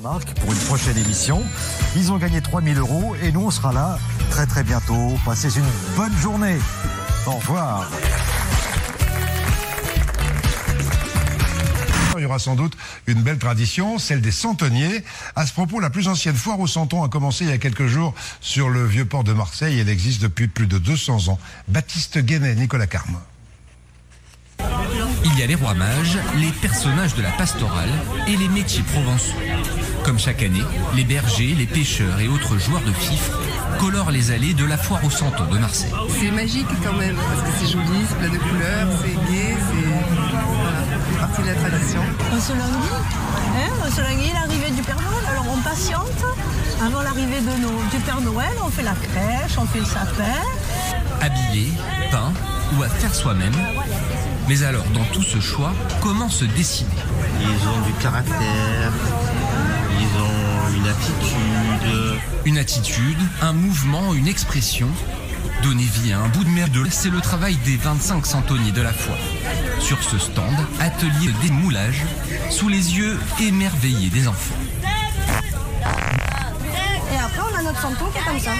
Marc pour une prochaine émission. Ils ont gagné 3000 euros et nous on sera là très très bientôt. Passez une bonne journée. Au revoir. Il y aura sans doute une belle tradition, celle des centeniers. À ce propos, la plus ancienne foire aux centons a commencé il y a quelques jours sur le vieux port de Marseille. Elle existe depuis plus de 200 ans. Baptiste Guénet, Nicolas Carme. Il y a les rois mages, les personnages de la pastorale et les métiers provençaux. Comme chaque année, les bergers, les pêcheurs et autres joueurs de fifre colorent les allées de la foire au centre de Marseille. C'est magique quand même, parce que c'est joli, c'est plein de couleurs, c'est gai, c'est. Voilà, c'est partie de la tradition. On se languit, hein, on se languit l'arrivée du Père Noël. Alors on patiente avant l'arrivée de nos- du Père Noël, on fait la crèche, on fait le sapin. Habillés, peints ou à faire soi-même. Mais alors, dans tout ce choix, comment se décider Ils ont du caractère, ils ont une attitude. Une attitude, un mouvement, une expression. Donner vie à un bout de merde, c'est le travail des 25 centoniers de la foire. Sur ce stand, atelier de démoulage, sous les yeux émerveillés des enfants. Et après on a notre santon qui est comme ça.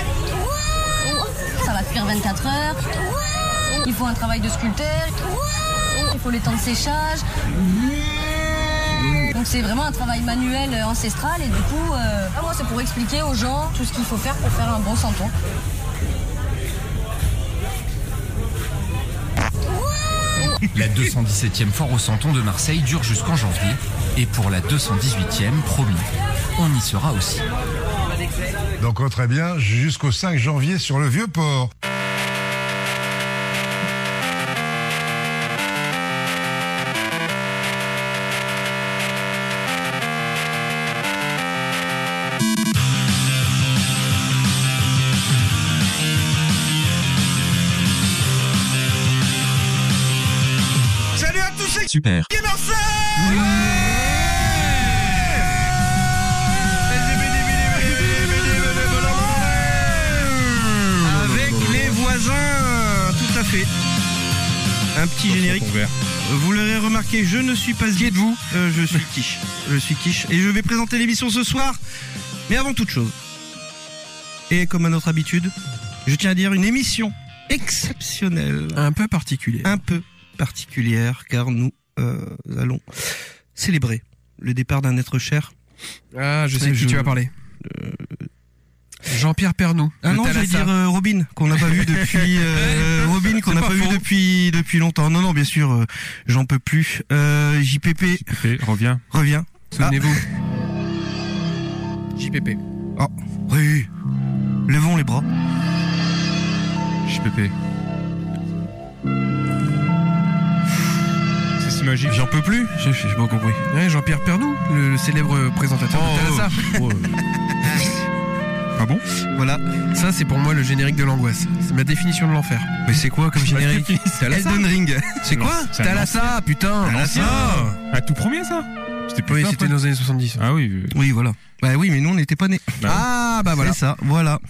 Ça va cuire 24 heures. Il faut un travail de sculpteur. Il faut les temps de séchage. Donc c'est vraiment un travail manuel euh, ancestral et du coup, euh, moi c'est pour expliquer aux gens tout ce qu'il faut faire pour faire un bon santon. La 217e Fort au Santon de Marseille dure jusqu'en janvier. Et pour la 218e, promis, on y sera aussi. Donc oh, très bien, jusqu'au 5 janvier sur le vieux port. Salut à tous, c'est Super. Guy Marseille Avec les voisins, tout à fait. Un petit générique. Vous l'aurez remarqué, je ne suis pas Qui êtes-vous Je suis Quiche. Je suis Quiche et je vais présenter l'émission ce soir. Mais avant toute chose, et comme à notre habitude, je tiens à dire une émission exceptionnelle Un peu particulier. un peu particulière car nous euh, allons célébrer le départ d'un être cher. Ah, je sais Et de qui je- tu vas parler. Jean-Pierre Pernou. Ah Le non, j'allais Thalassa. dire euh, Robin qu'on n'a pas vu depuis euh, Robin qu'on C'est n'a pas pas, vu faux. depuis depuis longtemps. Non non, bien sûr, euh, j'en peux plus. Euh, JPP revient. revient. Souvenez-vous. JPP. Ah. Oui. Levons les bras. JPP. C'est si magique. J'en peux plus. J'ai j'ai pas compris. Ouais, Jean-Pierre Pernou, le, le célèbre présentateur Oh, de Thalassa. Ah bon Voilà. Ça, c'est pour moi le générique de l'angoisse. C'est ma définition de l'enfer. Mais c'est quoi comme générique Thalassa Elden Ring. C'est quoi C'est un Thalassa, putain Thalassa. l'ancien. Ah, tout premier ça C'était plus Oui, ça, c'était après dans les années 70. Ah oui. euh, Oui, voilà. Bah oui, mais nous on n'était pas nés. Bah ah bah voilà. C'est ça, voilà.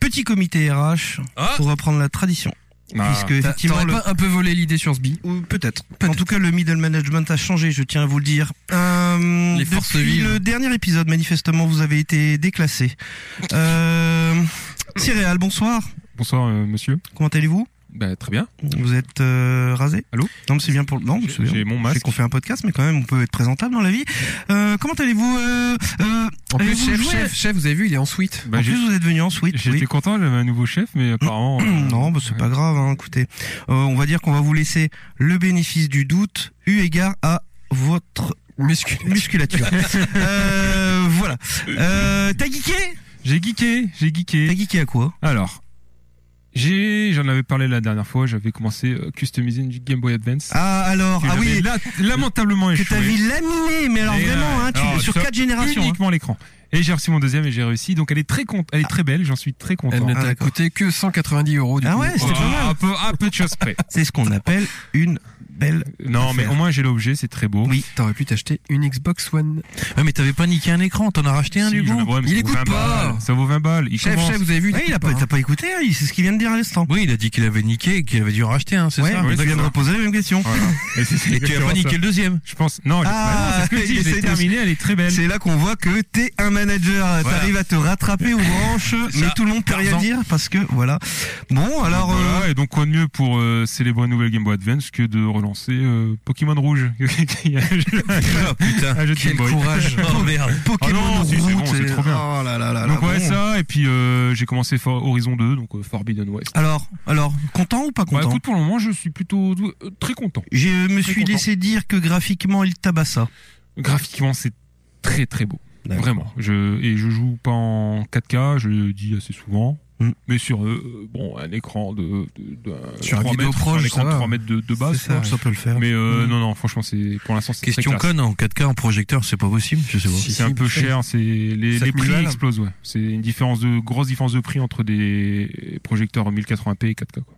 Petit comité RH Ah. pour reprendre la tradition ah, puisque T'as- effectivement T'aurais le- pas un peu volé l'idée sur ce bi Ou peut-être. en tout cas, le middle management a changé, je tiens à vous le dire. Euh, Les forces depuis vives. le dernier épisode, manifestement, vous avez été déclassé. Euh, Céréales, bonsoir. Bonsoir euh, monsieur. Comment allez-vous Bah très bien. Vous êtes euh, rasé Allô Non, mais c'est bien pour le. Non, mais c'est J'ai bien. j'ai mon Je sais masque. qu'on fait un podcast, mais quand même, on peut être présentable dans la vie. Euh, comment allez-vous euh, euh, En plus, Allez-vous chef, jouer chef, chef, vous avez vu, il est en suite. Bah, En j'ai- plus, vous êtes venu en suite. J'étais oui. content le nouveau chef mais apparemment euh, Non, bah, c'est ouais. pas grave. Hein, écoutez, Euh, on va dire qu'on va vous laisser le bénéfice du doute eu égard à votre Muscu. musculature. euh, voilà. Euh, t'as geeké J'ai geeké, j'ai T'as geeké. geeké à quoi Alors, j'ai j'en avais parlé la dernière fois, j'avais commencé à customiser du Game Boy Advance. Ah alors, que ah j'avais oui, la- lamentablement que échoué. t'as vu laminé, mais alors Et, vraiment, euh, hein, tu- alors, sur sur- quatre générations. hein. uniquement l'écran. Et j'ai reçu mon deuxième et j'ai réussi. Donc elle est très con- elle est très belle. J'en suis très Elle content. ne Ah, t'a d'accord. coûté que 190 euros du Ah coup. ouais, c'était pas mal. un peu un peu de choses près. C'est ce qu'on appelle une belle. Non, mais au moins j'ai l'objet, c'est très beau. Oui, t'aurais pu t'acheter une Xbox One. Ouais, mais t'avais pas niqué un écran, t'en as racheté un Si, du j'en coup. ai- ouais, mais Il ça vaut écoute 20 pas. balles. Ça vaut 20 balles. Il Chef, commence. chef, vous avez vu Ouais, il a écoute pas, pas, t'as hein. pas écouté, hein, il- c'est ce qu'il vient de dire à l'instant. Oui, il a dit qu'il avait niqué et qu'il avait dû en racheter, hein, c'est Ouais, ça on vient de ça. reposer la même question. Voilà. Et, c'est- c'est Et tu as exactement pas niqué ça. le deuxième Je pense. Non, je- bah non, c'est ce que je dis, il je l'ai essaie de- terminé, elle est très belle. C'est là qu'on voit que t'es un manager. Voilà. T'arrives à te rattraper aux branches, mais tout le monde peut rien Tarzan. dire parce que voilà. Bon, alors. Donc euh, voilà, et donc quoi de mieux pour euh, célébrer une nouvelle Game Boy Advance que de relancer euh, Pokémon Rouge Il y a un jeu- euh, Ah, putain, un jeu de quel Game Boy. courage. Oh merde. Pokémon Ah non, si, c'est Route bon, c'est et- trop bien. Oh là Ah là là Donc là, ouais bon. ça et puis euh, j'ai commencé For- Horizon 2 donc euh, Forbidden West. Alors, alors, content ou pas Bah content écoute pour le moment je suis plutôt euh, très content. Je me très suis content. laissé dire que graphiquement il tabassa. Graphiquement c'est très très beau. D'accord. Vraiment. Je et je joue pas en 4K, je le dis assez souvent. Mm. Mais sur euh, bon un écran de, de, de- Sur un 3 vidéo mètres, proche, un écran ça de va. 3 mètres de, de base. quoi. peut le faire. Bah, Mais euh, Mm. non non franchement c'est pour l'instant c'est très Question classe. conne, en 4K en projecteur, c'est pas possible, je sais pas. C'est un peu cher, c'est les, les 7000 prix balles. explosent. Ouais. C'est une différence de grosse différence de prix entre des projecteurs 1080p et 4K. Quoi.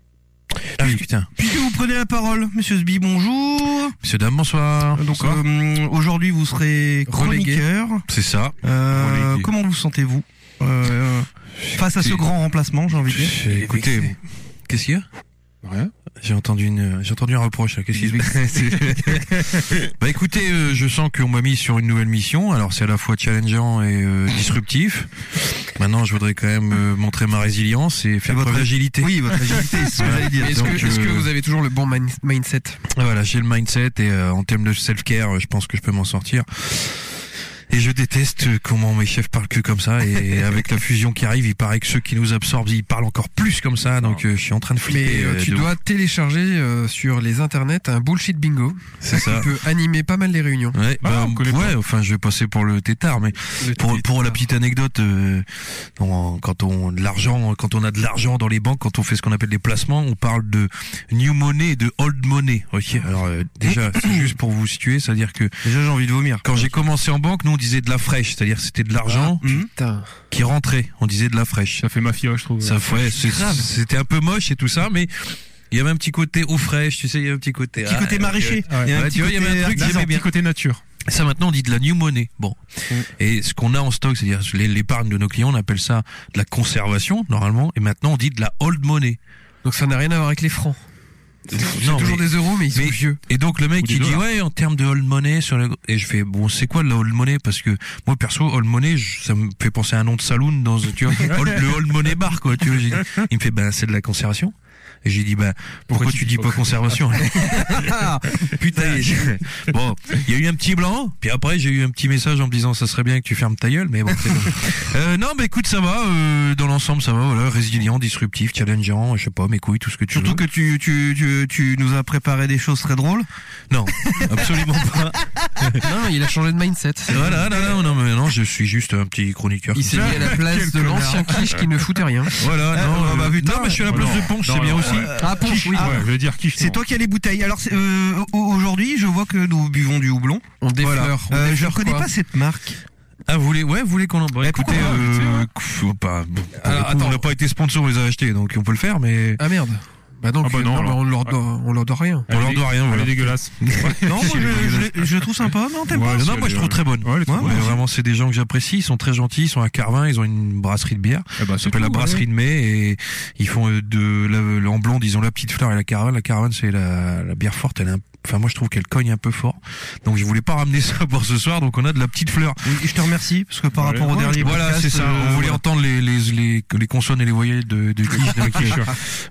Ah oui, putain. Puisque vous prenez la parole, Monsieur Sbi, bonjour. Monsieur Dame, bonsoir. Donc euh, aujourd'hui vous serez Relégué. chroniqueur. C'est ça. Euh, Relégué. comment vous sentez-vous euh, face à ce Écoutez- grand remplacement, j'ai envie de dire Écoutez, qu'est-ce qu'il y a Rien. J'ai entendu une, j'ai entendu un reproche. là. Qu'est-ce qui se passe Bah écoutez, euh, je sens qu'on m'a mis sur une nouvelle mission. Alors c'est à la fois challengeant et euh, disruptif. Maintenant, je voudrais quand même euh, montrer ma résilience et faire Et votre- preuve d'agilité. Oui, votre agilité, c'est ce que j'allais dire. Est-ce Est-ce Donc, que, est-ce que euh, vous avez toujours le bon mind- mindset Voilà, j'ai le mindset et euh, en termes de self-care, euh, je pense que je peux m'en sortir. Et je déteste euh, comment mes chefs parlent que comme ça. Et avec la fusion qui arrive, il paraît que ceux qui nous absorbent, ils parlent encore plus comme ça. Donc euh, je suis en train de flipper. Mais euh, euh, tu de ouf. dois télécharger euh, sur les internets un bullshit bingo C'est ça. qui peut animer pas mal les réunions. Ouais, Ah, bah, on connaît ouais, enfin, je vais passer pour le tétard, mais pour, pour la petite anecdote, euh, on- quand on de l'argent, quand on a de l'argent dans les banques, quand on fait ce qu'on appelle des placements, on parle de new money et de old money. Ok, alors euh, déjà, c'est juste pour vous situer, c'est-à-dire que Déjà, j'ai envie de vomir. quand j'ai commencé en banque, nous on disait de la fraîche, c'est-à-dire c'était de l'argent Mhm. Putain. qui rentrait, on disait de la fraîche. Ça fait mafia, je trouve. Ça, ouais, c'est- c'était un peu moche et tout ça, mais il y avait un petit côté eau fraîche, tu sais, il y avait un petit côté. Petit ah, côté ok. maraîcher. Ah ouais. Il y a un Ouais, petit tu vois, il y côté avait un truc, artisan. j'aimais bien. Petit côté nature. Ça maintenant on dit de la new money. Bon. Mm. Et ce qu'on a en stock, c'est-à-dire l'é- l'épargne de nos clients, on appelle ça de la conservation normalement. Et maintenant on dit de la old money. Donc ça n'a rien à voir avec les francs. C'est Non, toujours mais- des euros, mais ils mais- sont vieux. Et donc le mec Ou des il dit dollars. ouais en termes de old money sur le et je fais bon c'est quoi de la old money parce que moi perso old money je- ça me fait penser à un nom de saloon dans tu vois old- le old money bar quoi tu vois j'ai dit. il me fait ben c'est de la conservation et j'ai dit ben pourquoi, tu dis pas conservation hein putain je- bon il y a eu un petit blanc puis après j'ai eu un petit message en me disant ça serait bien que tu fermes ta gueule mais bon c'est bon. Euh, non mais écoute ça va euh, dans l'ensemble ça va voilà résilient disruptif challengeant je sais pas mes couilles tout ce que tu veux. Surtout que tu, tu, tu, tu nous as préparé des choses très drôles. non absolument pas non, il a changé de mindset. Voilà, non, non, non, mais non, je suis juste un petit chroniqueur. Il s'est mis à la place de l'ancien quiche qui ne foutait rien. Voilà, non, bah, euh, putain, non, mais je suis à la ouais. place Non, de Ponche, non, c'est bien non, aussi. ouais. Ah, Ponche, oui. Ouais, je veux dire kiff. C'est toi qui as les bouteilles. Alors c'est, euh, au- aujourd'hui, je vois que nous buvons du houblon. On défleure. Voilà. on Euh, je défleure connais quoi. pas cette marque. Ah, vous voulez, ouais, vous voulez qu'on en bah, pourquoi Écoutez, pas, tu sais, euh, ouais. pff, pas- bon, pour Alors, le coup, attends. on n'a pas été sponsor, on les a achetés, donc on peut le faire, mais Ah merde. Bah donc, Ah bah euh, non, non, mais alors. on leur doit, on leur doit rien. on leur doit rien. Elle Voilà. est dégueulasse. Non, moi, je, je, l'ai- je le trouve sympa, non, t'aimes Ouais, pas si, Non, elle moi est- je trouve très bonne. Ouais, elle est très Ouais, bonne. vraiment, c'est des gens que j'apprécie. Ils sont très gentils. Ils sont à Carvin. Ils ont une brasserie de bière. Eh ben, Ça s'appelle la tout, ouais. brasserie de mai et ils font euh, de la, en blonde ils ont la petite fleur et la caravane la caravane c'est la, la bière forte elle est un- enfin moi je trouve qu'elle cogne un peu fort donc je voulais pas ramener ça pour ce soir donc on a de la petite fleur Oui, Je te remercie, parce que par Allez, rapport au ouais, dernier voilà podcast, c'est ça euh, on voulait voilà. entendre les, les les les consonnes et les voyelles de, de Guiche, donc, euh,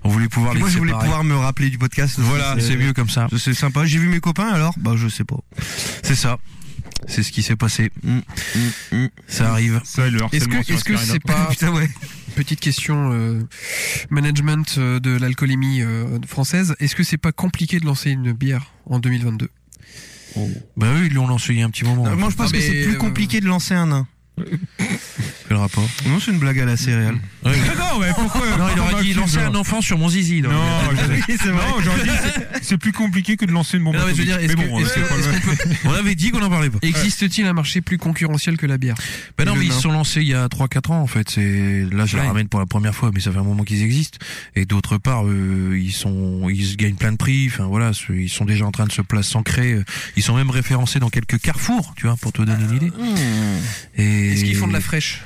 on voulait pouvoir les Moi, je voulais séparer pouvoir Euh, me rappeler du podcast. voilà c'est mieux comme ça C'est sympa. J'ai vu mes copains, alors Bah, je sais pas. c'est ça c'est ce qui s'est passé Mm. ça arrive Ça et le Est-ce que, harcèlement sur est-ce que Ascarina, c'est quoi. pas Putain, ouais. petite question euh, management euh, de l'alcoolémie euh, française Est-ce que c'est pas compliqué de lancer une bière en 2022 bah eux ils l'ont lancé il y a un petit moment Moi, je pense Ah, que mais, c'est plus euh, compliqué de lancer un nain. quel rapport Non, c'est une blague à la céréale. Non, mais pourquoi non il aurait dit lancer un non. enfant sur mon zizi là. Non, je- c'est non, j'aurais dit c'est- c'est plus compliqué que de lancer une bombe. Non, mais je veux dire, atomique. est-ce Mais que- bon, est-ce euh, que- c'est pas le est-ce même. on avait dit qu'on en parlait pas Existe-t-il un marché plus concurrentiel que la bière Ben non, Le mais ils nain. se sont lancés il y a 3-4 ans en fait. C'est là je les Ouais. ramène pour la première fois, mais ça fait un moment qu'ils existent. Et d'autre part, euh, ils sont, ils se gagnent plein de prix. Enfin voilà, ce- ils sont déjà en train de se placer s'ancrer. Ils sont même Euh, hmm. référencés dans quelques carrefours, tu vois, pour te donner une idée. Et Est-ce qu'ils font de la fraîche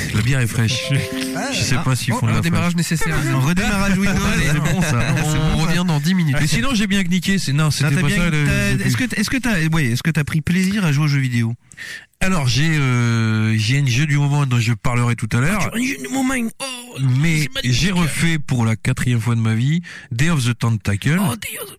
La bière est fraîche. Je sais pas s'ils font de la Ah, Un démarrage fraîche. nécessaire. Un redémarrage Windows. C'est bon ça. On revient dans 10 minutes. Mais sinon j'ai bien niqué. c'est- Non, Non, c'était t'as pas bien- ça. le- t'as- Est-ce que t'- est-ce que t'as ouais, est-ce que t'as pris plaisir à jouer aux jeux vidéo Alors j'ai euh, j'ai un jeu du moment dont je parlerai tout à Ah, l'heure. oh, mais j'ai refait pour la quatrième fois de ma vie Day of the Tentacle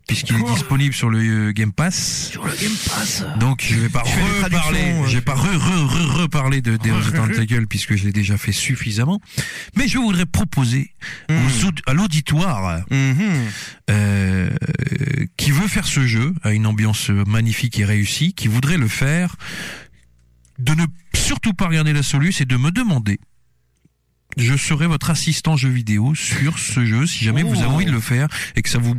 puisqu'il est disponible sur le euh, Game Pass. Sur le Game Pass. Donc je vais pas Je fais des reparler, traductions, euh, je vais pas re re re reparler de Day of the Tentacle puisque je l'ai déjà fait suffisamment. Mais je voudrais proposer aux aud- à l'auditoire Mhm. euh, euh, qui veut faire ce jeu à une ambiance magnifique et réussie, qui voudrait le faire, de ne surtout pas regarder la soluce et de me demander. Je serai votre assistant jeu vidéo sur ce jeu si jamais vous avez envie de le faire et que ça vous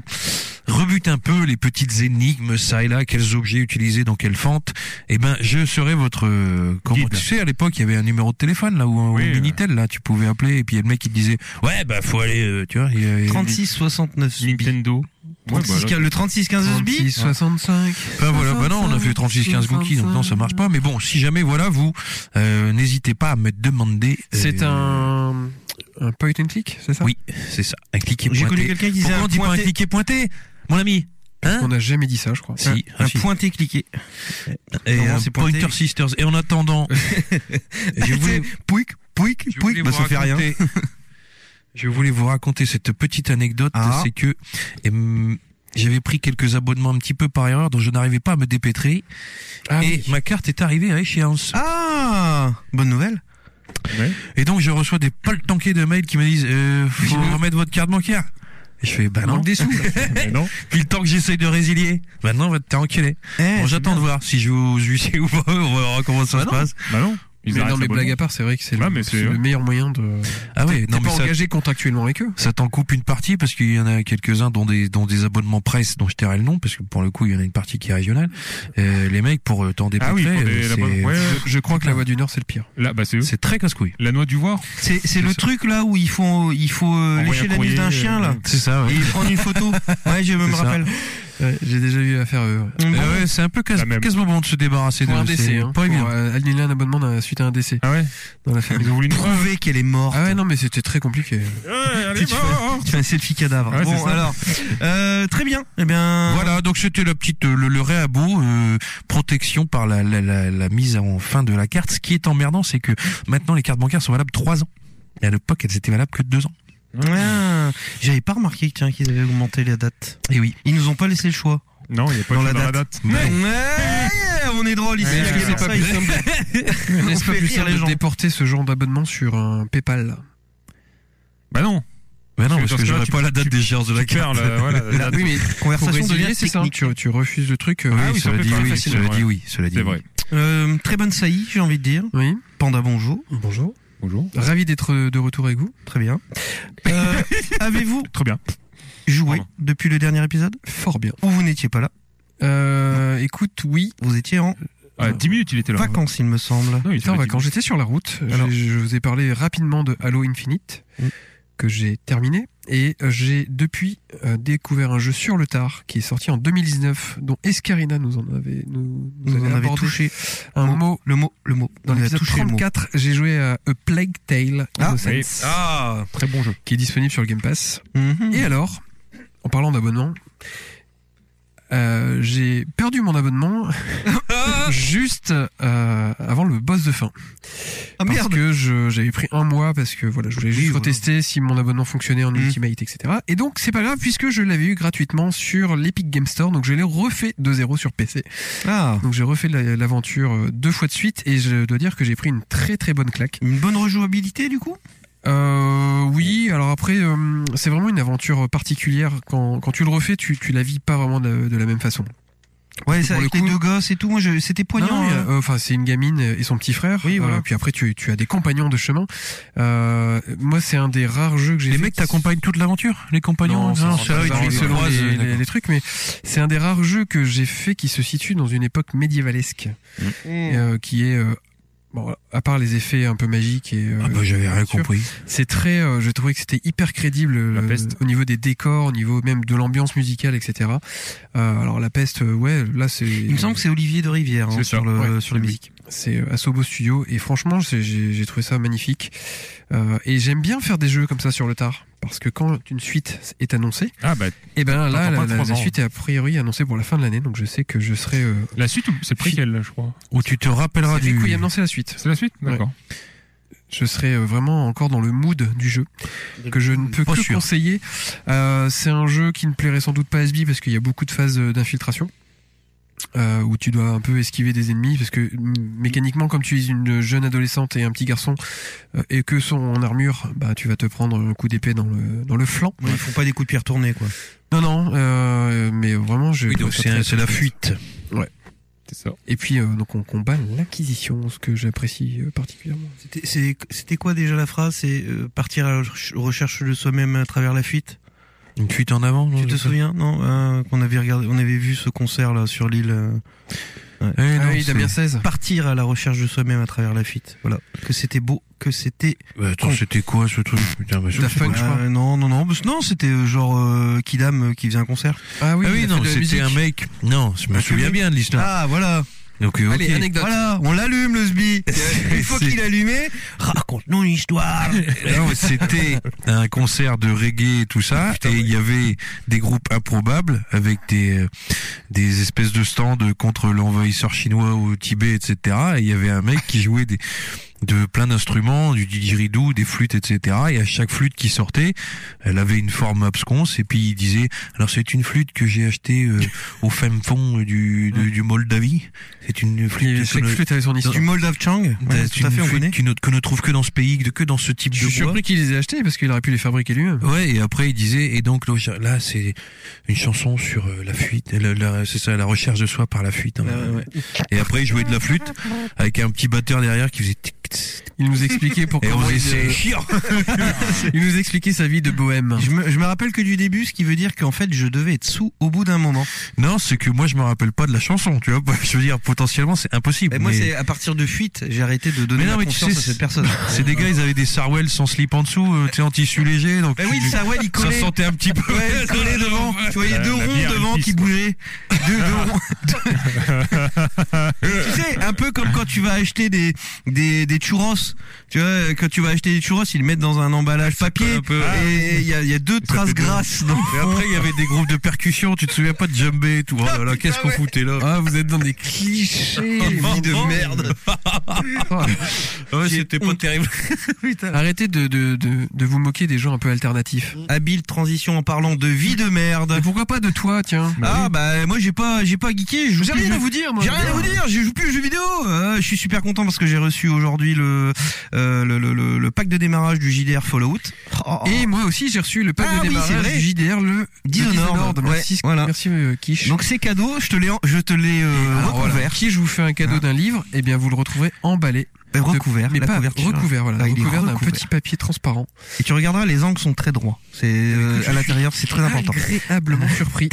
rebute un peu les petites énigmes ça et là, quels objets utiliser dans quelle fente. Eh ben, je serai votre euh, comment tu sais à l'époque il y avait un numéro de téléphone là ou un Oui, ou minitel là, tu pouvais appeler et puis il y a le mec qui te disait ouais bah faut aller euh, tu vois il y avait- 36 69 Nintendo. bah, 36, voilà. le 36 15 36, 65. Enfin voilà, bah non, on a fait 36-15 cookies, donc non, ça marche pas. Mais bon, si jamais, voilà, vous, euh, n'hésitez pas à me demander. euh, C'est un, un point and click, c'est ça Oui, c'est ça. Un clic et pointé. J'ai connu quelqu'un qui disait Pourquoi un on dit pas un pointé clic et pointé, mon ami Hein On n'a jamais dit ça, je crois. Si, un, pointé cliqué. Et Comment un c'est pointé Pointer Sisters. Et en attendant, je voulais. Pouic, pouic, Je pouic, voulais bah vous ça fait rien. raconter- Je voulais vous raconter cette petite anecdote, Ah. c'est que hum, j'avais pris quelques abonnements un petit peu par erreur dont je n'arrivais pas à me dépêtrer Ah et ma carte est arrivée à échéance. Ah, bonne nouvelle. Et donc je reçois des paltanqués de mails qui me disent euh, faut remettre votre carte bancaire. Et je fais bah non. Manque des sous. Puis le temps que j'essaye de résilier, Bah maintenant on va te t'enculer. Eh, bon, j'attends de voir si je vous huissier ou pas, on va voir comment ça se passe. Bah non. Ils mais arrêtent non, mais l'abonnement. blague à part, c'est vrai que c'est le- Ouais, mais c'est c'est- le, meilleur moyen de. Ah T'es- ouais, t'es non, mais pas ça- engagé contractuellement avec eux. Ça t'en coupe une partie parce qu'il y en a quelques-uns dont des dont des abonnements presse dont je tairai le nom parce que pour le coup il y en a une partie qui est régionale. Euh, les mecs pour euh, t'en dépêtrer, Ah oui, pour des- euh, l'abonnement- c'est- ouais, ouais. je, je crois que la voie du Nord c'est le pire. Là, bah c'est eux. C'est très casse-couille. La noix du voir. C'est c'est le truc là où il faut il faut euh, Envoyer un lécher la courrier, euh, nuque d'un chien là. C'est ça. ouais. Et prendre une photo. Ouais, je me C'est ça. rappelle. J'ai déjà eu affaire à eux. ouais. Euh, ouais, c'est un peu casse casse moment de se débarrasser Pour de un décès, c'est hein, Pas pour, évident. euh, annuler un abonnement d'un- suite à un décès. Ah ouais Dans la famille. Ils ont voulu nous. Prouver qu'elle est morte. Ah ouais, non, mais c'était très compliqué. Elle Tu fais- Tu fais un selfie cadavre. Ouais, c'est bon ça. alors, euh, très bien. Eh bien, Voilà, donc c'était la petite euh, le, le réabo euh, protection par la, la, la, la mise en fin de la carte. Ce qui est emmerdant, c'est que maintenant les cartes bancaires sont valables trois ans. Et à l'époque, elles étaient valables que deux ans. Ouais. J'avais pas remarqué tiens qu'ils avaient augmenté la date. Et oui. Ils nous ont pas laissé le choix. Non, il n'y a pas Dans de la dans la date. date. Ouais, on est drôle ici. Mais est-ce à que c'est pas Versailles, plus- il semble- On N'est-ce pas fait plus rire simple les de gens. déporter ce genre d'abonnement sur un PayPal Bah non. Mais non, Parce parce que que dans ce j'aurais cas-là, pas tu- la date d'échéance de la tu perds carte. le- voilà, la Ah date. Oui, mais pour Conversation résilier, devient c'est ça. technique. Tu, tu refuses le truc. euh, Oui, Ah oui, ça cela peut dit être oui, facile, cela ouais. dit oui, cela dit C'est oui. vrai. Euh, très bonne saillie, j'ai envie de dire. Oui. Panda, bonjour. Bonjour. Bonjour. Ravi d'être euh, de retour avec vous. Très bien. Euh, Avez-vous Très bien. joué Pardon. depuis le dernier épisode Fort bien. Ou vous n'étiez pas là Euh, écoute, oui. Vous étiez en Ah, 10 minutes, il était là. vacances, il me semble. Non, il était J'étais en là, vacances. J'étais sur la route. Alors. J'ai- Je vous ai parlé rapidement de Halo Infinite Mm. que j'ai terminé et euh, j'ai depuis euh, découvert un jeu sur le tard qui est sorti en 2019 dont Escarina nous en avait nous, nous Vous avait en avez abordé touché un mot. mot le mot, le mot. dans Vous avez l'épisode touché le mot. 34 j'ai joué à A Plague Tale Ah, Innocence, oui. Ah, Très bon jeu. qui est disponible sur le Game Pass Mhm. Et alors, en parlant d'abonnement, euh, j'ai perdu mon abonnement juste euh, avant le boss de fin. Ah parce merde. que je- j'avais pris un mois parce que voilà, je voulais juste voilà. retester si mon abonnement fonctionnait en Mhm. Ultimate, etc. Et donc c'est pas grave puisque je l'avais eu gratuitement sur l'Epic Game Store, donc je l'ai refait de zéro sur PC. Ah, Donc j'ai refait la- l'aventure euh, deux fois de suite et je dois dire que j'ai pris une très très bonne claque. une bonne rejouabilité du coup. Euh, oui, alors après, euh, c'est vraiment une aventure particulière. Quand, quand tu le refais, tu, tu la vis pas vraiment de, la- de la même façon. Ouais, Pour ça, le avec coup- les deux gosses et tout, moi, je- c'était poignant. Non, euh. hein. euh, enfin, c'est une gamine et son petit frère. Euh, Oui, voilà. puis après, tu, tu as des compagnons de chemin. Euh, moi, c'est un des rares jeux que j'ai les fait mecs qui- t'accompagnent toute l'aventure, les compagnons. hein, Non, ça, ça, ça, ça, ils varie te selon croisent, les, d'accord. les- les trucs, mais c'est un des rares jeux que j'ai fait qui se situe dans une époque médiévalesque, Mmh. euh, qui est euh, bon, à part les effets un peu magiques et euh, Ah bah j'avais rien bien sûr, compris. C'est très, euh, je trouvais que c'était hyper crédible La euh, peste. au niveau des décors, au niveau même de l'ambiance musicale, etc. Euh, alors la peste, euh, ouais, là c'est. Il me semble que c'est Olivier de Rivière hein, C'est ça, sur, le, ouais, sur la oui. musique. c'est euh, Asobo Studio et franchement c'est- j'ai j'ai trouvé ça magnifique Euh, et j'aime bien faire des jeux comme ça sur le tard parce que quand une suite est annoncée Ah bah, et ben là la, t'attends pas la- trois la ans. suite est a priori annoncée pour la fin de l'année donc je sais que je serai euh, La suite ou c'est le préquel, là, je crois Ou tu te rappelleras C'est du. Requiem, non, c'est la suite. C'est la suite D'accord. Je serai euh, vraiment encore dans le mood du jeu que je ne peux Pas que sûr. conseiller. Euh, c'est un jeu qui ne plairait sans doute pas à SB parce qu'il y a beaucoup de phases euh, d'infiltration. euh, où tu dois un peu esquiver des ennemis parce que mm, mécaniquement comme tu es une jeune adolescente et un petit garçon euh, et que sont en armure bah tu vas te prendre un coup d'épée dans le dans le flanc Ils font pas des coups de pied retournés, quoi. non non euh, mais vraiment je Oui, donc trouve ça c'est- très- c'est la fuite. ouais c'est ça et puis euh, donc on combat l'acquisition ce que j'apprécie euh, particulièrement C'était- c'est- C'était quoi déjà la phrase C'est euh, partir à la reche- recherche de soi-même à travers la fuite Une fuite en avant, non, Tu te je sais. souviens Non, euh, qu'on avait regardé, on avait vu ce concert là sur l'île. euh, ouais. Eh, Ah non, oui, c'est- Damien 16. Partir à la recherche de soi-même à travers la fuite. Voilà. Que c'était beau, que c'était. Bah, attends, con. c'était quoi ce truc Putain, bah, je Daft sais Punk, pas. je crois. Euh, Non, non, non, parce- non, c'était euh, genre euh, Kidam euh, qui faisait un concert. Ah oui, il a fait non, de la c'était un musique. mec. Non, je me Un souviens public. bien de l'histoire. Ah, voilà. Donc, euh, ok. Voilà, on l'allume le sbi. Une fois C'est- qu'il est allumé, raconte-nous une histoire. Non, c'était un concert de reggae et tout ça, et il y avait des groupes improbables avec des euh, des espèces de stands contre l'envahisseur chinois au Tibet, etc. Et il y avait un mec qui jouait des de plein d'instruments, du didgeridoo, des flûtes, etc. Et à chaque flûte qui sortait, elle avait une forme absconce. Et puis il disait, alors c'est une flûte que j'ai achetée euh, au fin fond du, de- du Moldavie. C'est une flûte. chaque que ne- flûte avait son histoire. Du Moldav Chang. Ouais, c'est tout à une fait, on flûte connaît. qui ne- que ne trouve que dans ce pays, que dans ce type je de suis bois. surpris qu'il les ait achetés parce qu'il aurait pu les fabriquer lui-même Ouais, et après il disait, et donc là, là, c'est une chanson sur euh, la fuite, la- la- c'est ça, la recherche de soi par la fuite. hein. Et après il jouait de la flûte avec un petit batteur derrière qui faisait. tic, tic, tic. Il nous expliquait pourquoi. Et on il, disait, euh, c'est chiant. il nous expliquait sa vie de bohème. Je me, je me rappelle que du début, ce qui veut dire qu'en fait, je devais être sous au bout d'un moment. Non, c'est que moi je me rappelle pas de la chanson, tu vois. Je veux dire, potentiellement c'est impossible. Et moi, mais- c'est à partir de fuite, j'ai arrêté de donner Mais la non, mais tu confiance sais, à cette personne. C'est des gars, ils avaient des sarouels sans slip en dessous, euh, tu sais, en tissu léger. Donc Bah oui, tu- le sarouel, il collait. Ça sentait un petit peu. Ouais, collé devant. Tu voyais La- deux la ronds bière, devant elle qui pisse, bougeaient. Deux, deux ronds. tu sais, un peu comme quand tu vas acheter des, des, des churros. Tu vois, quand tu vas acher des churros, ils le mettent dans un emballage papier. un peu. Et il y a, il y a deux traces fait deux. grasses dans le Et fond. après, il y avait des groupes de percussion, tu te souviens pas de Jumbé et tout. Oh là là, qu'est-ce qu'on foutait là Ah, vous êtes dans des clichés. Vie de merde. Ouais, c'était pas terrible. Oh, Arrêtez de, de, de, de vous moquer des gens un peu alternatifs. Habile transition en parlant de vie de merde. Et pourquoi pas de toi, tiens Ah bah moi j'ai pas j'ai pas geeké, je joue J'ai plus rien aux à jeux- vous dire, moi. J'ai rien à vous dire, je joue plus aux jeux vidéo. Euh, je suis super content parce que j'ai reçu aujourd'hui le, euh, le, le le le pack de démarrage du JDR Fallout. Oh, oh. Et moi aussi, j'ai reçu le pack Ah de oui, démarrage c'est vrai. du JDR, le Dishonored. Dishonored. Ouais, Merci, voilà. merci euh, Quiche. donc c'est cadeau, je te l'ai en- je te l'ai Alors, euh, Ah, voilà. recouvert, Qui je vous fais un cadeau d'un livre, et bien vous le retrouverez emballé. Euh, recouvert, mais la pas couverture. recouvert, voilà, Ah, il est recouvert d'un recouvert. petit papier transparent. Et tu regarderas, les angles sont très droits. C'est euh, à l'intérieur, c'est très important. Agréablement surpris.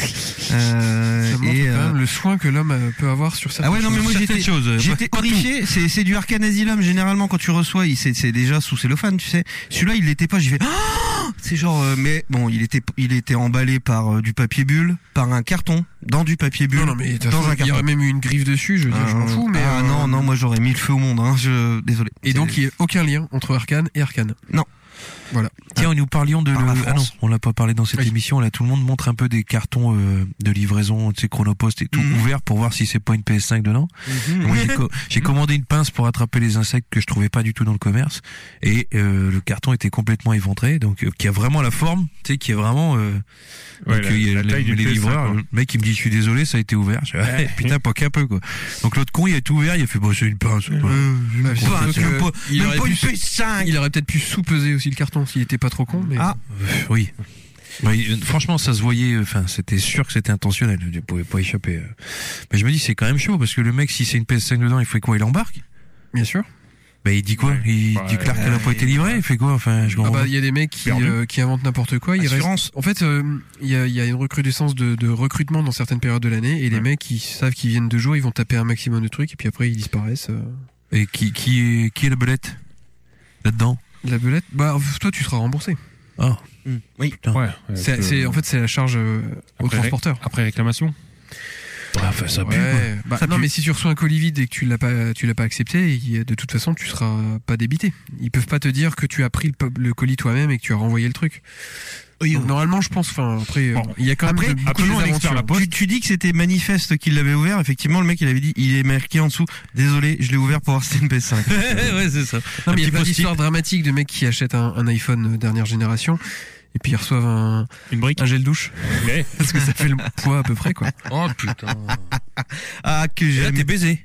Euh, Ça montre et, quand euh, même le soin que l'homme euh, peut avoir sur certaines Ah ouais, non, mais choses. euh, moi j'étais, j'étais horrifié. C'est, c'est du Arcane Asylum. Généralement, quand tu reçois, il, c'est, c'est déjà sous cellophane, tu sais. Celui-là, il l'était pas. J'ai fait, Ah c'est genre, euh, mais bon, il était, il était emballé par euh, du papier bulle, par un carton, dans du papier bulle, Non, non, mais de toute dans façon, un il y carton. aurait même eu une griffe dessus, je veux dire, je m'en Ah, fous, mais. ah, euh, non, non, moi j'aurais mis le feu au monde, hein, je, désolé. Et donc, C'est- il n'y a aucun lien entre Arcane et Arcane. Tiens, nous parlions de. Par le- la Ah non, France. on l'a pas parlé dans cette Oui. émission. Là, tout le monde montre un peu des cartons euh, de livraison, tu sais, Chronopost et tout, Mhm. ouverts pour voir si c'est pas une PS5 dedans. Moi, j'ai co- j'ai commandé une pince pour attraper les insectes que je trouvais pas du tout dans le commerce, et euh, le carton était complètement éventré, donc euh, qui a vraiment la forme, tu sais, qui est vraiment. euh, Ouais, donc, la- il y a la les, taille du les PS5, livreurs, quoi. le mec il me dit je suis désolé, ça a été ouvert. Je fais, Ah, putain, pas qu'un peu quoi. Donc l'autre con il a tout ouvert, il a fait bah c'est une pince. Euh, Bah, c'est Enfin, sûr tu que veux pas- il, même aurait pas une pu, sou- PS5. il aurait peut-être pu sous-peser aussi le carton s'il était pas trop con, mais. Ah. Pff, Oui. Bah, il- franchement, ça se voyait. Enfin, c'était sûr que c'était intentionnel. Je ne pouvais pas échapper. euh. Mais je me dis, c'est quand même chaud parce que le mec, si c'est une PS5 dedans, il fait quoi Il embarque bien sûr. Bah, il dit quoi Ouais. Il Ouais. dit Clark qu'elle a pas été livrée. Il fait quoi Enfin, je Ah comprends. bah, pas. il y a des mecs qui, Perdu. euh, qui inventent n'importe quoi. Ils restent... Assurance. En fait, euh, il y, a, il y a une recrudescence de, de recrutement dans certaines périodes de l'année, et les Ouais. mecs qui savent qu'ils viennent deux jours, ils vont taper un maximum de trucs, et puis après ils disparaissent. euh. Et qui, qui est, qui est la belette là-dedans La belette, bah toi tu seras remboursé. Ah, Mm. Oui. Ah. Ouais. C'est, c'est- en fait c'est la charge euh, au Après, transporteur. Après réclamation. Ah, enfin, ça pue, Ouais, quoi. bah, Ça non, pue. mais si tu reçois un colis vide et que tu l'as pas, tu l'as pas accepté, il- de toute façon, tu seras pas débité. Ils peuvent pas te dire que tu as pris le, po- le colis toi-même et que tu as renvoyé le truc. Donc, normalement, je pense. Enfin, après, euh, il y a quand même Après, de- beaucoup appelons un d'aventures. expert à la poste. Tu, tu dis que c'était manifeste qu'il l'avait ouvert. Effectivement, le mec, il avait dit, il est marqué en dessous. Désolé, je l'ai ouvert pour voir si c'était une PS5. ouais, c'est ça. Non, mais il y Un a petit plein post-it. d'histoires dramatiques de mecs qui achètent un, un iPhone euh, dernière génération et puis ils reçoivent un, un gel douche. Parce que ça fait le poids à peu près, quoi. Oh putain. ah, que j'ai. Oh. Là, t'es baisé.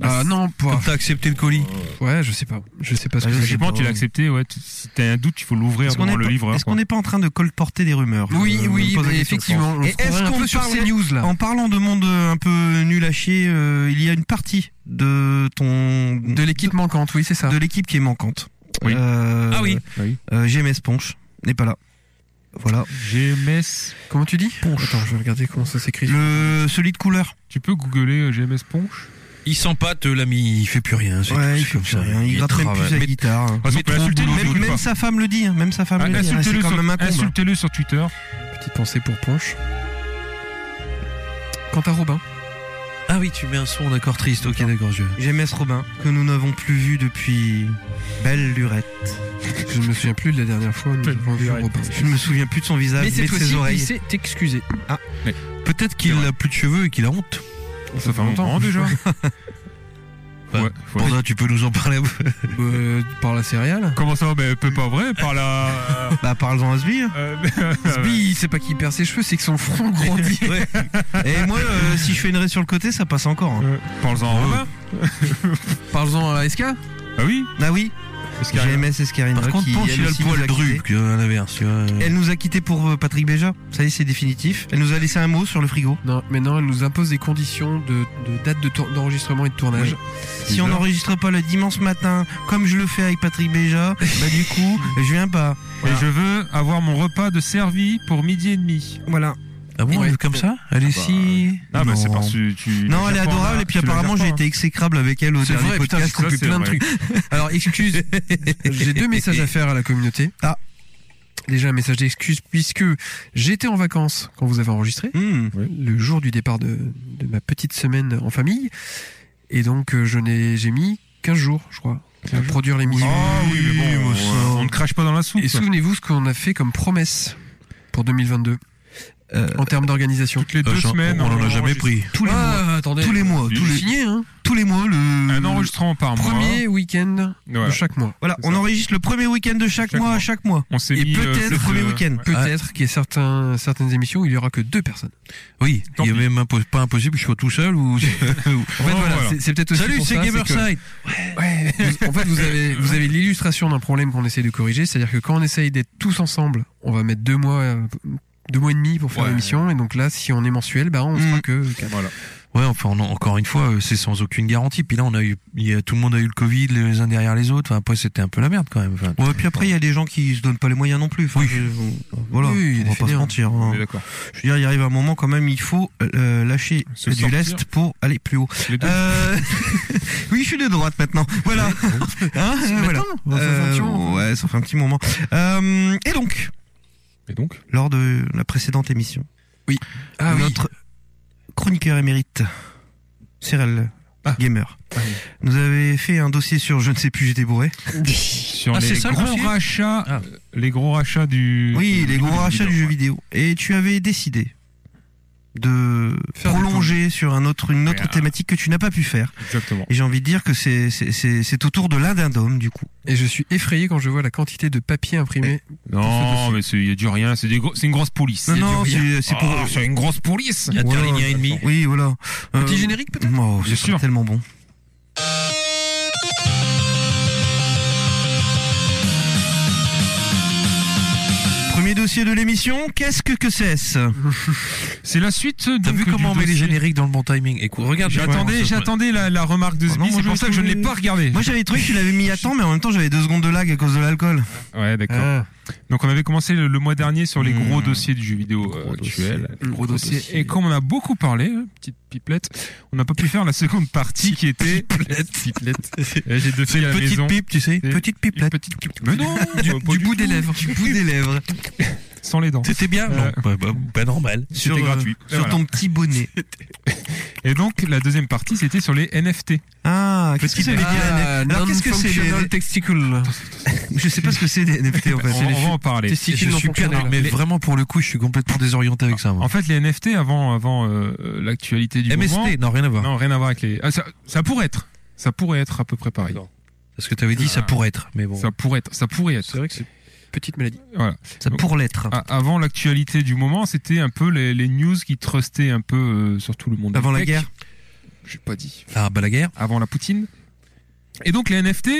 Ah non, pour. T'as accepté le colis Ouais, je sais pas. Je sais pas ce Bah, que c'est. logiquement, tu l'as accepté, ouais. tu- Si t'as un doute, il faut l'ouvrir Est-ce qu'on devant est le pas- livreur. est-ce quoi. qu'on n'est pas en train de colporter des rumeurs Oui, Je- je oui, me pose la mais question, effectivement, Franck. on Et se est-ce croirait un qu'on peu sur parle- CNews, là. En parlant de monde euh, un peu nul à chier, euh, il y a une partie de ton de l'équipe manquante, oui, c'est ça. De l'équipe qui est manquante. Oui. Euh, Ah oui. euh, GMS Ponche n'est pas là. Voilà. GMS. Comment tu dis Attends, je vais regarder comment ça s'écrit. Le celui de couleur. Tu peux googler euh, GMS Ponche Il sent pas, te, l'ami, il fait plus rien. c'est Ouais, tout, c'est il fait comme plus ça. rien, il gratte même travaille. plus sa Mais- guitare. hein. Ah, Mais on peut trop insulter boulot, les même, autres, même quoi. sa femme le dit, hein, même sa femme Ah, le dit. hein, C'est Insultez-le quand même un sur, con. hein. insultez-le sur Twitter. Petite pensée pour Ponche. Quant à Robin. Ah oui, tu mets un son, d'accord, triste. Ok, d'accord, je. GMS Robin, que nous n'avons plus vu depuis belle lurette. Je ne me souviens plus de la dernière fois où nous avons vu Robin. Je ne me souviens plus de son visage, mais, de ses il oreilles. s'est excusé. Peut-être qu'il a plus de cheveux et qu'il a honte. Ça fait un moment déjà. Bah, Ouais, ouais. Panda, tu peux nous en parler un peu Euh, par la céréale. Comment ça Mais peu pas vrai, par la. Bah, parle-en à ce billet. euh, Sbi, c'est pas qu'il perd ses cheveux, c'est que son front grandit. Ouais. Et moi, euh, si je fais une raie sur le côté, ça passe encore. hein. euh, Parle-en en Robin. Parle-en à SK. Ah oui Ah oui, GMS Escarina. Par contre, qui, Ponche, elle il a le aussi, nous poil a quittés. drupe, à l'inverse. hein, tu vois. Elle nous a quitté pour euh, Patrick Béja. Ça y est, c'est définitif. Elle nous a laissé un mot sur le frigo. Non, mais non, elle nous impose des conditions de, de date de tour- d'enregistrement et de tournage. Si Mhm. on n'enregistre pas le dimanche matin, comme je le fais avec Patrick Béja, bah du coup, je viens pas. Et je veux avoir mon repas de servi pour midi et demi. Voilà. Ah bon, Ouais. elle est comme ça Elle est si. Ah bah c'est eh, Non. parce que tu. Non, elle est tu la gères pas, adorable hein. et puis Tu la apparemment gères j'ai pas, été exécrable avec elle au C'est dernier vrai, putain, j'ai podcast. coupé c'est plein de vrai. trucs. Alors, excuse, j'ai deux messages à faire à la communauté. Ah. Déjà, un message d'excuse, puisque j'étais en vacances quand vous avez enregistré. Hmm. le jour du départ de, de ma petite semaine en famille. Et donc, euh, je n'ai, j'ai mis 15 jours, je crois, à produire l'émission. Ah oui, mais bon, Oui, on, on ne crache pas dans la soupe. Et souvenez-vous ce qu'on a fait comme promesse pour 2022 Euh, en termes d'organisation. Toutes les deux Euh, j'en- semaines. on en a jamais enregistre pris. Tous les mois. Attendez. Tous les mois, tous les, signé, hein. tous les mois, le. Un enregistrement par mois. Premier week-end Voilà. de chaque mois. Voilà, on enregistre le premier week-end de chaque, Chaque mois, mois. à chaque mois. On s'est Et mis, euh, peut-être le cette, premier euh, week-end. Peut-être qu'il y a certains, certaines émissions où il y aura que deux personnes. Oui, Tant il y a pis. même impo- pas impossible que je sois tout seul ou. En fait, Oh, voilà, voilà. c'est- c'est peut-être aussi Salut, pour c'est ça, que- Gamerside Ouais. Vous- en fait, vous avez, vous avez l'illustration d'un problème qu'on essaye de corriger, c'est-à-dire que quand on essaye d'être tous ensemble, on va mettre deux mois, euh, deux mois et demi pour faire Ouais. l'émission, et donc là, si on est mensuel, bah on sera Mm. que. Voilà. Ouais, enfin, on en- encore une fois, euh, c'est sans aucune garantie. Puis là, on a eu, il y a, tout le monde a eu le Covid, les uns derrière les autres. Enfin, après, c'était un peu la merde quand même. Enfin, Ouais, puis après, il y a des gens qui se donnent pas les moyens non plus. Enfin, Oui. je- voilà, Oui, il y a des on va pas se fainéants. mentir. hein. On est d'accord. Je veux dire, il arrive un moment quand même, il faut euh, lâcher Se du sortir. lest pour aller plus haut. Les deux. Euh, oui, je suis de droite maintenant. Voilà. Hein, euh, voilà. bah on va faire un Euh, petit moment. ouais, ça fait un petit moment. Euh, et donc, Et donc lors de la précédente émission, Ah oui. notre chroniqueur émérite, Cyril Ah. Gamer, oui. nous avait fait un dossier sur je ne sais plus, j'étais bourré. Sur Ah, les c'est ça, le gros dossier rachats. Ah. Les gros rachats du. Oui, du- les du gros rachats du jeu ouais. vidéo. Et tu avais décidé de Faire des prolonger sur un autre, une autre Ouais, thématique que tu n'as pas pu faire. Exactement. Et j'ai envie de dire que c'est- c'est c'est- c'est au tour de l'un d'un dôme, du coup. Et je suis effrayé quand je vois la quantité de papier imprimé. Non, mais c'est- il y a du rien. C'est des gros- c'est une grosse police. Non, non, c'est c'est pour... Ah, C'est une grosse police. il y a Ouais, deux lignes ouais, et demie. Oui, voilà. Un Euh, Petit générique peut-être. Oh, Bien c'est sûr. tellement bon. Premier dossier de l'émission, qu'est-ce que que c'est C'est la suite. T'as donc, vu du comment on met les dossier. génériques dans le bon timing Écoute, regarde, J'attendais, j'attendais la, la remarque de Ah non, moi, Sbi. C'est je pour ça que je ne l'ai trouvais- pas regardé. Moi j'avais trouvé que tu l'avais mis à temps, mais en même temps j'avais deux secondes de lag à cause de l'alcool. Ouais, d'accord. Ah, Euh. Donc on avait commencé le, le mois dernier sur les gros Mmh. dossiers du jeu vidéo euh, Hmm. Gros actuel. dossiers. le gros dossier. Et comme on a beaucoup parlé, euh, petite pipelette, on n'a pas pu faire la seconde partie qui était. Eh, J'ai deux filles à la Petite maison. pipe, tu sais. Et- Petite pipe. Une petite pipelette. Mais non, Du, pas du bout des tout. lèvres. Du bout des lèvres. sans les dents. C'était bien Non, pas, pas- pas normal. C'était gratuit. Sur ton petit bonnet. Et donc, la deuxième partie, c'était sur les NFT. Ah, qu'est-ce que ça veut dire, euh, Ah, NFT? Alors, qu'est-ce que c'est, les- non-functional testicules Je sais pas ce que Bah, c'est des NFT en fait. On- on va en parler. Je Testicules non suis perdu, fonctionnels. mais Les- vraiment pour le coup, je suis complètement désorienté avec ça. moi. En fait, les NFT avant avant euh, euh, l'actualité du MST, moment. non, rien à voir. Non, rien à voir avec les. Ah, ça, ça pourrait être. Ça pourrait être à peu près pareil. Ah. Parce que t'avais dit, ça pourrait être, mais bon. Ça pourrait être. Ça pourrait être. C'est vrai que c'est petite maladie. Voilà. Ça pourrait l'être. a- Avant l'actualité du moment, c'était un peu les, les news qui trustaient un peu euh, sur tout le monde. Avant du la tech. guerre. J'ai pas dit. Ah, bah la guerre. Avant la Poutine. Et donc les NFT,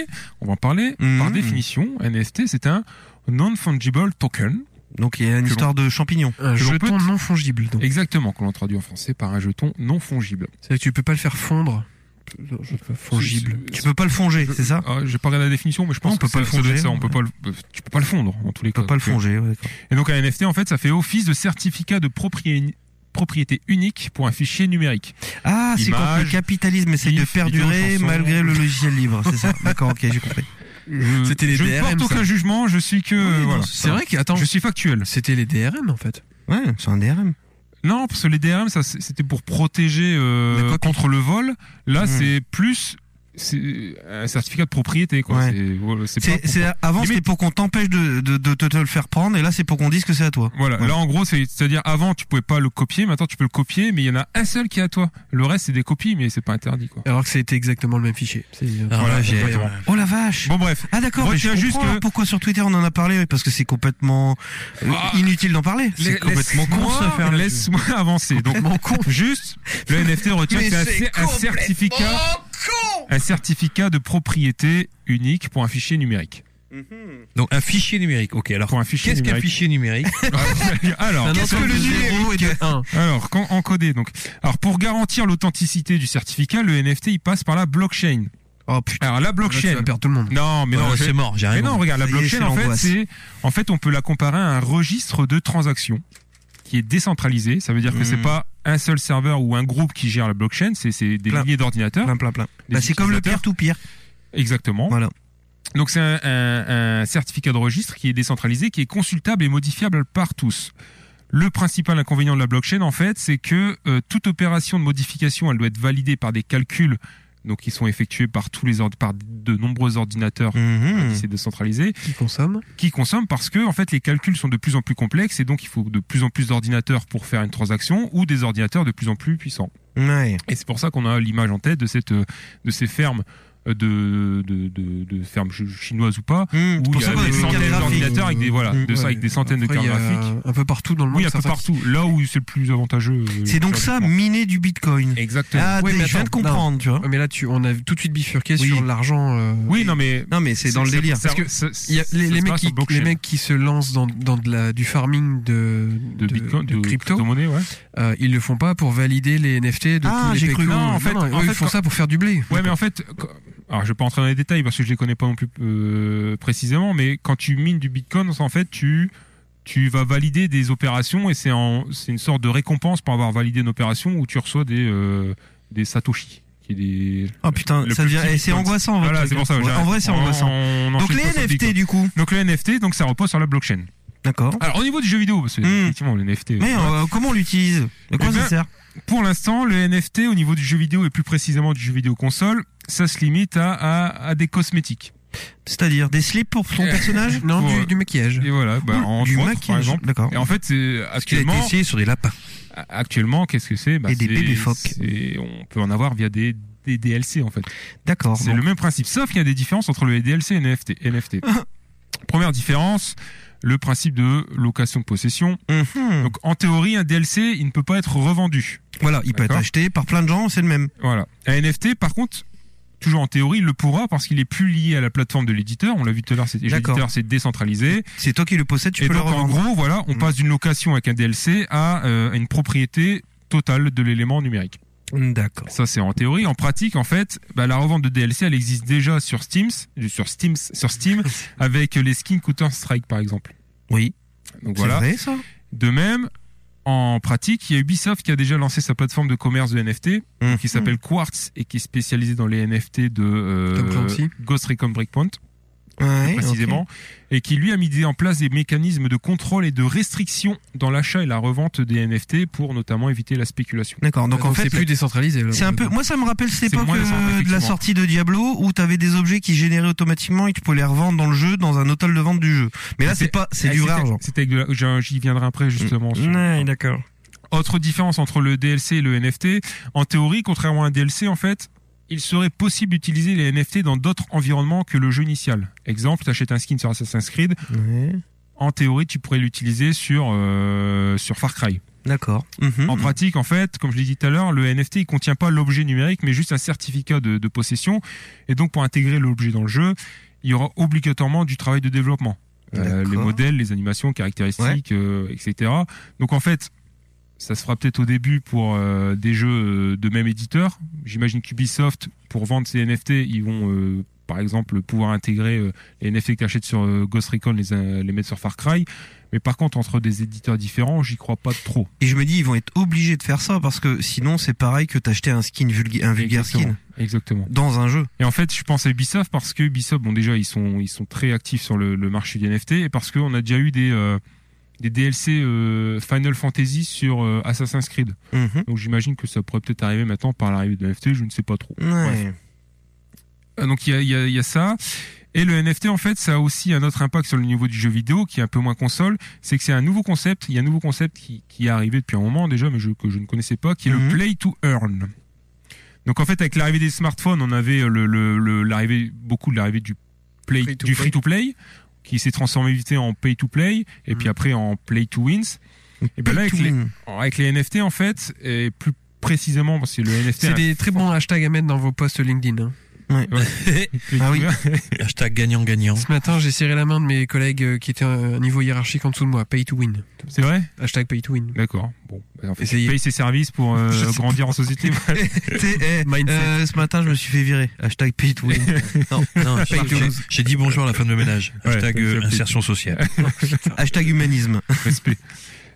on va en parler. Mhm. Par définition, NFT, c'est un non-fungible token. Donc il y a une histoire de champignons. Un jeton non fongible. donc. Exactement, que l'on traduit en français par un jeton non fongible. C'est-à-dire que tu peux pas le faire fondre. Fongible. Tu peux pas le fonger, c'est ça Je ah, J'ai pas regardé la définition, mais je pense on que peut pas ça- le ça doit être fonger. ça, on peut pas le- euh, tu peux pas le fondre, en tous les cas. euh, pas le fonger, ouais, d'accord. Et donc un NFT, en fait, ça fait office de certificat de proprié- propriété unique pour un fichier numérique. Ah, c'est quand le Image, capitalisme essaye de gif, vidéo, perdurer chanson. malgré le logiciel libre, c'est ça D'accord, ok, j'ai compris. Je- C'était les je DRM, ne porte ça. aucun jugement, je suis que... euh, voilà. c'est vrai que- attends. Je suis factuel. C'était les DRM en fait. Ouais, c'est un DRM. Non, parce que les DRM, ça, c'est- c'était pour protéger euh, contre le vol. Là, Hmm. c'est plus c'est un certificat de propriété. quoi. Ouais. C'est- voilà, c'est pas C'est, pour- c'est- avant, c'était pour qu'on t'empêche de, de, de te, te le faire prendre, et là, c'est pour qu'on dise que c'est à toi. Voilà. Ouais. Là, en gros, c'est- c'est-à-dire avant, tu pouvais pas le copier. Maintenant, tu peux le copier, mais il y en a un seul qui est à toi. Le reste, c'est des copies, mais c'est pas interdit, quoi. Alors que c'était exactement le même fichier. C'est, euh, Alors là, j'ai- exactement. Oh la vache Bon bref. Ah d'accord, mais je Retiens comprends juste que- là pourquoi sur Twitter on en a parlé parce que c'est complètement euh, Ah. inutile d'en parler. C'est Laisse- complètement con laisse-moi- ça faire. là-dessus. Laisse-moi avancer. Donc, Juste, le NFT retient Mais c'est que c'est un, cer- un certificat, un certificat de propriété unique pour un fichier numérique. Donc un fichier numérique. Ok, alors pour un fichier qu'est-ce qu'un numérique. Mm-hmm. fichier numérique Alors, Un ensemble de zéro et de un. Alors, quand encodé, donc. Alors, pour garantir l'authenticité du certificat, le NFT, il passe par la blockchain. Oh putain. Alors, la Là, blockchain. tu vas perdre tout le monde. Non, mais Ouais, non, c'est j'ai- mort, j'ai rien Mais non, compris. regarde, la Ça y est, c'est blockchain, en fait, l'angoisse. c'est, en fait, on peut la comparer à un registre de transactions qui est décentralisé. Ça veut dire que Mhm. c'est Hmm. pas un seul serveur ou un groupe qui gère la blockchain, c'est, c'est des Plein. milliers d'ordinateurs. Plein, plein, plein. Bah, c'est comme le peer-to-peer. Ah, Exactement. Voilà. Donc c'est un, un- un certificat de registre qui est décentralisé, qui est consultable et modifiable par tous. Le principal inconvénient de la blockchain, en fait, c'est que euh, toute opération de modification, elle doit être validée par des calculs, donc qui sont effectués par tous les ordi- par de nombreux ordinateurs, Mmh. euh, Mhm. qui c'est décentralisé, Qui consomme qui consomment parce que, en fait, les calculs sont de plus en plus complexes et donc il faut de plus en plus d'ordinateurs pour faire une transaction ou des ordinateurs de plus en plus puissants. Ouais. Et c'est pour ça qu'on a l'image en tête de cette, euh, de ces fermes euh, de, de, de, de fermes ch- chinoises ou pas, où pour Hmm. il y ça qu'on a a des des cartes centaines graphiques. d'ordinateurs avec des voilà, Mmh, de ça ouais. avec des centaines Après, de il y cartes a graphiques. un peu partout dans le monde. Oui, un peu certains- partout. Là où c'est le plus avantageux. euh, C'est donc ça miner du Bitcoin. Exactement. Ah, Oui, t'es- mais je viens de attends, comprendre, non. tu vois. Mais là, tu, on a tout de suite bifurqué Oui. sur l'argent. euh, Oui, non mais Non, mais c'est dans le délire. Parce que il y a les, les mecs qui, les mecs qui se lancent dans, dans de la, du farming de, de, Bitcoin, de de crypto, crypto-monnaie, ouais. euh, ils le font pas pour valider les NFT de Ah, tous les j'ai cru- PQ. non, en fait- en eux, ils fait, font quand- ça pour faire du blé. Ouais, mais en fait, quand- alors je vais pas entrer dans les détails parce que je les connais pas non plus euh, précisément, mais quand tu mines du Bitcoin, en fait, tu tu vas valider des opérations et c'est en c'est une sorte de récompense pour avoir validé une opération où tu reçois des euh, des satoshi. Qui est des... Oh putain, le ça plus devient- petit eh, c'est Bitcoin. angoissant, votre Voilà, truc, c'est pour ça. hein. j'arrête. En vrai, c'est On- angoissant. on Donc, enchaîne les pas sur le NFT, Bitcoin. du coup. Donc les NFT, donc ça repose sur la blockchain. D'accord. Alors au niveau du jeu vidéo, parce que effectivement le NFT. Hmm. Mais voilà. euh, comment on l'utilise À quoi Eh ça ben, sert Pour l'instant, le NFT au niveau du jeu vidéo et plus précisément du jeu vidéo console, ça se limite à, à, à des cosmétiques. C'est-à-dire des slips pour son personnage Non, Pour- du, du maquillage. Et voilà, Eh. bah, Ouh, entre du autres, par maquillage, exemple. d'accord. Et en fait, c'est qu'il a été actuellement. essayé sur des lapins. Actuellement, qu'est-ce que c'est Bah, Et des c'est- bébés phoques. c'est- On peut en avoir via des, des DLC en fait. D'accord. C'est bon. le même principe, sauf qu'il y a des différences entre le DLC et NFT. NFT. Première différence, le principe de location-possession. Mhm. Donc en théorie, un DLC, il ne peut pas être revendu. Voilà, il peut être D'accord. acheté par plein de gens, c'est le même. Voilà. Un NFT, par contre, toujours en théorie, il le pourra parce qu'il est plus lié à la plateforme de l'éditeur. On l'a vu tout à l'heure, c'est- D'accord. l'éditeur c'est décentralisé. C'est toi qui le possèdes, tu Et peux donc le en revendre. Mm. gros, voilà, on passe d'une location avec un DLC à euh, une propriété totale de l'élément numérique. D'accord. Ça c'est en théorie, en pratique en fait, bah, la revente de DLC elle existe déjà sur Steam, sur Steam, sur Steam avec les skins Counter Strike par exemple. Oui. Donc C'est voilà. vrai ça De même, en pratique, il y a Ubisoft qui a déjà lancé sa plateforme de commerce de NFT Mm. qui s'appelle Quartz et qui est spécialisée dans les NFT de euh, Tom Clancy. Ghost Recon Breakpoint. plus euh, précisément, et qui lui a mis en place des mécanismes de contrôle et de restriction dans l'achat et la revente des NFT pour notamment éviter la spéculation. D'accord, donc, en fait, plus décentralisé. C'est un peu. Moi, ça me rappelle C'est cette époque moins euh, décentralisé, de la effectivement. sortie de Diablo où t'avais des objets qui généraient automatiquement et tu pouvais les revendre dans le jeu, dans un hôtel de vente du jeu. Mais là, c'est pas, c'est du vrai argent. Ah, Mm. C'était avec de la- j'en- j'y viendrai après justement. sur- d'accord. Autre différence entre le DLC et le NFT, en théorie, contrairement à un DLC, en fait, il serait possible d'utiliser les NFT dans d'autres environnements que le jeu initial. Exemple, t'achètes un skin sur Assassin's Creed, en théorie, tu pourrais l'utiliser sur, euh, sur Far Cry. D'accord. Mhm. En pratique, en fait, comme je l'ai dit tout à l'heure, le NFT il contient pas l'objet numérique, mais juste un certificat de, de possession. Et donc, pour intégrer l'objet dans le jeu, il y aura obligatoirement du travail de développement, Euh, les modèles, les animations, caractéristiques, euh, etc. Donc, en fait, ça se fera peut-être au début pour euh, des jeux euh, de même éditeur. J'imagine qu'Ubisoft, pour vendre ses NFT, ils vont euh, par exemple pouvoir intégrer euh, les NFT que tu achètes sur euh, Ghost Recon, les, euh, les mettre sur Far Cry. Mais par contre, entre des éditeurs différents, j'y crois pas trop. Et je me dis, ils vont être obligés de faire ça parce que sinon, c'est pareil que t'acheter un skin vulga- un vulgaire Exactement. skin Exactement. dans un jeu. Et en fait, je pense à Ubisoft parce que Ubisoft, bon déjà, ils sont ils sont très actifs sur le, le marché des NFT et parce qu'on a déjà eu des euh, des DLC euh, Final Fantasy sur euh, Assassin's Creed. Mhm. Donc j'imagine que ça pourrait peut-être arriver maintenant par l'arrivée de NFT, je ne sais pas trop. Bref. Euh, Donc il y a, il y a- il y a ça. Et le NFT, en fait, ça a aussi un autre impact sur le niveau du jeu vidéo, qui est un peu moins console. C'est que c'est un nouveau concept. Il y a un nouveau concept qui, qui est arrivé depuis un moment déjà, mais je- que je ne connaissais pas, qui est Mhm. le play to earn. Donc en fait, avec l'arrivée des smartphones, on avait euh, le- le- le- l'arrivée beaucoup de l'arrivée du play, Free to du play. free to play, qui s'est transformé vite fait en pay to play, et Mhm. puis après en play to wins. Et ben Pay là, avec to les, win. avec les NFT, en fait, et plus précisément, parce que le NFT, C'est des très bons hashtags à mettre dans vos posts LinkedIn. hein. Ouais. Ah Hashtag gagnant-gagnant. Ce matin, j'ai serré la main de mes collègues euh, qui étaient à un niveau hiérarchique en dessous de moi. Pay to win. C'est vrai Hashtag pay to win. D'accord. Bon, bah, en fait, Essayez. tu payes ses services pour euh, Je sais grandir en société. T'sais, eh, euh, ce matin, je me suis fait virer. Hashtag pay to win. Non, non, j'ai- Pay to j'ai- lose. j'ai dit bonjour à la femme de ménage. Ouais, Hashtag euh, c'est- insertion sociale. Hashtag humanisme. Respect.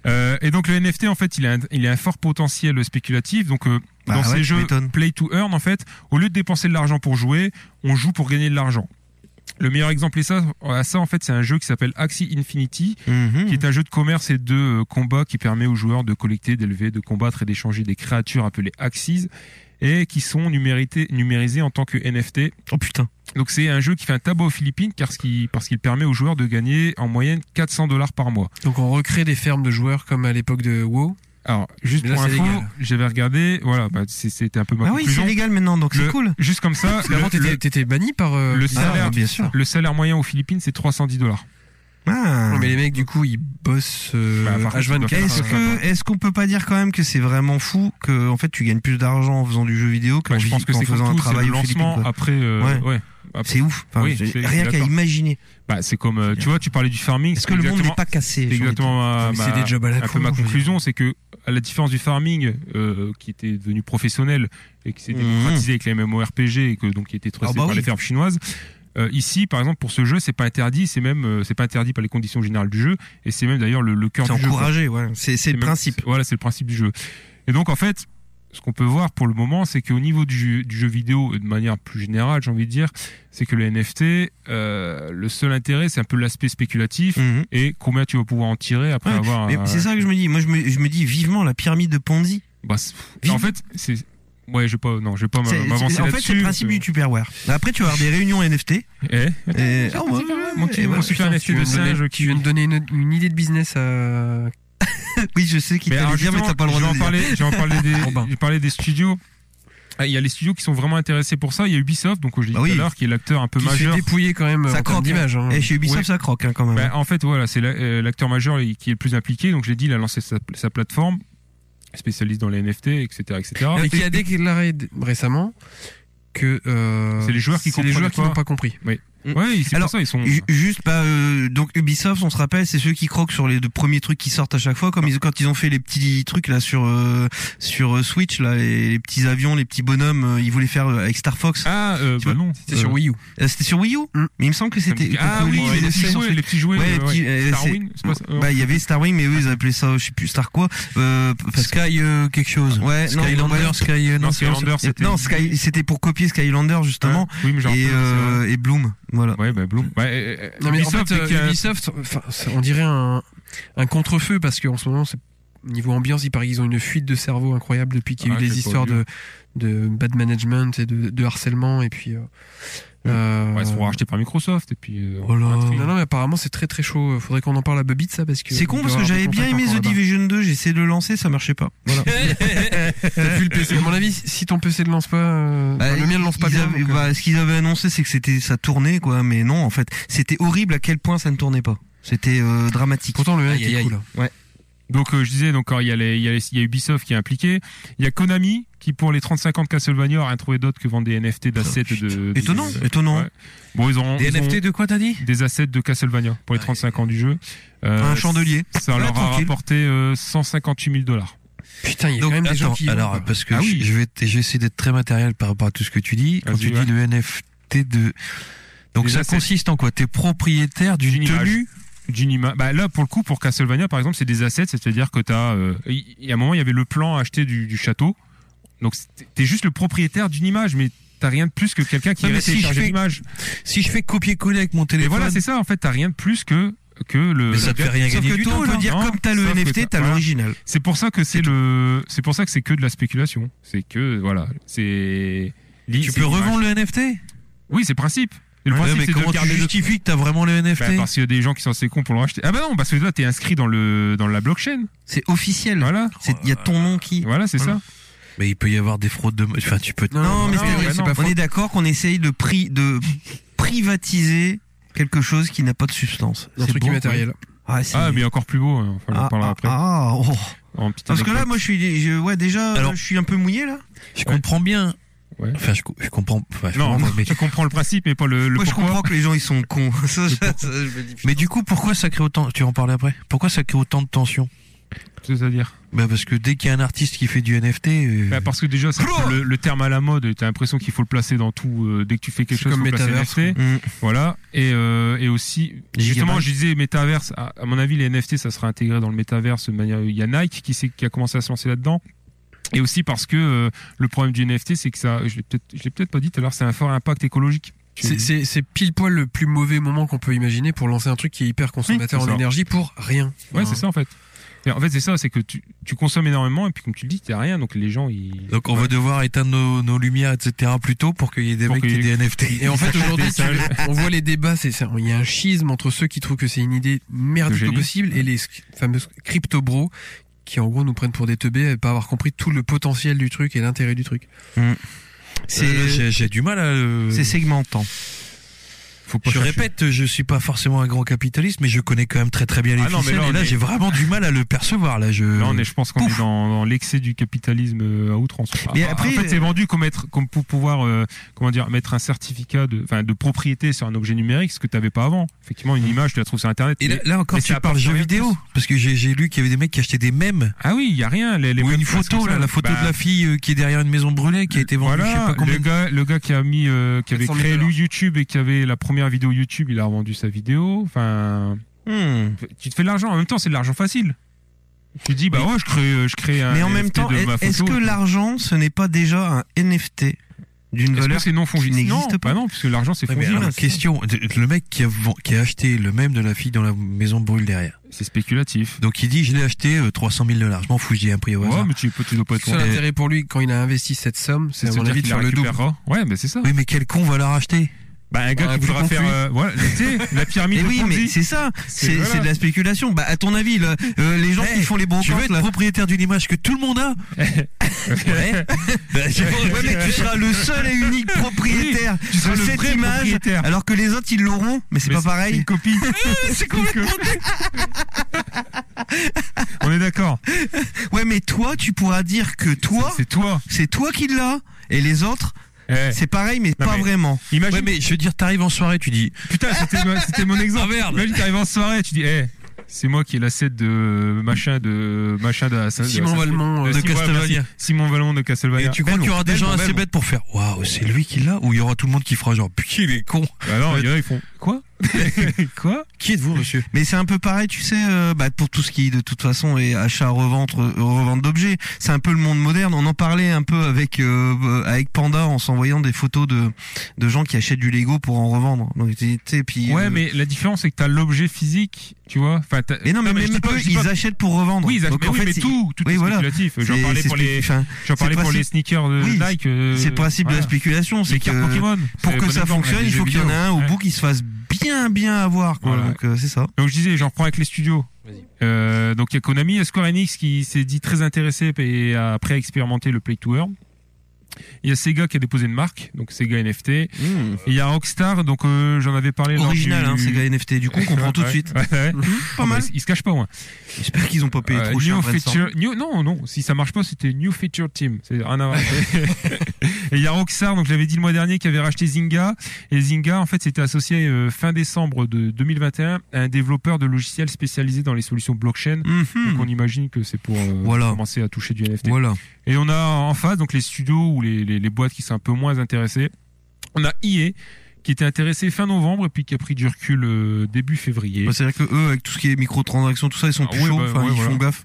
Euh, et donc le NFT, en fait, il a un, il a un fort potentiel spéculatif. Donc euh, Bah dans ouais, ces tu jeux m'étonnes. play to earn, en fait, au lieu de dépenser de l'argent pour jouer, on joue pour gagner de l'argent. Le meilleur exemple est ça, à ça, en fait, c'est un jeu qui s'appelle Axie Infinity, qui est un jeu de commerce et de euh, combat qui permet aux joueurs de collecter, d'élever, de combattre et d'échanger des créatures appelées Axies et qui sont numérité- numérisées en tant que NFT. Oh putain. Donc c'est un jeu qui fait un tabac aux Philippines car ce qui- parce qu'il permet aux joueurs de gagner en moyenne 400 dollars par mois. Donc on recrée des fermes de joueurs comme à l'époque de WoW. Alors juste Mais là, pour c'est info, légal. j'avais regardé, voilà, bah, c'est- c'était un peu ma Ah oui, conclusion. c'est légal maintenant, donc c'est Le- cool. Juste comme ça, Parce qu'avant, le- t'étais- le- t'étais banni par. euh, le Blizzard. salaire, bien sûr. le salaire moyen aux Philippines c'est 310 dollars. Ah. Non, mais les mecs, du coup, ils bossent euh, Bah, par contre, ils doivent H24. faire Est-ce Ouais. que est-ce qu'on peut pas dire quand même que c'est vraiment fou que en fait tu gagnes plus d'argent en faisant du jeu vidéo qu'en Bah, je vi- pense que qu'en c'est comme faisant un tout, c'est travail le au Philippines, lancement quoi. après. euh, Ouais. ouais. Après- C'est ouf, Enfin, Oui, j'ai je suis- je suis rien qu'à d'accord. imaginer. Bah, c'est comme, euh, tu vois, tu parlais du farming. Est-ce que le monde exactement- n'est pas cassé C'est j'ai envie de dire. exactement ma, Mais c'est ma- des jobs à la un peu con, ma je veux dire. conclusion, c'est que à la différence du farming euh, qui était devenu professionnel et qui s'est Mhm. démocratisé avec les MMORPG et que donc qui était trusté Ah bah par oui. les fermes chinoises. euh, ici, par exemple, pour ce jeu, c'est pas interdit, c'est même euh, c'est pas interdit par les conditions générales du jeu, et c'est même d'ailleurs le, le cœur euh, C'est du jeu. quoi. encouragé, ouais. C'est c'est le même- principe. c'est- Voilà, c'est le principe du jeu. Et donc, en fait, ce qu'on peut voir pour le moment, c'est qu'au niveau du jeu, du jeu vidéo, et de manière plus générale, j'ai envie de dire, c'est que le NFT, euh, le seul intérêt, c'est un peu l'aspect spéculatif Mhm. et combien tu vas pouvoir en tirer après Ouais, avoir. Mais euh, c'est ça que je me dis. Moi, je me, je me dis vivement la pyramide de Ponzi. bah, c'est- pff, Vite. en fait, c'est. Ouais, je vais pas, non, je vais pas C'est- m'a- m'avancer c'est- en fait, c'est le là-dessus. principe du Tupperware. Après, tu vas avoir des réunions NFT. Eh, Et... Ah, ouais, mon petit- et mon voilà. super NFT Tu de viens me singe donner- qui tu viens de donner une, une idée de business euh, à. Oui, je sais qu'il Mais t'allait alors dire, mais justement, t'as pas le droit je de vais le en dire. parler, je vais en parler des, Robin. je vais parler des studios. Ah, Il y a les studios qui sont vraiment intéressés pour ça. Il y a Ubisoft, donc je l'ai dit Bah oui. tout à l'heure, qui est l'acteur un peu Qui se majeur. fait dépouiller quand même Ça en termes croque. d'image. hein. Et Eh, chez Ubisoft, Ouais. ça croque hein, quand même. Bah, en fait, voilà, c'est la- euh, l'acteur majeur et- qui est le plus impliqué. Donc, je l'ai dit, il a lancé sa, sa plateforme, spécialiste dans les NFT, etc., etc. Et qui a déclaré d- récemment que. euh, C'est les joueurs qui c'est les joueurs qui comprenaient n'ont pas. pas compris. Ouais, c'est Alors, pour ça, ils sont. Ju- Juste, bah, euh, donc Ubisoft, on se rappelle, c'est ceux qui croquent sur les deux premiers trucs qui sortent à chaque fois, comme ils, quand ils ont fait les petits trucs là sur euh, sur euh, Switch là, les, les petits avions, les petits bonhommes, euh, ils voulaient faire euh, avec Star Fox. Ah, euh, bah non. C'était sur Wii U. Euh, c'était sur Wii U, Mm. mais il me semble que c'était. Ah que- oui, que- mais les que- petits sur- jouets, les petits jouets. Ouais, les euh, petits- euh, c'est- Starwing, c'est pas ça, euh, Bah, il y avait Starwing, mais eux ils appelaient ça, je sais plus Star quoi. Euh, parce que- Sky euh, quelque chose. ouais, non, Skylander, ouais. Sky. euh, Non, Non, Skylander, c'était. Non, Sky- c'était pour copier Skylander justement. Oui, mais j'ai un Et, peu- euh, et Bloom. Voilà. Ouais, bah, Bloom. Ouais, euh, Non, mais Ubisoft, en fait, dès qu'il y euh, a- Ubisoft, enfin, ça- on dirait un, un contre-feu parce qu'en ce moment, c'est- niveau ambiance, il paraît qu'ils ont une fuite de cerveau incroyable depuis qu'il y a Ah, eu j'ai les pas histoires vu. de, de bad management et de, de harcèlement et puis. euh, euh, Ouais, ils seront rachetés par Microsoft et puis. euh, voilà. on fera Non, non, mais apparemment, c'est très très chaud. Faudrait qu'on en parle à Bubby de ça parce que. C'est on con doit parce que avoir des j'avais bien contacts aimé encore The là-bas. Division 2, j'ai essayé de le lancer, ça marchait pas. Voilà. T'as vu le PC. À mon avis, si ton PC ne lance pas, euh, Bah, le mien ne lance pas ils bien. avaient- donc, euh, bah, ce qu'ils avaient annoncé, c'est que c'était ça tournait quoi, mais non en fait, c'était horrible à quel point ça ne tournait pas. C'était euh, dramatique. Pourtant le Aïe, était aïe, cool. Ouais. Donc euh, je disais, donc alors, il y, a les- il y a les- il y a Ubisoft qui est impliqué, il y a Konami qui pour les 35 ans de Castlevania a rien trouvé d'autre que vendre des NFT d'assets de, de- Étonnant, de- étonnant. ouais. Bon ils ont Des NFT de quoi t'as dit Des assets de Castlevania pour les 35 ans du jeu. Euh, Un chandelier. Ça Ouais, leur a tranquille. rapporté euh, 158 000 dollars. Putain, il y a Donc, quand même des gens attends, qui. alors, parce que je- je, vais, t- je vais essayer d'être très matériel par rapport à tout ce que tu dis. Quand Vas-y, tu ouais. dis le NFT de. Donc, Des ça assets. consiste en quoi T'es propriétaire d'une tenue d'une ima- Bah là, pour le coup, pour Castlevania, par exemple, c'est des assets, c'est-à-dire que t'as. euh, Il y a un moment, il y avait le plan acheté du, du château. Donc c'était- t'es juste le propriétaire d'une image, mais t'as rien de plus que quelqu'un qui Non, mais a si téléchargé je fais- l'image. Si je fais copier-coller avec mon Et téléphone. voilà, c'est ça. En fait, t'as rien de plus que que le. Mais ça le te fait gars- rien sauf gagner que du toi, tout, on peut là. dire Non, comme t'as le sauf que NFT, t'as voilà. l'original. C'est pour ça que c'est le. C'est pour ça que c'est que de la spéculation. C'est que voilà, c'est. Tu peux revendre le NFT Oui, c'est le principe. Et le Ouais, principe, mais c'est de comment tu garder le- justifies que t'as vraiment le NFT Bah, parce qu'il y a des gens qui sont assez cons pour le racheter. Ah bah non, parce que là, t'es inscrit dans le dans la blockchain. C'est officiel. Voilà. Il y a ton nom qui. Voilà, c'est ça. Ah, Mais il peut y avoir des fraudes de. Enfin, tu peux. Non, mais c'est- ouais, on est d'accord qu'on essaye de, pri- de privatiser quelque chose qui n'a pas de substance. Un C'est truc beau, immatériel. quoi. Ah, c'est- Ah, mais encore plus beau. hein. Enfin, on en Ah, parlera ah, après. ah, oh. En petite Parce que là, anecdote. moi, je suis, je- ouais, déjà, Alors- je suis un peu mouillé là. Je comprends bien. Ouais. Enfin, je, co- je comprends. enfin, je Non, comprends, mais- tu comprends le principe, mais pas le, le Moi, je pourquoi. comprends que les gens, ils sont cons. Ça, ça, ça, je me dis, putain. Mais du coup, pourquoi ça crée autant Tu vas en parler après. Pourquoi ça crée autant de tension C'est-à-dire bah parce que dès qu'il y a un artiste qui fait du NFT, euh, Bah, parce que déjà, c'est un peu le, le terme à la mode, t'as l'impression qu'il faut le placer dans tout. euh, dès que tu fais quelque C'est chose, comme faut placer Metaverse, NFT. quoi. Mm. Voilà. Et, euh, et aussi, Les justement, gigabytes. je disais métaverse. À, à mon avis, les NFT, ça sera intégré dans le métaverse. de manière- Il y a Nike qui, s'est- qui a commencé à se lancer là-dedans. Et aussi parce que euh, le problème du NFT, c'est que ça, je l'ai peut-être je l'ai peut-être pas dit tout à l'heure, c'est un fort impact écologique. C'est- C'est c'est pile poil le plus mauvais moment qu'on peut imaginer pour lancer un truc qui est hyper consommateur Oui, c'est en ça. énergie pour rien. Ouais, Enfin, c'est ça en fait. Et en fait, c'est ça, c'est que tu, tu consommes énormément et puis comme tu le dis, t'as rien, donc les gens ils. donc on va devoir éteindre nos, nos lumières, etc. plus tôt pour qu'il y ait des Pour mecs qui aient qu'il y ait- des NFT. Et en fait, aujourd'hui, tu- on voit les débats, c'est ça. Il y a un schisme entre ceux qui trouvent que c'est une idée merdique De au génie. possible et les sc- fameux crypto-bros qui, en gros, nous prennent pour des teubés et pas avoir compris tout le potentiel du truc et l'intérêt du truc. C'est- Euh, Mm. j'ai- j'ai du mal à. le- C'est segmentant. Faut pas je chercher. répète, je suis pas forcément un grand capitaliste, mais je connais quand même très très bien les Ah non, mais ficelles, là, et on là est- j'ai vraiment du mal à le percevoir. Là, je. Là, on est, je pense qu'on est dans, dans l'excès du capitalisme euh, à outrance. Mais Ah, après, en fait, c'est euh, vendu comme être, comme pour pouvoir, euh, comment dire, mettre un certificat de, enfin, de propriété sur un objet numérique, ce que t'avais pas avant. Effectivement, une image, tu la trouves sur Internet. Mmh. Et là, mais- là encore, mais tu ça parles apporte jeux rien de vidéo, plus. parce que j'ai j'ai lu qu'il y avait des mecs qui achetaient des mèmes. Ah oui, il y a rien. Les, les Ou mêmes une phrases photo comme ça. là, la photo Bah, de la fille euh, qui est derrière une maison brûlée, qui a été vendue. Voilà, je sais pas combien. le gars, le gars qui a mis, euh, qui avait 400 000 créé lui YouTube et qui avait la première vidéo YouTube, il a revendu sa vidéo. Enfin, Mmh. tu te fais de l'argent. En même temps, c'est de l'argent facile. Tu dis bah ouais, je crée, euh, je crée un. mais en même NFT temps, de ma est-ce photo. que l'argent, ce n'est pas déjà un NFT d'une Est-ce valeur que c'est non qui fongible Non, n'existe pas bah non, parce que l'argent c'est Ouais, mais fongible. alors, question, le mec qui a, ven- qui a acheté le même de la fille dans la maison brûle derrière. C'est spéculatif. Donc il dit, je l'ai acheté euh, 300 000 dollars. Je m'en fous, je dis un prix au Ouais, hasard. mais tu, peux- tu dois pas Le être seul intérêt pour lui, quand il a investi cette somme, c'est à mon avis de faire le double. Ouais, mais c'est ça. Oui, mais quel con va la racheter Eh Bah, un Eh gars Ah, qui plus voudra con que faire, lui. euh, voilà, tu sais, la pyramide Mais de oui, Ponzi. mais c'est ça. C'est- C'est voilà. c'est de la spéculation. Bah, à ton avis, là, euh, les gens Eh, qui font les brocantes, Tu veux être là. propriétaire d'une image que tout le monde a Ouais. Bah, tu- Ouais, mais tu seras le seul et unique propriétaire Oui, tu seras de le cette vrai image, propriétaire. alors que les autres ils l'auront, mais c'est Mais pas c'est- pareil. c'est une copie. euh, c'est complètement. On est d'accord. Ouais, mais toi, tu pourras dire que toi, C'est toi. c'est toi qui l'as, et les autres, Eh. c'est pareil, mais Non, pas mais- vraiment. Imagine. Ouais, mais je veux dire, t'arrives en soirée, tu dis. ah, Putain, c'était, ma- c'était mon exemple. merde. Imagine, t'arrives en soirée, tu dis, eh, c'est moi qui ai l'asset de machin de machin de Simon Valmont, euh, de Simon- ouais, Castlevania. merci. Simon Valmont de Castlevania. Et tu crois qu'il y aura des gens assez bêtes pour faire Waouh, c'est lui qui l'a Ou il y aura tout le monde qui fera genre Putain, il est con Bah non, il y en a, ils font quoi Quoi Qui êtes-vous, monsieur Mais c'est un peu pareil, tu sais, euh, bah, pour tout ce qui, de toute façon, est achat, revente, re- revente d'objets. C'est un peu le monde moderne. On en parlait un peu avec euh, euh, avec Panda en s'envoyant des photos de de gens qui achètent du Lego pour en revendre. Donc, tu sais, puis Ouais, euh, mais la différence, c'est que t'as l'objet physique, tu vois. Enfin, t'as- Mais non, mais, je même dis pas- eux, je dis ils pas- achètent pour revendre. Oui, ils achètent- Donc, mais en oui, fait, mais c'est- tout, tout oui, est voilà. spéculatif. J'en C'est- parlais c'est pour les, spécu- enfin, j'en c'est parlais le pour les principe- sneakers de Oui, Nike. euh, c'est le principe de voilà. la spéculation, Les c'est que cartes Pokémon. pour C'est que bon ça exemple, fonctionne, les il jeux faut qu'il y en ait vidéo. un au bout qui se fasse bien bien avoir quoi. Voilà. Donc euh, c'est ça. Donc je disais, j'en reprends avec les studios. Euh, donc il y a Konami, il y a Square Enix qui s'est dit très intéressé et a après expérimenté le Play to Earn. Il y a Sega qui a déposé une marque, donc Sega NFT. Et Il y a Rockstar, donc euh, j'en avais parlé. lors Hmm. Original, du- hein, Sega NFT, du coup, on comprend tout de Ouais, suite. ouais, ouais. Mhm, pas Oh, mal. bah, Ils se cachent pas, moi. J'espère qu'ils ont pas payé Euh, trop cher. New Vincent. feature, new- non, non, si ça marche pas, c'était New Feature Team. C'est rien à voir. et il y a Rockstar, donc j'avais dit le mois dernier, qui avait racheté Zynga. Et Zynga, en fait, c'était associé euh, fin décembre de 2021 à un développeur de logiciels spécialisé dans les solutions blockchain. Donc on imagine que c'est pour euh, Hmm. Voilà. commencer à toucher du NFT. Voilà. Et on a en face, donc les studios ou les, les, les boîtes qui sont un peu moins intéressées. On a EA qui était intéressé fin novembre et puis qui a pris du recul euh, début février. Bah, C'est-à-dire que eux, avec tout ce qui est microtransactions, tout ça, ils sont Ah plus ouais, chauds. bah, enfin, ouais, ils voilà. font gaffe.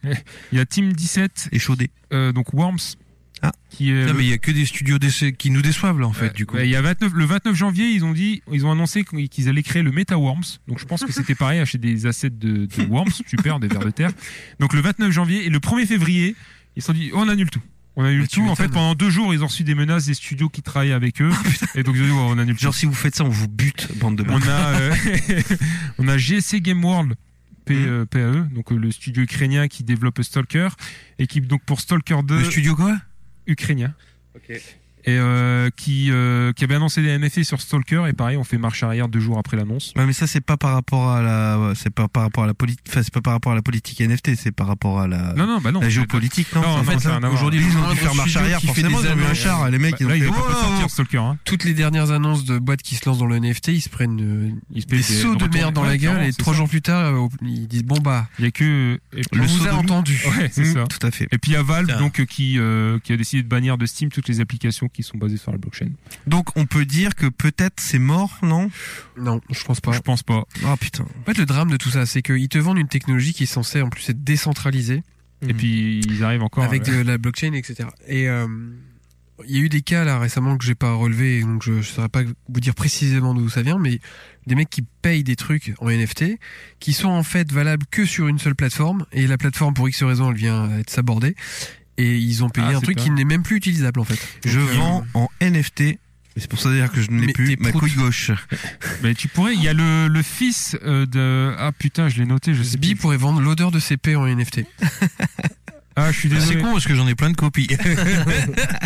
Il y a Team 17 et chaudé. donc Worms. Qui est Putain, le- Ah. mais il y a que des studios déce- qui nous déçoivent là en fait du coup. Bah, il y a 29, le 29 janvier, ils ont dit, ils ont annoncé qu'ils qu'ils allaient créer le MetaWorms. Donc je pense que c'était pareil, acheter des assets de, de Worms, super, des vers de terre. Donc le 29 janvier et le 1er février, ils se sont dit, on annule tout. On annule tout. En fait, pendant deux jours, ils ont reçu des menaces des studios qui travaillent avec eux. et donc ils ont dit, ouais, on annule Oh, Genre tout. si vous faites ça, on vous bute, bande de On bâtards. a, euh, on a GSC Game World. Hmm. P- euh, PAE, donc euh, le studio ukrainien qui développe Stalker, et qui donc pour Stalker 2. Le studio quoi Ukrainien et euh, qui, euh, qui avait annoncé des NFT sur Stalker et pareil on fait marche arrière deux jours après l'annonce Ouais, mais ça c'est pas par rapport à la ouais, c'est pas par rapport à la politique enfin, c'est pas par rapport à la politique NFT c'est par rapport à la non non bah non la géopolitique non, Non, Enfin, non, ça a rien à voir. aujourd'hui ils Le ont dû moindre faire marche studio arrière qui fait forcément des ils ont mis un annonces, char les mecs ils ont là, fait il va pas oh, sortir Stalker hein. Toutes les dernières annonces de boîtes qui se lancent dans le NFT, ils se prennent euh, Ils se des, payent des- sauts de retourner- merde dans Ouais, la gueule clairement, et c'est trois ça. jours plus tard, euh, ils disent bon bah. il y a que et On vous a entendu. Ouais, c'est Mm, ça. Mmh, tout à fait et puis il y a Valve Putain. donc euh, qui euh, qui a décidé de bannir de Steam toutes les applications qui sont basées sur la blockchain donc on peut dire que peut-être c'est mort non Non, je pense pas. je pense pas ah putain En fait, le drame de tout ça, c'est qu'ils te vendent une technologie qui est censée en plus être décentralisée et puis ils arrivent encore euh, avec à- de la blockchain, etc. Et euh, il y a eu des cas là récemment que j'ai pas relevé, donc je, je saurais pas vous dire précisément d'où ça vient, mais des mecs qui payent des trucs en NFT qui sont en fait valables que sur une seule plateforme et la plateforme pour X raison elle vient être sabordée et ils ont payé Ah, un c'est truc pas- qui n'est même plus utilisable en fait. je Donc, euh, vends en NFT et c'est pour ça d'ailleurs que je ne l'ai Mais t'es plus ma prout. couille gauche mais tu pourrais il y a le le fils euh, de ah putain je l'ai noté je sais Sbi pourrait vendre l'odeur de ses paix en NFT. ah je suis désolé c'est con parce que j'en ai plein de copies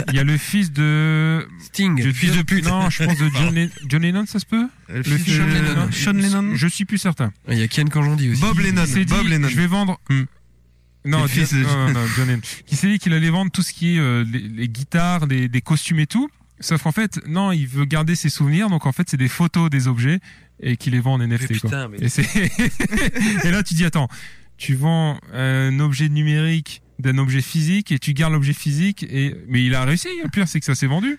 il y a le fils de Sting, Je- fils de pute. non je pense de John, Len- John Lennon ça se peut le fils de Sean Lennon. Sean Lennon je suis plus certain Ah, Il y a Ken Kanjandi aussi. Bob Lennon Il s'est dit, Bob Lennon Je vais vendre. Hmm. Non, Le John- fils de- non, non, John Lennon. Qui s'est dit qu'il allait vendre tout ce qui est euh, les, les guitares, des, des costumes et tout. Sauf qu'en fait, non, il veut garder ses souvenirs. Donc en fait, c'est des photos des objets et qu'il les vend en NFT. Mais quoi. putain, mais- Et, c'est- et là, tu dis attends, tu vends un objet numérique d'un objet physique et tu gardes l'objet physique. Et mais il a réussi. Le pire, c'est que ça s'est vendu.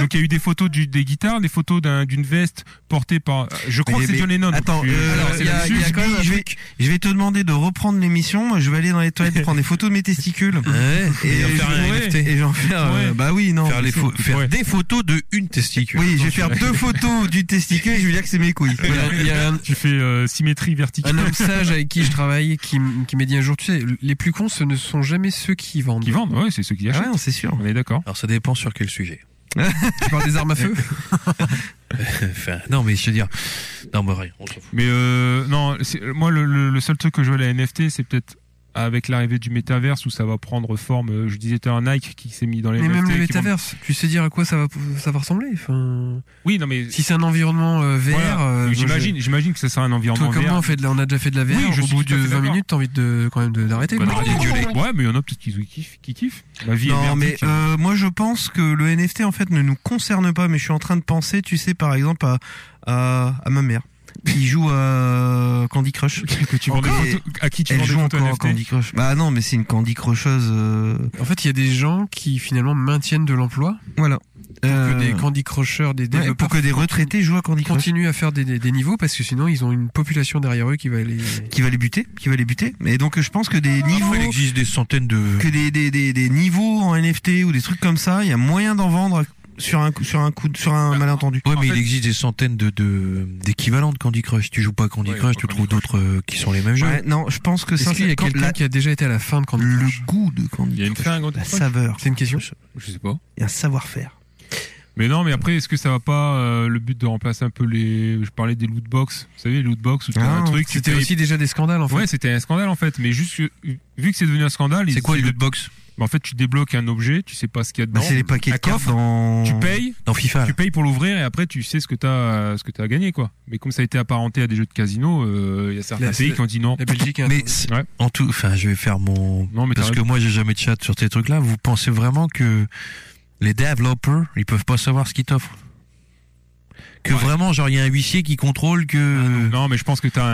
Donc il y a eu des photos du- des guitares, des photos d'un- d'une veste portée par. Je Mais- crois que c'est mais- John Lennon. Attends, Je suis- euh, Alors, c'est il y a- là-dessus. il y a quand même un Je vais- truc. je vais te demander de reprendre l'émission. Je vais aller dans les toilettes prendre des photos de mes testicules. et en faire je un pourrais- NFT. et j'en Eh, faire. euh, Ouais. bah oui, non. Faire les pho- faire Ouais. des photos de une testicule. Oui, je vais faire deux photos du testicule et je vais dire que c'est mes couilles. Il y a- il y a un- Tu fais euh, symétrie verticale. un homme sage avec qui je travaille qui, m- qui m'a dit un jour, tu sais, les plus cons, ce ne sont jamais ceux qui vendent. Qui vendent, ouais, c'est ceux qui Ah achètent. ouais, non, c'est sûr. On est d'accord. Alors ça dépend sur quel sujet. Tu parles des armes à feu Enfin, non, mais je veux dire, non, bah rien, on s'en fout. Mais euh, non, c'est- moi, le, le- le seul truc que je vois à la NFT, c'est peut-être avec l'arrivée du métaverse où ça va prendre forme. Euh, Je disais, t'as un Nike qui s'est mis dans les Mais NFT. même le qui vend- métaverse, tu sais dire à quoi ça va, ça va ressembler enfin, Oui, non, mais. Si c'est un environnement euh, VR, Voilà. euh, Mais moi, J'imagine, j'imagine que ça sera un je- environnement Toi comme VR. moi, on, fait de la- on a déjà fait de la VR. Oui, je au suis bout tout de à fait 20 d'accord. minutes, t'as envie de, quand même de- d'arrêter. Bah, quoi. d'arrêter de gueuler. Ouais, mais il y en a peut-être qui qui kiffent. Qui kiffent. La vie est Non, mais merdique. euh, moi je pense que le NFT en fait ne nous concerne pas, mais je suis en train de penser, tu sais, par exemple à, à, à ma mère qui joue à Candy Crush. Que tu vends des euh, Encore. photos- à qui tu Elle vends des joue photos encore à NFT Candy Crush. Bah non, mais c'est une Candy Crucheuse. euh, En fait, il y a des gens qui finalement maintiennent de l'emploi Voilà. pour Euh, que des Candy Crushers, des Ouais, développeurs pour que des retraités jouent à Candy Crush. continuent à faire des, des- des niveaux parce que sinon ils ont une population derrière eux qui va les qui va les buter, qui va les buter. Mais donc je pense que des niveaux, Ah, Il existe des centaines de. que des, des, des, des niveaux en NFT ou des trucs comme ça, il y a moyen d'en vendre sur un coup- sur un coup sur Bah, un malentendu. Ouais, mais il existe des centaines de de- d'équivalents de, Candy Crush. Tu joues pas à Candy Crush, tu trouves d'autres euh, qui sont les mêmes jeux. Ouais, non, je pense que Est-ce ça. qu'il y a quand- quelqu'un la- qui a déjà été à la fin de Candy Crush Le goût de Candy Il y a une Crush. fin à Bah, Candy La Crush saveur. C'est une question Je sais pas. Il y a un savoir-faire. Mais non, mais après, est-ce que ça va pas euh, le but de remplacer un peu les. Je parlais des loot box. Vous savez, les loot box où tu as Ah, un truc. tu C'était payes- aussi déjà des scandales en fait. Ouais, c'était un scandale en fait. Mais juste que- vu que c'est devenu un scandale. C'est quoi le une lootbox En fait, tu débloques un objet, tu sais pas ce qu'il y a dedans. Bah, c'est les paquets de Un cartes coffre, dans. Tu payes. Dans FIFA. Tu payes pour l'ouvrir et après tu sais ce que t'as ce que t'as gagné quoi. Mais comme ça a été apparenté à des jeux de casino, euh, il y a certains La- pays qui ont dit non. La Belgique. Mais c'est- Ouais. en tout, enfin, je vais faire mon Non, mais t'as parce que raison. moi j'ai jamais de chat sur ces trucs-là. Vous pensez vraiment que les développeurs ils peuvent pas savoir ce qu'ils t'offrent Que vraiment, genre il y a un huissier qui contrôle que. Non, mais je pense que t'as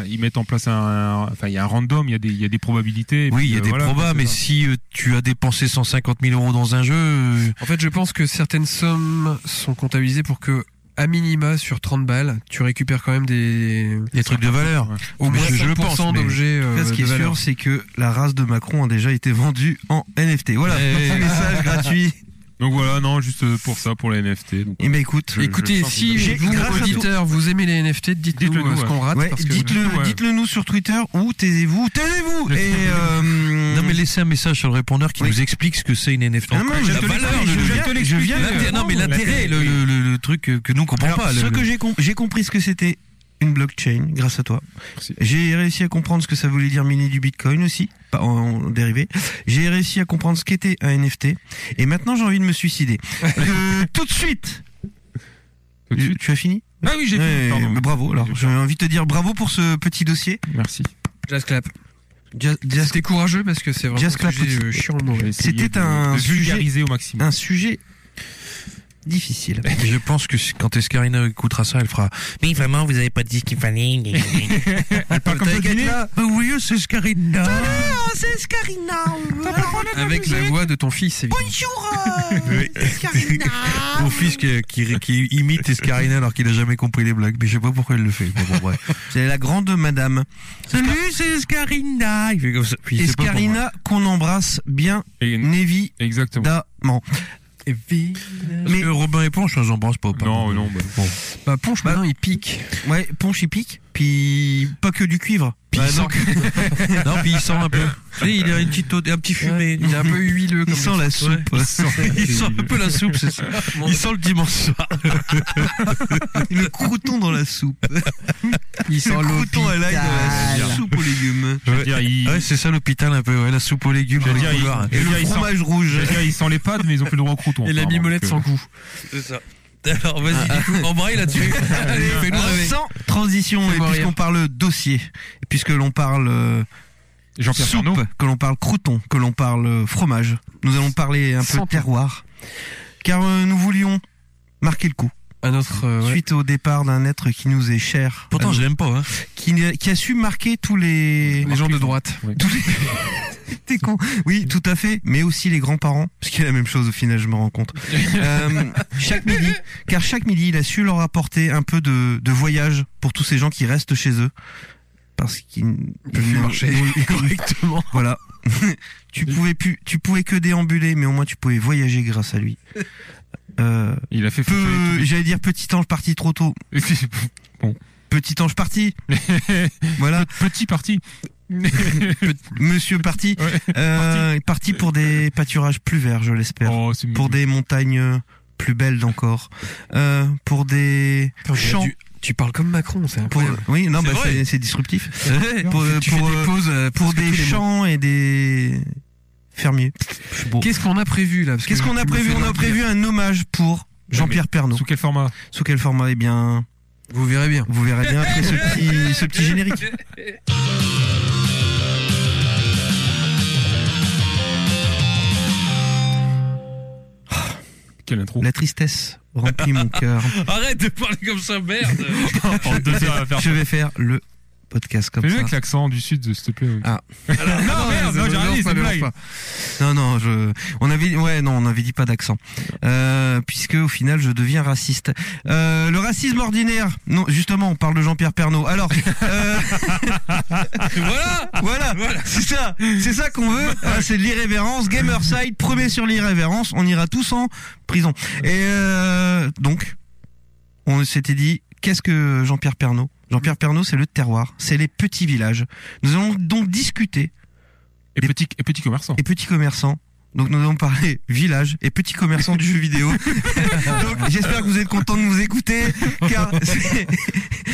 un- ils mettent en place un, enfin il y a un random, il y a des il y a des probabilités. et oui, puis, il y a euh, des voilà, probas, c'est mais ça. si euh, tu as dépensé 150 000 euros dans un jeu, euh, En fait, je pense que certaines sommes sont comptabilisées pour que à minima sur 30 balles, tu récupères quand même des des trucs de valeur. Ouais. au Mais moins je- je 5% pense, mais- d'objets euh, Là, ce qui de est valeur. sûr, c'est que la race de Macron a déjà été vendue en NFT. Voilà, Eh. petit message gratuit. Donc voilà, non, juste euh, pour ça, pour les NFT. donc, Et ben écoute, je- je Écoutez, pense si que- J'ai- vous grâce à auditeurs vous aimez les NFT, dites-nous Dites-le euh, nous, ce ouais. qu'on rate ouais, parce que dites-le, Ouais. dites-le nous sur Twitter ou taisez-vous, taisez-vous. Et euh, Non mais laissez un message sur le répondeur qui Oui. nous explique ce que c'est une NFT. Non, non, je te l'explique, je viens- je viens de L'intérêt- non mais comprendre. l'intérêt, le, le- le- le truc que que nous on comprend Alors, pas. le- ce le- que j'ai com- j'ai compris ce que c'était une blockchain grâce à toi. Merci. J'ai réussi à comprendre ce que ça voulait dire miner du Bitcoin aussi, pas en, en dérivé. J'ai réussi à comprendre ce qu'était un NFT et maintenant j'ai envie de me suicider. Euh, tout de suite. tout de Je- suite. Tu as fini Ah oui, j'ai Ouais, fini, pardon. mais Bravo. Alors, J'ai j'ai envie de te dire bravo pour ce petit dossier. Merci. Jazz clap. Just- just- C'était courageux parce que c'est vraiment Jazz un clap sujet tout de euh, suite. chiant à mourir. C'était un sujet- vulgarisé au maximum. un sujet difficile. Eh, Je pense que si- quand Escarina écoutera ça, elle fera. Mais vraiment, vous avez pas dit ce qu'il fallait. Elle parle comme Claudine. oui, c'est Escarina. oh, c'est Scarina. Ah, Avec la voix de ton fils, évidemment. Bonjour, Mon fils qui, qui- qui imite Escarina alors qu'il a jamais compris les blagues, mais je sais pas pourquoi elle le fait. Bon, bon, bref. C'est la grande madame. Salut, c'est Escarina. Il fait comme ça. Puis il sait pas pourquoi. Escarina qu'on embrasse bien Et- évidemment. Exactement. Parce mais- que Robin et Ponche, j'en pense pas. pardon. Non, non, bah, Bon. Bah Ponche maintenant il pique. Ouais, ponche il pique, puis pas que du cuivre. Puis Bah, il sent non, que- non, puis il sent un peu. Tu sais, il a une petite odeur- un petit fumé. Il est un peu huileux comme il sent la soupe. Il sent, il sent un peu la soupe, c'est ça. Il sent le dimanche soir. Le crouton dans la soupe. Il sent le crouton à l'ail dans la l'hôpital. soupe aux légumes. Je veux dire, il... Ouais, c'est ça l'hôpital un peu, ouais, la soupe aux légumes Je dans veux les dire, il- couloirs. je veux dire, Le il sent- fromage je rouge. veux dire, ils sentent les pattes, mais ils ont plus le droit au crouton. Et la apparemment, mimolette donc, euh, sans goût. C'est ça. Alors, vas-y, du coup, embraye là-dessus. Allez, fais-nous rêver. Sans transition, et Fais-moi puisqu'on rire. parle dossier, et puisque l'on parle euh, euh, Jean-Pierre soupe, Pernaut. que l'on parle crouton, que l'on parle euh, fromage, nous allons parler un peu Sans- terroir. Car euh, nous voulions marquer le coup, Un autre. euh, ouais. suite au départ d'un être qui nous est cher, Pourtant, à je l'aime pas, hein. nous, qui, qui a su marquer tous les... Les gens de droite. T'es con. Oui, tout à fait, mais aussi les grands-parents, parce qu'il y a la même chose au final, je me rends compte. Euh, chaque midi, car chaque midi, il a su leur apporter un peu de, de voyage pour tous ces gens qui restent chez eux, parce qu'ils peuvent plus non, marcher non, correctement. Voilà. tu pouvais plus, tu pouvais que déambuler, mais au moins tu pouvais voyager grâce à lui. Euh, Il a fait peu- foutre j'allais dire petit ange parti trop tôt. les- Petit ange parti. voilà. Petit parti. Monsieur parti. Ouais. Euh, parti pour des pâturages plus verts, je l'espère. Oh, c'est pour mignon. des montagnes plus belles encore, euh, pour des Putain, il y a champs. du- Tu parles comme Macron, c'est Pour, incroyable. oui, non, C'est bah, vrai. c'est c'est disruptif. Pour, pour euh, tu fais pour, des euh, pauses euh, pour presque des tous les mois. champs et des fermiers. Je suis beau. Qu'est-ce qu'on a prévu là Parce que Qu'est-ce qu'on tu a me prévu fais On a dormir. prévu un hommage pour Jean-Pierre Pernaut. Sous quel format Sous quel format Eh bien, Vous verrez bien. vous verrez bien après ce petit, ce petit générique. Quelle intro La tristesse remplit mon cœur. Arrête de parler comme ça, merde. En deux heures à faire. Je vais faire le podcast comme Fais-le ça. avec l'accent du sud, s'il te plaît. Ah. Alors, non, merde, non, j'ai rien dit, c'est une blague. Non, non, je, on avait, ouais, non, on n'avait dit pas d'accent. Euh, puisque au final, je deviens raciste. Euh, le racisme ordinaire. Non, justement, on parle de Jean-Pierre Pernaud. Alors, euh, voilà, voilà, c'est ça, c'est ça qu'on veut. Ah, c'est de l'irrévérence. Gamerside, premier sur l'irrévérence. On ira tous en prison. Et euh, donc, on s'était dit, qu'est-ce que Jean-Pierre Pernaud Jean-Pierre Pernaud, c'est le terroir, c'est les petits villages. Nous allons donc discuter et petits, et petits commerçants. Et petits commerçants. Donc nous allons parler village et petits commerçants du jeu vidéo. Donc j'espère que vous êtes contents de nous écouter, car c'est-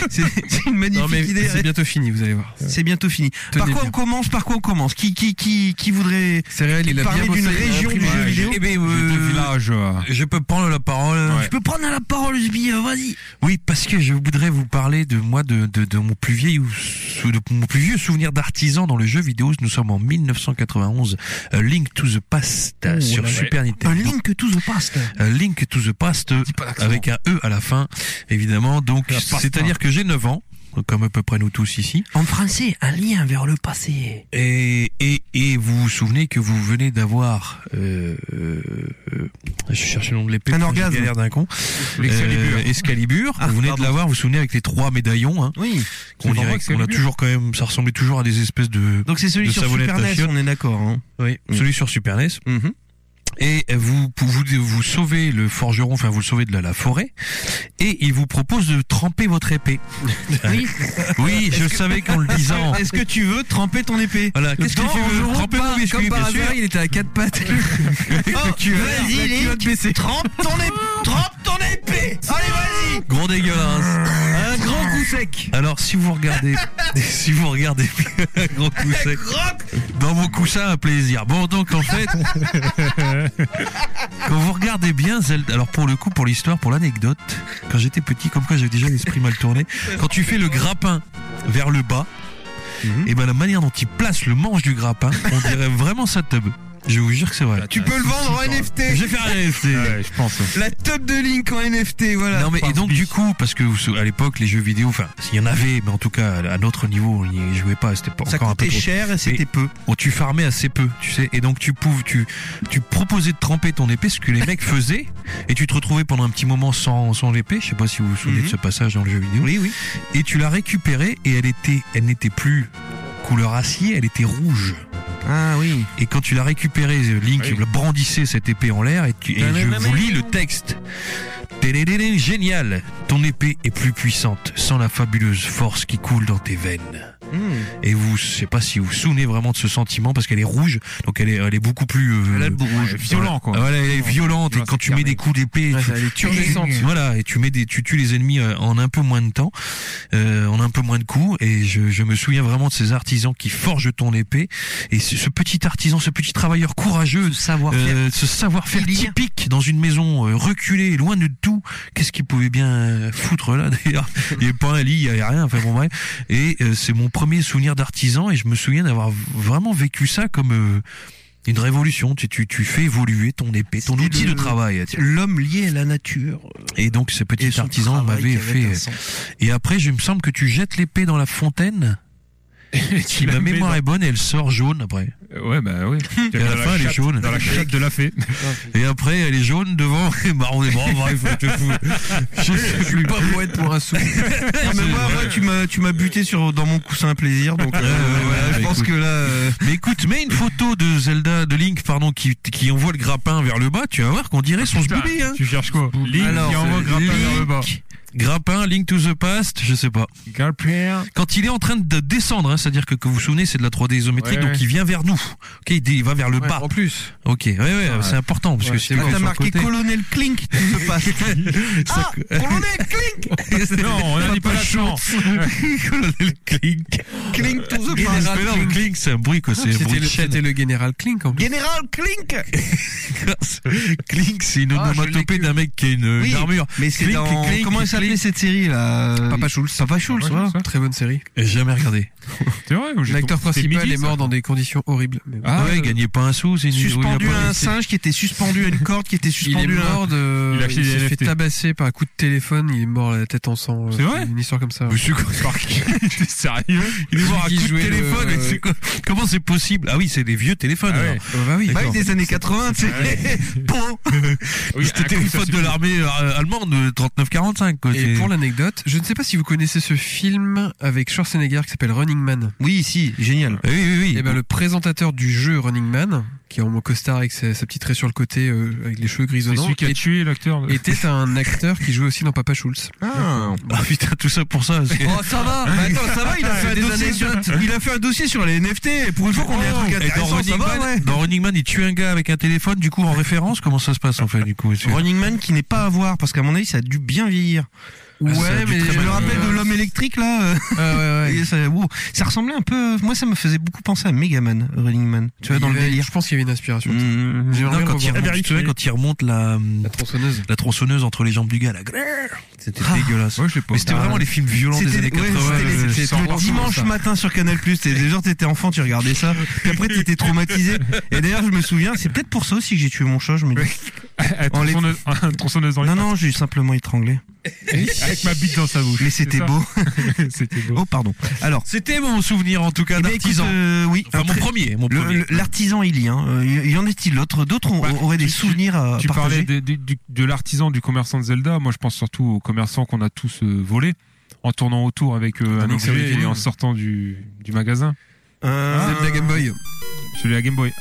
c'est c'est une magnifique Non, mais idée. c'est bientôt fini, vous allez voir. C'est bientôt fini. Tenez par quoi bien. on commence Par quoi on commence Qui qui qui qui voudrait réel, il a parler bien d'une bossé, il a région appris du le jeu village. vidéo Eh ben, euh, De Je peux prendre la parole. Je peux prendre la parole, Zubi, euh, vas-y. Oui, parce que je voudrais vous parler de moi, de, de, de mon plus vieil ou sou- de mon plus vieux souvenir d'artisan dans le jeu vidéo. Nous sommes en 1991. euh, Link to the Past euh, Ouh, sur ouais. Super Nintendo. Link to the past. Euh, Link to the Past euh, avec un E à la fin, évidemment. Donc, La pasta. c'est-à-dire que j'ai 9 ans, comme à peu près nous tous ici. En français, un lien vers le passé. Et, et, et vous vous souvenez que vous venez d'avoir, euh, euh, euh, je cherche le nom de l'épée. Un putain, orgasme. j'ai galère d'un con. L'excalibur. Excalibur. vous venez de l'avoir, vous vous souvenez avec les trois médaillons, hein. Oui. Qu'on dirait C'est vrai, qu'on a Excalibur. toujours quand même, ça ressemblait toujours à des espèces de. Donc c'est celui de sur savonnettes Super à NES, chiottes. on est d'accord, hein. Oui. Celui sur Super NES. Et vous, vous, vous sauvez le forgeron, enfin vous le sauvez de la, la forêt, et il vous propose de tremper votre épée. Oui. oui, je Est-ce que- savais qu'en le disant. Est-ce que tu veux tremper ton épée Voilà, qu'est-ce que Dans tu veux Forgeron, Tremper pas- mon biscuit, Comme par bien sûr. hasard, il était à quatre pattes. le cuillère, la Oh, vas-y, culotte baissée. Link, trempe ton épée. Trempe ton épée. Allez, vas-y. Gros dégueulasse. Un grand coup sec. Alors si vous regardez, si vous regardez bien, un gros coup sec, dans mon coussin un plaisir. Bon donc en fait, quand vous regardez bien Zelda, alors pour le coup, pour l'histoire, pour l'anecdote, quand j'étais petit, comme quoi j'avais déjà l'esprit mal tourné, quand tu fais le grappin vers le bas, Mhm. et ben la manière dont il place le manche du grappin, on dirait vraiment sa tub. Je vous jure que c'est vrai. Tu peux le vendre en NFT. J'ai fait un NFT. je pense. La top de Link en NFT, voilà. Non mais et donc du coup parce que vous- à l'époque les jeux vidéo enfin s'il y en avait mais en tout cas à notre niveau on n'y jouait pas c'était pas Ça encore un peu coûtait trop. cher et c'était Mais peu. on- tu farmais assez peu tu sais et donc tu pouvais tu tu proposais de tremper ton épée ce que les mecs faisaient et tu te retrouvais pendant un petit moment sans sans l'épée je sais pas si vous vous souvenez de ce passage dans le jeu vidéo Mhm. oui oui et tu la récupérais et elle était elle n'était plus couleur acier elle était rouge ah oui et quand tu la récupérais euh, Link brandissait cette épée en l'air et tu et je vous lis le texte. Télédélé, Génial Ton épée est plus puissante sans la fabuleuse force qui coule dans tes veines. Et vous, je sais pas si vous vous souvenez vraiment de ce sentiment parce qu'elle est rouge, donc elle est, elle est beaucoup plus euh, Elle a le bout rouge. euh, Violent, quoi. Voilà, elle est violente et quand tu mets des coups d'épée, tu- elle est turgescente. et- Voilà, et tu mets des, tu tues les ennemis euh, en un peu moins de temps, euh, en un peu moins de coups. Et je, je me souviens vraiment de ces artisans qui forgent ton épée et ce, ce petit artisan, ce petit travailleur courageux, savoir-faire. euh, ce savoir-faire typique dans une maison euh, reculée, loin de tout. Qu'est-ce qu'il pouvait bien euh, foutre là d'ailleurs Il n'y avait pas un lit, il n'y avait rien. Enfin bon bref. Et euh, c'est mon premier souvenir d'artisan et je me souviens d'avoir v- vraiment vécu ça comme euh, une révolution. Tu, tu, tu fais évoluer ton épée, ton outil de travail. L'homme lié à la nature. Et donc ce petit artisan travail m'avait qui avait fait. euh, un sens. Et après, je me semble que tu jettes l'épée dans la fontaine. si la ma mets mémoire dans- est bonne, elle sort jaune après. Ouais, bah oui. Et à la, Dans fin, elle est chatte- jaune. Dans la chatte de la fée. Et après, elle est jaune devant et marron et brun. Bref, je te fous. Je, je suis pas poète pour un sou. Non, mais moi, moi, tu m'as tu m'as buté sur dans mon coussin plaisir donc euh, voilà, bah, je pense que là euh, Mais écoute, mets une photo de Zelda, de Link, pardon, qui, qui envoie le grappin vers le bas, tu vas voir qu'on dirait son Putain, sboubi, hein. Tu cherches quoi Link Alors, qui envoie c'est grappin vers le bas. Link, Grappin, Link to the Past, je sais pas. Quand il est en train de descendre, hein, c'est-à-dire que, que vous vous souvenez, c'est de la 3D isométrique, Ouais, donc ouais. il vient vers nous. Ok, il, il va vers le bas. En plus. Ok, ouais, ouais, c'est important parce que si tu ah, vas t'as sur le marqué côté- colonel Clink tu te passes ah colonel Clink Non, on a dit pas la chance. Colonel Clink. Clink to the Mais past non, le Clink, c'est un bruit, quoi. C'est un bruit C'était de le, chaîne. c'était le général Clink en plus. Général Clink Clink, c'est une Ah, je onomatopée d'un mec qui a une, oui une armure. mais c'est Clink, dans clink, comment clink. elle s'appelait cette série là euh, Papa Schultz. Papa Schultz voilà Très bonne série. J'ai Jamais regardé. C'est vrai, j'ai L'acteur compris. C'est principal midi, est ça. mort dans des conditions horribles. Ah ouais, il gagnait pas un sou, c'est une Suspendu il a pas- à un c'est- singe qui était suspendu à une corde, qui était Il suspendu est à un- mort de. Il a acheté des s'est fait NFT. tabasser par un coup de téléphone, il est mort la tête en sang. euh, C'est vrai Une histoire comme ça. Mais c'est quoi T'es sérieux Il est mort à Qui coup de jouait le- téléphone. et euh, c'est quoi Comment c'est possible Ah oui, c'est des vieux téléphones. Ah ouais. alors. Euh, bah oui. D'accord. Mike des années 80, tu sais. Bon. Oui, un C'était coup, ça une faute de suffit. l'armée euh, allemande de 39-45. quoi. Et C'est- pour l'anecdote, je ne sais pas si vous connaissez ce film avec Schwarzenegger qui s'appelle Running Man. Oui, si, génial. Oui, oui, oui. Et ben le présentateur du jeu Running Man, qui est en costard avec sa, sa petite raie sur le côté, euh, avec les cheveux C'est grisonnants, celui qui a est- tué l'acteur. était un acteur qui jouait aussi dans Papa Schultz. Ah, putain, tout ça pour ça. parce que- Oh ça va, mais attends, ça va, il a fait Des un dossier sur, anecdotes. il a fait un dossier sur les NFT et pour une fois qu'on est un Ah truc Et dans intéressant, ça Running, va, Man, ouais. dans Running Man, il tue un gars avec un téléphone, du coup, en référence, comment ça se passe en fait du coup c'est- Running Man qui n'est pas à voir parce qu'à mon avis ça a dû bien vieillir. Ouais, Ça a dû mais très je mal me vieillir. Ah rappelle de l'homme électrique là. euh. Et ça, wow. ça ressemblait un peu. Moi ça me faisait beaucoup penser à Megaman, euh, Running Man. Tu vois dans Il le y avait- délire. Je pense qu'il y avait une inspiration. Mmh. J'aimerais Non, bien quand il revoir. remonte, tu sais, quand il remonte la, La tronçonneuse. la tronçonneuse entre les jambes du gars, là. C'était Ah, dégueulasse. Mais Bah, c'était vraiment les films violents des C'était- années ouais, 80. c'était les- euh, c'était sans- le dimanche matin sur Canal Plus. Genre, t'étais enfant, tu regardais ça. Puis après, t'étais traumatisé. Et d'ailleurs, je me souviens, c'est peut-être pour ça aussi que j'ai tué mon chat. Je me dis. Un En les- tronçonneuse- un tronçonneuse dans les Non, non, j'ai simplement étranglé. pattes. Avec ma bite dans sa bouche. Mais C'est c'était ça beau. C'était beau. Oh, pardon. Alors. C'était mon souvenir en tout cas eh ben, d'artisan. écoute, euh, oui, Enfin, un mon très- premier, mon le- premier. le- L'artisan, il y, a, hein. Euh, il y en est-il d'autres D'autres ont- auraient des souvenirs à Tu partager parlais des- des- du- de, l'artisan, du commerçant de Zelda. Moi, je pense surtout aux commerçants qu'on a tous euh, volés en tournant autour avec euh, un Attends, c'est objet vrai, et en oui. sortant du, du magasin. Euh, Zelda Game Boy. Celui à Game Boy.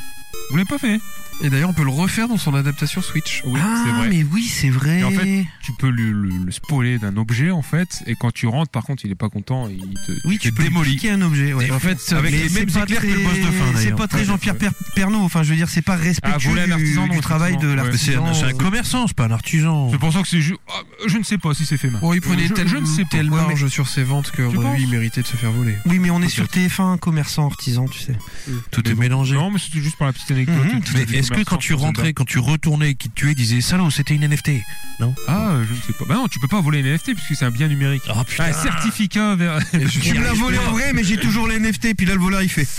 Vous l'avez pas fait Et d'ailleurs, on peut le refaire dans son adaptation Switch. Oui, c'est Ah, vrai. mais oui, c'est vrai. Et en fait, tu peux le, le- le spoiler d'un objet en fait, et quand tu rentres, par contre, il est pas content, il te. Oui, il tu te peux lui démolit. piquer un objet. ouais. Et en fait, Mais avec les c'est mêmes pas éclairs que le très- boss de fin C'est d'ailleurs. pas très Jean-Pierre Per- Pernaut. Enfin, je veux dire, c'est pas respectueux voler un du- artisan, du non, travail de effectivement. C'est l'artisan. un, c'est un commerçant, c'est pas un artisan. C'est pour ça que c'est ju- Ah, je ne sais pas si c'est fait mal. Bon, il prenait je, telle, je ne sais pas. telle Ouais, marge sur ses ventes que, à Tu mon avis, penses il méritait de se faire voler. Oui, mais on est sur TF1, commerçant, artisan, tu sais. Tout est mélangé. Non, mais c'était juste pour la petite Mmh, anecdote. Mhm. Tout à Mais fait est-ce que quand tu commerçant, rentrais, quand tu retournais et qu'il te tuait, il disait salaud, c'était une NFT Ah, euh, je ne sais pas. Bah non, tu peux pas voler une NFT puisque c'est un bien numérique. Ah putain. Ah, certificat vers. Tu me l'as volé en vrai, mais j'ai toujours les NFT. Puis là, le voleur, il fait. Puis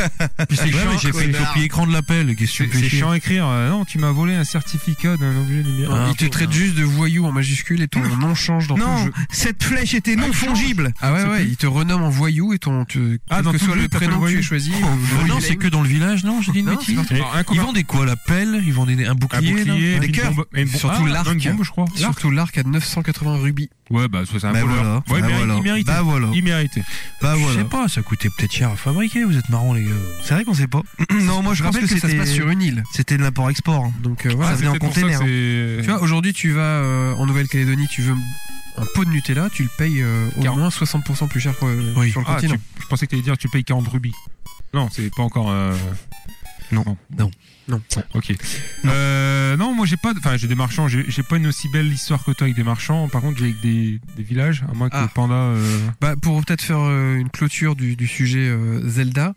c'est Ouais, chiant, mais j'ai fait une copie écran de l'appel. Qu'est-ce que C'est tu me fais c'est chier chiant à écrire. euh, non, tu m'as volé un certificat d'un objet numérique. Ah, il te traite juste de voyou en majuscule et ton nom change dans tout le Non, jeu. cette flèche était non fongible. Ah ouais, C'est ouais, plus- il te renomme en voyou et ton. Tu, Ah, quel dans que tout soit le le, jeu, t'appelles prénom que voyou. tu as choisi. Oh, Non, c'est que dans le village, non J'ai dit une Non, bêtise. c'est Alors, un Ils commer- vendent des quoi La pelle Ils vendent des- un un bouclier, bouclier, non puis une cœurs. bombe- et une bombe- Surtout ah, l'arc. une bombe, je crois. L'arc. Surtout l'arc à 980 rubis. Ouais, bah ça, c'est un Bah voleur. voilà. Ouais, Bah mais voilà. il méritait. Bah voilà. Il méritait. Bah Je voilà. sais pas, ça coûtait peut-être cher à fabriquer, vous êtes marrants les gars. C'est vrai qu'on sait pas. Non, moi, je Parce rappelle que, que ça se c'était. passe sur une île. C'était de l'import-export. hein. Donc euh, voilà. Ça venait en Ah, C'est peut-être pour ça que container, c'est- Tu vois, aujourd'hui, tu vas euh, en Nouvelle-Calédonie, tu veux un pot de Nutella, tu le payes euh, au Quarante. moins 60% plus cher que euh, Oui. sur le Ah, continent. tu- je pensais que t'allais dire tu payes 40 rubis. Non, c'est pas encore. euh, Non. Non. Non. Ok. Euh, non, moi j'ai pas. de- Enfin, j'ai des marchands. J'ai j'ai pas une aussi belle histoire que toi avec des marchands. Par contre, j'ai avec des, des villages. À moins que Ah. le panda. euh, Bah, pour peut-être faire euh, une clôture du, du sujet euh, Zelda,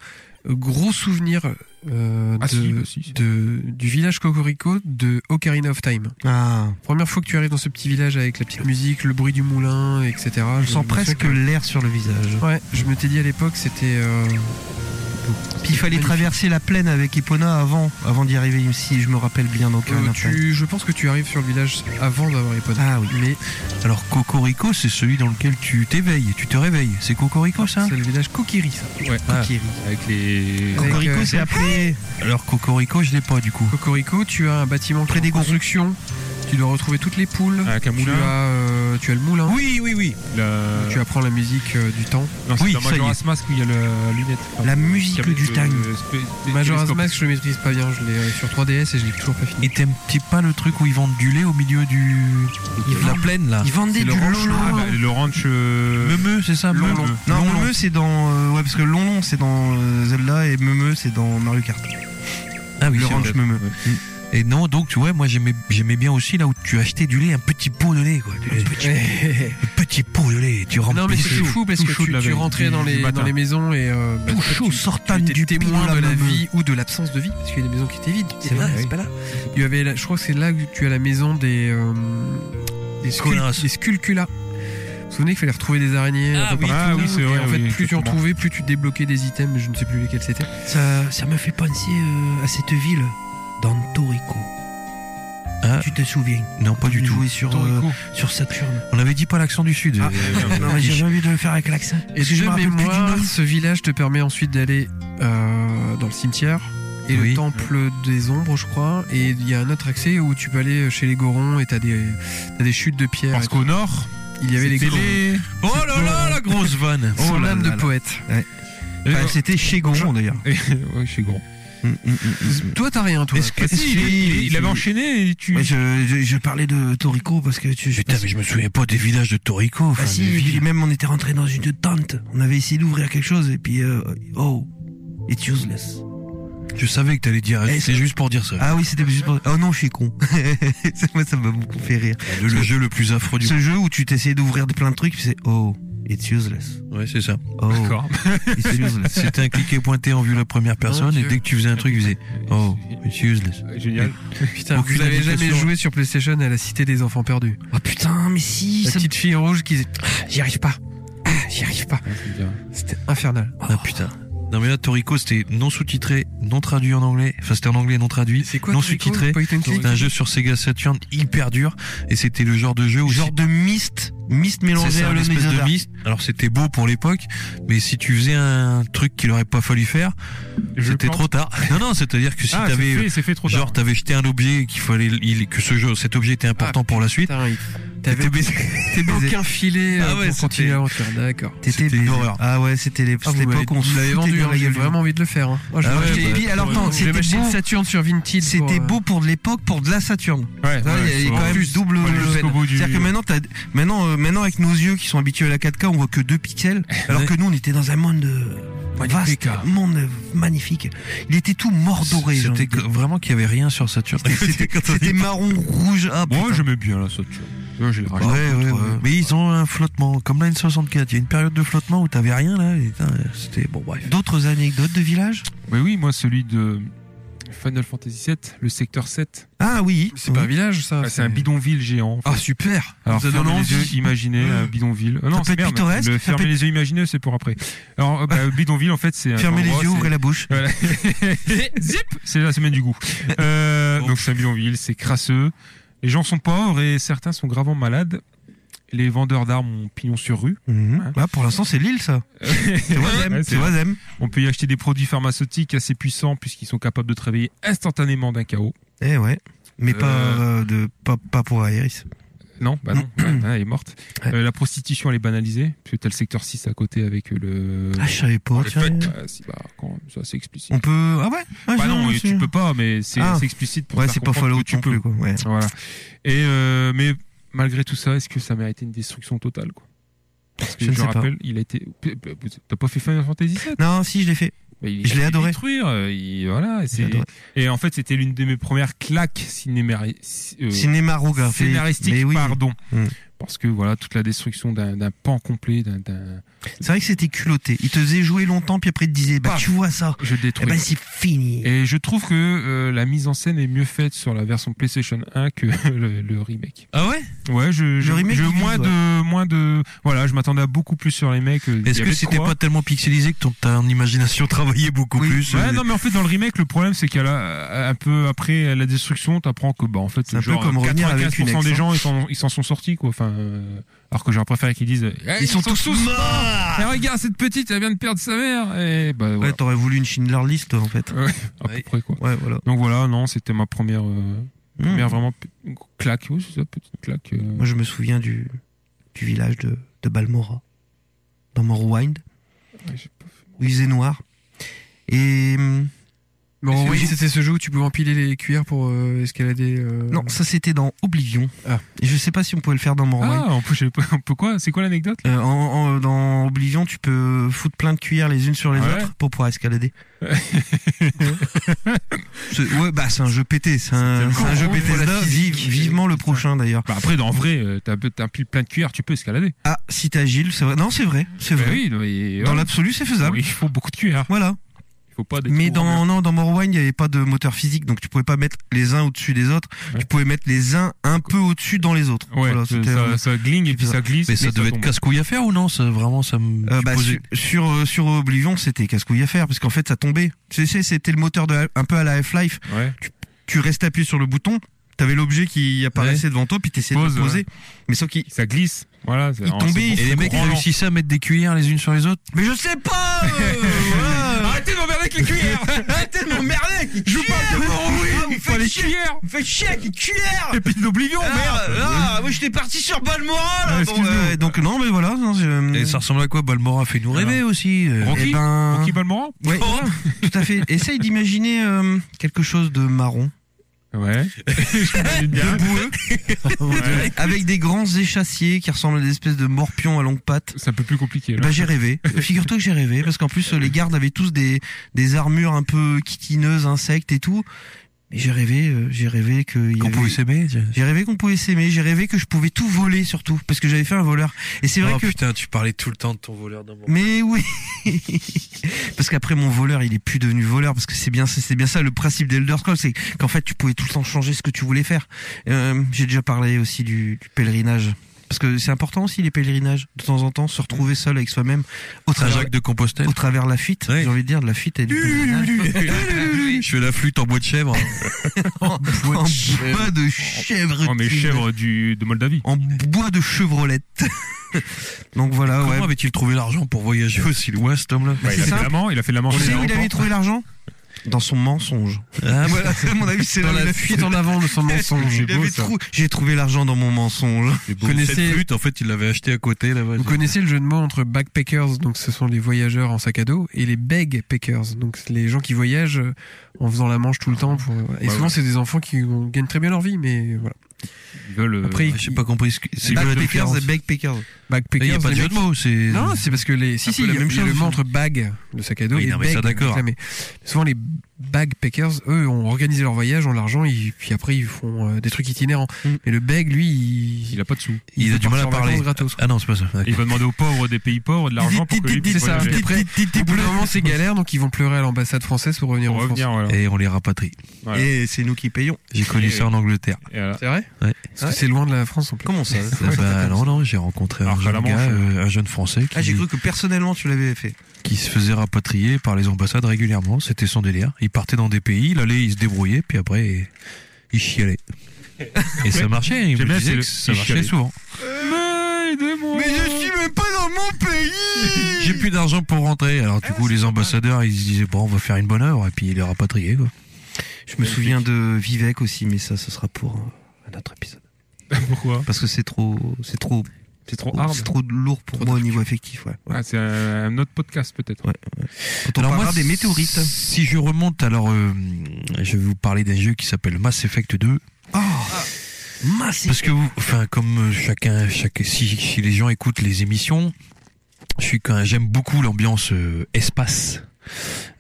euh, gros souvenir euh, Ah, de- si, bah, si, si. de- du village Cocorico de Ocarina of Time. Ah. Première fois que tu arrives dans ce petit village avec la petite musique, le bruit du moulin, etc. Je me sens souviens presque que- l'air sur le visage. Ouais, je me t'ai dit à l'époque, c'était. euh, Puis il fallait magnifique. traverser la plaine avec Epona avant, avant d'y arriver, si je me rappelle bien. Donc, euh, tu- je pense que tu arrives sur le village avant d'avoir les potes. Ah oui. Mais Alors Cocorico, c'est celui dans lequel tu t'éveilles, tu te réveilles. C'est Cocorico ça c'est le village Kokiri, ça. Ouais. Ah. Kokiri. Avec les. Avec, Cocorico, euh, c'est après. Alors Cocorico, je l'ai pas du coup. Cocorico, tu as un bâtiment Près près des des gonds. constructions. Tu dois retrouver toutes les poules. Avec un Tu as, moulin. euh, tu as le moulin. Oui, oui, oui. la- Tu apprends la musique euh, du temps. Non, c'est Oui, dans ça y est. Majora's Mask où il y a la lunette. La musique Cabinet du de- tang. de- de- Majora's télescope. Mask, je le maîtrise pas bien. Je l'ai euh, sur 3DS et je l'ai toujours pas fini. Euh, Et t'aimes t'aimes pas le truc où ils vendent du lait au milieu du Ils de la vendent- plaine là Ils vendaient C'est du le ranch, lolo. Ah, bah, le ranch. euh, Meumeu, c'est ça Longlon. Meumeu. Non, Longlon. Meumeu c'est dans. euh, ouais, parce que Longlon c'est dans euh, Zelda et Meumeu c'est dans Mario Kart. Ah oui, le c'est ranch vrai. Meumeu. Et non, donc ouais, moi j'aimais j'aimais bien aussi là où tu achetais du lait, un petit pot de lait quoi. Tu- Un petit, un petit pot de lait, tu non mais remplissais. c'était fou parce tout que chaud de tu, la tu veille, rentrais du- dans du les, matin. dans les maisons et euh, bah, Tout tu- chaud, tu- sortant tu étais du témoin pin de la Meumeu. vie ou de l'absence de vie parce qu'il y a des maisons qui étaient vides. C'est C'est vrai, Ah, là, oui. c'est pas là. Il y avait, la- je crois que c'est là que tu as la maison des euh, des, scul- Colas. des sculculas. Vous vous souvenez qu'il fallait retrouver des araignées Ah un peu oui, partout, ah oui, c'est et vrai, En fait, oui, plus tu en effectivement. trouvais, plus tu débloquais des items, mais je ne sais plus lesquels c'était. Ça, ça me fait penser euh, à cette ville, dans Torrico. Tu te souviens Ah. Non, pas du tout. sur, Torrico. euh, sur Saturne. On avait dit pas l'accent du sud. Ah, euh, non, mais j'avais envie de le faire avec l'accent. Et Parce que je me de rappelle plus du mémoire, nom. ce village te permet ensuite d'aller euh, dans le cimetière et le Oui. temple des ombres, je crois. Et il y a un autre accès où tu peux aller chez les Gorons et t'as des, t'as des chutes de pierre. Parce et tout. qu'au nord, il y avait les c'était Gorons. les- Oh là là, la grosse vanne. Bah, Son Oh là âme là de là. poète. Ouais. Ah, C'était chez Goron d'ailleurs. ouais, chez Goron. Mm, Toi, t'as rien, toi. Bah, Est-ce que- Ah, si, est-ce il, que- il- il avait enchaîné et tu. Ouais, je, je- je parlais de Torrico parce que tu. Putain, mais je me souviens pas des villages de Torico. Ah enfin, si, des villes. puis même on était rentré dans une tente. On avait essayé d'ouvrir quelque chose et puis euh, oh, it's useless. Je savais que t'allais dire. Eh, C'est juste pour dire ça. Ah oui, c'était juste. pour- Oh non, je suis con. Ça, Moi, ça m'a beaucoup fait rire. Le, le jeu le plus affreux du Ce monde. jeu où tu t'essayes d'ouvrir de plein de trucs, puis c'est oh, it's useless. Ouais, c'est ça. Oh, D'accord. it's useless. C'était un cliquet pointé en vue la première personne Mon et Dieu. dès que tu faisais un truc, tu faisais Oh, it's useless. Génial. Putain, vous Aucune avez jamais indication. joué sur PlayStation à la Cité des Enfants Perdus. Oh putain, mais si, La ça... petite fille rouge qui disait Ah, J'y arrive pas. Ah, J'y arrive pas. C'était infernal. Ah putain. Non mais là, Torico, c'était non sous-titré, non traduit en anglais. Enfin, c'était en anglais non traduit, C'est quoi non Toriko, sous-titré. point and click C'était un jeu sur Sega Saturn hyper dur et c'était le genre de jeu où genre de mist, mist C'est mélangé ça, à un l'eau espèce de mist. Alors c'était beau pour l'époque, mais si tu faisais un truc qu'il aurait pas fallu faire, Je c'était plante. trop tard. Non non, c'est-à-dire que si Ah, c'est t'avais fait, c'est fait trop tard. genre t'avais jeté un objet qu'il fallait il, que ce jeu, cet objet était Ah, important pour la suite. Putain, il- T'avais T'avais baisé. t'avais aucun filet euh, Ah ouais, pour c'était- continuer à aventure. D'accord. T'étais C'était une baisé. horreur. Ah ouais, c'était les- Ah, vous m'avez- l'époque où on vous se l'avez foutait vendu, de la hein, j'ai gueule du vraiment envie de le faire. hein. Moi, je Ah vais ouais, acheter- bah, puis, alors, ouais. attends, Ouais. c'était J'ai acheté beau. une une Saturn sur Vinted. C'était beau pour de l'époque, pour de la Saturne. Ouais, Ouais, ouais, il y a faut- quand même Faut double. aller jusqu'au peine. bout du- C'est-à-dire que maintenant, t'as- maintenant, euh, maintenant, avec nos yeux qui sont habitués à la 4K, on voit que 2 pixels, alors Eh Ouais. que nous, on était dans un monde euh, Magnifique, vaste, hein. monde euh, magnifique. Il était tout mordoré. j'ai envie C'était de dire. que- vraiment qu'il y avait rien sur Saturn. C'était c'était marron, rouge. Ah, Moi, putain. j'aimais bien la Saturn. Moi, j'ai Ouais, racheté. ouais, ouais. Mais ils ont un flottement, comme la N64. Il y a une période de flottement où t'avais rien là. et putain, C'était bon, bref. D'autres anecdotes de village Mais oui, moi, celui de Final Fantasy VII, le secteur 7. Ah oui. C'est pas un village, ça. Ah, c'est un bidonville géant. Ah, super. Alors, Ça donne fermez les envie. yeux, imaginez euh, bidonville. Euh, non, peut c'est être merde. pittoresque, Le ça fermez peut les yeux, imaginez, c'est pour après. Alors, euh, bah, bidonville, en fait, c'est. un Fermez les endroit, yeux, c'est- ouvrez la bouche. Voilà. Zip C'est la semaine du goût. Euh, Bon. Donc c'est un bidonville, c'est crasseux. Les gens sont pauvres et certains sont gravement malades. Les vendeurs d'armes ont pignon sur rue. Mhm. Bah, pour l'instant, c'est l'île, ça. C'est Ouais, Wazem. c'est C'est Wazem. On peut y acheter des produits pharmaceutiques assez puissants puisqu'ils sont capables de travailler instantanément d'un chaos. Eh ouais. Mais pas, Euh. euh, de, pas, pas pour Iris. Non, bah non, elle est morte. Ouais. Euh, la prostitution, elle est banalisée puisque t'as le secteur 6 à côté avec le... Ah, je savais pas. Bon, les tiens. fêtes, bah, si, bah, quand même, ça c'est explicite. On peut. Ah ouais Ah, Bah je- non, mais je- tu peux pas, mais c'est Ah. c'est explicite pour Ouais, faire c'est pas comprendre Fallout que tu non peux. plus, quoi. Ouais. Voilà. Et euh, mais malgré tout ça, est-ce que ça méritait une destruction totale quoi Parce que Je je, ne sais pas. rappelle, il a été. T'as pas fait Final Fantasy VII Non, si, je l'ai fait. Mais il Je a l'ai fait adoré. Détruire, euh, il- voilà. et c'est- J'ai adoré. Et en fait, c'était l'une de mes premières claques cinémari- ci- euh, Cinémarographie. hein, Mais scénaristiques, oui. pardon. Mm. Parce que voilà, toute la destruction d'un d'un pan complet, d'un- d'un. C'est vrai que c'était culotté. Il te faisait jouer longtemps, puis après il te disait, bah Paf. tu vois ça. Je Eh détruis. ben c'est fini. Et je trouve que euh, la mise en scène est mieux faite sur la version PlayStation 1 que le, le remake. Ah ouais Ouais, je, je, remake, je- il moins vise, de moins de voilà, je m'attendais à beaucoup plus sur les mecs. euh, il y Est-ce avait que de c'était quoi. pas tellement pixelisé que ton, ton imagination travaillait beaucoup plus Ouais, euh, non mais en fait dans le remake le problème c'est qu'à la- un peu après la destruction t'apprends que bah en fait C'est un peu genre, comme revenir avec 95% une ex, des hein. gens ils s'en ils s'en sont sortis quoi enfin euh, alors que j'aurais préféré qu'ils disent Eh, Ils sont tous Eh, regarde cette petite elle vient de perdre sa mère et bah voilà, Ouais, t'aurais voulu une Schindler List, toi, en fait. à peu près quoi Ouais, voilà. donc voilà non c'était ma première euh, Mmh. première vraiment p- claque oui c'est ça petite claque euh. Moi, je me souviens du, du village de, de Balmora, dans mon rewind, Ouais, j'ai pas fait. où il faisait noir. Et hum, Bon, Est-ce oui, que- c'était ce jeu où tu pouvais empiler les cuillères pour euh, escalader. euh, non, ça c'était dans Oblivion. Ah. Et je sais pas si on pouvait le faire dans mon rewind. ah on peut, je sais pas, on peut quoi c'est quoi l'anecdote Euh, en- en- dans Oblivion, tu peux foutre plein de cuillères les unes sur les Ah ouais autres pour pouvoir escalader. C'est- ouais, bah c'est un jeu pété, c'est un, c'est un jeu pété. vivement le prochain d'ailleurs. Bah après, en vrai, euh, t'as t'as un pile plein de cuillères, tu peux escalader. Ah, si t'es agile, c'est vrai. Non, c'est vrai, c'est Bah vrai. oui, mais, Dans ouais. l'absolu, c'est faisable. Bon, il faut beaucoup de cuillères. Voilà. Il faut pas des Mais trous en dans, mur. non, dans Morrowind, il n'y avait pas de moteur physique, donc tu pouvais pas mettre les uns au-dessus des autres. Tu pouvais mettre les uns un peu au-dessus dans les autres. Ouais, Voilà, ça, c'était, euh, ça, gling et puis ça glisse. Mais ça devait être tombe. casse-couille à faire ou non Ça, Vraiment, ça me. euh, bah, posais- sur, sur, euh, sur Oblivion, c'était casse-couille à faire, parce qu'en fait, ça tombait. Tu sais, c'était le moteur de, un peu à la Half-Life. Tu, tu restais appuyé sur le bouton, t'avais l'objet qui apparaissait devant toi, puis t'essayais de Pose, le poser. ouais. Mais sauf qu'il. Ça glisse. Voilà, c'est- Il en tombait, second- il Et les mecs, ils réussissaient à mettre des cuillères les unes sur les autres. Mais je sais pas euh, voilà. Arrêtez de m'emmerder avec les cuillères Arrêtez de m'emmerder avec les Je vous parle de cuillères. Morrowind, Ah, vous pas faites les chier. cuillères. Vous faites chier avec les cuillères Et puis d'Oblivion, merde Ah, moi j'étais parti sur Balmoral Ouais, bon, excuse-nous. euh, Donc non, mais voilà. euh, non, je- Et ça ressemble à quoi Balmora fait nous rêver aussi. euh. Eh ben... Hein Ouais, Oh. tout à fait. Essaye d'imaginer euh, quelque chose de marron. Ouais. de boueux. Ouais. Avec des grands échassiers qui ressemblent à des espèces de morpions à longues pattes. C'est un peu plus compliqué. là. Bah, j'ai rêvé. Figure-toi que j'ai rêvé parce qu'en plus euh, les gardes avaient tous des, des armures un peu kitineuses, insectes et tout. Et j'ai rêvé, euh, j'ai rêvé que il y Qu'on avait- pouvait s'aimer. J'ai rêvé qu'on pouvait s'aimer. J'ai rêvé que je pouvais tout voler surtout parce que j'avais fait un voleur. Et c'est vrai Oh, que putain, tu parlais tout le temps de ton voleur d'un mais oui, parce qu'après mon voleur, il est plus devenu voleur parce que c'est bien, c'est bien ça le principe d'Elder Scrolls, c'est qu'en fait tu pouvais tout le temps changer ce que tu voulais faire. Euh, J'ai déjà parlé aussi du, du pèlerinage parce que c'est important aussi les pèlerinages de temps en temps, se retrouver seul avec soi-même au travers Saint-Jacques de Compostelle. au travers la fuite. J'ai envie de dire de la fuite et du pèlerinage. Je fais la flûte en bois de chèvre. en bois de, chèvre. Oh, mais chèvre du, de Moldavie. En bois de chevrolette. Donc voilà. Comment ouais. avait-il trouvé l'argent pour voyager aussi loin, cet homme-là Bah, il a C'est fait simple. la Maman, il a fait de la Tu manche. sais où il avait trouvé l'argent Dans son mensonge. Ah, voilà, à mon avis, c'est Dans là où la il a- fuite en avant de son mensonge. Il avait trou- J'ai trouvé l'argent dans mon mensonge. Vous connaissez flûte, en fait, il l'avait acheté à côté là-bas. Vous connaissez le jeu de mots entre backpackers, donc ce sont les voyageurs en sac à dos, et les bagpackers, donc c'est les gens qui voyagent euh, en faisant la manche tout le temps. Pour... euh, Et Bah souvent, ouais. c'est des enfants qui ont- gagnent très bien leur vie, mais voilà. Ils veulent. Après, Après, j'ai pas compris ce que Ils c'est quoi la veulent différence. faire- Backpackers. Backpackers, Il y a pas les de jeu mecs de mots, c'est. Non, c'est parce que les. un Si, si, peu il la y a, même il y a le chose. mot entre bag, le sac à dos, Oui, et non, mais ça, bag, d'accord. réclamé. souvent, les backpackers, eux, ont organisé leur voyage, ont l'argent, et puis après, ils font euh, des trucs itinérants. Mais le bag, lui, il. Il a pas de sous. Mm. Il a peut du mal à partir en vacances parler. gratos. Ah non, c'est pas ça. Il va demander aux pauvres des pays pauvres de l'argent pour que lui C'est puisse ça. voyager. Après, au bout d'un moment, c'est galère, donc ils vont pleurer à l'ambassade française pour revenir Pour en revenir, France. voilà. Et on les rapatrie. Voilà. Et c'est nous qui payons. J'ai connu Et- ça en Angleterre. Et voilà. C'est vrai Ouais. Parce que c'est loin de la France en plus. Comment ça Ah bah, non, non, j'ai rencontré un Alors qu'à la jeune, Manche, gars, euh, euh, un jeune français Ah, j'ai qui, cru que personnellement tu l'avais fait. qui se faisait rapatrier par les ambassades régulièrement. C'était son délire. Il partait dans des pays, il allait, il se débrouillait, puis après, il chialait. Et ça marchait. hein. Il Euh, J'aime me bien, disait c'est que le- ça il marchait chialait. souvent. Mais aidez-moi Mais je suis même pas dans mon pays J'ai plus d'argent pour rentrer. Alors, du coup, les ambassadeurs, ils se disaient, bon, on va faire une bonne œuvre, et puis il les rapatriait, quoi. Je me souviens de Vivek aussi, mais ça, ce sera pour euh, un autre épisode. Pourquoi Parce que c'est trop, c'est trop, C'est trop trop- hard. c'est trop lourd pour moi au niveau affectif. Ouais. Ah, c'est un, un autre podcast peut-être. Quand on parlera des météorites. Si je remonte, alors, euh, je vais vous parler d'un jeu qui s'appelle Mass Effect 2. Oh, mince, Parce que, vous- enfin, comme euh, chacun, chaque, si, si les gens écoutent les émissions, je suis quand j'aime beaucoup l'ambiance euh, espace.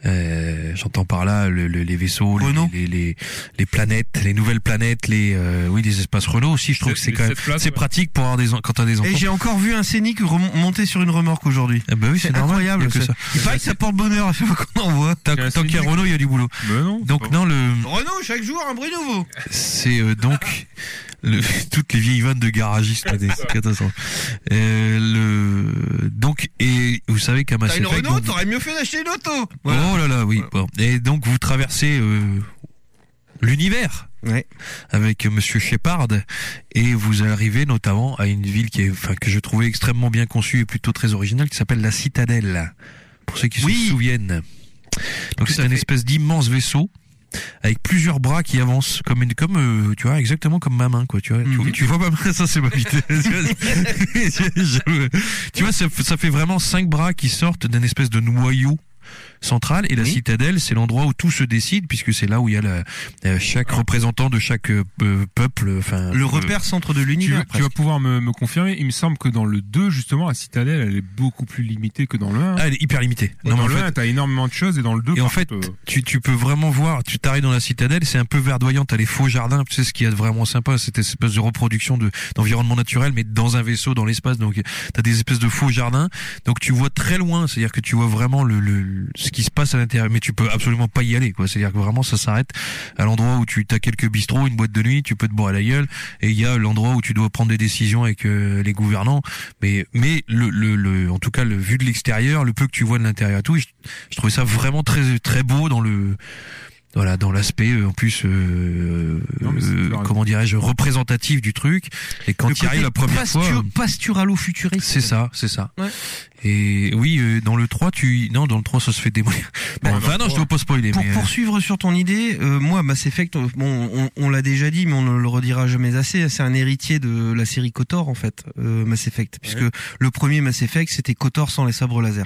Euh, J'entends par là le- le- les vaisseaux, les, Renault. les, les, les planètes, les nouvelles planètes, les euh, oui, des espaces Renault aussi. Je trouve Les- que c'est les quand même sept places, c'est ouais. pratique pour avoir des en- quand t'as des enfants. Et j'ai encore vu un scénic remon- monter sur une remorque aujourd'hui. Ah bah oui, c'est C'est normal. incroyable. il y a que ça. ça. Il paraît que ça porte bonheur à chaque fois qu'on en voit. Tant, Il y a un tant qu'il y a Scénic. Renault, il y a du boulot. Mais non. Donc non, le Renault, chaque jour un bruit nouveau. c'est euh, donc le- toutes les vieilles vannes de garagistes. C'est une catastrophe. Euh, le donc et vous savez qu'à Mass T'as une Effect, Renault, donc, t'aurais mieux fait d'acheter une auto. Oh là là, oui. Bon. Et donc vous traversez euh, l'univers Ouais. avec euh, Monsieur Shepard et vous arrivez notamment à une ville qui est, enfin, que je trouvais extrêmement bien conçue et plutôt très originale, qui s'appelle la Citadelle. Pour ceux qui Oui. se souviennent. Donc Tout c'est à une fait. espèce d'immense vaisseau avec plusieurs bras Ah, qui avancent comme une comme euh, tu vois exactement comme ma main quoi tu vois tu- Mhm. tu, vois ma main ça c'est ma vitesse Je- je- tu vois ça, f- ça fait vraiment cinq bras qui sortent d'un espèce de noyau central et la Oui. citadelle c'est l'endroit où tout se décide puisque c'est là où il y a la, euh, chaque représentant de chaque euh, peu- peuple enfin Ah. Le euh, repère centre de Tu, l'univers. vas- tu vas pouvoir me, me confirmer. Il me semble que dans le 2, justement, la citadelle, elle est beaucoup plus limitée que dans le 1. ah, elle est hyper limitée dans mais en le fait, 1, t'as énormément de choses et dans le 2, Et en par fait, contre, euh, tu, tu peux vraiment voir, tu t'arrives dans la citadelle, c'est un peu verdoyant, t'as les faux jardins, tu sais ce qu'il y a de vraiment sympa, c'est cette espèce de reproduction de d'environnement naturel, mais dans un vaisseau, dans l'espace, donc t'as des espèces de faux jardins, donc tu vois très loin, c'est-à-dire que tu vois vraiment le, le, ce qui se passe à l'intérieur, mais tu peux absolument pas y aller, quoi. C'est-à-dire que vraiment, ça s'arrête à l'endroit où tu as quelques bistrots, une boîte de nuit, tu peux te boire à la gueule, et il y a l'endroit où tu dois prendre des décisions avec euh, les gouvernants. Mais, mais le, le, le- en tout cas, le vu de l'extérieur, le peu que tu vois de l'intérieur, et tout, je, je trouvais ça vraiment très, très beau dans le, voilà, dans l'aspect euh, en plus, euh, euh, comment dirais-je, représentatif du truc. Et quand Le il arrive côté la première fois, pasture- euh, pasturalo-futuriste. c'est ça, c'est ça. Ouais. Et oui, euh, dans le 3, tu. Non, dans le 3, ça se fait démolir. Bon, enfin, non, je dois pas spoiler. Pour mais, euh, poursuivre sur ton idée, euh, moi, Mass Effect, on- bon, on, on l'a déjà dit, mais on ne le redira jamais assez. C'est un héritier de la série Kotor, en fait, euh, Mass Effect, puisque le premier Mass Effect, c'était Kotor sans les sabres laser.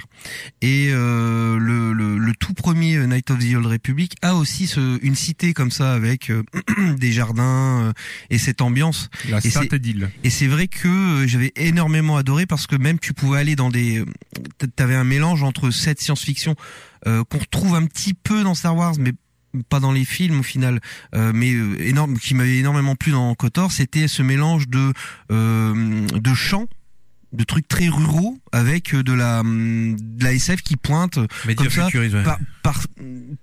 Et euh, le, le- le tout premier euh, Night of the Old Republic a aussi ce- une cité comme ça avec euh, des jardins euh, et cette ambiance. euh, La Et c'est- Sainte-Édile. et c'est vrai que euh, j'avais énormément adoré parce que même tu pouvais aller dans des, euh, t- t'avais un mélange entre cette science-fiction euh, qu'on retrouve un petit peu dans Star Wars, mais pas dans les films au final, euh, mais euh, énorme, qui m'avait énormément plu dans Kotor, c'était ce mélange de euh, de chants de trucs très ruraux avec euh, de la hum, de la SF qui pointe euh, Média comme ça futuriste, ouais. par par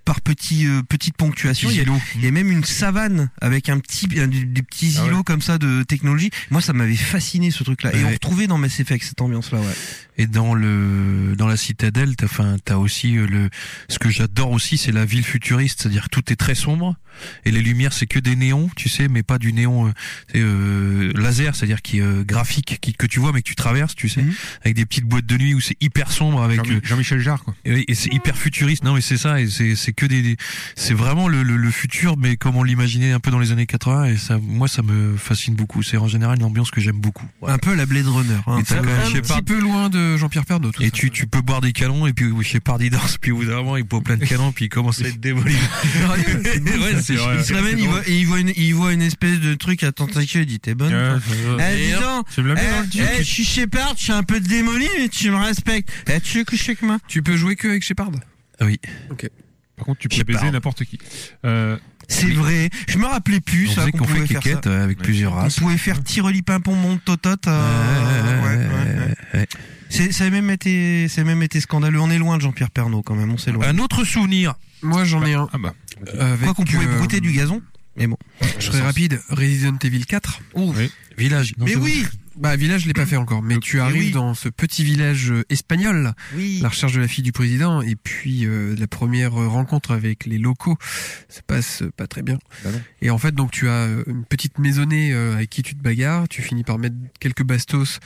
par petits euh, petites ponctuations il y, a, il y a même une savane avec un petit un- des des petits Ah îlots comme ça de technologie moi ça m'avait fasciné ce truc là et on Ouais. retrouvait dans Mass Effect cette ambiance là ouais Et dans le dans la citadelle, t'as enfin t'as aussi euh, le ce que j'adore aussi, c'est la ville futuriste, c'est-à-dire que tout est très sombre et les lumières c'est que des néons, tu sais, mais pas du néon euh, c'est, euh, laser, c'est-à-dire qui est, euh, graphique, qui, que tu vois mais que tu traverses, tu Mhm. sais, avec des petites boîtes de nuit où c'est hyper sombre avec euh, Jean-Michel Jarre, quoi. et, et c'est hyper futuriste. Non mais c'est ça, et c'est c'est que des, des- c'est vraiment le, le, le futur, mais comme on l'imaginait un peu dans les années 80. Et ça, moi ça me fascine beaucoup. C'est en général une ambiance que j'aime beaucoup. un peu la Blade Runner hein. Et t'as quand même un Shepard. petit peu loin de Jean-Pierre Pernaut. Et tu, tu peux boire des canons, et puis chez Pardy Dance, puis au bout d'un moment, il boit plein de canons, puis il commence à être démoli. ouais, c'est il se ramène, il voit, et il, voit une, il voit une espèce de truc à tentacule, il dit t'es bonne. toi ouais. Eh, dis Et donc, tu me la mets dans le eh, cul. eh, je suis Shepard, je suis un peu démoli, mais tu me respectes. Eh, tu veux coucher avec moi Tu peux jouer que avec Shepard Oui. Ok. Par contre, tu peux Shepard. baiser n'importe qui. Euh, C'est vrai, je me rappelais plus Ah On ça. faisait qu'on qu'on fait pouvait faire quéquette, ça. euh, avec plusieurs races. On pouvait faire tiroli pimpon mon totote. euh, ouais, ouais, ouais. C'est- Ça a même été, ça a même été scandaleux. On est loin de Jean-Pierre Pernaud quand même, on s'éloigne. Un autre souvenir. Moi, j'en ai un. Ah bah. Quoi qu'on pouvait brouter du gazon, mais bon. Je serais rapide. Resident Evil 4. Village. Non, Mais c'est bon. oui Bah village, je l'ai pas fait encore, mais tu arrives dans ce petit village euh, espagnol, Oui. la recherche de la fille du président, et puis euh, la première euh, rencontre avec les locaux, ça passe euh, pas très bien. Bah non. Et en fait, donc tu as euh, une petite maisonnée euh, avec qui tu te bagarres, tu finis par mettre quelques bastos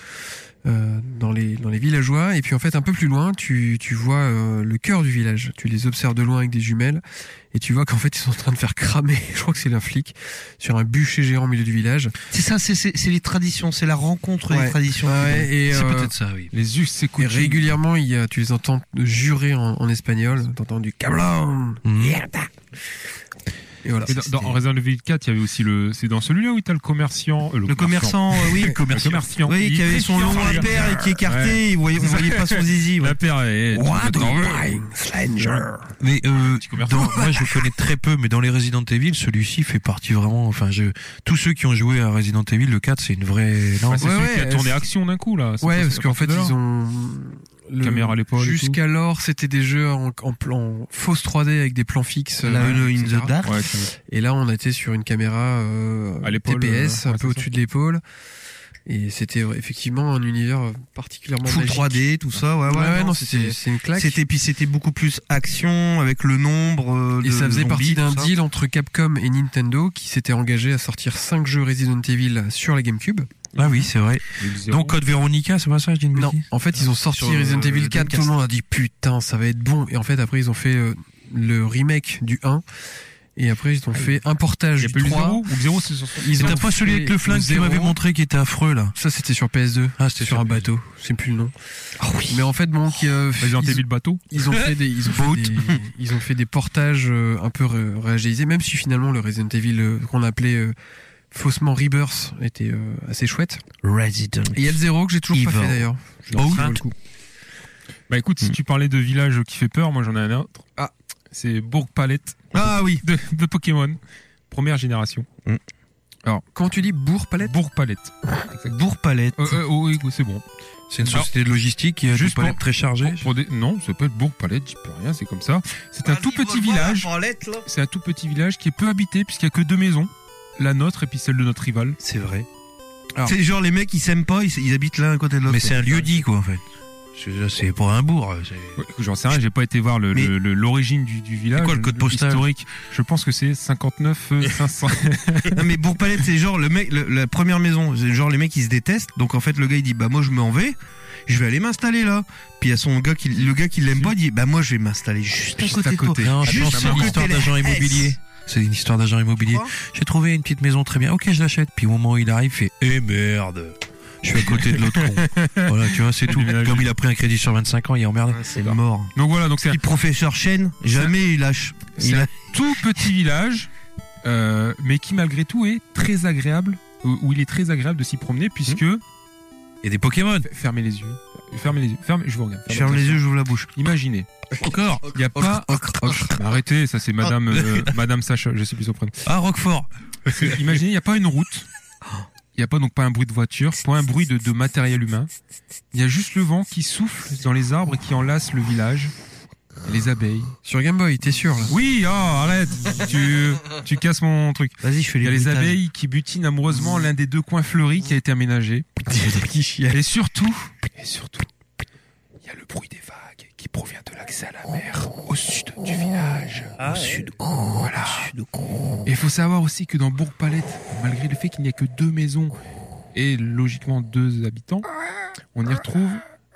euh, dans les dans les villageois, et puis en fait un peu plus loin, tu tu vois euh, le cœur du village, tu les observes de loin avec des jumelles, et tu vois qu'en fait ils sont en train de faire cramer, je crois que c'est un flic, sur un bûcher géant au milieu du village. C'est ça, c'est- c'est c'est les traditions, c'est la rencontre Ouais. des traditions. Ouais, et, euh, Les us, c'est Et coutume. régulièrement, il y a, tu les entends jurer en, en espagnol. T'entends du cablon. Mierda. Mhm. Et voilà. Et dans- dans, en Resident Evil 4, il y avait aussi le. C'est dans celui-là où t'as le commerciant. euh, le, commerçant, euh, oui. le commerciant. Oui, qui avait son long impair et qui écartait, et il voyait- on voyait pas son zizi, ouais. L'impair est. What t'en a veux. fine Mais euh, dans- moi je connais très peu, mais dans les Resident Evil, celui-ci fait partie vraiment. Enfin, je, tous ceux qui ont joué à Resident Evil, le 4, c'est une vraie. Non, Ah, c'est celui qui a tourné action d'un coup, là. C'est Ouais, pas- parce c'est qu'en pas fait, de là. ils ont le- Caméra à l'épaule et tout. Jusqu'alors, c'était des jeux en, en plan fausse 3D avec des plans fixes. La euh, Hollow in etc. the Dark. Ouais, c'est vrai. et là, on était sur une caméra euh, À l'épaule, TPS, euh, un peu ouais, c'est au-dessus de l'épaule. Et c'était euh, effectivement un univers euh, particulièrement Full magique. 3D, tout ça, ouais, ouais. non, c'était c'est une claque. C'était puis c'était beaucoup plus action avec le nombre. euh, Et de ça faisait zombies, partie tout d'un ça. deal entre Capcom et Nintendo qui s'était engagé à sortir 5 jeux Resident Evil sur la GameCube. Ah oui, c'est vrai. Donc Code Veronica, c'est pas ça, je dis une Non, bêtise en fait, ils ont sorti Sur le- Resident Evil le 4, tout le Dreamcast. monde a dit putain, ça va être bon. Et en fait, après, ils ont fait euh, le remake du 1. Et après, Ah ils ont fait un portage Il y a du pas eu le 3. zéro Ou le zéro, c'est sur Ils T'as ont pas celui fait avec le flingue que tu zéro. m'avais montré qui était affreux là Ça, c'était sur PS2. Ah, c'était sur un bateau. Je sais plus le nom. Ah Mais en fait, bon, qui, euh, Resident ils- Evil bateau. ils ont fait des ils ont fait des, ils ont fait des portages euh, un peu ré- réagilisés même si finalement le Resident Evil euh, qu'on appelait euh, faussement Rebirth était euh, assez chouette Resident. et il y a le zéro que j'ai toujours pas Evil. fait d'ailleurs Oh oui. Bah écoute, Hmm. si tu parlais de village qui fait peur, moi j'en ai un autre. Ah. C'est Bourg Palette. Ah oui. De, de Pokémon. Première génération. Alors, quand tu dis Bourg-Palette Bourg-Palette. Bourg-Palette. Euh, euh, oui, oui, c'est bon. C'est une société de logistique euh, qui a juste des palettes très chargées. pour- pour des- Non, ça peut être Bourg-Palette, j'y peux rien, c'est comme ça. C'est un tout petit Ah, village. C'est un tout petit village qui est peu habité puisqu'il n'y a que deux maisons. La nôtre et puis celle de notre rivale. C'est vrai. C'est genre les mecs ils s'aiment pas, ils, s- ils habitent l'un à côté de l'autre. Mais c'est un lieu dit, quoi, en fait. C'est- C'est pour un euh, bourg. c'est- J'en sais rien, j'ai pas été voir le- le- le- l'origine du, du village. quoi le code postal Historique. Je pense que c'est 59 euh, 500. Non, mais Bourg-Palette, c'est genre le mec, le- la première maison. C'est genre les mecs ils se détestent. Donc en fait, le gars il dit Bah, moi je m'en vais, je vais aller m'installer là. Puis il y a son gars qui, le gars qui l'aime pas, il dit Bah, moi je vais m'installer juste, à côté. de toi. Non, je Juste pense que c'est sur une le histoire côté d'agent lest. immobilier. C'est une histoire d'agent immobilier. J'ai trouvé une petite maison très bien. Ok, je l'achète. Puis au moment où il arrive, il fait Eh merde Je suis à côté de l'autre con. Voilà, tu vois, c'est tout. Comme il a pris un crédit sur 25 ans, il est emmerdé. C'est mort. Donc voilà, donc c'est Le professeur Chen, jamais il lâche. C'est Il a- un tout petit village, euh, mais qui malgré tout est très agréable, euh, où où il est très agréable de s'y promener puisque. Il y a des Pokémon. Hmm. Fermez les yeux. Fermez les yeux. Fermez, je vous regarde. Je ferme les yeux, j'ouvre la bouche. Imaginez. Encore. Il n'y a pas. Mais Arrêtez, ça c'est Madame, euh, Madame Sacha, je sais plus son prénom. Ah, Roquefort. C'est- Imaginez, il n'y a pas une route. Il n'y a pas donc pas un bruit de voiture, pas un bruit de, de matériel humain. Il y a juste le vent qui souffle dans les arbres et qui enlace le village. et Les abeilles. Sur Game Boy, t'es sûr là Oui, oh, arrête, tu, tu casses mon truc. Vas-y, je fais Il y a les les bruitages. abeilles qui butinent amoureusement l'un des deux coins fleuris qui a été aménagé. Et surtout, et surtout, il y a le bruit des vagues qui provient de l'accès à la mer au sud du village. au sud. Voilà. Et il faut savoir aussi que dans Bourg-Palette, malgré le fait qu'il n'y a que deux maisons et logiquement deux habitants, on y retrouve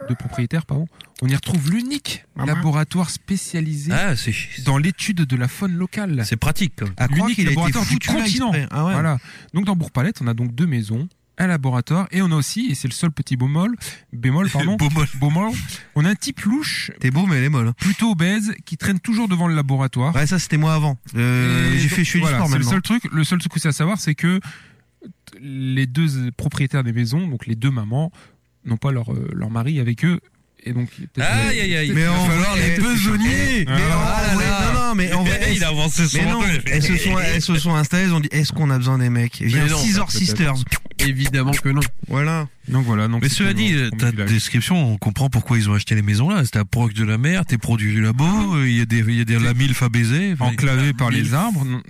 deux propriétaires, pardon, on y retrouve l'unique laboratoire spécialisé dans l'étude de la faune locale. Ah, C'est pratique, comme. À croire L'unique Ah. qu'il a été laboratoire du foutu là continent. exprès. Ah ouais. Voilà. Donc dans Bourg-Palette, on a donc deux maisons, un laboratoire et on a aussi, et c'est le seul petit bémol, bémol pardon, Beaumol. Beaumol, on a un type louche, T'es beau, mais elle est molle. plutôt obèse, qui traîne toujours devant le laboratoire. Ouais, ça c'était moi avant. Euh, Et J'ai donc, fait, je suis voilà, du sport c'est le maintenant. seul truc, le seul truc que c'est à savoir, c'est que les deux propriétaires des maisons, donc les deux mamans, n'ont pas leur euh, leur mari avec eux. Et donc, peut-être- Aïe, aïe, aïe. peut-être qu'il va en falloir vrai, les eh, besogniers. eh, Mais en vrai, non, non, mais en vrai, Il a avancé son mais non, truc. elles se sont, elles se sont installées, elles ont dit, est-ce qu'on a besoin des mecs? Viens, Mais non, Scissor peut-être. Sisters. Évidemment que non. Voilà. Donc voilà. Donc Mais c'est cela pour dit, le- euh, pour ta le village. description, on comprend pourquoi ils ont acheté les maisons là. C'était à proche de la mer, tes produits du Ah. labo, euh, il y a des, il y a des la milf à baiser. Enfin, enclavé par les mille- arbres, non,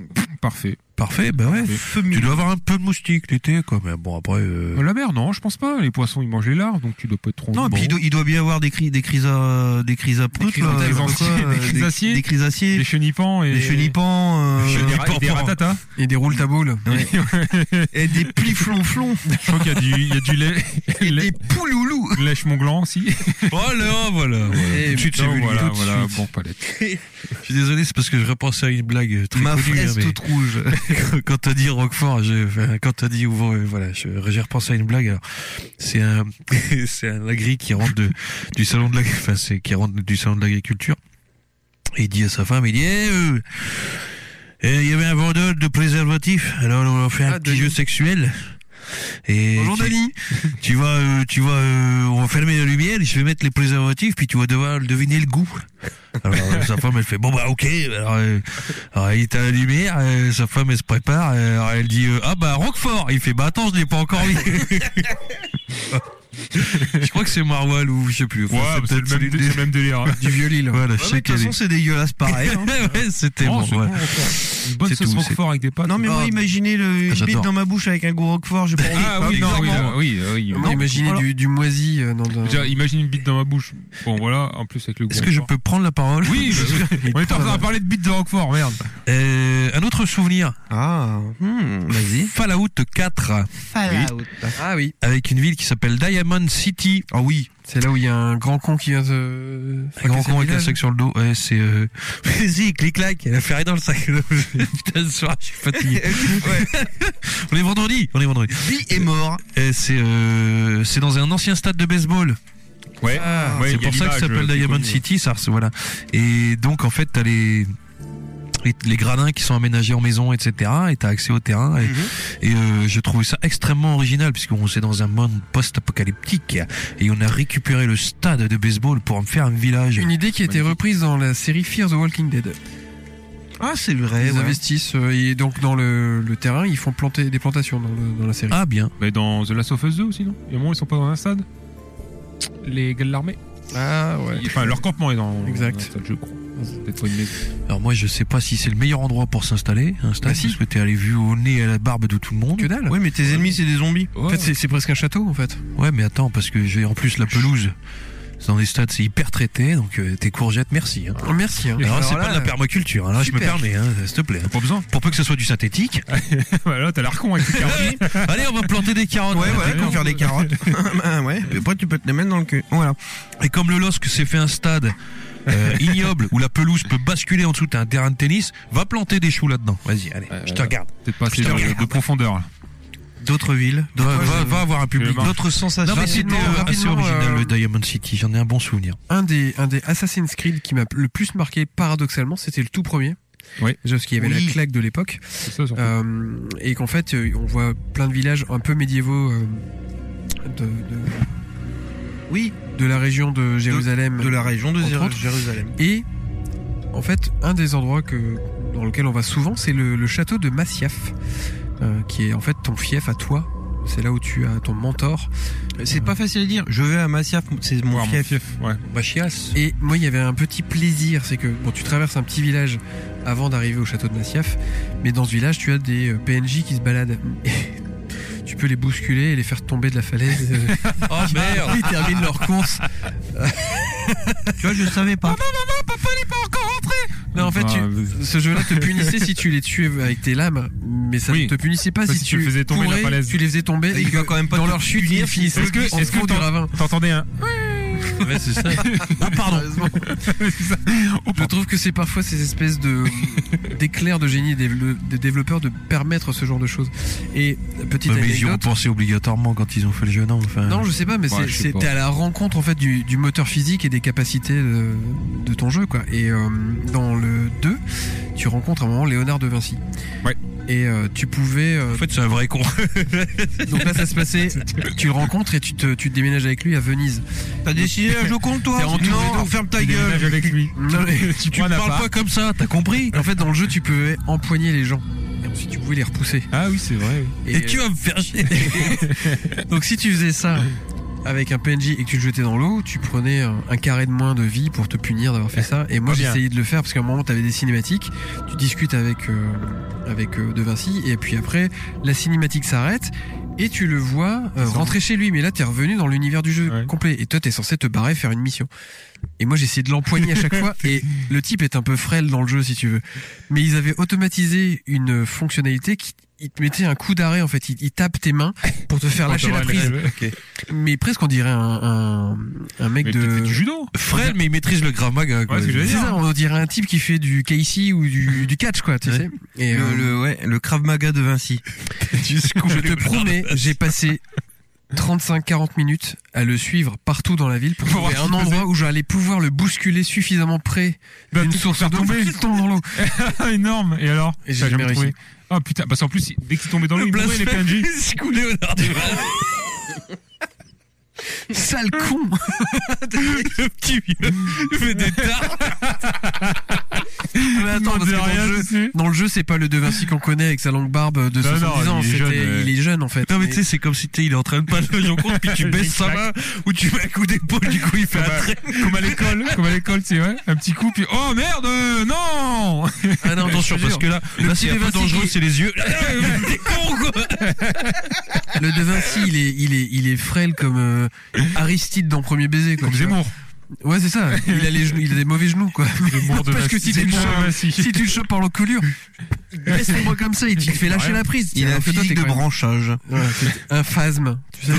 parfait. Parfait, bah ouais. Tu Femelle. dois avoir un peu de moustiques l'été, quoi. Mais bon, après, euh, La mer, non, je pense pas. Les poissons, ils mangent les larves, donc tu dois pas être trop. Non, et bon. puis il doit, il doit bien y avoir des cris, des cris à, des cris à proutes, cris à- là, des je sais pas anciens- quoi, des euh, cris des- aciers. des cris aciers, les chenipans et des chenipans, euh, et des, ra- et des- des ratatas. Et des roules taboules. et des plis flonflons, Je crois qu'il y a du, il y a du lait. et lait- des pouloulous. Lèche mon gland aussi. Voilà, voilà. voilà. Tout de suite, c'est Non, venu. voilà, Tout de voilà, suite. bon palette. Je suis désolé, c'est parce que je repensais à une blague très Ma connue. fraise hein, mais toute rouge. quand t'as dit Roquefort, j'ai- enfin, quand t'as dit ouvre, euh, voilà, je- j'ai repensé à une blague. Alors, c'est un, c'est un agri qui rentre de, du salon de l'agriculture, enfin, c'est qui rentre du salon de l'agriculture. Et il dit à sa femme, il dit, Eh, euh, euh, il y avait un vendeur de préservatifs. Alors on a fait un Ah, petit Denis. jeu sexuel. Et Bonjour, tu- Denis. tu vas, euh, tu vas, euh, on va fermer la lumière, je vais mettre les préservatifs, puis tu vas devoir deviner le goût. Alors euh, sa femme elle fait bon bah ok. Alors, euh, alors, il éteint la lumière, euh, sa femme elle se prépare, euh, alors, elle dit euh, ah bah Roquefort. Il fait bah attends je l'ai pas encore mis. je crois que c'est Marwal ou je sais plus. Enfin, Ouais, c'est peut-être le celui même, dé- c'est le même délire. Du vieux Lille. Voilà, je Ouais, mais sais De toute qu'elle façon, est. c'est dégueulasse pareil. hein. ouais, c'était Oh, bon. c'est voilà. bon, Roquefort. Une bonne C'est sauce tout, c'est- roquefort avec des pâtes. Ah Non, mais moi, imaginez le, une bite Ah, j'adore. dans ma bouche avec un gros roquefort, je prends ah oui, non, oui, là, oui, euh, oui. Non, imaginez voilà. du, du moisi euh, dans un- Déjà, imagine une bite dans ma bouche. Bon, voilà, en plus avec le goût. Est-ce que je peux prendre la parole Oui, bah, oui. on est en train de parler de bite de Roquefort, merde. Euh, Un autre souvenir. Ah, vas-y. Fallout 4 Ah oui, avec une ville qui s'appelle Diamond City. Ah oui. c'est là où il y a un grand con qui vient de. Un grand con fracaser le avec la village. sac sur le dos, ouais, c'est. Euh... Vas-y, clic-clac, elle a ferré dans le sac. Putain, ce soir, je suis fatigué. on est vendredi, on est vendredi. Lui est mort. Et c'est, euh... c'est dans un ancien stade de baseball. Ouais, Ah. c'est pour ça que ça s'appelle Diamond City, ça, c'est- voilà. Et donc, en fait, t'as les. les- Les gradins qui sont aménagés en maison, etc. Et t'as accès au terrain. Et, et, euh, je trouvais ça extrêmement original puisqu'on est dans un monde post-apocalyptique et on a récupéré le stade de baseball pour en faire un village. Une idée qui a été reprise dans la série Fear the Walking Dead. Ah, c'est vrai. Ils ouais. investissent euh, et donc dans le, le terrain, ils font planter des plantations dans, le- dans la série. Ah bien. Mais dans The Last of Us 2 aussi, non Il y a un moment, ils sont pas dans un stade Les gars de l'armée Ah ouais. Enfin, leur campement est dans, Exact. dans un stade, je crois. C'est peut-être pas une maison. Alors moi je sais pas si c'est le meilleur endroit pour s'installer, un stade, parce que t'es allé vu au nez à la barbe de tout le monde. Que dalle. Oui, mais tes ennemis, c'est des zombies. En fait, c'est- c'est presque un château en fait. Ouais mais attends parce que j'ai en plus la pelouse. C'est Dans les stades c'est hyper traité donc euh, tes courgettes merci. hein. Oh, merci. hein. Alors, Alors c'est là, pas de la permaculture, hein, là, je me super. permets, hein, s'il te plaît. Pas besoin. Pour peu que ce soit du synthétique. Voilà, Bah t'as l'air con avec les carottes. Allez, on va planter des carottes. Ouais, voilà, Ouais, qu'on on faire peut- des carottes. Bah, ouais, puis après, tu peux te les mettre dans le cul. Voilà. Et comme le LOSC s'est fait un stade euh, ignoble où la pelouse peut basculer en dessous d'un terrain de tennis, va planter des choux là-dedans. Vas-y, allez, je te regarde. Peut-être pas assez Putain, de, regarde. de profondeur. là. D'autres villes, Va, d'autres va- va avoir un public. Clément. D'autres sensations. Non, mais C'était rapidement, euh, assez rapidement, original euh, le Diamond City. J'en ai un bon souvenir. un des, un des Assassin's Creed qui m'a le plus marqué paradoxalement, c'était le tout premier. Oui. Déjà parce qu'il y avait Oui. la claque de l'époque. C'est ça, surtout. Euh, et qu'en fait, euh, on voit plein de villages un peu médiévaux euh, de, de, Oui, de la région de Jérusalem. de la région de entre Jéru- autres. Jérusalem. Et en fait, un des endroits que, dans lequel on va souvent, c'est le, le château de Massiaf, euh, qui est en fait ton fief à toi. C'est là où tu as ton mentor. Euh, C'est pas facile à dire. Je vais à Massiaf, c'est mon Voir mon fief. fief, ouais. Bah, Bachias. Et moi, il y avait un petit plaisir, c'est que bon, tu traverses un petit village avant d'arriver au château de Massiaf, mais dans ce village, tu as des euh, PNJ qui se baladent. Et tu peux les bousculer et les faire tomber de la falaise. euh, Oh merde. Ils terminent leur course. Tu vois, je savais pas. Non, en fait, tu- Ah, vas-y. ce jeu-là te punissait si tu les tuais avec tes lames, mais ça Oui. ne te punissait pas Pas si, si tu les faisais tomber de la courais, falaise. Tu les faisais tomber et, Il que va quand même pas dans te leur chute, ils finissaient Est-ce que- en est-ce que fond du t'en- ravin. T'entendais un Ouais, c'est ça. Ah pardon. Je trouve que c'est parfois ces espèces de d'éclairs de génie des, des développeurs de permettre ce genre de choses. Et petite Bah, mais ils y ont anecdote. pensé obligatoirement quand ils ont fait le jeu, non enfin, Non, je sais pas, mais Ouais, c'est- je sais c'est pas. t'es à la rencontre en fait du, du moteur physique et des capacités de, de ton jeu quoi. Et euh, dans le 2, tu rencontres à un moment Léonard de Vinci. Ouais. Et euh, tu pouvais euh, En fait, c'est un vrai con. donc là ça se passait. tu le rencontres et tu te, tu te déménages avec lui à Venise. T'as décidé à jouer contre toi T'es entouré Non, d'eau. ferme ta Tu gueule. déménages avec lui. Non, mais- Tu tu prends un parles appart. pas comme ça, t'as compris En fait, dans le jeu, tu pouvais empoigner les gens. Et ensuite, tu pouvais les repousser. Ah oui, c'est vrai. oui. Et tu vas me faire chier. Donc, si tu faisais ça avec un PNJ et que tu le jetais dans l'eau, tu prenais un, un carré de moins de vie pour te punir d'avoir fait ça. Et moi, Pas bien. j'essayais de le faire parce qu'à un moment, t'avais des cinématiques. Tu discutes avec euh, avec euh, De Vinci et puis après, la cinématique s'arrête. Et tu le vois euh, rentrer chez lui, mais là t'es revenu dans l'univers du jeu Ouais. complet. Et toi t'es censé te barrer faire une mission. Et moi j'essayais de l'empoigner à chaque fois. Et le type est un peu frêle dans le jeu si tu veux. mais ils avaient automatisé une fonctionnalité qui il te mettait un coup d'arrêt en fait, il, il tape tes mains pour te faire lâcher la Quand t'auras prise. les- Ok. Mais presque on dirait un, un, un mec Mais peut-être c'est de... du judo. Fred, mais il maîtrise le Krav Maga, quoi. Ouais, ce que j'allais C'est dire. ça, on dirait un type qui fait du KC ou du, du catch quoi, tu Ouais. sais. Et Le, euh, le, ouais, le Krav Maga de Vinci. je te promets, j'ai passé 35-40 minutes à le suivre partout dans la ville pour Pour trouver voir ce un qu'il endroit où j'allais pouvoir le bousculer suffisamment près Bah, d'une tout source faire d'eau pour tomber. qu'il tombe dans l'eau. Énorme. Et alors Et j'ai T'as jamais réussi. trouvé Ah putain, parce qu'en plus, dès qu'il tombait dans l'eau, Le il mourait les PNJ. blasphème, c'est cool, Léonard. Sale con Le petit vieux, il fait des tartes. Mais attends, parce que dans le jeu, Dans le jeu, c'est pas le De Vinci qu'on connaît avec sa longue barbe de Non, non, 70 ans. il est c'était- jeune, ouais. il est jeune en fait. Non mais Mais- tu sais c'est comme si t'es- il est en train de pas le jeu compte puis tu baisses sa main ou tu mets un coup d'épaule du coup il fait un trait. Comme à l'école, comme à l'école, tu sais, ouais. Un petit coup, puis oh merde, euh, non Ah non, Attention je te parce jure, que là, le là petit c'est un peu Vinci dangereux qui- c'est les yeux. Ah, T'es con quoi le De Vinci, il est, il est, il est frêle comme euh, Aristide dans Premier baiser. Quoi, Comme tu vois. Zemmour. Ouais, c'est ça. Il a les genoux, il a des mauvais genoux quoi. Zemmour de Parce que Vinci. si tu le Zemmour de chopes, Vinci. si tu le chopes par l'encolure, laisse-moi comme ça, il te il te fait lâcher la prise. Il a un Alors que toi, physique t'es de quand même- branchage. Ouais, c'est un phasme. Tu sais.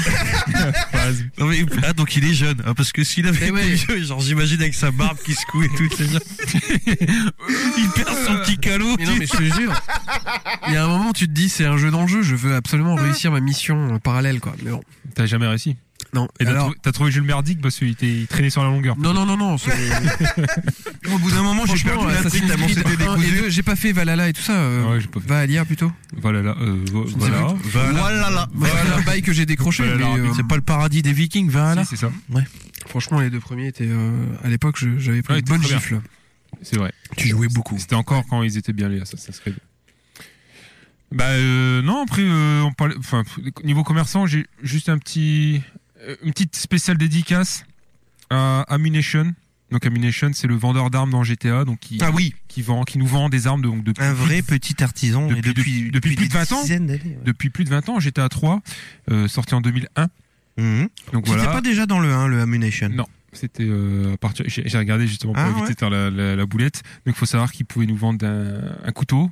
Non, mais- Ah donc il est jeune hein, parce que s'il avait Eh été ouais. vieux genre j'imagine avec sa barbe qui secoue et tout c'est genre- il perd son petit calot. Mais non, mais je te jure. Il y a un moment, tu te dis, c'est un jeu dans le jeu. Je veux absolument Ah. réussir ma mission euh, parallèle quoi. Mais bon. T'as jamais réussi. Non. Et t'as Alors- trouvé- t'as trouvé Jules Merdic parce qu'il était- il traînait sur la longueur. Non, non, non, non. c'est- Au bout d'un moment, j'ai perdu Franchement, l'intrigue Assassin's tellement Creed c'était 1 et décousu. 2, J'ai pas fait Valhalla et tout ça. euh, Ouais, j'ai pas fait. Valia plutôt. Voilà, là, euh, vo- ne sais voilà. Ah, Voilà là. Bah, C'est un bail que j'ai décroché. Valhalla, mais, euh, C'est pas le paradis des Vikings va là. Si, c'est ça. franchement, les deux premiers étaient. euh, à l'époque, je- j'avais pris Ouais, une bonne très bien. gifle. c'est vrai. Tu jouais beaucoup. C'était encore quand ils étaient bien les Assassin's Creed. Bah euh, non, après euh, on parlait, enfin pff, niveau commerçant, j'ai juste un petit, euh, une petite spéciale dédicace à Amination. Donc Amination, c'est le vendeur d'armes dans GTA, donc qui, Ah oui. qui vend, qui nous vend des armes de, donc depuis Un plus vrai de- petit artisan. et depuis, depuis- depuis plus des de 20 ans, dizaines d'années, ouais. depuis plus de 20 ans, GTA 3, euh, sorti en 2001. Donc C'était voilà. pas déjà dans le 1, le Ammunition Non, c'était euh, à partir. J'ai j'ai regardé justement pour Ah, éviter ouais. de faire la, la- la boulette. Donc, il faut savoir qu'ils pouvaient nous vendre un, un couteau,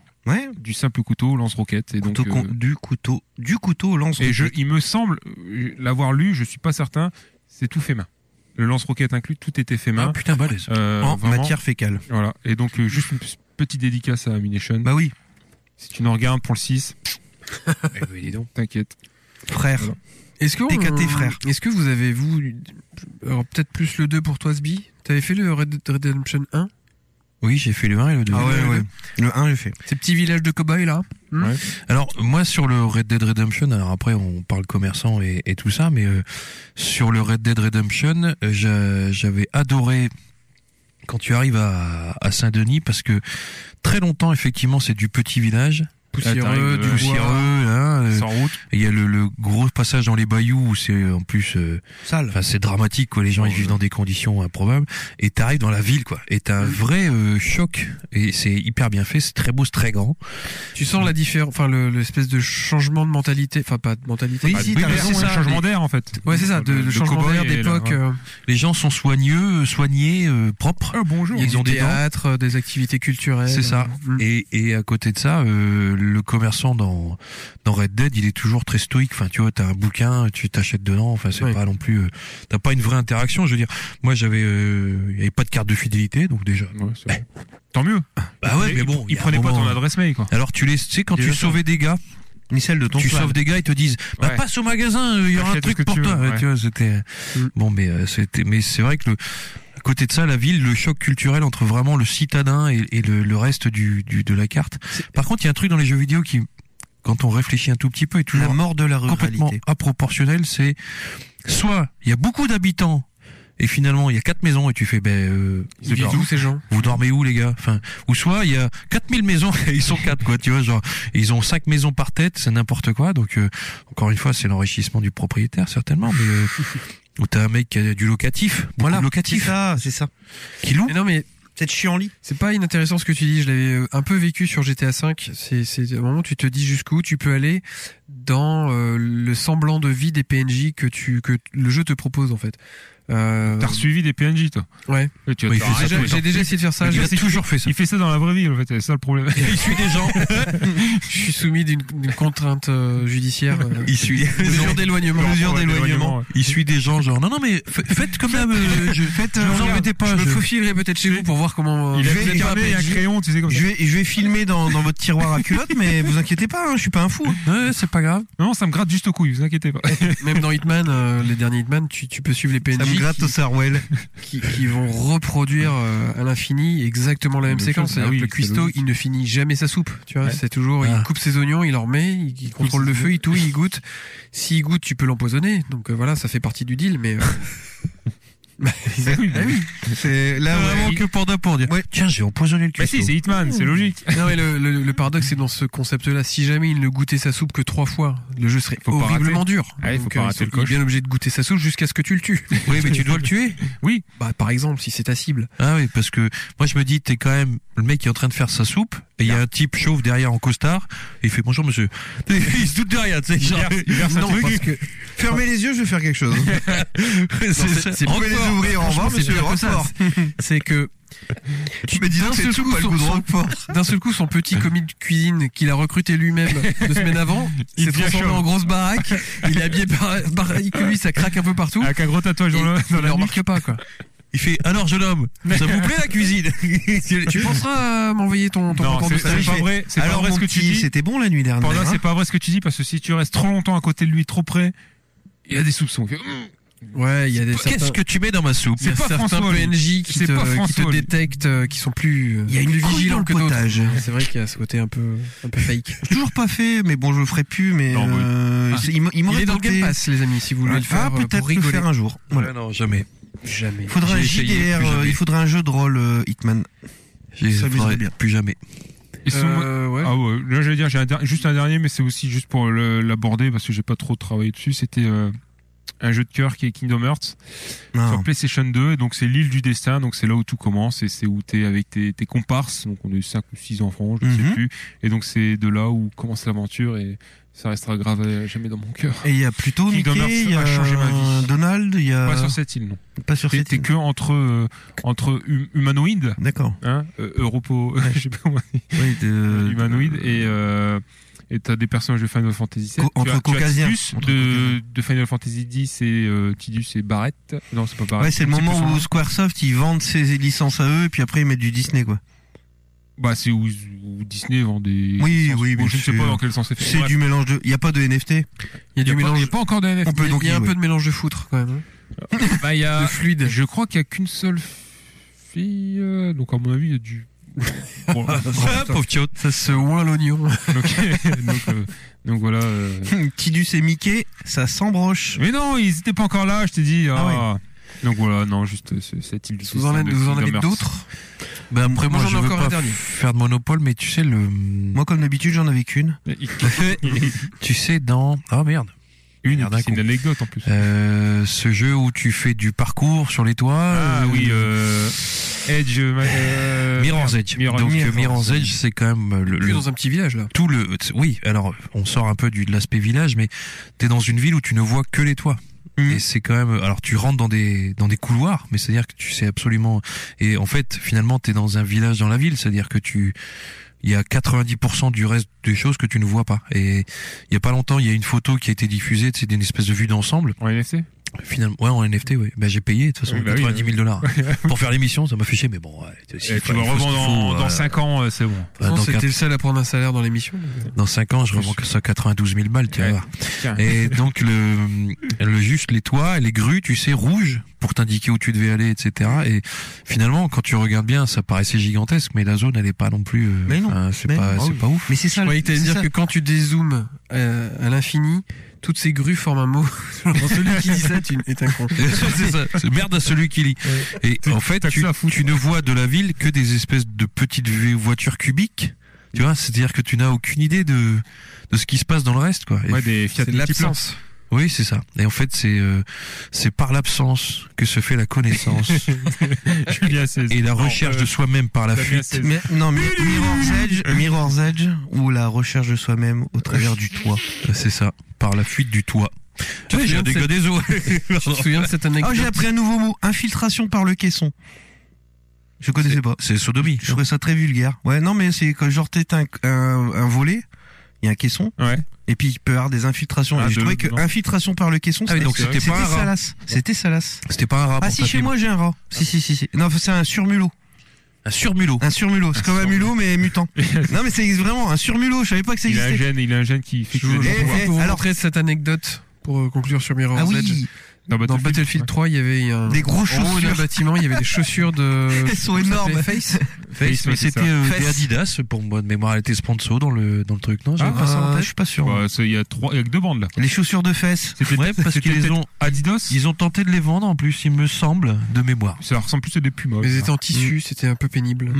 du simple couteau, lance-roquette, et donc Couteau con- du couteau, du couteau, lance-roquette. Et je, il me semble euh, l'avoir lu, je suis pas certain, c'est tout fait main. Le lance-roquette inclus, tout était fait main. Euh, Ah, putain, balèze. En matière fécale. Voilà. Et donc, euh, juste une p- petite dédicace à Amination. Bah oui. Si tu nous regardes pour le 6, Eh ben, t'inquiète. Frère. Est-ce que TKT, euh, frère. Est-ce que vous avez vous alors peut-être plus le 2 pour toi Sbi T'avais fait le Red Dead Redemption 1 Oui, j'ai fait le 1 et le 2. Ah ouais, ouais. Le 1, j'ai fait. Ces petits villages de cobayes là hmm Alors moi sur le Red Dead Redemption, alors après on parle commerçant et, et tout ça, mais euh, sur le Red Dead Redemption, euh, j'a- j'avais adoré quand tu arrives à, à Saint-Denis parce que très longtemps effectivement c'est du petit village. Poussiéreux, Là, t'arrives, du euh, bois, poussiéreux, là, euh, sans route. et Il y a le, le gros passage dans les bayous où c'est euh, en plus euh, Enfin c'est dramatique quoi. Les gens ils vivent dans des conditions improbables. Et t'arrives dans la ville quoi. Et t'as un Mmh. vrai euh, choc. Et c'est hyper bien fait. C'est très beau, c'est très grand. Tu sens la différence, enfin le- l'espèce de changement de mentalité, enfin pas de mentalité. Oui, si, t'as mais raison, hein. c'est ouais, ça, changement mais- d'air, en fait. Ouais, c'est ça, de, Le- le le changement cow-boy d'air et la- d'époque. ouais. euh, Les gens sont soigneux, euh, soignés, euh, propres. Ah, bonjour. Il y a Ils ont du des dents. théâtre, euh, des activités culturelles. Euh, C'est ça. Et, et à côté de ça, euh, le commerçant dans, dans Red Dead, il est toujours très stoïque. Enfin, tu vois, t'as un bouquin, tu t'achètes dedans. Enfin, c'est pas non plus, euh, t'as pas une vraie interaction. Je veux dire, moi, j'avais, euh, il y avait pas de carte de fidélité, donc déjà. Eh, Tant mieux. Bah ouais, mais bon. il y a un prenait pas moment, ton euh, adresse mail, quoi. Alors, tu les, tu sais, quand Déjà tu ça. sauvais des gars. Michel de ton Tu clan. sauves des gars, ils te disent, bah, Ouais. passe au magasin, euh, il y aura un Achète ce truc que pour tu toi. veux, Ouais, ouais. Mm. Tu vois, c'était, bon, mais, euh, c'était, mais c'est vrai que le, à côté de ça, la ville, le choc culturel entre vraiment le citadin et, et le, le reste du, du, de la carte. Par contre, il y a un truc dans les jeux vidéo qui, quand on réfléchit un tout petit peu, est toujours La mort de la complètement ruralité. proportionnel, c'est soit il y a beaucoup d'habitants et finalement il y a quatre maisons et tu fais ben euh, Ils vivent alors, où, ces gens Vous dormez où les gars Enfin ou soit il y a 4000 maisons et ils sont quatre quoi, tu vois genre ils ont cinq maisons par tête, c'est n'importe quoi. Donc euh, encore une fois, c'est l'enrichissement du propriétaire certainement mais euh, ou t'as un mec qui a du locatif, beaucoup de locatif. C'est ça, c'est ça. Qui loue Non mais peut-être chiant lit. C'est pas inintéressant ce que tu dis. Je l'avais euh, un peu vécu sur GTA V. C'est c'est un moment où tu te dis jusqu'où tu peux aller dans euh, le semblant de vie des PNJ que tu que t- le jeu te propose en fait. Euh... T'as suivi des PNJ, toi Ouais. Tu- Oui, il t'as fait ça arrêté. tout le temps. J'ai déjà essayé de faire ça. Le J'ai gars, c'est- toujours fait ça. Il fait ça dans la vraie vie, en fait. C'est ça le problème. Il suit des gens. Je suis soumis d'une d'une contrainte euh, judiciaire. euh, Il suit mesure d'éloignement. Mesure d'éloignement. Il suit des gens genre non non mais fa- faites comme là, euh, je faites euh, vous regarde, embêtez Je pas. me je- faufilerai peut-être chez vous pour voir comment. euh, Je vous vais- êtes pas je vais- PNJ. Je vais, je vais filmer dans, dans votre tiroir à culotte, mais vous inquiétez pas, hein, je suis pas un fou. Ouais, c'est pas grave. Non, ça me gratte juste au couille, vous inquiétez pas. Même dans Hitman, euh, les derniers Hitman, tu, tu peux suivre les PNJ. Ça me gratte qui- au Sarwell. qui, qui vont reproduire euh, à l'infini exactement la même Même séquence. chose. C'est-à-dire Ah oui, que le c'est cuistot, logique. il ne finit jamais sa soupe. Tu vois, Ouais. c'est toujours, Ah. il coupe ses oignons, il en remet, il, il contrôle le feu, il touille, il goûte. S'il goûte, tu peux l'empoisonner. Donc euh, voilà, ça fait partie du deal, mais. euh, Bah oui, bah oui. C'est là vraiment que pour pour dire. Tiens, j'ai empoisonné le Bah si, cuistot. c'est Hitman, c'est logique. Non mais le, le- le paradoxe c'est dans ce concept-là. Si jamais il ne goûtait sa soupe que trois fois, le jeu serait pas horriblement rater. dur. Ah Ouais, faut Donc, pas euh, ils rater sont- il le est coche. bien obligé de goûter sa soupe jusqu'à ce que tu le tues. Oui, mais tu dois le tuer. Oui. Bah par exemple, si c'est ta cible. Ah oui, parce que moi je me dis, t'es quand même le mec qui est en train de faire sa soupe, et il y a un type chauve derrière en costard, et il fait bonjour monsieur. il se doute de rien, tu sais. Genre, verse- il verse un non, truc. parce que- Fermez les yeux, je vais faire quelque chose. c'est ça. Vous pouvez les ouvrir, au revoir, Franchement, c'est monsieur pire que ça. Roquefort. C'est que. Tu me dis d'un donc, c'est seul tout coup, pas le son- goût de son- Roquefort. D'un seul coup, son petit commis de cuisine qu'il a recruté lui-même deux semaines avant Il s'est devient transformé chauve. en grosse baraque. Il est habillé par- pareil que lui, ça craque un peu partout. Avec un gros tatouage Ah, Et dans, le, il dans la le remarque pas, quoi. Il fait alors jeune homme, ça vous plaît la cuisine Tu penseras à m'envoyer ton, ton Non, rapport de c'est c'est stage. pas vrai. C'est pas Alors, vrai mon ce que tu petit, dis. c'était bon la nuit dernière, Panda, hein c'est pas vrai ce que tu dis parce que si tu restes trop longtemps à côté de lui, trop près, il y a des soupçons. Il fait, Hum, Ouais, il y a des. Qu'est-ce certains- que tu mets dans ma soupe il y a certains lui. PNJ qui C'est te, pas qui François, te lui. détectent, euh, qui sont plus, euh, Il y a une plus couille dans vigilants le que d'autres. potage. C'est vrai qu'il y a ce côté un peu, un peu fake. J'ai toujours pas fait, mais bon, je le ferai plus, mais Non, mais- euh, Ah. c'est- il m'a- il Il m'aurait est dans le tenté. Game Pass, les amis, si vous voulez le faire. Ah, euh, pour peut-être le rigoler. faire un jour. Voilà. Ouais, non, jamais. Jamais. Il faudrait un J'ai essayé, JDR, plus euh, jamais. il faudrait un jeu de rôle euh, Hitman. J'ai- faudrait Plus jamais. Et sinon, Euh, moi- Ah ouais, là j'allais dire, j'ai un der- juste un dernier, mais c'est aussi juste pour le- l'aborder parce que j'ai pas trop travaillé dessus. C'était euh, un jeu de cœur qui est Kingdom Hearts Ah. sur PlayStation 2. Donc c'est l'île du destin, donc c'est là où tout commence et c'est où t'es avec tes, tes comparses. Donc on a eu 5 ou 6 enfants, je ne Mhm. sais plus. Et donc c'est de là où commence l'aventure et ça restera gravé à jamais dans mon cœur. Et il y a plutôt Kingdom Mickey, Hearts il y a a changé ma vie. Donald, il y a. Pas sur cette île, non. Pas sur T'es- cette t'es île. que entre, euh, entre hum- humanoïdes. D'accord. Hein, euh, Europo, je sais pas comment on dit. Euh, Humanoïdes et, euh, et t'as des personnages de Final Fantasy VII. Co- Tu entre as- tu as Caucasiens. Tidus Entre de, de Final Fantasy X et euh, Tidus et Barrett. Non, c'est pas Barrett. Ouais, c'est le un petit peu moment son nom. où Squaresoft ils vendent ses licences à eux et puis après ils mettent du Disney quoi. Bah, c'est où, où Disney vend des. Oui, licences. oui, Bon, bien Je ne sais sûr. pas dans quel sens c'est fait. C'est Bref. du mélange de. Il y a pas de NFT. Il y a du pas- mélange. y a pas encore de NFT. On peut donc il y a un dire, peu ouais. de mélange de foutre quand même. Bah, il y a. De fluide. Je crois qu'il y a qu'une seule fille. euh, donc, à mon avis, il y a du. Bon, pauvre Ça se oint l'oignon. donc, donc, euh, donc voilà. euh, Tidus et Mickey, ça s'embroche. Mais non, ils étaient pas encore là, je t'ai dit. Ah ah. Donc voilà, non, juste euh, ce- cette île du Vous en destin avez- de vous en avez Kingdom Hearts. d'autres Ben après, moi, Bah, Moi, j'en ai je veux encore un pas dernier. faire de monopole, mais tu sais, le. Moi comme d'habitude j'en avais qu'une. tu sais, dans. oh, Ah merde. Une, Merde, un c'est une con. anecdote en plus. Euh, ce jeu où tu fais du parcours sur les toits. Ah euh, oui, euh, Edge. euh, Mirror's merde, Edge. Mirror's Donc Edge. euh, Mirror's Edge, c'est quand même euh, le, Plus le- dans un petit village là. tout le oui. Alors on sort un peu du de l'aspect village, mais t'es dans une ville où tu ne vois que les toits. Mhm. Et c'est quand même alors tu rentres dans des dans des couloirs, mais c'est à dire que tu sais absolument. Et en fait finalement t'es dans un village dans la ville, c'est à dire que tu il y a 90% du reste des choses que tu ne vois pas. Et il y a pas longtemps, il y a une photo qui a été diffusée, c'est d'une espèce de vue d'ensemble. En NFC Finalement, ouais, en NFT, ouais. Ben, j'ai payé, de toute façon, Oui, bah oui, 90 000 dollars. oui. Pour faire l'émission, ça m'a fait chier, mais bon, ouais. Et tu vas revendre dans, dans 5 ans, euh, c'est bon. Bah, donc, C'était un- le seul à prendre un salaire dans l'émission. Dans 5 ans, je revends que ça 92 000 balles, tu vas Ouais. voir. Tiens. Et donc, le, le juste, les toits, et les grues, tu sais, rouges, pour t'indiquer où tu devais aller, etc. Et finalement, quand tu regardes bien, ça paraissait gigantesque, mais la zone, elle est pas non plus, euh, Mais non. enfin, c'est Mais bah pas, non. c'est pas ouf. Mais c'est ça. Je le- croyais que t'allais me c'est dire ça. que quand tu dézoomes euh, à l'infini, toutes ces grues forment un mot. Genre, celui qui dit ça tu- est un con. c'est ça. C'est merde à celui qui lit. Et en fait, tu, tu ne vois de la ville que des espèces de petites vo- voitures cubiques. Tu vois, c'est-à-dire que tu n'as aucune idée de, de ce qui se passe dans le reste, quoi. Et Ouais, des Fiat C'est de Multipla. l'absence. oui, c'est ça. Et en fait, c'est euh, c'est par l'absence que se fait la connaissance Julien 16. et la recherche de soi-même par la Damien fuite. 16. Mais, non, mais Mirror's Edge, Mirror's Edge, ou la recherche de soi-même au travers du toit. C'est ça, par la fuite du toit. Tu te Ouais, j'ai souviens un de dégât cette- des eaux. Tu te souviens de cette Oh, anecdote j'ai appris un nouveau mot. Infiltration par le caisson. Je connaissais pas. C'est sodomie. Je trouvais ça très vulgaire. Ouais, non, mais c'est quand genre t'es un, un, un volet, il y a un caisson, Ouais. et puis il peut y avoir des infiltrations. Ah, et je de- trouvais que non. infiltration par le caisson, Ah oui, donc c'était pas un rat. salace. C'était salace. C'était pas un rat. Ah pour ta si, chez fibre. moi j'ai un rat. Si, si, si, si. Non, c'est un surmulot. Un surmulot. Un surmulot. C'est comme un mulot, mais mutant. non, mais c'est vraiment un surmulot. Je savais pas que ça Il a un existait. gène, il a un gène qui fait que. Je Eh, vais eh, vous alors- montrer cette anecdote pour euh, conclure sur Mirror's Ah Edge. oui, Dans Dans Battlefield 3, il y avait un. des gros En haut d'un chaussures. bâtiment, il y avait des chaussures de. Elles sont Comment ça énormes. s'appelait Face Face, mais ouais, c'est c'était ça. euh, des Face. Adidas pour moi de mémoire. Elle était sponsor dans le dans le truc, non j'avais Ah, pas ça en je tête. suis pas sûr. Bah, c'est- Il y a trois- il y a que deux bandes là. Les chaussures de fesses. C'était Ouais, peut-être- parce c'était qu'ils peut-être ont- Adidas. Ils ont tenté de les vendre en plus, il me semble, de mémoire. Ça ressemble plus à des hein. Pumas. Mais ça. ils étaient en tissu, c'était un peu pénible.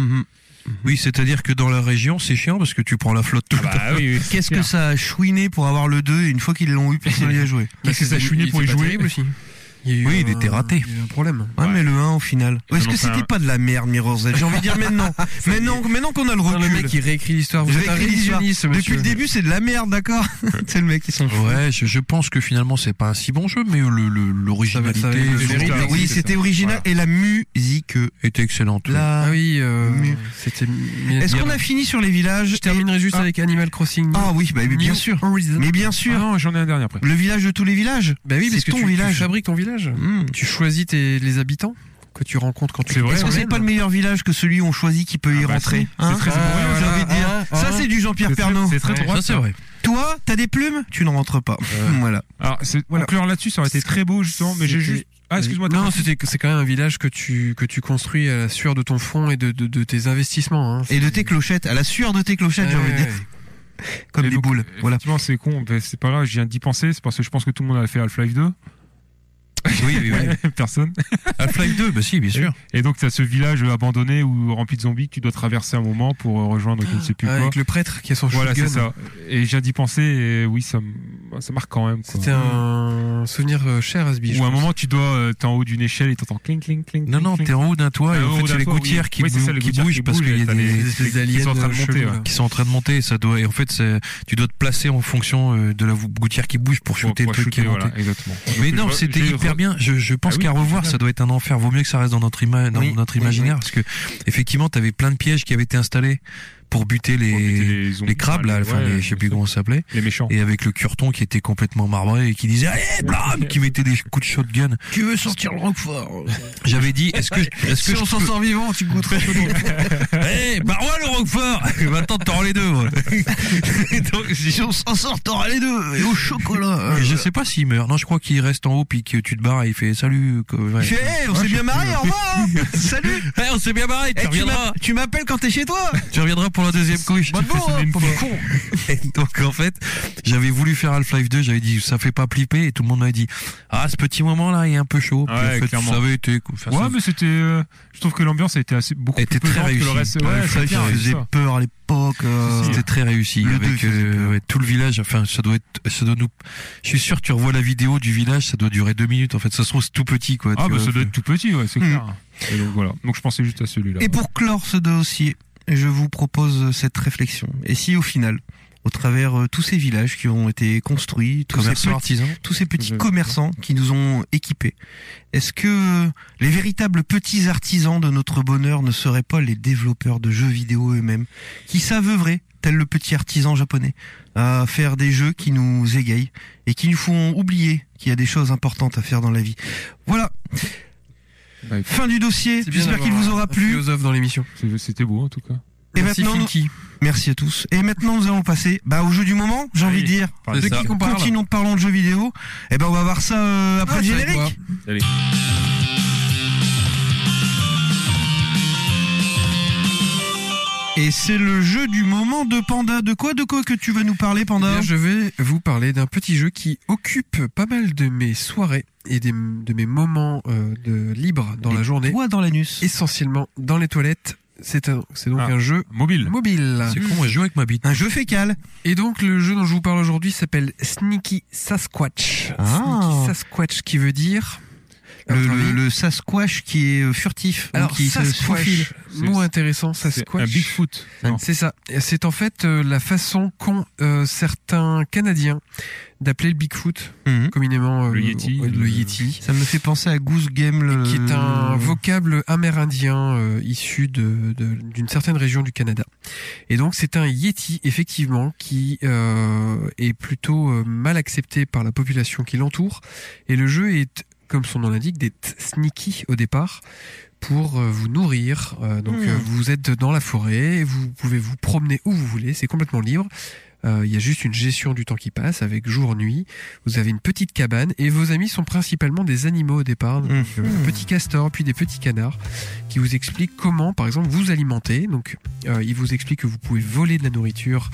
Oui, c'est-à-dire que dans la région, c'est chiant parce que tu prends la flotte tout Ah le temps. bah oui, oui, c'est Qu'est-ce que clair. ça a chouiné pour avoir le 2 et une fois qu'ils l'ont eu, personne n'y a joué. Parce que ça chouinait pour y C'était pas jouer. terrible aussi. Il y a eu Oui, il un- était raté. Il y a eu un problème. Ouais, mais le 1 au final. Ils en Est-ce ont que fait c'était un- pas de la merde, Mirror's Edge J'ai envie de dire maintenant. maintenant, maintenant qu'on a le Non, le recul. mec, il réécrit l'histoire. Vous Je êtes un réécris l'histoire. révisionniste, Depuis monsieur. le début, c'est de la merde, d'accord C'est le mec qui s'en fout. Ouais, je, je pense que finalement c'est pas un si bon jeu, mais le- le- l'originalité Ça va- ça va être le- mérité. était- Oui, c'est c'était original et la musique. euh, était excellente. oui. Là. Ah oui, euh, Mieux. c'était. Est-ce qu'on a fini sur les villages Je terminerai juste Ah. avec Animal Crossing. Ah oui, bah, mais bien Mm. New sûr. Horizon. Mais bien Ah sûr. non, j'en ai un dernier après. Le village de tous les villages. Bah oui, parce C'est que ton tu, tu village. fabriques ton village. Mm. Hmm. Tu choisis tes, les habitants que tu rencontres quand tu. C'est vrai, Est-ce que c'est t'emmènes. pas le meilleur village que celui où on choisit qui peut y Ah bah rentrer si, c'est très Ah, important. j'ai envie de dire. Ah, ah, Ça, ah. c'est du Jean-Pierre C'est très- Pernaut. c'est très Ouais. droit. Ça c'est vrai. Toi, t'as des plumes Tu n'en rentres pas. Euh. Voilà. Alors, c'est- Voilà. conclure là-dessus, ça aurait été très beau justement, mais j'ai C'était- juste. Ah, excuse-moi. t'as Non, pas- c'était c'est quand même un village que tu que tu construis à la sueur de ton front et de, de, de tes investissements. Hein. Et de tes clochettes, à la sueur de tes clochettes, j'ai envie de dire. Comme Et des donc, boules. Voilà. Effectivement, c'est con. mais C'est pas grave. Je viens d'y penser. C'est parce que je pense que tout le monde a fait Half-Life 2. Oui, oui, oui. Personne. Half-Life 2, bah si, bien sûr. Et donc, tu as ce village abandonné ou rempli de zombies que tu dois traverser un moment pour euh, rejoindre je ne sais plus Avec quoi. le prêtre qui a son Voilà, c'est shotgun. ça. Et j'ai d'y penser, et oui, ça, m- ça marque quand même. quoi. C'était Mmh. un souvenir euh, cher à ce Ou à un moment, tu dois, euh, t'es en haut d'une échelle et t'entends clink, clink, clink. Non, non, t'es en haut d'un toit et Ah, en au fait, haut c'est d'un les toit, oui. gouttières qui, Oui, c'est bou- ça, les qui gouttières bougent qui parce bougent, qu'il y et a t'as des, les- des les- qui aliens euh, sont en train de monter, chelous, là, ouais. qui sont en train de monter. Ça doit, et en fait, c'est- tu dois te placer en fonction euh, de la vou- gouttière qui bouge pour shooter pour le truc qui est shooter, voilà, monté. exactement. Mais Donc, non, je- c'était j'ai hyper re- bien. Je, je pense Ah oui, qu'à revoir, c'est ça doit être un enfer. Vaut mieux que ça reste dans notre, ima- dans Oui, notre oui, imaginaire parce que effectivement, t'avais plein de pièges qui avaient été installés pour buter les, les, zombies, crabes enfin, là, les- enfin, ouais, les, je sais plus comment ça s'appelait. Les méchants. Et avec le curton qui était complètement marbré et qui disait, allez, blam, qui mettait des coups de shotgun. Tu veux sortir le Roquefort J'avais dit, est-ce que, je- est-ce que Si je on s'en peux- sort vivant, tu goûterais chaud. Eh, bah ouais, le Roquefort Maintenant, t'auras les deux. voilà. Et donc, si on s'en sort, t'auras les deux. Et au chocolat. euh, Et je sais pas s'il meurt. Non, je crois qu'il reste en haut puis que tu te barres et il fait salut. quoi. Ouais. Il fait, Eh, on Ouais, s'est je bien sais marré, plus. au revoir hein. Salut Eh, on s'est bien marré, tu Eh, tu reviendras. m'app- Tu m'appelles quand t'es chez toi Tu reviendras pour la deuxième couche. Bonne bourre, hein, pauvre con Et donc en fait, j'avais voulu faire Half-Life 2, j'avais dit ça fait pas flipper et tout le monde m'avait dit ah ce petit moment là il est un peu chaud. Puis, Ouais, en fait, clairement. ça avait été. enfin, ouais, ça- mais c'était. euh, je trouve que l'ambiance a été assez beaucoup était plus très pesante que réussi. le reste. Ouais, Ouais, c'est c'est vrai qu'il bien, faisait c'est ça. Peur à l'époque. euh, C'était très réussi Le deux avec faisait euh, ouais, tout le village. Enfin, ça doit être, ça doit nous. Je suis sûr, que tu revois la vidéo du village, ça doit durer deux minutes. En fait, ça se trouve c'est tout petit quoi. Ah, tu bah vois. ça doit être tout petit, ouais, c'est Hmm. clair. Et donc voilà. Donc je pensais juste à celui-là. Et pour clore ce dossier, je vous propose cette réflexion. Et si au final, au travers euh, tous ces villages qui ont été construits, tous ces Commerçants, petits, artisans. tous ces petits Je- Mhm. commerçants qui nous ont équipés, est-ce que euh, les véritables petits artisans de notre bonheur ne seraient pas les développeurs de jeux vidéo eux-mêmes, qui s'aveuvraient, tel le petit artisan japonais, à faire des jeux qui nous égayent et qui nous font oublier qu'il y a des choses importantes à faire dans la vie. Voilà. Fin du dossier. C'est bien J'espère qu'il d'avoir vous aura un plu. philosophe dans l'émission. C'est- C'était beau en tout cas. Et Merci, maintenant, Finky. merci à tous. Et maintenant, nous allons passer bah, au jeu du moment, j'ai Oui, envie de dire. c'est De ça. qui qu'on parle Continuons, parlons de jeux vidéo. Et ben, on va voir ça euh, après Ah, le ça va être générique. Allez. Et c'est le jeu du moment de Panda. De quoi, de quoi que tu vas nous parler, Eh Panda bien, je vais vous parler d'un petit jeu qui occupe pas mal de mes soirées et des- de mes moments euh, de libre dans la journée, Toi dans l'anus. essentiellement dans les toilettes. C'est un- c'est donc Ah. un jeu Mobile. mobile. C'est con, moi je joue avec ma bite. Un jeu fécal. Et donc le jeu dont je vous parle aujourd'hui s'appelle Sneaky Sasquatch. Ah. Sneaky Sasquatch qui veut dire à Le, votre le, avis le Sasquatch qui est euh, furtif. alors qui se faufile. Sasquatch, mot C'est- intéressant C'est un Sasquatch. Bigfoot. Non. C'est ça. Et C'est en fait euh, la façon qu'ont euh, certains Canadiens d'appeler le Bigfoot Mhm. communément euh, Le Yeti, ouais, le le- Yeti, Ça me fait penser à Goose Game, le... qui est un Hmm. vocable amérindien euh, issu de- de- d'une certaine région du Canada. Et donc c'est un Yeti effectivement qui euh, est plutôt euh, mal accepté par la population qui l'entoure. Et le jeu est, comme son nom l'indique, des t- sneaky au départ pour euh, vous nourrir. Euh, donc Hmm. euh, vous êtes dans la forêt, vous pouvez vous promener où vous voulez, c'est complètement libre. Euh, Il y a juste une gestion du temps qui passe avec jour-nuit. Vous avez une petite cabane et vos amis sont principalement des animaux au départ, donc, Mhm. euh, petits castors puis des petits canards qui vous expliquent comment, par exemple, vous alimenter. Donc euh, il vous explique que vous pouvez voler de la nourriture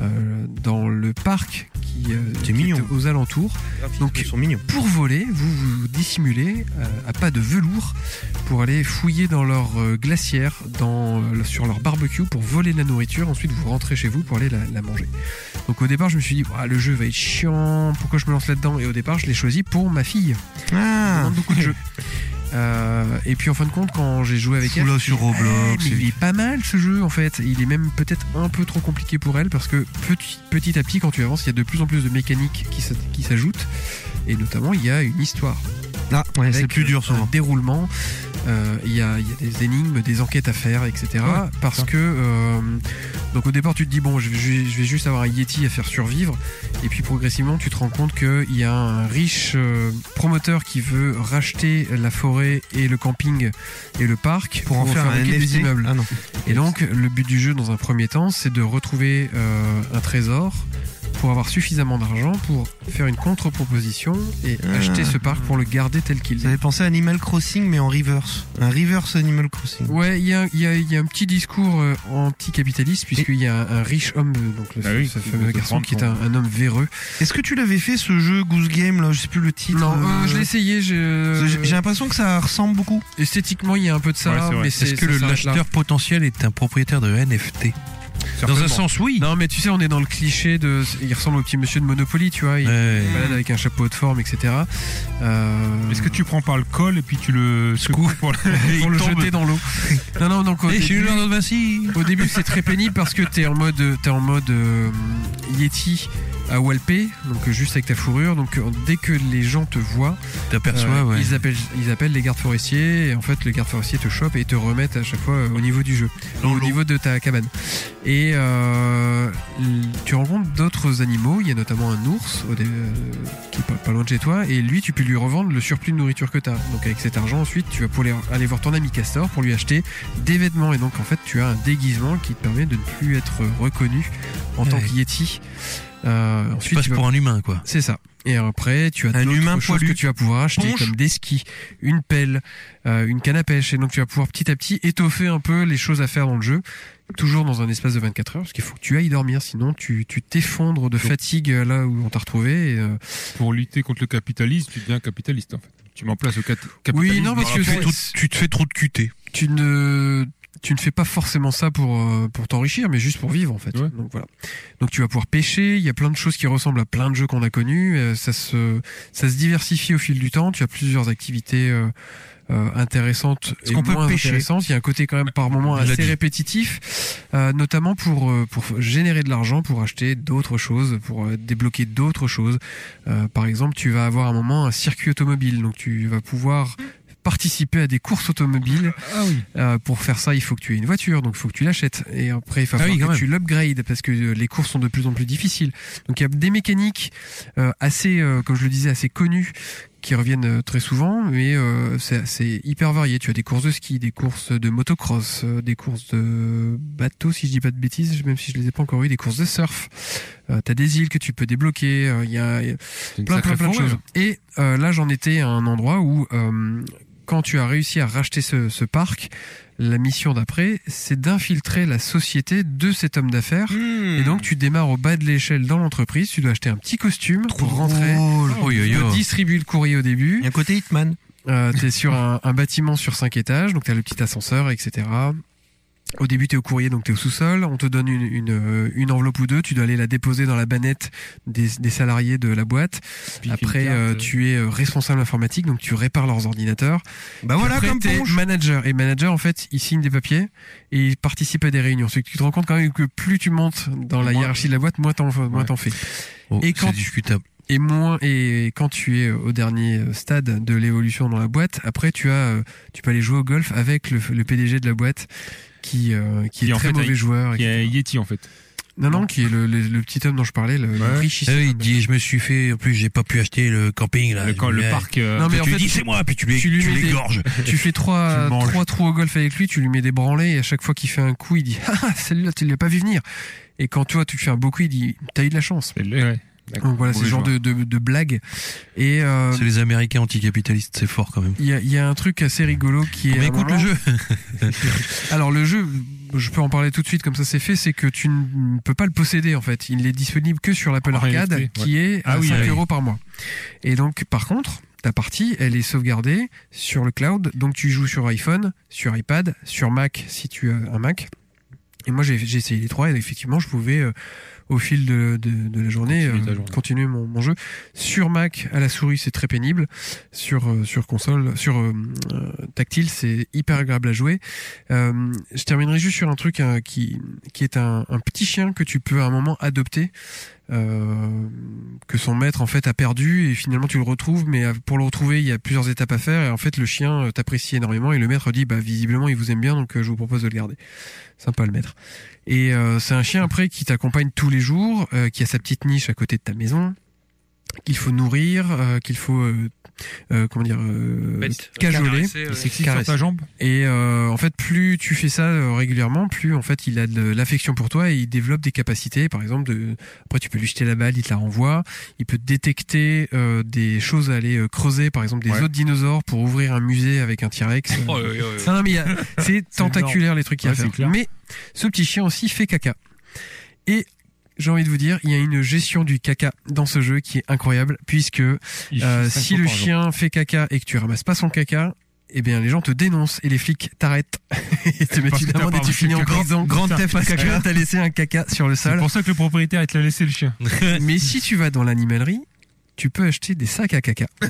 euh, dans le parc qui, euh, qui mignon. est aux alentours. Ah, Donc, ils sont mignons. Pour voler, vous vous dissimulez euh, à pas de velours pour aller fouiller dans leur euh, glacière, dans, euh, sur leur barbecue pour voler de la nourriture. Ensuite, vous rentrez chez vous pour aller la, la manger. Donc au départ, je me suis dit, Ouah, le jeu va être chiant, pourquoi je me lance là-dedans Et au départ, je l'ai choisi pour ma fille. Elle Ah, demande beaucoup de jeux. Euh, et puis en fin de compte, quand j'ai joué avec elle, Oula, sur je me suis dit, Roblox, Eh, mais c'est- il est pas mal ce jeu en fait. Il est même peut-être un peu trop compliqué pour elle parce que petit, petit à petit, quand tu avances, il y a de plus en plus de mécaniques qui s- qui s'ajoutent. Et notamment, il y a une histoire. Ah, ouais, c'est Avec, plus dur un souvent. déroulement. Euh, Il y, a, il y a des énigmes, des enquêtes à faire, etc. parce ça. que euh, donc au départ tu te dis bon je vais, je vais- je vais juste avoir un Yeti à faire survivre et puis progressivement tu te rends compte qu'il y a un riche euh, promoteur qui veut racheter la forêt et le camping et le parc Pour en faire un fabriquer des NFT. immeubles. Ah non. Et donc, le but du jeu, dans un premier temps, c'est de retrouver euh, un trésor pour avoir suffisamment d'argent pour faire une contre-proposition et Ah. acheter ce parc pour le garder tel qu'il est. J'avais pensé à Animal Crossing, mais en reverse. Un reverse Animal Crossing. Ouais, il y a, il y a- il y a un petit discours euh, anticapitaliste, puisqu'il y a un, un riche homme, euh, donc le, Bah oui, ce qui fameux peut te garçon prendre qui est ton- un, un homme véreux. Est-ce que tu l'avais fait ce jeu Goose Game là Je sais plus le titre. Non, euh, euh, je l'ai essayé. J'ai- J'ai j'ai l'impression que ça ressemble beaucoup. Esthétiquement, il y a un peu de ça, mais c'est Est-ce que ça le s'arrête là. l'acheteur potentiel est un propriétaire de NFT Dans un sens, oui. Non, mais tu sais, on est dans le cliché de. Il ressemble au petit monsieur de Monopoly, tu vois. Il se balade avec un chapeau de forme, Euh, etc. Est-ce que tu prends par le col et puis tu le secoues pour le, pour il le tombe. Eh, jeter dans l'eau. Non, non, donc au Et chez début, Leonardo au début, c'est très pénible parce que t'es en mode, t'es en mode euh, Yeti à Walpé, donc euh, juste avec ta fourrure. Donc euh, dès que les gens te voient, Euh, T'aperçois, ouais. ils appellent, ils appellent les gardes forestiers. Et en fait, les gardes forestiers te chopent et te remettent à chaque fois euh, au niveau du jeu, au niveau de ta cabane. Et euh, l- tu rencontres d'autres animaux. Il y a notamment un ours au dé- euh, qui est pas, pas loin de chez toi. Et lui, tu peux lui revendre le surplus de nourriture que t'as. Donc avec cet argent, ensuite, tu vas pouvoir aller- aller voir ton ami Castor pour lui acheter des vêtements. Et donc, en fait, tu as un déguisement qui te permet de ne plus être reconnu en tant Ouais. que Yeti. Euh, ensuite, passes vas- pour un humain, quoi. C'est ça. Et après, tu as Un d'autres humain choses poilu. que tu vas pouvoir acheter, Ponche. comme des skis, une pelle, euh, une canne à pêche. Et donc, tu vas pouvoir petit à petit étoffer un peu les choses à faire dans le jeu, toujours dans un espace de 24 heures, parce qu'il faut que tu ailles dormir, sinon tu tu t'effondres de fatigue euh, là où on t'a retrouvé. et, euh, Pour lutter contre le capitalisme, tu deviens capitaliste en fait. Tu mets en place le cat- capitalisme. Oui, non, parce dans que la c'est- forêt. Tu ne, tu ne fais pas forcément ça pour, euh, pour t'enrichir, mais juste pour vivre, en fait. Donc voilà. Donc tu vas pouvoir pêcher, il y a plein de choses qui ressemblent à plein de jeux qu'on a connus, euh, ça se, ça se diversifie au fil du temps, tu as plusieurs activités, euh, euh, intéressantes Est-ce et qu'on peut moins pêcher intéressantes. Il y a un côté quand même par moment On l'a assez dit. répétitif, euh, notamment pour euh, pour générer de l'argent, pour acheter d'autres choses, pour euh, débloquer d'autres choses. Euh, par exemple, tu vas avoir à un moment un circuit automobile, donc tu vas pouvoir participer à des courses automobiles. Ah Euh, pour faire ça, il faut que tu aies une voiture, donc il faut que tu l'achètes. Et après, il va Ah falloir oui, quand que même. tu l'upgrades parce que euh, les courses sont de plus en plus difficiles. Donc il y a des mécaniques euh, assez, euh, comme je le disais, assez connues qui reviennent euh, très souvent, mais euh, c'est c'est hyper varié. Tu as des courses de ski, des courses de motocross, euh, des courses de bateau, si je dis pas de bêtises, même si je les ai pas encore eu, des courses de surf. Euh, tu as des îles que tu peux débloquer. euh, Il y a- il y a une plein, plein, sacrée plein de forêt, choses. hein. Et euh, là, j'en étais à un endroit où, euh, quand tu as réussi à racheter ce, ce parc, la mission d'après, c'est d'infiltrer la société de cet homme d'affaires. Mmh. Et donc, tu démarres au bas de l'échelle dans l'entreprise. Tu dois acheter un petit costume pour rentrer. drôle. Tu Oh, yo, yo. dois distribuer le courrier au début. Un côté Hitman. tu es Euh, sur un, un bâtiment sur cinq étages, donc tu as le petit ascenseur, etc. Au début, tu es au courrier, donc tu es au sous-sol. On te donne une, une, euh, une enveloppe ou deux. Tu dois aller la déposer dans la bannette des, des salariés de la boîte. Après, euh, tu es euh, responsable informatique, donc tu répares leurs ordinateurs. Bah Puis voilà, après, comme t'es Ponche. manager. Et manager, en fait, il signe des papiers et il participe à des réunions. C'est que tu te rends compte quand même que plus tu montes dans la hiérarchie de la boîte, moins t'en moins t'en fais. et quand Oh, discutable. Et moins et quand tu es au dernier euh, stade de l'évolution dans la boîte, après tu as euh, tu peux aller jouer au golf avec le, le PDG de la boîte qui euh, qui est Qui, en très fait, mauvais est- joueur. Qui est Yeti en fait. Non non, qui est le, le- le petit homme dont je parlais, le, le richissime. Ah oui, il dit, je me suis fait, en plus, j'ai pas pu acheter le camping, là. Le camp- le Ouais. parc, euh, Non, mais en tu lui fait, dis, tu- c'est moi, puis tu lui, tu mets des- l'égorges. Tu fais trois, le manges. trois trous au golf avec lui, tu lui mets des branlés et à chaque fois qu'il fait un coup, il dit Ah, celui-là, tu ne l'as pas vu venir. Et quand toi, tu fais un beau coup, il dit T'as eu de la chance. Donc voilà, c'est ce genre de, de, de blague. Et euh, C'est les Américains anticapitalistes, c'est fort quand même. il y a, il y a un truc assez rigolo qui est. Mais écoute à un le moment- jeu. Alors le jeu, je peux en parler tout de suite comme ça c'est fait, c'est que tu ne peux pas le posséder en fait. Il est disponible que sur l'Apple En Arcade NFT, qui ouais. est à Ah oui, 5 ah oui. euros par mois. Et donc par contre, ta partie, elle est sauvegardée sur le cloud. Donc tu joues sur iPhone, sur iPad, sur Mac si tu as un Mac. Et moi j'ai j'ai essayé les trois et effectivement je pouvais euh, au fil de, de- de la journée Continuer euh, ta journée. continuer mon, mon jeu. Sur Mac à la souris c'est très pénible, sur euh, sur console, sur euh, euh, tactile c'est hyper agréable à jouer. Euh, je terminerai juste sur un truc hein, qui qui est un, un petit chien que tu peux à un moment adopter. euh, que son maître en fait a perdu et finalement tu le retrouves mais euh, pour le retrouver il y a plusieurs étapes à faire et en fait le chien euh, t'apprécie énormément et le maître dit bah visiblement il vous aime bien donc euh, je vous propose de le garder sympa le maître et euh, c'est un chien après qui t'accompagne tous les jours euh, qui a sa petite niche à côté de ta maison qu'il faut nourrir, euh, qu'il faut euh, euh, comment dire euh, Bête. cajoler, Caresser, ouais. Il s'excite sur ta jambe. Et euh, en fait, plus tu fais ça euh, régulièrement, plus en fait il a de l'affection pour toi et il développe des capacités. Par exemple, de... après tu peux lui jeter la balle, il te la renvoie. Il peut détecter euh, des choses à aller euh, creuser, par exemple des Ouais. autres dinosaures pour ouvrir un musée avec un T-Rex. Oh, ouais, ouais, ouais. Non, non, mais il y a- c'est C'est tentaculaire énorme. les trucs qu'il y a à Ouais, c'est faire. clair. Mais ce petit chien aussi fait caca. Et j'ai envie de vous dire, il y a une gestion du caca dans ce jeu qui est incroyable, puisque Il euh, fait cinq si fois le par jour. chien fait caca et que tu ramasses pas son caca, eh bien les gens te dénoncent et les flics t'arrêtent et te mettent Parce une que t'as amende pas et tu reçu finis le en caca. prison. Grand Putain, theft parce caca. que t'as laissé un caca sur le sol. C'est pour ça que le propriétaire, il te l'a laissé le chien. Mais si tu vas dans l'animalerie, tu peux acheter des sacs à caca. Ah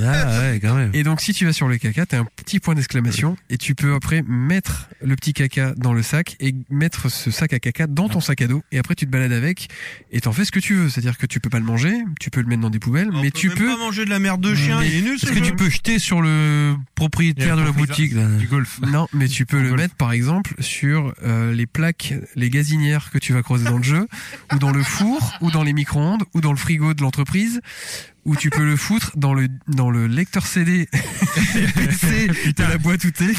Et donc, si tu vas sur le caca, t'as un petit point d'exclamation et tu peux après mettre le petit caca dans le sac et mettre ce sac à caca dans ton sac à dos. Et après, tu te balades avec et t'en fais ce que tu veux. C'est-à-dire que tu peux pas le manger, tu peux le mettre dans des poubelles, mais tu peux. pas manger de la merde de chien, Mais il est nul, ce est-ce que jeu. tu peux jeter sur le propriétaire de la boutique du golf Non, mais tu peux le mettre par exemple sur euh, les plaques, les gazinières que tu vas croiser dans le jeu, ou dans le four, ou dans les micro-ondes, ou dans le frigo de l'entreprise, ou tu peux le foutre dans le dans le lecteur CD PC de la boîte outée.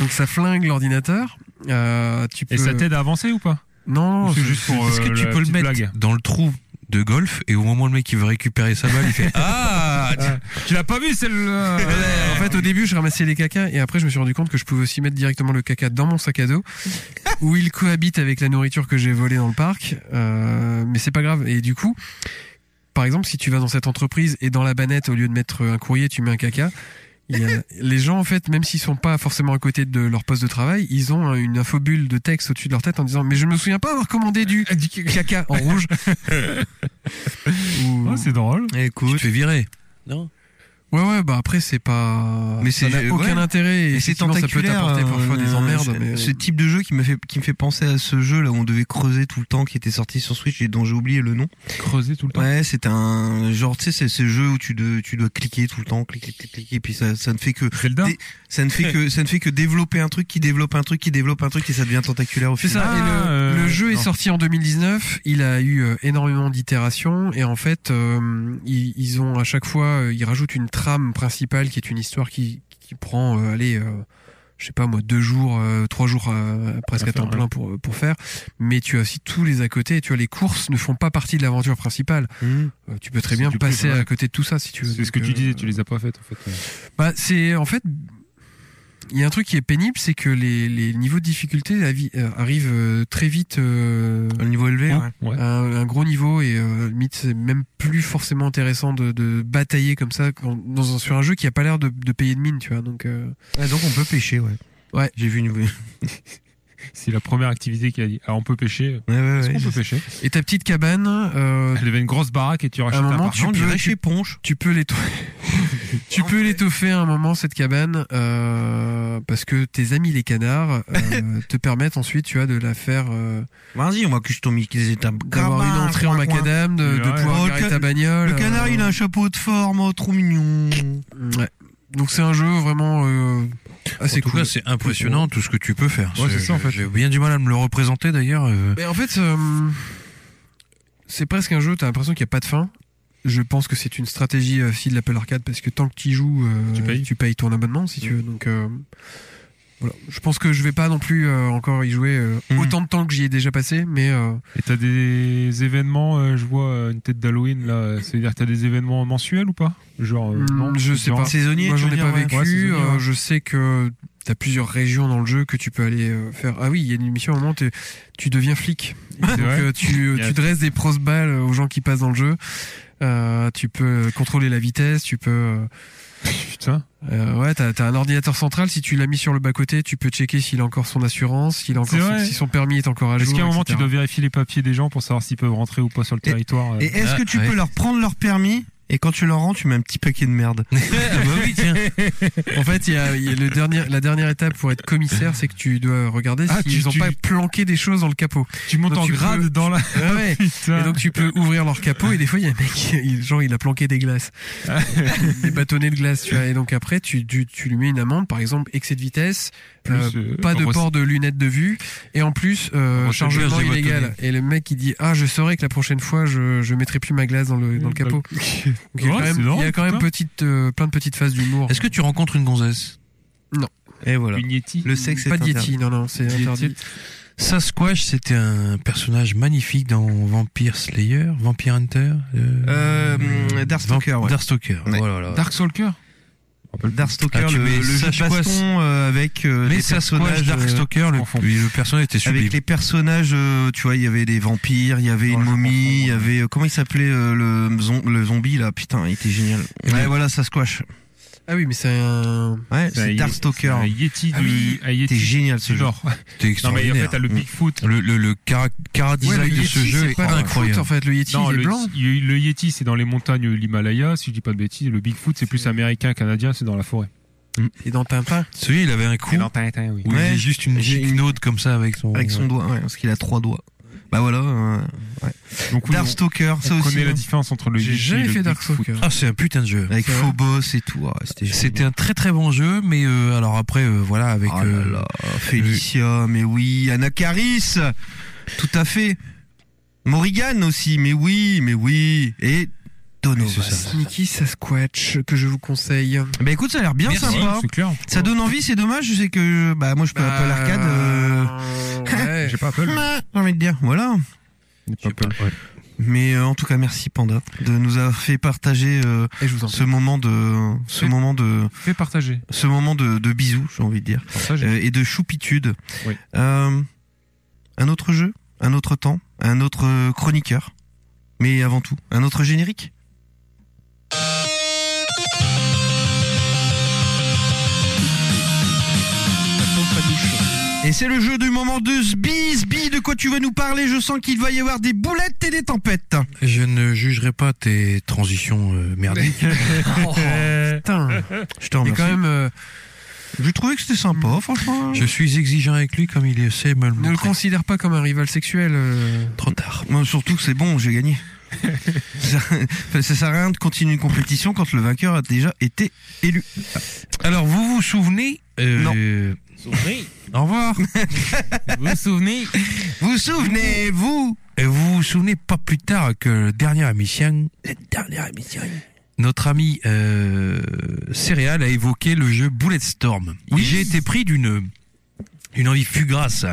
Donc ça flingue l'ordinateur. Euh, tu peux... Et ça t'aide à avancer ou pas Non, Ou c'est c'est- juste pour, Est-ce euh, que tu la peux le petite mettre blague dans le trou de golf et au moment où le mec il veut récupérer sa balle, il fait Ah Tu l'as pas vu celle-là en fait, au début, je ramassais les cacas et après, je me suis rendu compte que je pouvais aussi mettre directement le caca dans mon sac à dos, où il cohabite avec la nourriture que j'ai volée dans le parc. Euh, mais c'est pas grave. Et du coup, par exemple, si tu vas dans cette entreprise et dans la bannette, au lieu de mettre un courrier, tu mets un caca. il y a- les gens, en fait, même s'ils sont pas forcément à côté de leur poste de travail, ils ont une infobulle de texte au-dessus de leur tête en disant Mais je me souviens pas avoir commandé du Ah, caca en rouge. Oh, c'est drôle. Écoute. Tu te fais virer. Non. Ouais, ouais, bah après, c'est pas. Mais ça c'est n'a aucun ouais. intérêt. Et Mais c'est effectivement, ça peut tentaculaire. t'apporter parfois des euh, emmerdes. c'est- Mais... Ce type de jeu qui me fait qui me fait penser à ce jeu là où on devait creuser tout le temps, qui était sorti sur Switch et dont j'ai oublié le nom. Creuser tout le temps. Ouais, c'est un genre tu sais c'est ce jeu où tu de- tu dois cliquer tout le temps, cliquer cliquer cliquer, puis ça ça ne fait que dé- ça ne fait que ça ne fait que développer un truc qui développe un truc qui développe un truc et ça devient tentaculaire au C'est final. ça. et le, Ah, le jeu est sorti en 2019. Il a eu euh, énormément d'itérations et en fait, euh, ils, ils ont à chaque fois, euh, ils rajoutent une trame principale qui est une histoire qui, qui prend, euh, allez, euh, je sais pas moi, deux jours, euh, trois jours euh, presque À à, faire, temps plein ouais. pour pour faire. Mais tu as aussi tous les à côté. Tu as les courses ne font pas partie de l'aventure principale. Euh, tu peux très bien du coup, passer voilà. à côté de tout ça si tu veux. C'est ce que Donc, Hum, tu euh, disais, tu les as pas faites en fait. Bah, c'est en fait, il y a un truc qui est pénible, c'est que les, les niveaux de difficulté avi- euh, arrivent euh, très vite. euh, Un niveau élevé, ouais. Un, un gros niveau et euh, limite c'est même plus forcément intéressant de, de batailler comme ça quand- dans un- sur un jeu qui a pas l'air de, de payer de mine, tu vois. Donc euh, Ouais, Ah, donc on peut pêcher, ouais. Ouais. J'ai vu une. Ouais, C'est la première activité qu'il a dit. Alors on peut pêcher. ouais, Est-ce ouais. qu'on peut pêcher Et ta petite cabane. euh, Elle avait une grosse baraque et tu à rachètes un moment, par tu peux, tu, Ponche. tu peux l'étoffer. tu peux l'étoffer à un moment cette cabane euh, parce que tes amis les canards euh, te permettent ensuite, tu vois, de la faire. euh, Vas-y, on va customiser ta d'avoir cabane, une entrée en coin, coin. macadam, de, de Ouais. pouvoir Oh, le garer ca- ta bagnole. bah, Le canard, euh, il a un chapeau de forme, oh, trop mignon. ouais. Donc c'est un jeu vraiment euh, assez en tout cool. cas, c'est impressionnant tout ce que tu peux faire. Ouais, c'est ça, en fait. J'ai bien du mal à me le représenter d'ailleurs. euh. Mais en fait, euh, c'est presque un jeu. T'as l'impression qu'il n'y a pas de fin. Je pense que c'est une stratégie euh, fille de l'Apple Arcade parce que tant que tu joues, euh, tu, payes. ton abonnement si tu Mm. veux. Donc euh, voilà. Je pense que je vais pas non plus euh, encore y jouer euh, Mm. autant de temps que j'y ai déjà passé, mais euh, Et t'as des événements, euh, je vois euh, une tête d'Halloween là, euh, c'est-à-dire que t'as des événements mensuels ou pas Genre, euh, Hmm, non, je sais différents. pas. Moi, j'en ai pas Ouais, vécu. saisonnier, Euh, ouais. je sais que t'as plusieurs régions dans le jeu que tu peux aller euh, faire. Ah oui, il y a une mission à un moment, t'es- tu deviens flic. Et C'est Donc vrai euh, tu, Il y a- tu dresses des prosballes aux gens qui passent dans le jeu. Euh, tu peux contrôler la vitesse, tu peux. euh, Putain. euh, ouais, t'as t'as un ordinateur central. Si tu l'as mis sur le bas côté, tu peux checker s'il a encore son assurance, s'il a C'est encore son- vrai. si son permis est encore à jour. Est-ce qu'à un moment etc.. tu dois vérifier les papiers des gens pour savoir s'ils peuvent rentrer ou pas sur le territoire euh Et est-ce Ah, que tu peux leur prendre leur permis et quand tu leur rends, tu mets un petit paquet de merde bah En fait, il y a, il y a le dernier, la dernière étape pour être commissaire, c'est que tu dois regarder Ah, tu- s'ils n'ont tu- pas planqué des choses dans le capot. Tu montes Donc, en tu grade peux- dans la. Ouais, ouais. Putain. Ah. Et donc tu peux ouvrir leur capot et des fois il y a un mec, il- genre il a planqué des glaces, Ah. des bâtonnets de glace, tu vois. Et donc après tu, tu, tu lui mets une amende, par exemple excès de vitesse, plus. Euh, euh, pas de rec- port de lunettes de vue et en plus euh, Receveur, chargement j'ai voté. illégal et le mec il dit ah je saurais que la prochaine fois je je mettrai plus ma glace dans le dans le capot Donc, il y a quand Bah, Ouais, même, c'est drôle, il y a quand même putain. petite euh, plein de petites phases d'humour Est-ce que tu rencontres une gonzesse Non. Et voilà. Une Yeti Le sexe est pas de interdit. Yeti non non c'est Yeti. interdit Sasquatch, c'était un personnage magnifique dans Vampire Slayer, Vampire Hunter, euh, Euh, Darkstalker, Vamp- Oh ouais. Darkstalker, Ouais. voilà, voilà. Darkstalker Darkstalker, Ah, tu le, mets le jeu de Sasquatch. baston, euh, avec euh, Mais des Sasquatch, personnages. euh, Darkstalker, le, le personnage était sublime. Avec les personnages, euh, tu vois, il y avait des vampires, il y avait une momie, il y avait euh, comment il s'appelait euh, le, zom- le zombie là, putain, il était génial. Ouais, voilà, ça squash. ah oui mais c'est un Bah, Ouais, c'est Darkstalker. Un Yeti Ah oui, du. un Yeti t'es génial ce genre. genre. Non, mais en fait, t'as Ah, le Bigfoot. Le, le, le cara- cara-design Ouais, le de Yeti, ce jeu c'est est pas Bigfoot, incroyable. en fait. le Yeti Non, il est le, blanc y- le Yeti, c'est dans les montagnes de l'Himalaya, si je dis pas de bêtises. Le Bigfoot, c'est plus américain, canadien, c'est dans la forêt. et dans Tintin Celui, il avait un coup dans Tintin, oui. où il faisait juste une J'ai- gicnaude comme ça avec son... Avec son doigt, ouais, parce qu'il a trois doigts. Bah voilà. euh, ouais. Donc, oui, Darkstalker, on- ça on aussi. connaît la hein. différence entre le J'ai Yeti jamais et le fait Bigfoot. Darkstalker Ah, c'est un putain de jeu. Avec C'est vrai. Phobos et tout. ah, C'était génial. C'était un très très bon jeu, mais euh, alors après, euh, voilà, avec... Ah. Oh là euh, là, Félicia, mais oui, Anacaris, tout à fait. Morrigan aussi, mais oui, mais oui. Et Dono. c'est ça. Sneaky Sasquatch que je vous conseille Bah écoute, ça a l'air bien Merci. sympa. C'est clair. Ça donne envie, c'est dommage, je sais que bah moi je peux Bah, appeler l'arcade. euh, ouais. J'ai pas Apple. J'ai envie de dire, voilà. J'ai pas Apple. Mais euh, en tout cas, merci Panda de nous avoir fait partager euh, et je vous en prie ce moment de, ce Oui. moment de, Fais partager. ce moment de, de bisous, j'ai envie de dire, Partager. euh, et de choupitude. Oui. Euh, un autre jeu, un autre temps, un autre euh, chroniqueur, mais avant tout, un autre générique. Et c'est le jeu du moment de Sbi, Sbi, de quoi tu vas nous parler Je sens qu'il va y avoir des boulettes et des tempêtes. Je ne jugerai pas tes transitions euh, merdiques. Putain Je te mais remercie. Mm. quand même euh, Je trouvais que c'était sympa, franchement. Je suis exigeant avec lui comme il est, sait me le ne le montrer. considère pas comme un rival sexuel euh. Trop tard. Moi, surtout que c'est bon, j'ai gagné. ça, ça sert à rien de continuer une compétition quand le vainqueur a déjà été élu. Alors, vous vous souvenez euh, Non. Au revoir. Vous vous souvenez Vous souvenez-vous Et euh, vous vous souvenez pas plus tard que le dernier émission, la dernière émission, notre ami euh, Céréal a évoqué le jeu Bulletstorm. Oui. J'ai été pris d'une une envie fugace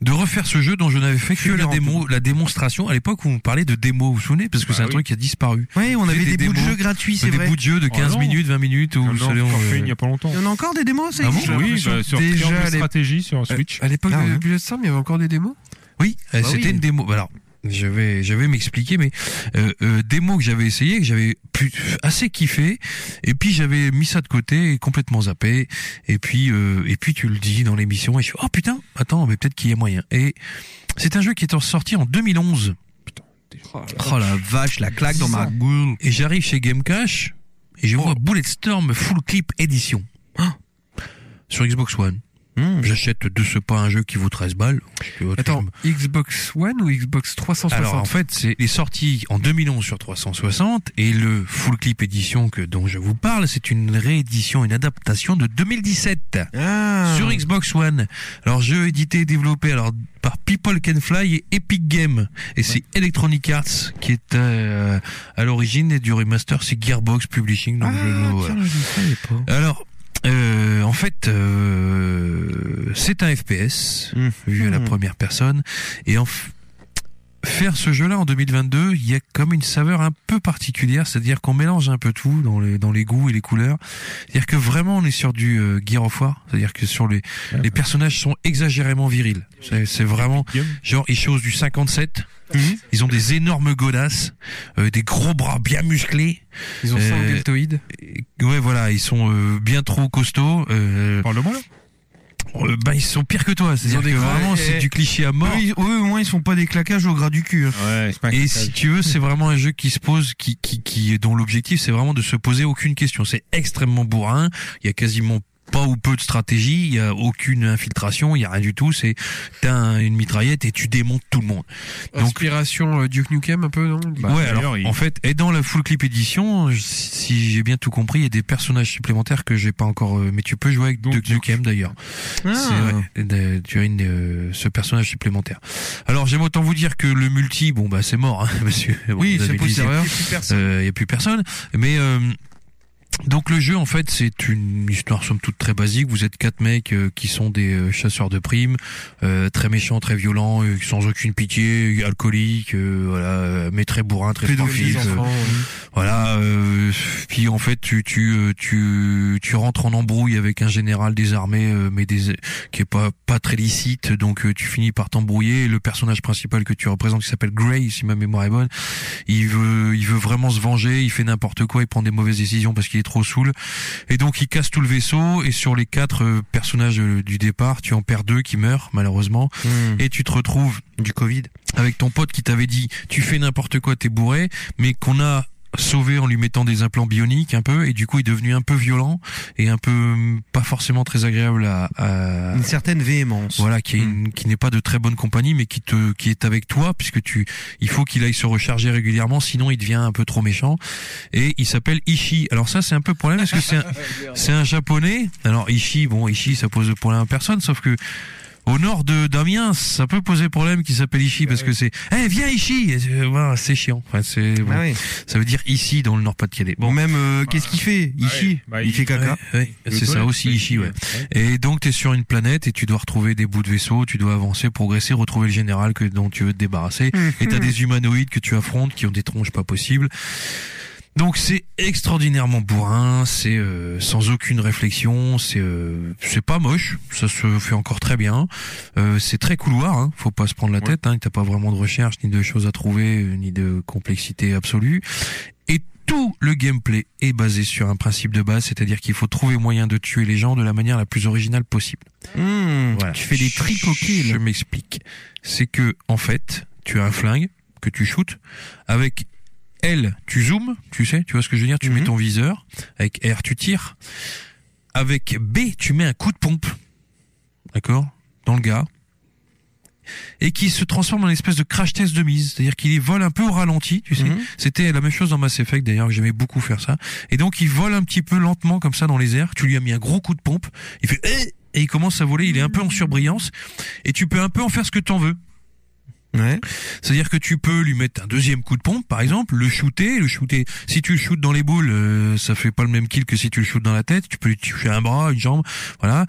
de refaire ce jeu dont je n'avais fait que la Fulgurante. démo, la démonstration à l'époque où on parlait de démo, vous vous souvenez Parce que c'est un oui. truc qui a disparu. Oui, Bah on J'ai avait des des, bouts de démos. jeu gratuits, c'est Des vrai. bouts de jeu de Oh 15 non. minutes, 20 minutes où Non, vous savez, j'en on, fais une il euh, y a pas longtemps. Il y en a encore des démos, ça Ah bon existe Oui, bah, sur Déjà, Triangle les- stratégie sur Switch. à l'époque Ah de hein. ouais. Bulletstorm il y avait encore des démos euh, Oui, euh, Bah c'était oui. une démo. Alors, je vais, je vais m'expliquer, mais euh, euh, démo que j'avais essayé, que j'avais pu- assez kiffé, et puis j'avais mis ça de côté, et complètement zappé, et puis, euh, et puis tu le dis dans l'émission, et je suis oh putain, attends, mais peut-être qu'il y a moyen. Et c'est un jeu qui est sorti en 2011, Oh la vache, la claque dans ma Mm. boule. et j'arrive chez Gamecash, et je Oh. vois Bulletstorm Full Clip Edition Ah. sur Xbox One. J'achète de ce pas un jeu qui vaut 13 balles. Je- Mm. oh, Attends, Xbox One ou Xbox 360 Alors en fait, c'est il est sorti en 2011 sur 360 et le full clip édition que dont je vous parle, c'est une réédition, une adaptation de 2017 Ah. sur Xbox One. Alors jeu édité et développé alors par People Can Fly et Epic Games et c'est Electronic Arts qui est euh, à l'origine et du remaster c'est Gearbox Publishing donc Ah, je le- voilà. tiens, je savais pas. Alors, euh, en fait, euh, c'est un FPS Mhm. vu à la première personne, et en f- faire ce jeu-là en 2022, il y a comme une saveur un peu particulière, c'est-à-dire qu'on mélange un peu tout dans les dans les goûts et les couleurs, c'est-à-dire que vraiment on est sur du euh, Gear of War, c'est-à-dire que sur les Ah, les personnages sont exagérément virils, c'est c'est vraiment genre ils chose du 57. Mhm. Ils ont des énormes godasses, euh, des gros bras bien musclés. ils ont ça en euh, deltoïde. Et- Ouais, voilà, ils sont euh, bien trop costauds. Euh, Parle-moi là. euh, ben, ils sont pires que toi. C'est-à-dire des que gros- vraiment, eh, c'est eh. du cliché à mort. Eux, ils- eux, au moins, ils font pas des claquages au gras du cul. hein. Ouais, c'est pas Et si tu veux, c'est vraiment un jeu qui se pose, qui, qui, qui, dont l'objectif, c'est vraiment de se poser aucune question. C'est extrêmement bourrin. Il y a quasiment pas ou peu de stratégie, il n'y a aucune infiltration, il n'y a rien du tout. C'est t'as un- une mitraillette et tu démontes tout le monde. Donc Bah, Inspiration euh, Duke Nukem un peu, non ouais, alors, en fait, et dans la full clip édition, je- si j'ai bien tout compris, il y a des personnages supplémentaires que j'ai pas encore. euh, Mais tu peux jouer avec Duke Nukem d'ailleurs. Ah. C'est vrai, de- tu as une, euh, ce personnage supplémentaire. Alors j'aime autant vous dire que le multi, bon bah c'est mort, hein, monsieur. Bon, vous Oui, c'est avez le possible. désert. Il y a plus personne. Euh, il y a plus personne. Mais euh, donc le jeu en fait c'est une histoire somme toute très basique. Vous êtes quatre mecs euh, qui sont des euh, chasseurs de primes, euh, très méchants, très violents, euh, sans aucune pitié, alcooliques, euh, voilà, euh, mais très bourrins, très Pédophiles, sportifs. euh, enfants, oui. Voilà. euh, puis en fait tu tu euh, tu tu rentres en embrouille avec un général des armées, euh, mais des qui est pas pas très licite. Donc euh, tu finis par t'embrouiller. Et Le personnage principal que tu représentes qui s'appelle Gray, si ma mémoire est bonne, il veut il veut vraiment se venger. Il fait n'importe quoi. Il prend des mauvaises décisions parce qu'il est trop saoul. Et donc il casse tout le vaisseau. Et sur les quatre euh, personnages euh, du départ, tu en perds deux qui meurent malheureusement. Et tu te retrouves Hmm. du Covid avec ton pote qui t'avait dit tu fais n'importe quoi, t'es bourré, mais qu'on a sauvé en lui mettant des implants bioniques un peu et du coup il est devenu un peu violent et un peu hum, pas forcément très agréable à, à- Une certaine véhémence. voilà qui est Hmm. une- qui n'est pas de très bonne compagnie mais qui te qui est avec toi puisque tu il faut qu'il aille se recharger régulièrement sinon il devient un peu trop méchant et il s'appelle Ishi alors ça c'est un peu problème parce que c'est un, c'est un japonais alors Ishi bon Ishi ça pose problème à personne sauf que au nord de d'Amiens, ça peut poser problème qui s'appelle Ishi parce que c'est eh viens Ishi Et c'est- euh, voilà, c'est chiant enfin c'est bon. Ah oui. ça veut dire ici dans le Nord-Pas-de-Calais bon Même, euh, qu'est-ce qu'il fait Il chie. il fait caca. Ouais, ouais, c'est ça aussi, Ishi, ouais. Et donc, t'es sur une planète et tu dois retrouver des bouts de vaisseau, tu dois avancer, progresser, retrouver le général que, dont tu veux te débarrasser. et t'as des humanoïdes que tu affrontes qui ont des tronches pas possibles. Donc c'est extraordinairement bourrin, c'est euh, sans aucune réflexion, c'est euh, c'est pas moche, ça se fait encore très bien, Euh, c'est très couloir, hein, faut pas se prendre la tête, hein, t'as pas vraiment de recherche ni de choses à trouver, euh, ni de complexité absolue. Et tout le gameplay est basé sur un principe de base, c'est-à-dire qu'il faut trouver moyen de tuer les gens de la manière la plus originale possible. Hmm. Tu fais des tricks Je m'explique. C'est que en fait, tu as un flingue que tu shootes avec L, tu zoomes, tu sais, tu vois ce que je veux dire, tu mets ton viseur, avec R tu tires. Avec B, tu mets un coup de pompe. D'accord Dans le gars et qui se transforme en espèce de crash test de mise, c'est-à-dire qu'il vole un peu au ralenti, tu sais. C'était la même chose dans Mass Effect d'ailleurs, que j'aimais beaucoup faire ça. Et donc il vole un petit peu lentement comme ça dans les airs. Tu lui as mis un gros coup de pompe, il fait Eh et il commence à voler. Il est un peu en surbrillance et tu peux un peu en faire ce que t'en veux. C'est-à-dire que tu peux lui mettre un deuxième coup de pompe, par exemple, le shooter, le shooter. Si tu le shootes dans les boules, euh, ça fait pas le même kill que si tu le shootes dans la tête. Tu peux lui toucher un bras, une jambe, voilà.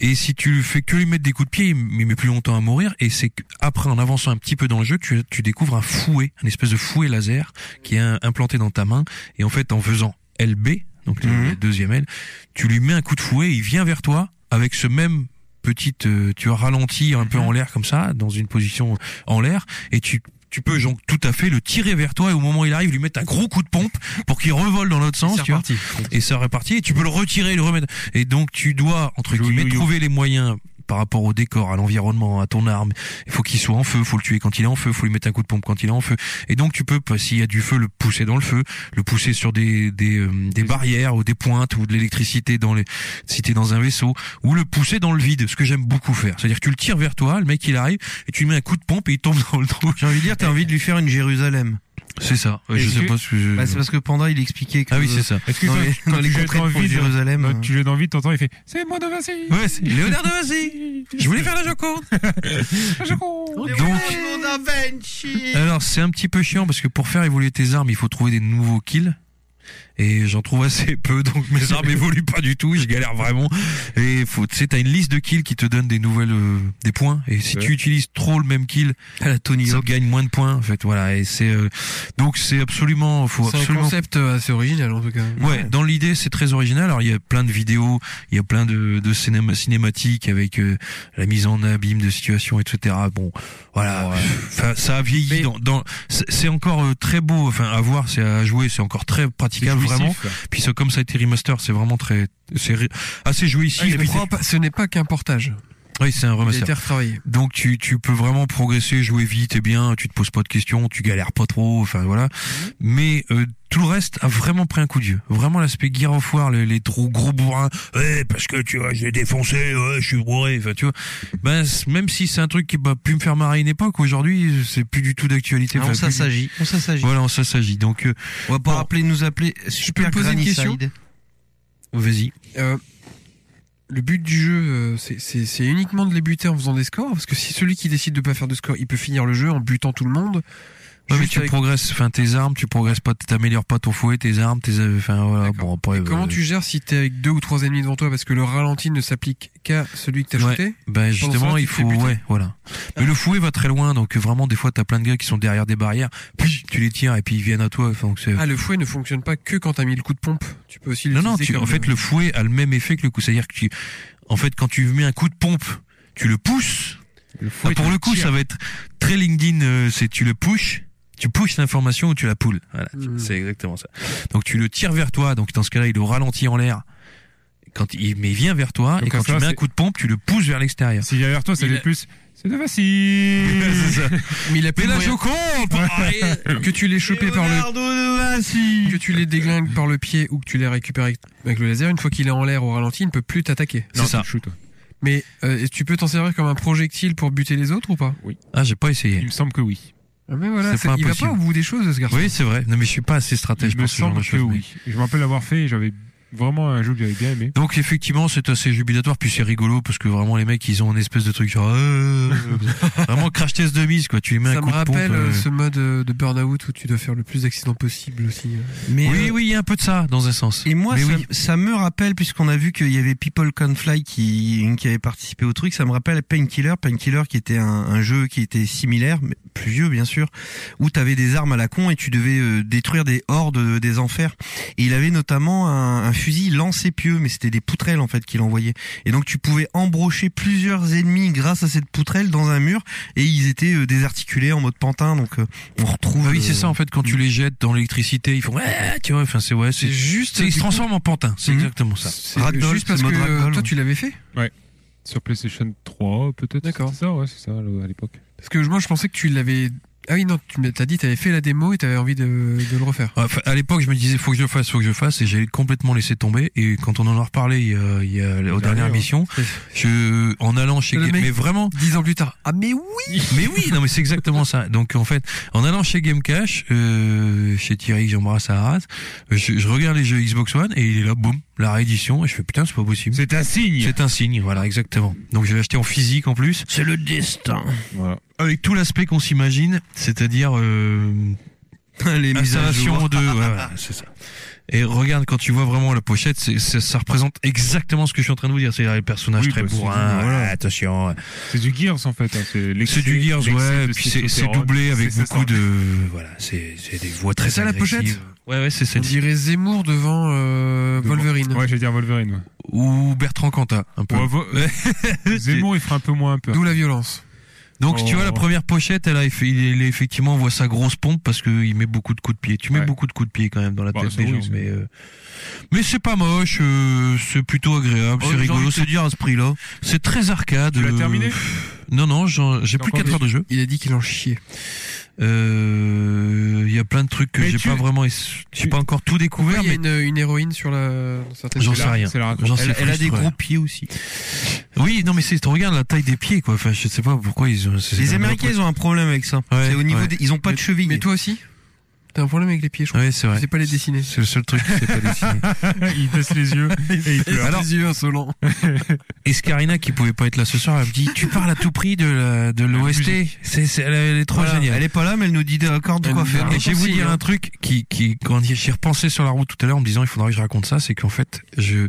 Et si tu fais que lui mettre des coups de pied, il m- il met plus longtemps à mourir. Et c'est que- après, en avançant un petit peu dans le jeu, tu, tu découvres un fouet, une espèce de fouet laser qui est un- implanté dans ta main. Et en fait, en faisant LB, donc le- le deuxième L, tu lui mets un coup de fouet, il vient vers toi avec ce même petite euh, tu vois ralenti un peu en l'air comme ça dans une position en l'air et tu tu peux donc tout à fait le tirer vers toi et au moment où il arrive lui mettre un gros coup de pompe pour qu'il revole dans l'autre sens tu vois et ça repartit et tu peux le retirer et le remettre et donc tu dois entre guillemets trouver les moyens par rapport au décor, à l'environnement, à ton arme, il faut qu'il soit en feu, faut le tuer quand il est en feu, faut lui mettre un coup de pompe quand il est en feu. Et donc tu peux, pas- s'il y a du feu, le pousser dans le feu, le pousser sur des des, euh, des barrières ou des pointes ou de l'électricité dans les si t'es dans un vaisseau ou le pousser dans le vide, ce que j'aime beaucoup faire. C'est-à-dire que tu le tires vers toi, le mec il arrive et tu lui mets un coup de pompe et il tombe dans le trou. J'ai envie de dire, t'as envie de lui faire une Jérusalem. C'est ça. Ouais, je Est-ce sais pas ce que je- Bah, c'est parce que Panda, il expliquait que. Ah oui, c'est ça. Est-ce que dans toi, les, quand dans les tu jettes contraintes dans le pour vide, Jérusalem. bah, hein. quand tu jettes dans le vide, t'entends, il fait C'est moi de Vinci Ouais, c'est Léonard de Vinci Je voulais faire la Joconde Donc. Alors c'est un petit peu chiant parce que pour faire évoluer tes armes, il faut trouver des nouveaux kills. Et j'en trouve assez peu, donc mes armes évoluent pas du tout. Je galère vraiment. Et faut, tu sais, t'as une liste de kills qui te donne des nouvelles, euh, des points. Et si Ouais. tu utilises trop le même kill, ça gagne moins de points. En fait, voilà. Et c'est euh, donc c'est absolument, faut C'est un absolument concept euh, assez original en tout cas. Ouais, dans l'idée, c'est très original. Alors, il y a plein de vidéos, il y a plein de, de cinéma- cinématiques avec euh, la mise en abîme de situations, etc. Bon, voilà. Enfin, ça a vieilli. Dans, dans- c'est c'est encore euh, très beau. Enfin, à voir, c'est à jouer, c'est encore très praticable, C'est jouissif, vraiment. quoi. Puis, ça, comme ça a été remaster, c'est vraiment très, c'est ré- assez jouissif. Ah, Il est Puis c'est- Bah, propre, ce n'est pas qu'un portage. oui, c'est un remaster. Il a été retravaillé. Donc tu, tu peux vraiment Mhm. progresser, jouer vite et bien, tu te poses pas de questions, tu galères pas trop, enfin voilà. Mais euh, Tout le reste a vraiment pris un coup de vieux. Vraiment l'aspect Gear of War, les, les gros, gros bourrins. Ouais, parce que tu vois, j'ai défoncé, ouais, je suis bourré. Enfin, tu vois. Ben, c- même si c'est un truc qui a pu me faire marrer à une époque, aujourd'hui, c'est plus du tout d'actualité. Ah, on Enfin, plus du- s'assagit, on s'assagit. Voilà, on s'assagit. Donc, euh, On va pas bon, rappeler, nous appeler peux Super me poser une Granny question Side. Vas-y. Euh, le but du jeu, euh, c'est- c'est c'est uniquement de les buter en faisant des scores, parce que si celui qui décide de pas faire de score, il peut finir le jeu en butant tout le monde. Ouais, mais juste tu avec- progresses, enfin tes armes, tu progresses pas, t'améliores pas ton fouet, tes armes, tes, enfin voilà. Bon après. Comment euh, tu gères si t'es avec deux ou trois ennemis devant toi, parce que le ralenti ne s'applique qu'à celui que t'as Ouais. shooté Ben Pendant ce justement, temps-là, tu il te faut, fais buter. ouais, voilà. Mais le fouet va très loin, donc euh, vraiment des fois t'as plein de gars qui sont derrière des barrières, puis tu les tires et puis ils viennent à toi. Enfin, donc c'est- Ah, le fouet ne fonctionne pas que quand t'as mis le coup de pompe. Tu peux aussi non non, l'utiliser tu- en comme- fait le fouet a le même effet que le coup, c'est-à-dire que tu, en fait quand tu mets un coup de pompe, tu le pousses. fouet, Ah, pour tu le le coup, tires. ça va être très LinkedIn, euh, c'est tu le pushes. Tu pushes l'information ou tu la poules. Voilà, tu- Mhm. c'est exactement ça. Donc tu le tires vers toi. Donc dans ce cas-là, il le ralentit en l'air. Quand il, mais il vient vers toi et Donc, quand à tu ça, mets un c'est- coup de pompe, tu le pousses vers l'extérieur. S'il vient vers toi, ça Il fait a- plus. C'est de facile. C'est ça. Mais il a Mais plus de la moyens. Joconde, pareil. Que tu l'aies chopé par le. Que tu les déglingues par le pied ou que tu l'aies récupéré avec le laser, une fois qu'il est en l'air au ralenti, il ne peut plus t'attaquer. C'est ça. Mais euh, tu peux t'en servir comme un projectile pour buter les autres ou pas Oui. Ah, j'ai pas essayé. Il me semble que oui. Ah, Mais voilà, C'est ça- pas il va impossible. pas au bout des choses ce garçon. Oui, c'est vrai. Non, mais je suis pas assez Il stratège me pour ce genre semble de que choses. mais- oui. Je me rappelle l'avoir fait. et J'avais vraiment un jeu que j'avais bien aimé. Donc effectivement, c'est assez jubilatoire, puis c'est rigolo parce que vraiment les mecs, ils ont une espèce de truc genre euh, vraiment crash test de mise quoi. Tu lui mets Ça me un coup de pompe. rappelle euh, euh, ce mode euh, de burn-out où tu dois faire le plus d'accidents possible aussi. euh. oui, oui, il y a un peu de ça dans un sens. Et moi, Mais ça, oui. ça me rappelle, puisqu'on a vu qu'il y avait People Can Fly qui, qui avait participé au truc, ça me rappelle Painkiller. Painkiller qui était un, un jeu qui était similaire, mais plus vieux bien sûr, où t'avais des armes à la con et tu devais euh, détruire des hordes euh, des enfers. Et il avait notamment un, un fusil lancé-pieux, mais c'était des poutrelles en fait qu'il envoyait. Et donc tu pouvais embrocher plusieurs ennemis grâce à cette poutrelle dans un mur, et ils étaient euh, désarticulés en mode pantin, donc euh, on retrouve... Ah oui, c'est euh, ça en fait quand tu les jettes dans l'électricité, ils font ouais, tu vois, enfin c'est ouais, c'est juste c'est- ils du se coup- transforment en pantin, c'est Mhm. exactement ça. C'est Ragdoll, juste parce c'est que le mode euh, Ragdoll, toi ouais. tu l'avais fait Sur PlayStation 3, peut-être. D'accord. c'était Ça, ouais, c'est ça le- à l'époque. Parce que moi je pensais que tu l'avais. Ah oui, non, tu m'as- t'as dit t'avais fait la démo et t'avais envie de, de le refaire. Enfin, à l'époque, je me disais faut que je le fasse, faut que je le fasse, et j'ai complètement laissé tomber. Et quand on en a reparlé il y a, il y a- aux dernières ouais. émissions, je en allant chez hein. Le Ga- mec- mais vraiment Dix ans plus tard. Ah mais oui Mais oui, non mais c'est exactement ça. Donc en fait, en allant chez Gamecash, euh, chez Thierry que j'embrasse à Arras, je, je regarde les jeux Xbox One et il est là, boum, la réédition et je fais putain c'est pas possible. C'est un signe. C'est un signe, voilà exactement. Donc je l'ai acheté en physique en plus, C'est le destin. Voilà. avec tout l'aspect qu'on s'imagine, c'est-à-dire euh, Les mises à jour. installation de, ouais, voilà, c'est ça. Et regarde quand tu vois vraiment la pochette, c'est, ça, ça représente exactement ce que je suis en train de vous dire, c'est-à-dire les personnages Oui, très bah, c'est- bourrins, Ah, voilà. attention. C'est du Gears en fait. hein, C'est l'excès- C'est du Gears, l'excès ouais, de puis c'est, c'est testostérone. doublé avec C'est ça, beaucoup ça. de... Euh, Voilà, c'est, c'est des voix très C'est ça, la agressives. pochette Ouais, ouais, c'est On celle-ci. dirait Zemmour devant euh, Devant- Wolverine. Ouais, j'allais dire Wolverine. ouais. Ou Bertrand Cantat, un peu. Ouais, vo- Zemmour, il fera un peu moins peur. D'où la violence. Donc tu Oh. vois, la première pochette, elle a, eff- il est- il est effectivement, on voit sa grosse pompe parce qu'il met beaucoup de coups de pied. Tu mets Ouais. beaucoup de coups de pied quand même dans la Bah, tête ça, des oui, gens, c'est- mais... euh, Mais c'est pas moche, euh, c'est plutôt agréable, Oh, c'est j'ai envie rigolo, de te c'est dire à ce prix-là. C'est très arcade. Tu l'as euh, terminé Non, non, j'en- j'ai T'as plus de encore 4 heures de jeu. Il a dit qu'il en chiait. Euh, Il y a plein de trucs que Mais j'ai tu- pas vraiment, es- j'ai tu- pas encore tout découvert, Pourquoi il y a mais une, une héroïne sur la. dans certaines- j'en C'est sais la- rien. c'est la raconte. J'en sais Elle, elle a des frustré. gros pieds aussi. Oui, non, mais c'est, tu regardes la taille des pieds, quoi. Enfin, je sais pas pourquoi ils ont. c'est- Les c'est un Américains, ils ont un problème avec ça. Ouais, c'est au niveau ouais. des- ils ont pas de cheville. Mais toi aussi T'as un problème avec les pieds, je crois. Ouais, c'est Je vrai. sais pas les dessiner. C'est le seul truc que je sais pas dessiner. il baisse les yeux et il pleure. Alors, les yeux insolents. Escarina, qui pouvait pas être là ce soir, elle me dit, tu parles à tout prix de la, de l'OST. C'est, c'est, elle, elle est trop Voilà. géniale. oh, Elle est pas là, mais elle nous dit d'accord de Elle quoi nous faire. dit- Et Euh, je vais vous Aussi, dire hein. un truc qui, qui quand j'y repensais sur la route tout à l'heure en me disant il faudra que je raconte ça, c'est qu'en fait, je,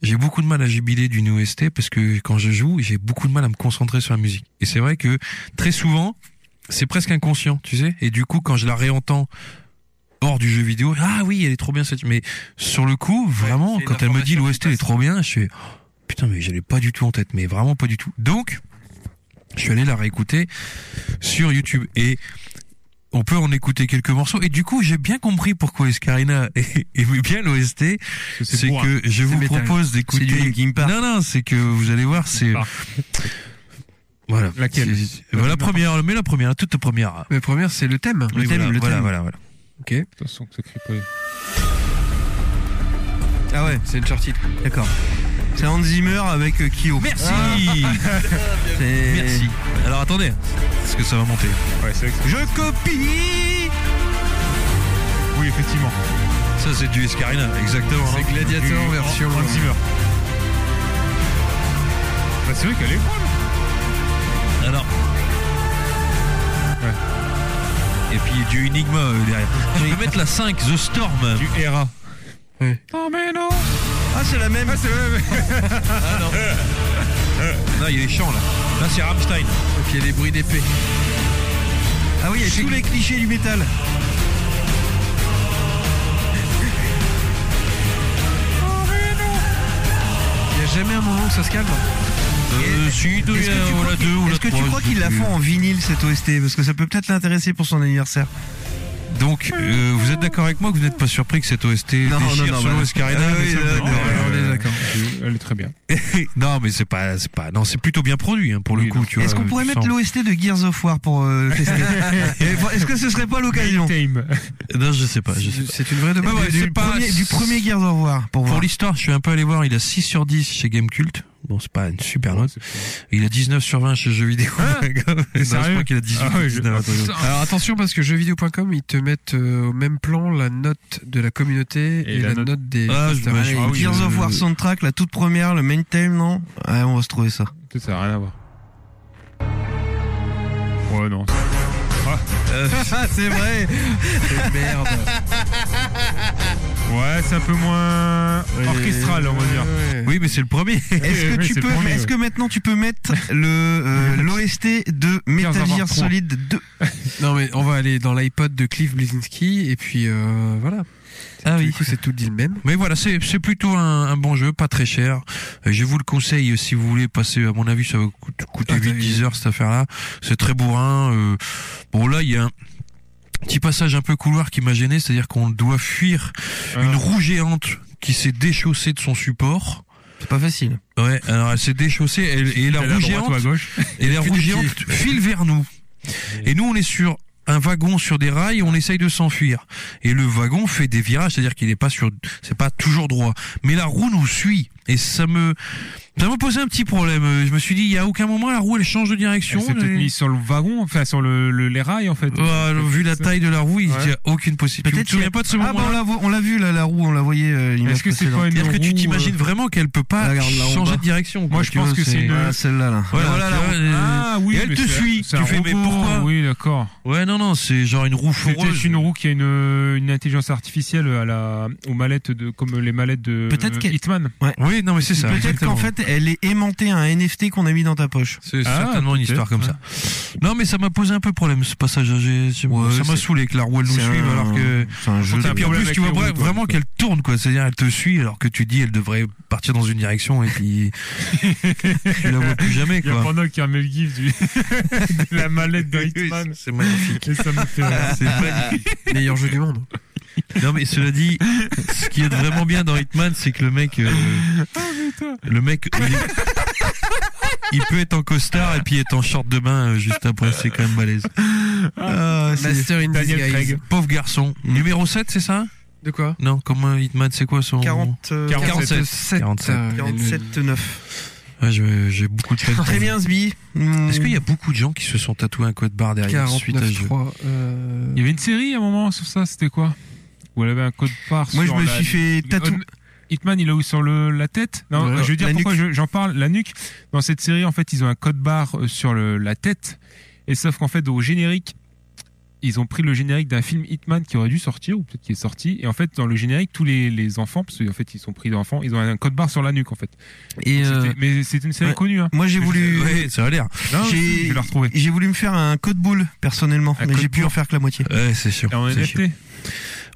j'ai beaucoup de mal à jubiler d'une OST parce que quand je joue, j'ai beaucoup de mal à me concentrer sur la musique. Et c'est vrai que très souvent, c'est presque inconscient, tu sais. Et du coup, quand je la réentends hors du jeu vidéo, ah oui, elle est trop bien cette, mais sur le coup, vraiment, c'est une quand elle me dit information qui l'OST elle est passe. trop bien, je fais, oh, putain, mais je l'ai pas du tout en tête, mais vraiment pas du tout. Donc, je suis allé la réécouter sur YouTube et on peut en écouter quelques morceaux et du coup j'ai bien compris pourquoi Escarina aimait bien l'OST c'est bourrin. que je vous métal. propose C'est du d'écouter Linkin Park. non non c'est que vous allez voir c'est Ah. voilà Laquelle C'est- voilà, la première mais la première la toute première Mais première, c'est le thème. Oui, thème, voilà, le voilà, thème. voilà, voilà. Ok. Attention que ça crie pas. Ah ouais, c'est une Uncharted. D'accord. C'est Hans Zimmer avec euh, Kyo. Merci. C'est- Merci. Alors attendez, est-ce que ça va monter Ouais, c'est Je copie Oui, effectivement. Ça c'est du Escarina, exactement. C'est hein. Gladiator Du- Oh, version- Hans Zimmer. Bah, c'est vrai qu'elle est Alors. Et puis du Enigma euh, derrière. Je vais mettre la 5, The Storm. Du Hera. Non mais non Ah c'est la même Ah c'est la même Ah non Non il y a les chants là. Là c'est Rammstein. Et puis il y a les bruits d'épée. Ah oui, il y a tous les clichés du métal. Il y a jamais un moment où ça se calme. Euh, si, deux, Est-ce que tu euh, crois la qu'il- deux ou la est-ce que tu trois, crois je sais qu'ils la plus. font en vinyle cette OST Parce que ça peut peut-être l'intéresser pour son anniversaire. Donc euh, vous êtes d'accord avec moi que vous n'êtes pas surpris que cette OST déchire Non, non, non, solo voilà. Escarina Ah mais oui, ça me là, donne- non, Euh, on est d'accord. Elle est très bien. non mais c'est pas, c'est pas, non c'est plutôt bien produit hein, pour le coup. tu Est-ce vois, qu'on pourrait tu mettre sens. l'OST de Gears of War pour euh, tester Et bon, Est-ce que ce serait pas l'occasion Non je sais pas, je sais pas. C'est une vraie Ah demande. ouais, du, c'est pas- premier, du premier Gears of War pour Pour voir. l'histoire, je suis un peu allé voir, il a 6 sur 10 chez Gamecult. Bon, c'est pas une super note. Il a 19 sur 20 chez Jeux Vidéo. Non, je sérieux crois qu'il a 18 Ah ouais, ou je- 19. un truc comme ça. Putain. Alors attention parce que jeuxvideo.com ils te mettent euh, au même plan la note de la communauté et, la, note... des. Ah, je- posters. bah, je- ah oui, Gears je- of War soundtrack, la toute première, le main theme, non Ouais, on va se trouver ça. Tout ça a rien à voir. Ouais, non. Ah, c'est vrai Merde. Ouais, c'est un peu moins orchestral, on va dire. Oui, mais c'est le premier. Est-ce que oui, tu c'est peux, le premier, est-ce ouais. que maintenant tu peux mettre le euh, l'OST de Metal Gears of War Gear 3. Solid 2 Non mais on va aller dans l'iPod de Cliff Bleszinski et puis euh, voilà. Ah Du oui. coup c'est tout dit le même. Mais voilà, c'est c'est plutôt un, un bon jeu, pas très cher. Euh, Je vous le conseille euh, si vous voulez passer, à mon avis, ça va coût- coûter Ah, 8-10 heures cette affaire-là. C'est très bourrin. euh, Bon, là, il y a un petit passage un peu couloir qui m'a gêné, c'est-à-dire qu'on doit fuir Ah. Euh, une roue géante qui s'est déchaussée de son support. C'est pas facile. Ouais, alors elle s'est déchaussée elle- et, la Elle est à roue droite ou géante, à gauche. et la fait roue des géante file vers nous. Et nous, on est sur un wagon sur des rails, on essaye de s'enfuir. Et le wagon fait des virages, c'est-à-dire qu'il n'est pas sur, c'est pas toujours droit. Mais la roue nous suit. Et ça me, ça m'a posé un petit problème. Euh, Je me suis dit, il y a aucun moment, la roue, elle change de direction. Elle s'est peut-être Elle- mise sur le wagon, enfin sur le, le- les rails en fait. Ouais, alors, Ah, vu la ça. taille de la roue, il n'y Ouais. a aucune possibilité. Tu te Peut-être qu'il y souviens a- pas de ce Ah bah on moment-là? l'a vo- on l'a vu là, la roue, on la voyait. euh, l'image Est-ce que c'est précédente. pas une C'est-à-dire que tu roue, t'imagines euh, vraiment qu'elle peut pas Regarde, là, en changer bas. de direction. quoi, Moi, je tu pense vois, que c'est une- Voilà, celle-là là. Ouais, Ah, voilà, tu la vois, roue. Ah oui, Et elle mais te c'est- suit. c'est Tu un fais, mais robot. hein. pourquoi Oui, d'accord. Ouais, non, non, c'est genre une roue C'est fourreuse. peut-être une roue qui a une, euh, une intelligence artificielle à la, aux mallettes de, comme les mallettes de Peut-être euh, qu'elle- Hitman. Oui, non, mais c'est ça. Peut-être exactement. qu'en fait elle est aimantée à un NFT qu'on a mis dans ta poche. C'est Ah, certainement une peut-être, histoire comme ouais. ça. Non, mais ça m'a posé un peu problème ce passage. J'ai- j'ai- Ouais, ça m'a c'est- saoulé que la roue elle nous C'est suive un- alors que. C'est un jeu. Quand Et un puis en problème plus, avec tu vois les roues, vra- quoi. vraiment qu'elle tourne, quoi. C'est-à-dire, elle te suit alors que tu dis, elle devrait partir dans une direction et puis. tu la vois plus jamais, Il y a quoi. Panda qui a mis le gif du- de la mallette de Hitman. C'est magnifique. Et ça me fait rire. C'est magnifique. Meilleur jeu du monde. Non mais cela dit, ce qui est vraiment bien dans Hitman, c'est que le mec, euh, le mec, il, est- il peut être en costard et puis être en short de bain euh, juste après. C'est quand même malaise. Ah, c'est- Master in Daniel disguise. Craig. Pauvre garçon. Numéro 7, c'est ça De quoi Non, comment Hitman, c'est quoi son 40, euh, 47. 47. 47. euh, 47 9. Ouais, je- j'ai beaucoup de peine. Très bien Sbi. Hmm. Est-ce qu'il y a beaucoup de gens qui se sont tatoués un code barre derrière suite à ce 49 jeu 3 euh... Il y avait une série à un moment sur ça, c'était quoi Où elle avait un code part Moi je sur me la- suis fait tatouer. Hon- Hitman, il a où sur le, la tête Non, Ouais, je veux dire la pourquoi je- j'en parle. La nuque, dans cette série, en fait, ils ont un code barre euh, sur le- la tête. Et sauf qu'en fait, au générique, ils ont pris le générique d'un film Hitman qui aurait dû sortir, ou peut-être qui est sorti. Et en fait, dans le générique, tous les, les enfants, parce qu'en fait, ils sont pris d'enfants, ils ont un code barre sur la nuque, en fait. Et euh, C'était- Mais c'est une série ouais. connue, hein. moi j'ai voulu. Ouais, ça a l'air. Non, J'ai- je vais la retrouver. J'ai voulu me faire un code boule personnellement, Un mais code j'ai pu boule. en faire que la moitié. Ouais, c'est sûr. Et en c'est sûr. NFT.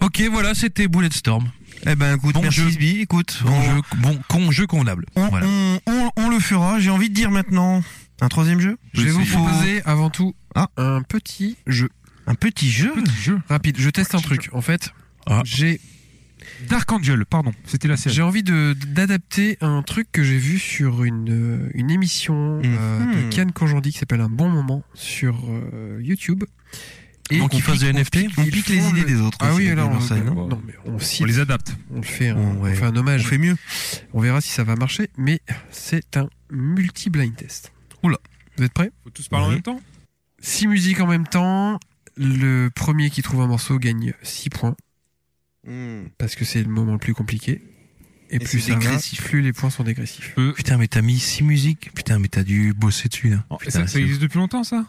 Ok, voilà, c'était Bulletstorm. Eh ben écoute, Euh, Bon jeu. merci Sbi, écoute, Bon on, jeu, bon con jeu condamnable. on, Voilà. on- on- on le fera. J'ai envie de dire maintenant un troisième jeu. Je vais vous Faut- proposer avant tout Ah. un petit jeu un petit jeu. rapide. Je teste un truc. En fait, Ah. j'ai Dark Angel, pardon, c'était la série. J'ai envie de d'adapter un truc que j'ai vu sur une, euh, une émission euh, Mhm. de Kian Kojandi qui s'appelle Un bon moment sur euh, YouTube. Et Donc, qu'on ils fassent pique- des NFT? pique- On ils pique font les idées le- des autres Ah aussi, oui, les alors, Marseillais, on- non non, mais on, On les adapte. On le fait, on, on fait un hommage. On fait mieux. On verra si ça va marcher, mais c'est un multi-blind test. Oula. Vous êtes prêts Faut tous parler en même temps Six musiques en même temps. Le premier qui trouve un morceau gagne 6 points. Parce que c'est le moment le plus compliqué. Et, Et plus c'est ça va, dégressif. Euh, plus les points sont dégressifs. Putain, mais t'as mis 6 musiques. Putain, mais t'as dû bosser dessus, là. Putain, Oh, ça, ça c'est- existe depuis longtemps, ça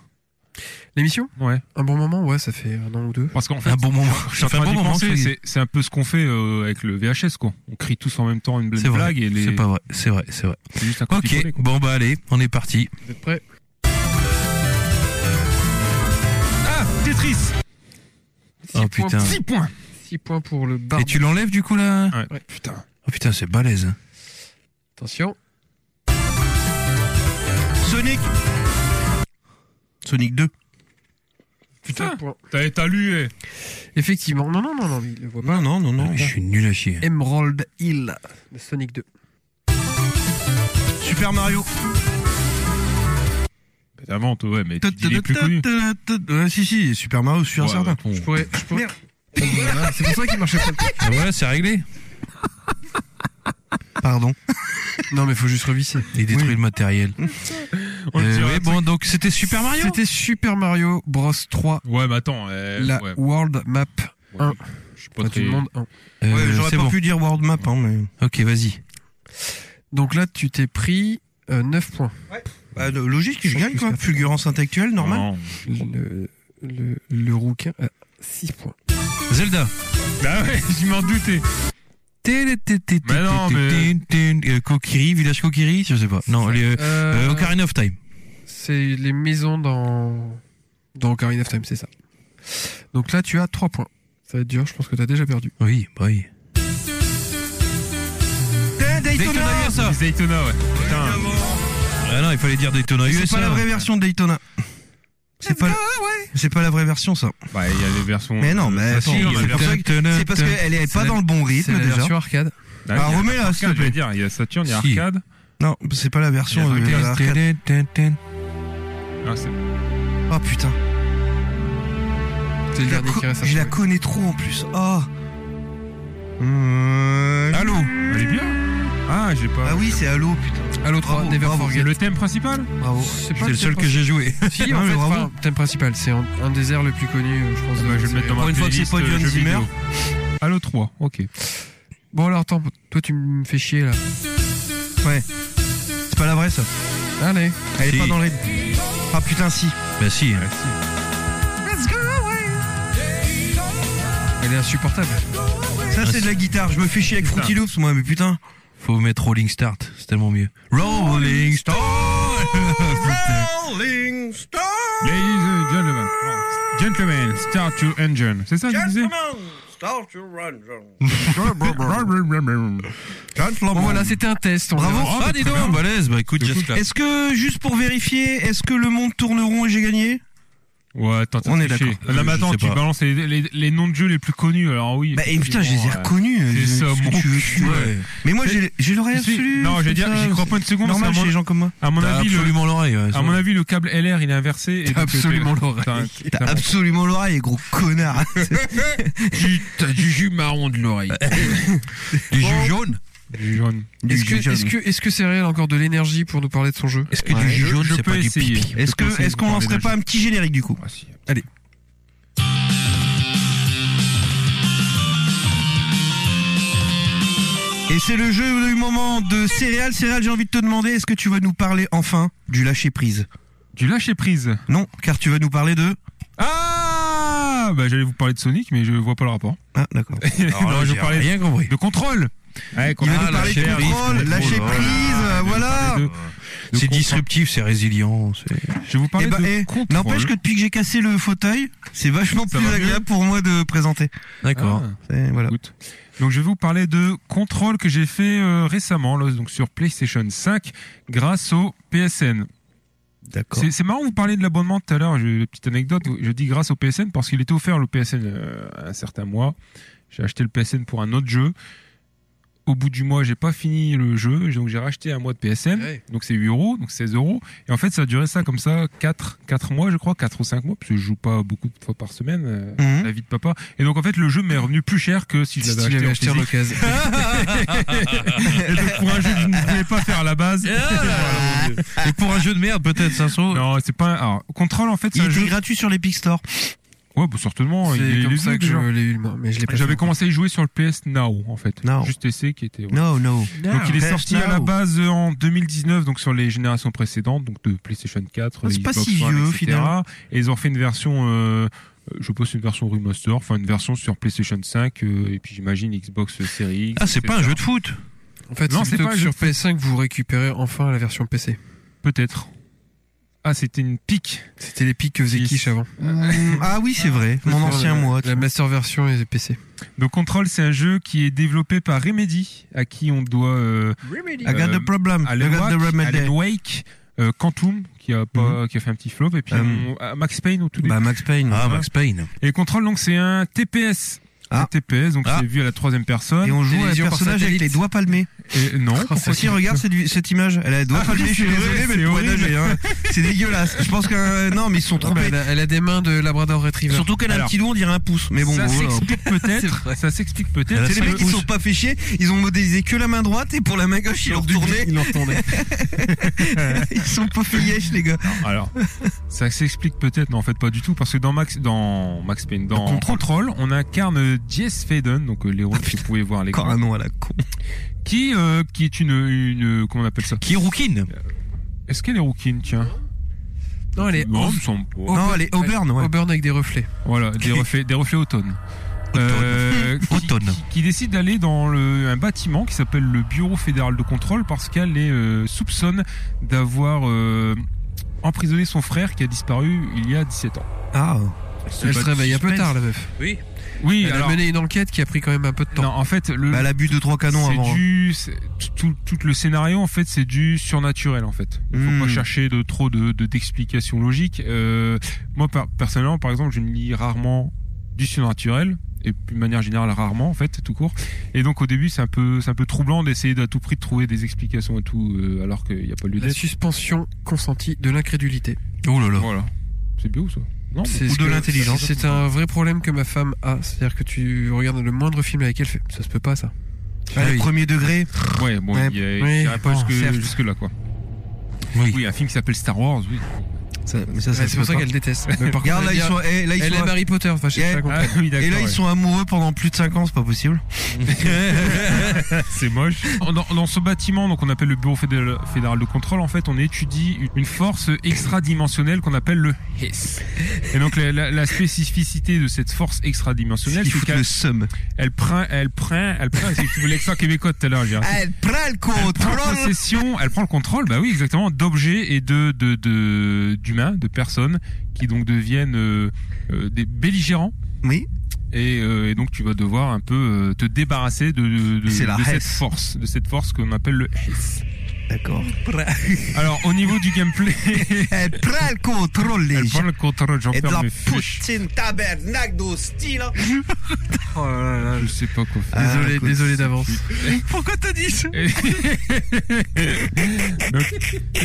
L'émission Ouais. Un bon moment Ouais, ça fait un an ou deux. Parce qu'en fait, Un bon moment. je suis en Ça fait train un d'y bon moment, penser, ça y est. c'est- c'est un peu ce qu'on fait euh, avec le VHS, quoi. On crie tous en même temps une C'est blague, vrai. blague et les. C'est pas vrai, c'est vrai, c'est vrai. C'est juste un copier-coller, Ok, quoi. bon bah allez, on est parti. Vous êtes prêts Ah, Tetris Oh putain. 6 points 6 points pour le bar. Et tu l'enlèves du coup là Ouais. Putain. Oh putain, c'est balèze. Attention. Sonic Sonic 2. Putain. T'as t'as lu, eh. Effectivement. Non, non, non, non, il le voit pas. Non, non, non. Ah, Je suis nul à chier. Emerald Hill de Sonic 2. Super Mario. Bah, T'inventes, ouais, mais il est plus connu. Ouais, si, si, Super Mario, je suis Ouais, bah, incertain. ouais, bon. Je pourrais. Je pourrais... Merde. Voilà, c'est pour ça qu'il marchait pas. Voilà, c'est réglé. Pardon. Non, mais faut juste revisser. Il détruit le matériel. On le Euh, dira, oui, bon, donc c'était Super Mario C'était Super Mario Bros 3, Ouais, mais attends, eh, la Bah, ouais. World Map 1. Je Pas tout le monde 1. Euh, ouais, j'aurais c'est pas bon. pu dire World Map, hein, mais. Ok, vas-y. Donc là, tu t'es pris euh, 9 points. Bah, le- logique, je pense gagne que quoi. c'est- Fulgurance intellectuelle, normal. Non. Le, le, le rouquin a 6 points. Zelda. Bah ouais, je m'en doutais. Mais non, mais- Euh, Kokiri, Village Kokiri, je sais pas. Non, les, euh, Euh, euh, Ocarina of Time. C'est les maisons dans, dans Ocarina of Time, c'est ça. Donc là, tu as 3 points. Ça va être dur, je pense que t'as déjà perdu. Oui, bah oui. Eh, Daytona, Daytona USA. Daytona, ouais. Putain. Ah non, il fallait dire Daytona C'est USA. pas la vraie version de Daytona. C'est pas, la- c'est pas la vraie version, ça. Bah, il y a les versions. Mais non, mais euh, attends, si, il y a c'est les pour versions- ça que- c'est parce qu'elle est C'est pas la- dans le bon C'est rythme la déjà. version arcade. Ah, il y a remets-la, arcade, Bah, s'il te je veux plaît. dire, Il y a Saturn, il y a Si. Arcade. Non, c'est pas la version. Il y a euh, la arcade. Ah, c'est- Oh putain. C'est le Je la, dernier co- qui reste à je la trouver. connais trop en plus. Oh. Euh, Allô Elle est bien. Ah, j'ai pas. Ah oui, c'est Halo, putain. Halo 3, Bravo, Never bravo, C'est Forget. le thème principal Bravo. C'est C'est le seul que j'ai joué. Si, Non, en mais fait, bravo. Eh ben, enfin, thème principal, c'est un, un des airs le plus connu, euh, je pense. Ah de bah, la Je vais le mettre série. dans ma Pour une fois que playlist c'est pas euh, John jeux Zimmer. vidéo. Halo 3, ok. Bon, alors attends, toi tu me fais chier là. Ouais. C'est pas la vraie, ça. Allez. Elle Si. est pas dans le rythme. Ah putain, si. Bah si. Elle est insupportable. Ça, c'est de la guitare. Je me fais chier avec Fruity Loops, moi, mais putain. Faut mettre Rolling Start, c'est tellement mieux. Rolling Start Rolling Stone. Ladies and gentlemen. Non. Gentlemen, start your engine. C'est ça que je disais Start your run, Bon, voilà, c'était un test. on Bravo. verra. Oh, Ah, bah, dis très donc. bien, balèze. Bah écoute, Écoute, juste là. Est-ce que, juste pour vérifier, est-ce que le monde tourne rond et j'ai gagné Ouais, attends, On est Là, mais Je attends, sais tu pas. balances les, les, les noms de jeux les plus connus, alors oui. Bah, et putain, je les ai effectivement, ouais. reconnus. euh, C'est ça, ce que mon tu veux, cul, tu vois. ouais. Mais moi, j'ai j'ai l'oreille Si, absolue. non, je veux dire, j'y crois pas une seconde, Normal c'est à chez mon- les gens comme moi. À mon T'as avis, le, absolument l'oreille. ouais, à ça mon va. avis, le câble LR, il est inversé. Et T'as donc, absolument t'es- l'oreille. t'as un- T'as absolument l'oreille, gros connard. T'as du jus marron de l'oreille. Du jus jaune Du jaune. Est-ce que, est-ce que, est-ce que c'est réel encore de l'énergie pour nous parler de son jeu Est-ce que Ouais, du jus jaune, je c'est peux pas du essayer. pipi Est-ce que, Je peux est-ce qu'on essayer de lancerait parler pas un petit générique du coup Ah, si. Allez. Et c'est le jeu du moment de Céréales. Céréales, j'ai envie de te demander, est-ce que tu vas nous parler enfin du lâcher prise Du lâcher prise. Non, car tu vas nous parler de. Ah Bah, j'allais vous parler de Sonic, mais je vois pas le rapport. Ah, d'accord. Alors là, Non, je j'ai parlais rien compris. de contrôle. Ouais, ah, Il contrôle. va nous parler de lâcher prise, contrôle, lâcher ouais. prise, euh, Je vais vous voilà. parler de- de C'est contrôle. disruptif, c'est résilient. c'est- Je vais vous parler Eh ben, eh, de contrôle. N'empêche que depuis que j'ai cassé le fauteuil, c'est vachement Ça plus va mieux agréable pour moi de présenter. D'accord. Ah. C'est- Voilà. Écoute. Donc je vais vous parler de Control que j'ai fait euh, récemment là, donc sur PlayStation 5 grâce au PSN. D'accord. C'est c'est marrant vous parlez de l'abonnement tout à l'heure, j'ai une petite anecdote, je dis grâce au PSN parce qu'il était offert le PSN euh, un certain mois. J'ai acheté le PSN pour un autre jeu. au bout du mois, j'ai pas fini le jeu, donc j'ai racheté un mois de PSN, donc c'est 8 euros, donc 16 euros. Et en fait, ça a duré ça comme ça 4, 4 mois, je crois, 4 ou 5 mois, parce que je joue pas beaucoup de fois par semaine, euh, Hmm Mhm. la vie de papa. Et donc en fait, le jeu m'est revenu plus cher que si je Si l'avais tu acheté, l'avais en acheté en physique. occasion. Et donc pour un jeu que je ne voulais pas faire à la base. Et pour un jeu de merde, peut-être, 500 Non, c'est pas un. Alors, Control, en fait, c'est Il un était jeu. gratuit sur l'Epic Store. Ouais, bah, certainement. C'est il est comme il est ça vieux, que je déjà. l'ai eu, moi, mais je l'ai pas fait J'avais encore. commencé à y jouer sur le PS Now, en fait. Juste essai qui était. ouais. No, no. Donc il est Now. sorti à la Now. base euh, en 2019, donc sur les générations précédentes, donc de PlayStation 4, Ah, c'est pas Xbox si One, vieux, etc. finalement. Et ils ont fait une version, euh, euh, je pense une version remaster, enfin une version sur PlayStation 5 euh, et puis j'imagine Xbox Series X. Ah, c'est pas un etc. jeu de foot. En fait, non, c'est c'est plutôt pas que un jeu sur de foot. PS5 vous récupérez enfin la version PC. Peut-être. Ah, c'était une pique. C'était les piques que faisait Kish avant. ah oui, c'est vrai. Mon ancien moi. La master version et PC. Donc Control, c'est un jeu qui est développé par Remedy, à qui on doit. Euh, Remedy. I got the problem. Alan I got the Wake, remedy. Alan Wake, euh, Quantum, qui a pas, qui a fait un petit flop, et puis Hum. on- Max Payne au tout début. Bah, Max Payne. Ah, Max Payne. Et Control, donc c'est un TPS. Un TPS, donc c'est vu à la troisième personne. Et on joue à un personnage avec les doigts palmés. Et Oh, non. pourquoi si, Hein, regarde cette, vi- cette image. Elle a les doigts Ah, palmés, oui, je suis c'est désolé, vrai, mais le c'est poids horrible. d'âge, hein. C'est dégueulasse. Je pense que. Non, mais ils se sont trompés. Elle a, elle a des mains de Labrador Retriever. Surtout qu'elle a un Alors, petit doigt, on dirait un pouce. Mais bon, ça bon, voilà. s'explique peut-être. ça s'explique peut-être. C'est les le- mecs qui sont pas fait chier, ils ont modélisé que la main droite et pour la main gauche, ils l'ont retourné. Ils sont pas fait yesh, les gars. Alors, ça s'explique peut-être, mais en fait pas du tout, parce que dans Max, dans Max Payne, dans Control, Control. on incarne Jess Faden, donc euh, l'héros que vous pouvez voir à l'écran. Encore un nom à la con. Qui, euh, qui est une, une, comment on appelle ça Qui est rouquine Est-ce qu'elle est rouquine, tiens Non, elle est. Non, au- il me semble pas. Auburn- Non, elle est Auburn, ouais. Auburn avec des reflets. Voilà, des reflets, des reflets automne. Euh, qui, qui- qui décide d'aller dans le, un bâtiment qui s'appelle le Bureau fédéral de contrôle parce qu'elle est euh, soupçonne d'avoir euh, emprisonné son frère qui a disparu il y a 17 ans. Ah. Elle se réveille un peu tard, la meuf. Oui. Oui, Elle alors- a mené une enquête qui a pris quand même un peu de temps. Non, en fait, le. Bah, elle a bu deux, trois canons c'est avant. Du, c'est- tout, tout le scénario, en fait, c'est du surnaturel, en fait. Il faut Hmm. pas chercher de trop de de- d'explications logiques. Euh, moi, par- personnellement, par exemple, je ne lis rarement du surnaturel et de manière générale rarement en fait tout court et donc au début c'est un peu c'est un peu troublant d'essayer à tout prix de trouver des explications et tout euh, alors qu'il n'y a pas lieu La d'être suspension consentie de l'incrédulité. Oh là là. voilà c'est bio ça non C'est ou ce que- C'est un vrai problème que ma femme a. C'est-à-dire que tu regardes le moindre film avec elle, fait, ça se peut pas ça. Ah, le premier degré. Ouais, bon, Ouais. il y a- Oui, il y a pas bon, certes. jusque, là quoi. Oui. un film qui s'appelle Star Wars, oui. ça, ça Ouais, se c'est pour peut ça pas. qu'elle déteste. Mais par Regarde, contre, là, elle ils dit- sont, eh, là, ils elle sont- aime Harry Potter. Enfin, je sais Eh, pas comprendre. Ah, oui, d'accord, et là, ouais. ils sont amoureux pendant plus de 5 ans, c'est pas possible. c'est moche. Dans, dans ce bâtiment, donc on appelle le Bureau fédéral, fédéral de contrôle, en fait, on étudie une force extradimensionnelle qu'on appelle le HISS. Et donc la, la- la spécificité de cette force extradimensionnelle, Ils c'est foutent le qu'elle seum. elle prend, elle prend, elle prend. Si tu voulais l'accent québécois tout à l'heure, j'ai Elle prend le Elle prend contrôle. possession, elle prend le contrôle, bah oui, exactement, d'objets et de de- de d'humains, de, personnes qui donc deviennent euh, euh, des belligérants. Oui. Et, euh, et donc tu vas devoir un peu euh, te débarrasser de de, de- C'est la de cette Hesse. force, de cette force qu'on appelle le Hesse. D'accord. Alors au niveau du gameplay, Elle prend le contrôle, les elle prend gens. le contrôle, j'en Et de perds la mes fiches. poutine tabernacle d'hostie, là. Je sais pas quoi Ah, faire. Désolé, désolé d'avance. Pourquoi t'as dit ça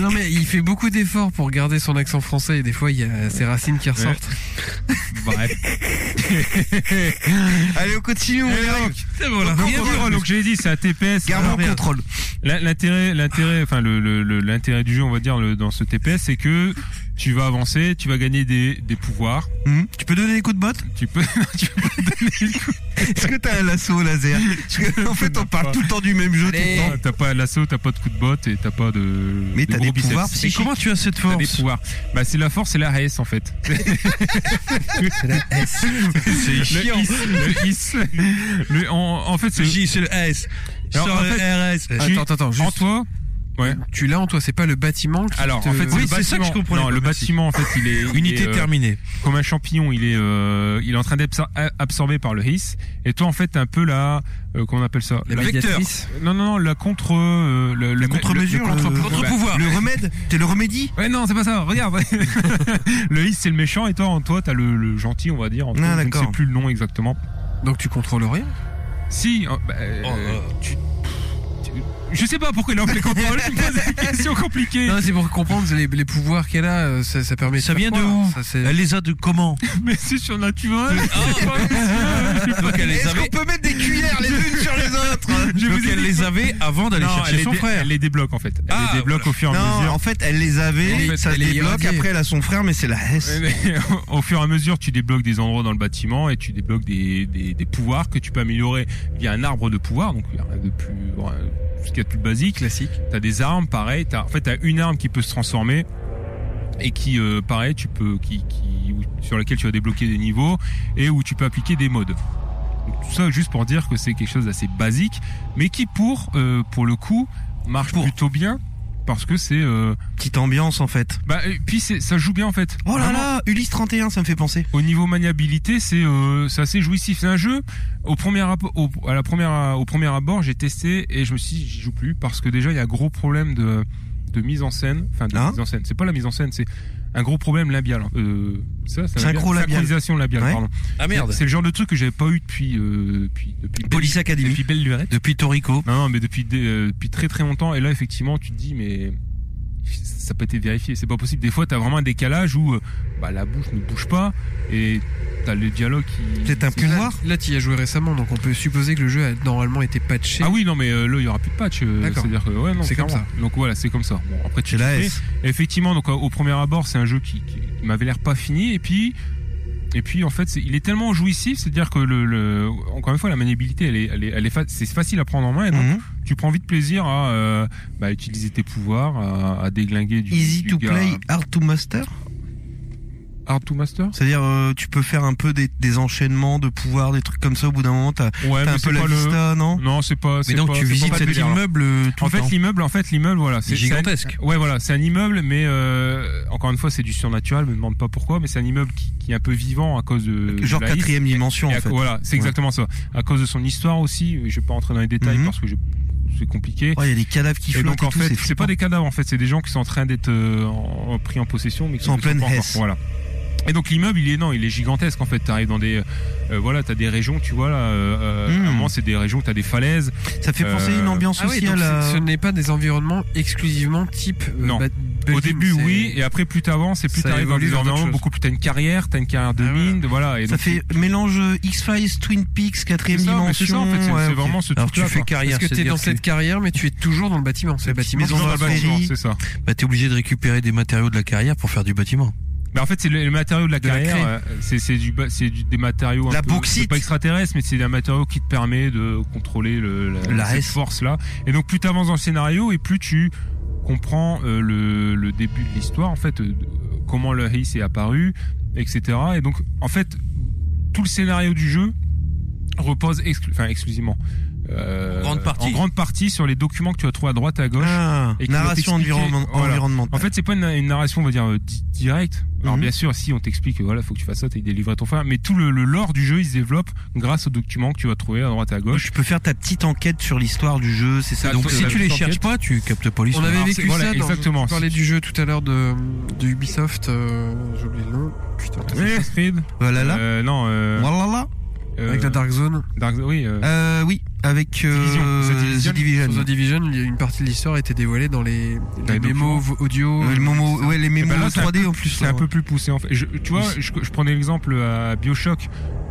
Non mais il fait beaucoup d'efforts pour garder son accent français et des fois il y a ses racines qui ressortent. Bref. Allez, on continue. on est là. Donc, Bien contrôle, dit. donc j'ai dit c'est un TPS. Gardons Alors, le contrôle. la- L'intérêt, l'intérêt, enfin le- le- le- l'intérêt du jeu, on va dire le- dans ce TPS, c'est que tu vas avancer, tu vas gagner des, des pouvoirs, Hmm, Tu peux donner des coups de botte tu peux, tu peux donner le coup. Est-ce que t'as un lasso laser Parce que, En fait, on parle tout le temps du même jeu. tout le temps. T'as pas l'assaut, t'as pas de coup de botte et t'as pas de. Mais de t'as gros des biceps. pouvoirs Et psychiques. comment tu as cette T'as des force pouvoirs. Bah c'est la force et la haisse en fait. C'est Le chiant. is, le is. Le- en, en fait c'est. J, c'est le S. Alors, Sur en le RS. tu- Attends, attends, attends, En juste- toi. Ouais. Tu l'as en toi, c'est pas le bâtiment qui Alors te- en fait, Oui, le c'est ça que je bâtiment- comprenais non, pas, le merci. bâtiment en fait, il est il Unité est, euh, terminée. comme un champignon, il est, euh, il est en train d'être absorbé par le his. Et toi, en fait, t'es un peu la, euh, comment on appelle ça La médiatrice. Non, non, non, la contre, euh, le, le- Contre-mesure, le- le contre- pouvoir Le remède T'es le remédie Ouais, non, c'est pas ça. Regarde, le his c'est le méchant, et toi, en toi, t'as le, le gentil, on va dire. En toi, Ah, je ne d'accord. sais plus le nom exactement. Donc tu contrôles rien. Oh, Si, euh, bah, euh, tu, pff, Je sais pas pourquoi il a appelé contrôle, il me pose des questions compliquées. Non, c'est pour comprendre les, les pouvoirs qu'elle a, euh, ça, ça permet Ça vient de où Elle les a de comment Mais c'est surnaturel. Ah bah, Est-ce qu'on peut mettre des cuillères les unes sur les autres Donc elle les avait avant d'aller Non, Ah, elle chercher les son dé- frère. Elle les débloque en fait. Elle Ah, les débloque voilà. au fur et à Non, mesure. en fait, elle les avait, En fait, ça se elle est débloque, irradiée. après elle a son frère, mais c'est la S. Oui, mais Eh ben, au fur et à mesure, tu débloques des endroits dans le bâtiment et tu débloques des, des, des pouvoirs que tu peux améliorer via un arbre de pouvoir. Donc, il y a rien de plus, rien de- ce qu'il y a de plus basique. Classique. T'as des armes, pareil. T'as, en fait, t'as une arme qui peut se transformer et qui, euh, pareil, tu peux, qui, qui, ou- sur laquelle tu vas débloquer des niveaux et où tu peux appliquer des modes. Donc, tout ça juste pour dire que c'est quelque chose d'assez basique, mais qui pour, euh, pour le coup, marche plutôt bien parce que c'est, euh, Petite ambiance en fait. bah, et puis c'est, ça joue bien en fait. Oh là Vraiment. là, Ulysse 31, ça me fait penser. Au niveau maniabilité, c'est euh, c'est assez jouissif. C'est un jeu. Au premier, app- au, à la première, au premier abord, j'ai testé et je me suis dit, j'y joue plus parce que déjà, il y a un gros problème de, de mise en scène. Enfin, de Hein mise en scène. C'est pas la mise en scène, c'est un gros problème labial. Euh, ça, ça labial- Synchro-labial. Synchronisation labiale, Ouais. pardon. Ah, merde. C'est le genre de truc que j'avais pas eu depuis, euh, depuis, depuis Police Academy. Depuis Belle Lurette. Depuis Torico. Non, non, mais depuis, des- euh, depuis très très longtemps. Et là, effectivement, tu te dis, mais ça peut être vérifié. C'est pas possible. Des fois, t'as vraiment un décalage où euh, bah, la bouche ne bouge pas et t'as le dialogue qui. Peut-être un pouvoir Là, tu y as joué récemment, donc on peut supposer que le jeu a normalement été patché. Ah oui, non, mais euh, là, il y aura plus de patch. euh, D'accord. C'est-à-dire que, ouais, non, C'est comme clairement. Donc voilà, c'est comme ça. Bon, après, tu l'as. Effectivement, donc euh, au premier abord, c'est un jeu qui, qui- qui m'avait l'air pas fini. Et puis, et puis en fait, c'est- il est tellement jouissif, c'est-à-dire que le, le- encore une fois, la maniabilité, elle est, elle est, elle est fa- c'est facile à prendre en main. Et donc, tu prends vite plaisir à euh, bah, utiliser tes pouvoirs, à, à déglinguer du. Easy du to gars. play, hard to master. Hard to master C'est-à-dire, euh, tu peux faire un peu des, des enchaînements de pouvoirs, des trucs comme ça. Au bout d'un moment, t'as Ouais, t'as Ah, mais un c'est peu la pas le- vista, non Non, c'est pas. c'est pas- c'est pas pas le délire, là. euh, en fait, l'immeuble, en fait, l'immeuble, voilà, Il est un- gigantesque. ouais, voilà, c'est un immeuble, mais euh, encore une fois, c'est du surnaturel. Je me demande pas pourquoi, mais c'est un immeuble qui, qui est un peu vivant à cause de Genre de la hisse. quatrième dimension, Et à- en fait. Voilà, c'est Ouais. exactement ça. À cause de son histoire aussi, je vais pas rentrer dans les détails Mhm. parce que je- c'est compliqué. Oh, il y a des cadavres qui et flottent donc en et tout, fait, c'est c'est pas des cadavres en fait, c'est des gens qui sont en train d'être euh, en- en- pris en possession, mais qui Ils sont en ne pleine pas encore. Hesse. Voilà. Et donc l'immeuble, il est non, il est gigantesque en fait. T'arrives dans des, euh, voilà, t'as des régions, tu vois là. euh, Hmm. Mhm. À un moment, c'est des régions, où t'as des Euh, falaises. Ça fait penser à une ambiance Ah oui, donc c'est- Ce n'est pas des environnements exclusivement type. euh, Non. Bat- Au Belgium, début, c'est- oui, et après, plus t'avances, et plus Ça t'arrives dans évolue des vers d'autres environnements choses. beaucoup plus. T'as une carrière, t'as une carrière de mine, voilà. Et Ah Ça donc, fait mélange euh, X-Files, Twin Peaks, quatrième C'est ça, mais dimension. c'est ça, en fait, c'est- ouais, c'est ok. vraiment ce truc-là, quoi. Parce que t'es dans cette carrière, mais tu es toujours dans le bâtiment. C'est le bâtiment. maison dans la prairie. c'est ça. Bah, t'es obligé de récupérer des matériaux de la carrière pour faire du bâtiment. Bah en fait c'est le, le matériau de la la carrière, craie. euh, c'est c'est du ba- c'est du- des matériaux un La peu- bauxite. c'est pas extraterrestre mais c'est un matériau qui te permet de contrôler le, La cette S. force là. Et donc plus t'avances dans le scénario et plus tu comprends euh, le, le début de l'histoire en fait, euh, comment le Hiss est apparu, etc. Et donc en fait tout le scénario du jeu repose exclu- enfin exclusivement. euh, En grande partie. en grande partie sur les documents que tu as trouvés à droite à gauche Ah, et qui vont narration t'expliquer- environnement- environnementale. en fait, c'est pas une, une narration, on va dire, euh, di- directe. Alors, Mhm. bien sûr, si on t'explique, euh, voilà, faut que tu fasses ça, t'es délivré à ton frère, mais tout le, le lore du jeu, il se développe grâce aux documents que tu vas trouver à droite et à gauche. Tu Bah, peux faire ta petite enquête sur l'histoire du jeu, c'est Bah, ça. euh, Donc, si tu les cherches pas, tu captes pas l'histoire. On avait Alors, vécu c'est- voilà, ça dans, exactement. On parlait du jeu tout à l'heure de, de Ubisoft. euh, J'ai oublié le nom. Putain. Assassin's Creed. Voilà là. Euh, non, euh, Voilà là. euh, Avec la Dark Zone. Dark Zone, oui. euh, Euh, oui, avec euh, Division, The Division. The Division. Sur The Division, il y a une partie de l'histoire était dévoilée dans les, Dans les les mémos vo- audio. Ouais, Euh, le momo- ouais, les eh mémos ben là, c'est un 3D peu- en plus. C'est là, un ouais. peu plus poussé, en fait. Je- tu vois, je, je prenais l'exemple à Bioshock.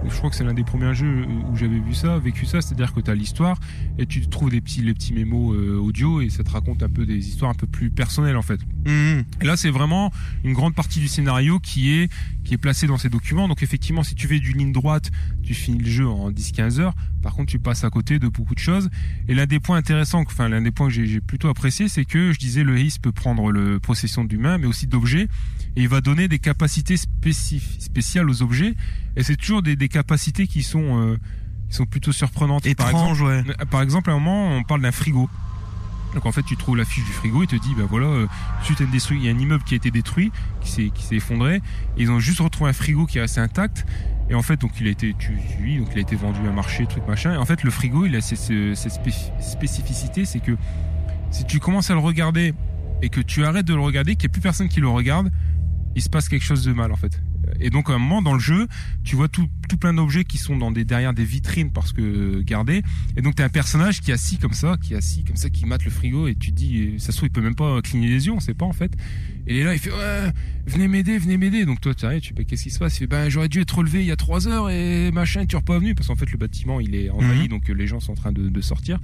Je crois que c'est l'un des premiers jeux où j'avais vu ça, vécu ça, c'est-à-dire que tu as l'histoire et tu trouves des petits, les petits mémos euh, audio et ça te raconte un peu des histoires un peu plus personnelles en fait. Mhm. Et Là, c'est vraiment une grande partie du scénario qui est qui est placée dans ces documents. Donc effectivement, si tu fais du ligne droite, tu finis le jeu en 10-15 heures. Par contre, tu passes à côté de beaucoup de choses. Et l'un des points intéressants, que- enfin l'un des points que j'ai- j'ai plutôt apprécié, c'est que je disais le HIS peut prendre le possession d'humains, mais aussi d'objets, et il va donner des capacités spécifiques, spéciales aux objets. Et c'est toujours des, des capacités qui sont euh, qui sont plutôt surprenantes. Par exemple, Étrange, ouais. Euh, par exemple, à un moment, on parle d'un frigo. Donc en fait, tu trouves la fiche du frigo, il te dit, bah voilà, euh, suite à une destruction, il y a un immeuble qui a été détruit, qui s'est, qui s'est effondré. Et ils ont juste retrouvé un frigo qui est resté intact. Et en fait, donc il a été, tu, tu lis, donc il a été vendu à un marché, truc machin. Et en fait, le frigo, il a ses, ses- ses spécif- spécificités, c'est que si tu commences à le regarder et que tu arrêtes de le regarder, qu'il n'y a plus personne qui le regarde, il se passe quelque chose de mal en fait. Et donc à un moment dans le jeu, tu vois tout, tout plein d'objets qui sont dans des derrière des vitrines parce que gardés. Et donc t'as un personnage qui est assis comme ça, qui est assis comme ça, qui mate le frigo et tu te dis euh, ça se trouve il peut même pas cligner les yeux, on sait pas en fait. Et là il fait ouais, venez m'aider, venez m'aider. Donc toi tu arrives, tu fais qu'est-ce qui se passe Il fait ben j'aurais dû être relevé il y a trois heures et machin, et tu n'es pas venu parce qu'en fait le bâtiment il est envahi, Mhm. donc euh, les gens sont en train de, de sortir.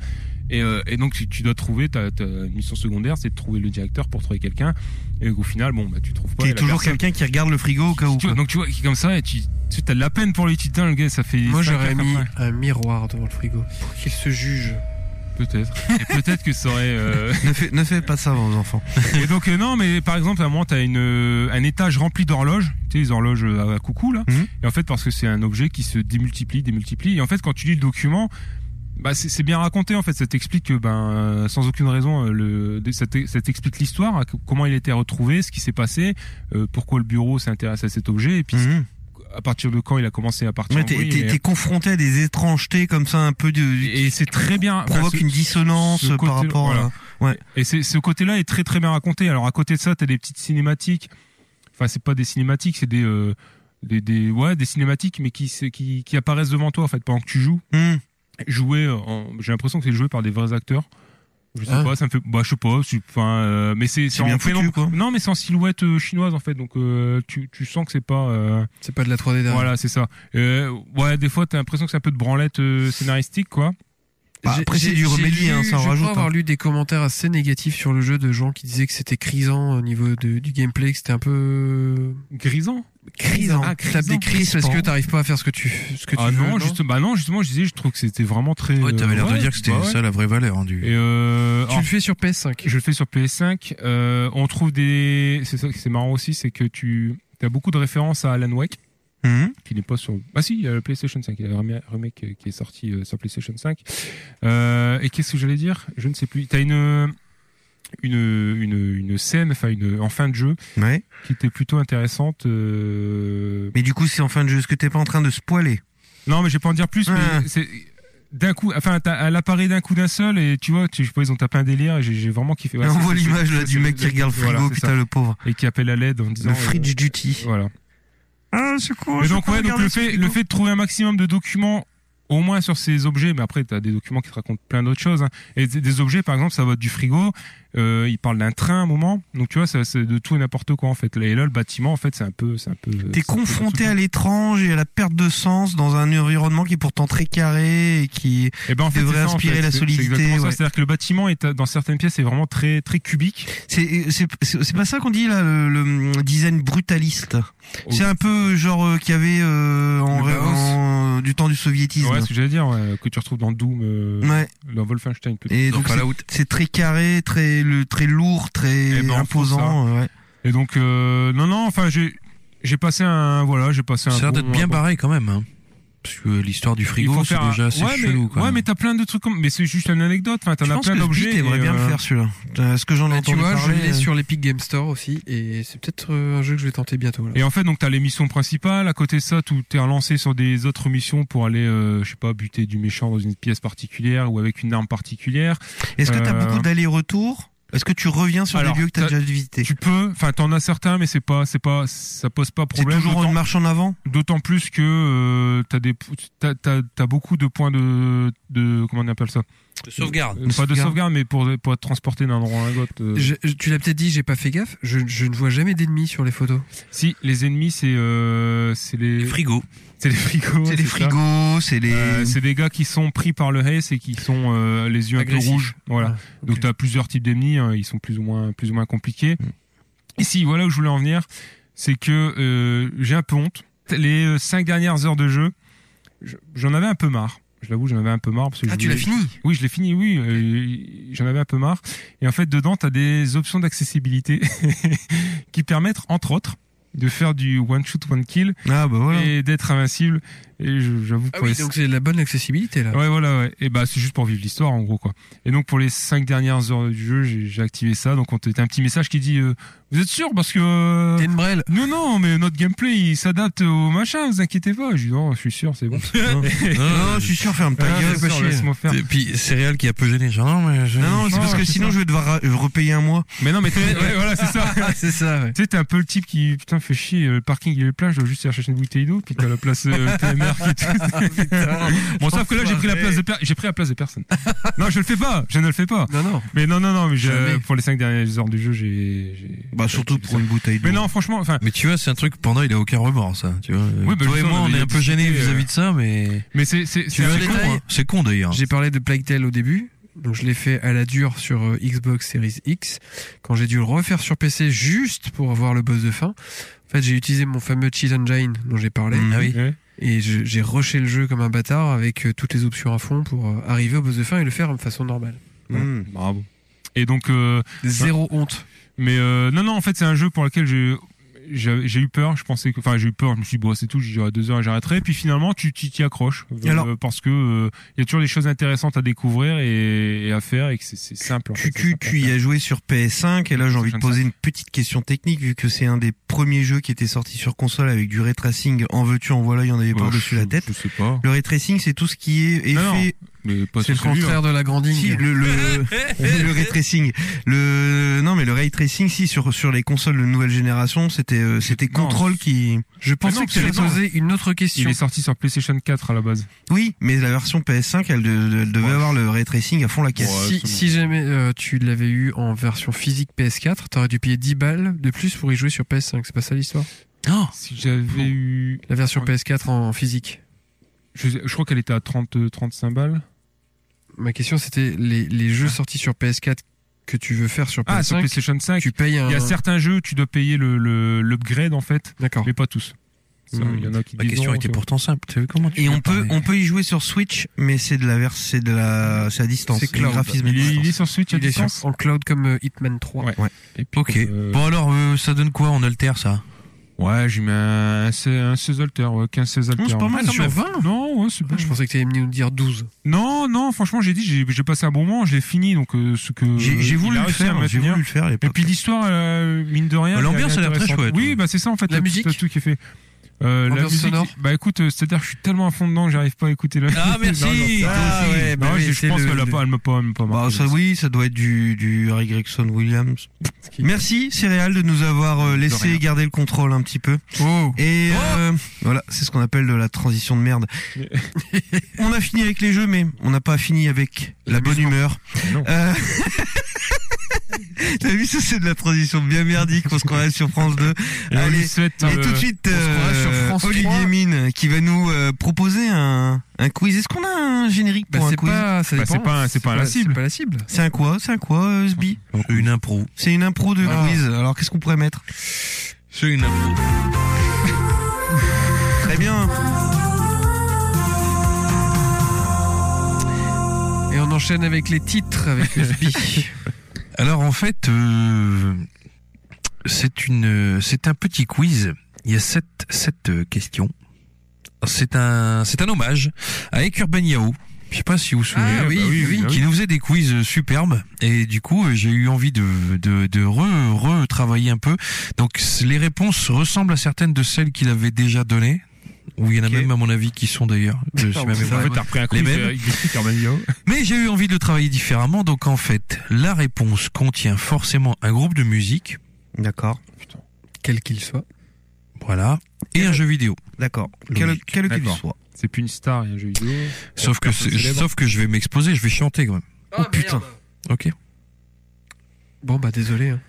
Et, euh, et donc tu, tu dois trouver ta, ta mission secondaire, c'est de trouver le directeur pour trouver quelqu'un. Et au final bon bah tu trouves pas. Qu'il y et ait la toujours personne- quelqu'un qui regarde le frigo au cas où. tu vois, donc tu vois, qui est comme ça, et tu, tu as de la peine pour lui, tu te dis, Putain, le gars, ça fait. Moi, cinq j'aurais heures mis qu'après. un miroir devant le frigo pour qu'il se juge. Peut-être. Et peut-être que ça aurait. euh, Ne, fais, ne fais pas ça aux enfants. et donc euh, non mais par exemple à un moment t'as une euh, un étage rempli d'horloges tu sais les horloges euh, à coucou là Mhm. et en fait parce que c'est un objet qui se démultiplie démultiplie et en fait quand tu lis le document bah c'est c'est bien raconté en fait ça t'explique que ben euh, sans aucune raison euh, le dès- ça t'e- ça t'explique l'histoire hein, co- comment il a été retrouvé ce qui s'est passé euh, pourquoi le bureau s'intéresse à cet objet et puis à partir de quand il a commencé à partir Mhm. Mmh. Ouais, en t'es, vrille, t'es- et- t'es confronté à des étrangetés comme ça, un peu de. Et c'est très bien. Enfin, Provoque ce- une dissonance ce par côté- rapport voilà. à. Ouais. Et c'est, ce côté-là est très très bien raconté. Alors à côté de ça, t'as des petites cinématiques. Enfin, c'est pas des cinématiques, c'est des, euh, des, des- ouais, des cinématiques, mais qui, c'est- qui, qui apparaissent devant toi en fait pendant que tu joues. Hmm. Joué, en- j'ai l'impression que c'est joué par des vrais acteurs. Je sais Ah. pas, ça me fait, bah je sais pas, c'est- enfin, euh, mais c'est, C'est bien en foutu, pénombre- quoi. non mais c'est en silhouette euh, chinoise en fait, donc euh, tu, tu sens que c'est pas, euh, c'est pas de la 3D Ah. derrière. Voilà, c'est ça. Euh, ouais, des fois t'as l'impression que c'est un peu de branlette euh, scénaristique quoi. Bah, J'ai- j'ai- j'ai lu- hein, je crois avoir lu des commentaires assez négatifs sur le jeu de gens qui disaient que c'était crisant au niveau de- du gameplay, que c'était un peu grisant. Crisant. Ah, Tu tapes des crises crispant. parce que t'arrives pas à faire ce que tu ce que tu ah veux, non, non juste- bah non, justement, je disais, je trouve que c'était vraiment très. Ouais, t'avais l'air euh, de dire que c'était bah ouais. ça la vraie valeur hein, du. Et euh, Tu alors, le fais sur PS5. Je le fais sur PS5. Euh, on trouve des. C'est ça, c'est marrant aussi, c'est que tu as beaucoup de références à Alan Wake. Hum, Qui n'est pas sur. Ah si, il y a le PlayStation 5. Il y a le remake- remake euh, qui est sorti euh, sur PlayStation 5. Euh, et qu'est-ce que j'allais dire Je ne sais plus. T'as une une une une scène, enfin une en fin de jeu, qui était plutôt intéressante. euh, Mais du coup, c'est en fin de jeu. Est-ce que t'es pas en train de spoiler Non, mais je vais pas en dire plus. Ah. Mais c'est d'un coup, enfin, t'as- elle apparaît d'un coup d'un seul et tu vois, tu, je sais pas, ils ont tapé un délire et j'ai- j'ai vraiment kiffé. On c'est- voit c'est- l'image, là, c'est- du c'est- mec qui regarde le frigo, c'est putain, ça. le pauvre. Et qui appelle à l'aide en disant. Le fridge duty. Voilà. Ah, secours, Mais je donc peux ouais, donc regarder le ce fait, frigo. le fait de trouver un maximum de documents au moins sur ces objets, mais après t'as des documents qui te racontent plein d'autres choses. hein. Et des, des objets, par exemple, ça va être du frigo. Euh, il parle d'un train à un moment, donc tu vois, ça, c'est de tout et n'importe quoi en fait. Et là, le bâtiment, en fait, c'est un peu, c'est un peu. T'es c'est un peu- confronté à l'étrange et à la perte de sens dans un environnement qui est pourtant très carré et qui Eh ben, en fait, devrait c'est ça, en inspirer fait. la C'est- c'est exactement solidité. ça. ouais. C'est-à-dire que le bâtiment est dans certaines pièces est vraiment très très cubique. C'est c'est- c'est- c'est pas ça qu'on dit là, le, le design brutaliste. Oh. C'est un peu genre euh, qu'il y avait euh, en, Le Bauhaus. en- euh, du temps du soviétisme. Ouais, c'est ce que j'allais dire, ouais, que tu retrouves dans Doom, euh, Ouais. dans Wolfenstein peut-être. Et donc c'est- c'est très carré, très le très lourd, très Eh ben, on imposant. trouve ça. euh, ouais. Et donc euh, non non, enfin j'ai j'ai passé un voilà, j'ai passé un. Ça a l'air bon d'être bien moment. barré quand même. hein. Parce que l'histoire du Il frigo, faut c'est faire un- déjà assez ouais, mais, chelou. quoi. Ouais, mais t'as plein de trucs comme. Mais c'est juste une anecdote. Enfin, t'en Je as pense plein que ce d'objets. beat aimerait et, bien le euh, faire, celui-là. Euh, ce que j'en ai Bah, entendu tu vois, parler, je l'ai euh, sur l'Epic Game Store aussi et c'est peut-être euh, un jeu que je vais tenter bientôt. là. Et en fait, donc t'as les missions principales. À côté de ça, tu t'es relancé sur des autres missions pour aller, euh, je sais pas, buter du méchant dans une pièce particulière ou avec une arme particulière. Est-ce que t'as Euh, beaucoup d'allers-retours Est-ce que tu reviens sur Alors, des lieux que t'as t'as- déjà visités Tu peux, enfin t'en as certains, mais c'est pas, c'est pas, ça pose pas problème. toujours D'autant- une marche en avant. D'autant plus que euh, t'as des, t'as, t'as, t'as beaucoup de points de, de, comment on appelle ça De sauvegarde. Euh, Pas de sauvegarde, mais pour pour être transporté d'un endroit à un autre. euh. Je- je- tu l'as peut-être dit, j'ai pas fait gaffe. Je, je ne vois jamais d'ennemis sur les photos. Si les ennemis, c'est euh, c'est les... frigos. C'est les frigos. C'est les ça. frigos, c'est les- Euh, c'est des gars qui sont pris par le haze et qui sont euh, les yeux un Agressifs. peu rouges. Voilà. Ah, Donc t'as plusieurs types d'ennemis. hein, ils sont plus ou moins plus ou moins compliqués. Mhm. Et si voilà où je voulais en venir, c'est que euh, j'ai un peu honte. Les euh, cinq dernières heures de jeu, je- j'en avais un peu marre. Je l'avoue, j'en avais un peu marre parce que Ah, je tu l'as voulais- fini Oui, je l'ai fini. Oui, Euh, j'en avais un peu marre. Et en fait, dedans, t'as des options d'accessibilité qui permettent, entre autres, de faire du one shoot one kill et d'être invincible. Et je- j'avoue que Ah pour oui, les- donc c'est de la bonne accessibilité là. Ouais, voilà, ouais. Et bah, c'est juste pour vivre l'histoire, en gros, quoi. Et donc, pour les cinq dernières heures du jeu, j'ai j'ai activé ça. Donc, on t'a- t'as un petit message qui dit, euh, vous êtes sûr? Parce que, euh, Non, non, mais notre gameplay, il s'adapte au machin, vous inquiétez pas. Je dis, non, je suis sûr, c'est bon. Non, Non, je suis sûr, ferme ta Ah, gueule, bien pas sûr, chier. laisse-moi faire. Et puis, c'est réel qui a peu gêné. Genre, non, mais je- Non, non, c'est parce que sinon je vais devoir ra- repayer un mois. Mais non, mais t'es- ouais, voilà, c'est ça. Ah, c'est ça, Tu sais, t'es un peu le type qui, putain, fait chier, euh, le parking il est plein, je dois juste aller chercher une bouteille d'eau, puis t'as la place euh, PMR qui est tout. bon, sauf que là, j'ai pris la place de per- j'ai pris la place de personne. non, je le fais pas, je ne le fais pas. Non, non. Mais non, non, non, mais je- Jamais. pour les 5 dernières heures du jeu, j'ai. j'ai- Bah surtout pour une bouteille d'eau. Mais non, franchement, enfin. Mais tu vois, c'est un truc pendant il a aucun remords ça, tu vois. Oui, bah, Toi et justement, moi, on on avait est un peu discuté, gênés euh, vis-à-vis de ça, mais. Mais c'est c'est Tu veux un détail hein. C'est con d'ailleurs. J'ai parlé de Plague Tale au début. Donc je l'ai fait à la dure sur euh, Xbox Series X. Quand j'ai dû le refaire sur PC juste pour avoir le boss de fin, en fait j'ai utilisé mon fameux cheat engine dont j'ai parlé. Mm-hmm. Mhm. Ah oui. Ouais. Et je- j'ai rushé le jeu comme un bâtard avec euh, toutes les options à fond pour euh, arriver au boss de fin et le faire de façon normale. Mmh, bravo. Et donc. euh, Zéro honte. Mais euh, non, non, en fait, c'est un jeu pour lequel j'ai. J'ai j'ai eu peur, je pensais que. Enfin, j'ai eu peur, je me suis dit, bon, c'est tout, j'aurai deux heures et j'arrêterai. Puis finalement, tu tu t'y accroches. euh, Alors Parce que euh, il y a toujours des choses intéressantes à découvrir et, et à faire et que c'est c'est simple. en fait, c'est Tu, simple à tu y faire. as joué sur PS5 et là j'ai envie de poser une petite question technique vu que c'est un des premiers jeux qui était sorti sur console avec du ray tracing en veux-tu en voilà il y en avait Ouais, par dessus la tête. Le ray tracing c'est tout ce qui est effet. Oh, Non, non, mais pas sur celui-là. hein. Si, le, le, le ray tracing. Le non mais le ray tracing si sur sur les consoles de nouvelle génération c'était euh, c'était contrôle qui. Ah Je pensais que tu allais poser une autre question. Il est sorti sur PlayStation 4 à la base. Oui mais la version PS5 elle, de- elle devait avoir le ray tracing à fond la caisse. si, si jamais euh, tu l'avais eu en version physique PS4, t'aurais dû payer 10 balles de plus pour y jouer sur PS5. C'est pas ça l'histoire Non Si j'avais eu. La version PS4 en, en physique. Je, je crois qu'elle était à 30, euh, 35 balles. Ma question c'était les, les jeux Ah. sortis sur PS4 que tu veux faire sur PS5. Ah, sur PlayStation 5. Tu payes un. Il y a certains jeux, tu dois payer le- le l'upgrade en fait. D'accord. Mais pas tous. Ça, Mmh. Il y en a qui Ma disent question non, était tu vois. pourtant simple. Tu as vu comment tu Et l'as on peut, parlé on peut y jouer sur Switch, mais c'est de la verse, c'est de la, c'est à distance. C'est cloud. Le graphisme Il est- à distance. il est sur Switch à Il est distance sur- en cloud comme euh, Hitman 3. Ouais. Ok. Bon alors, euh, ça donne quoi On altère ça Ouais, j'ai mis un, 16 altères, 15-16 altères. Ah, Non, ouais, Ah, c'est pas Je pensais que t'allais nous dire 12. Non, non, franchement, j'ai dit, j'ai- j'ai passé un bon moment, je l'ai fini, donc euh, ce que. J'ai- j'ai il voulu a le réussi à faire, me j'ai tenir. voulu le faire à Et l'époque. puis l'histoire, euh, mine de rien. elle est L'ambiance, elle a l'air très intéressante. chouette, Oui, ouais. bah c'est ça en fait. La le- musique le truc qui est fait. Euh, la Ambiance musique, sonore. bah écoute, euh, c'est-à-dire que je suis tellement à fond dedans que j'arrive pas à écouter la Ah, merci. Non, non, c'est- Ah, Non, ouais, bah oui, je- je c'est pense le- qu'elle a le- pas, elle m'a pas, elle m'a pas Bah, marqué. ça, oui, ça doit être du, du Harry Gregson Williams. Merci, Céréal, de nous avoir euh, laissé rien. garder le contrôle un petit peu. Oh. Et euh, voilà, c'est ce qu'on appelle de la transition de merde. on a fini avec les jeux, mais on n'a pas fini avec la bonne humeur. Euh, T'as vu, ça c'est de la transition bien merdique, on se croirait sur France 2. Et on Allez, lui souhaite, et euh, tout de suite, on se croirait sur euh, France Olivier 3. Mine qui va nous euh, proposer un, un quiz. Est-ce qu'on a un générique Bah, pour un c'est quiz pas- ça Bah, dépend. c'est pas un- c'est pas C'est la pas- cible. c'est pas la cible. C'est un quoi C'est un quoi, euh, Sbi Ah. Une impro. C'est une impro de Ah. quiz. Alors qu'est-ce qu'on pourrait mettre C'est une impro. Très bien. Et on enchaîne avec les titres, avec le SPI. Alors en fait, euh, c'est une, euh, c'est un petit quiz. Il y a sept, sept euh, questions. C'est un, c'est un hommage à Ekurban Yao. Je sais pas si vous vous souvenez, Ah oui, Bah oui, oui. qui nous faisait des quiz euh, superbes. Et du coup, euh, j'ai eu envie de, de, de re, retravailler un peu. Donc c- les réponses ressemblent à certaines de celles qu'il avait déjà données. Ou il y en a même à mon avis qui sont d'ailleurs. de- si En ma fait, mémoire est bonne, t'as repris un les quiz mêmes. euh, avec des trucs Herman Yao. Mais j'ai eu envie de le travailler différemment, donc en fait, la réponse contient forcément un groupe de musique. D'accord. Quel qu'il soit. Voilà. Et un jeu vidéo. D'accord. Quel- quel qu'il D'accord. soit. C'est plus une star, il y a un jeu vidéo. Sauf que, Personne c'est- célèbre. sauf que je vais m'exposer, je vais chanter quand même. Oh putain. Ok. Bon bah désolé. hein.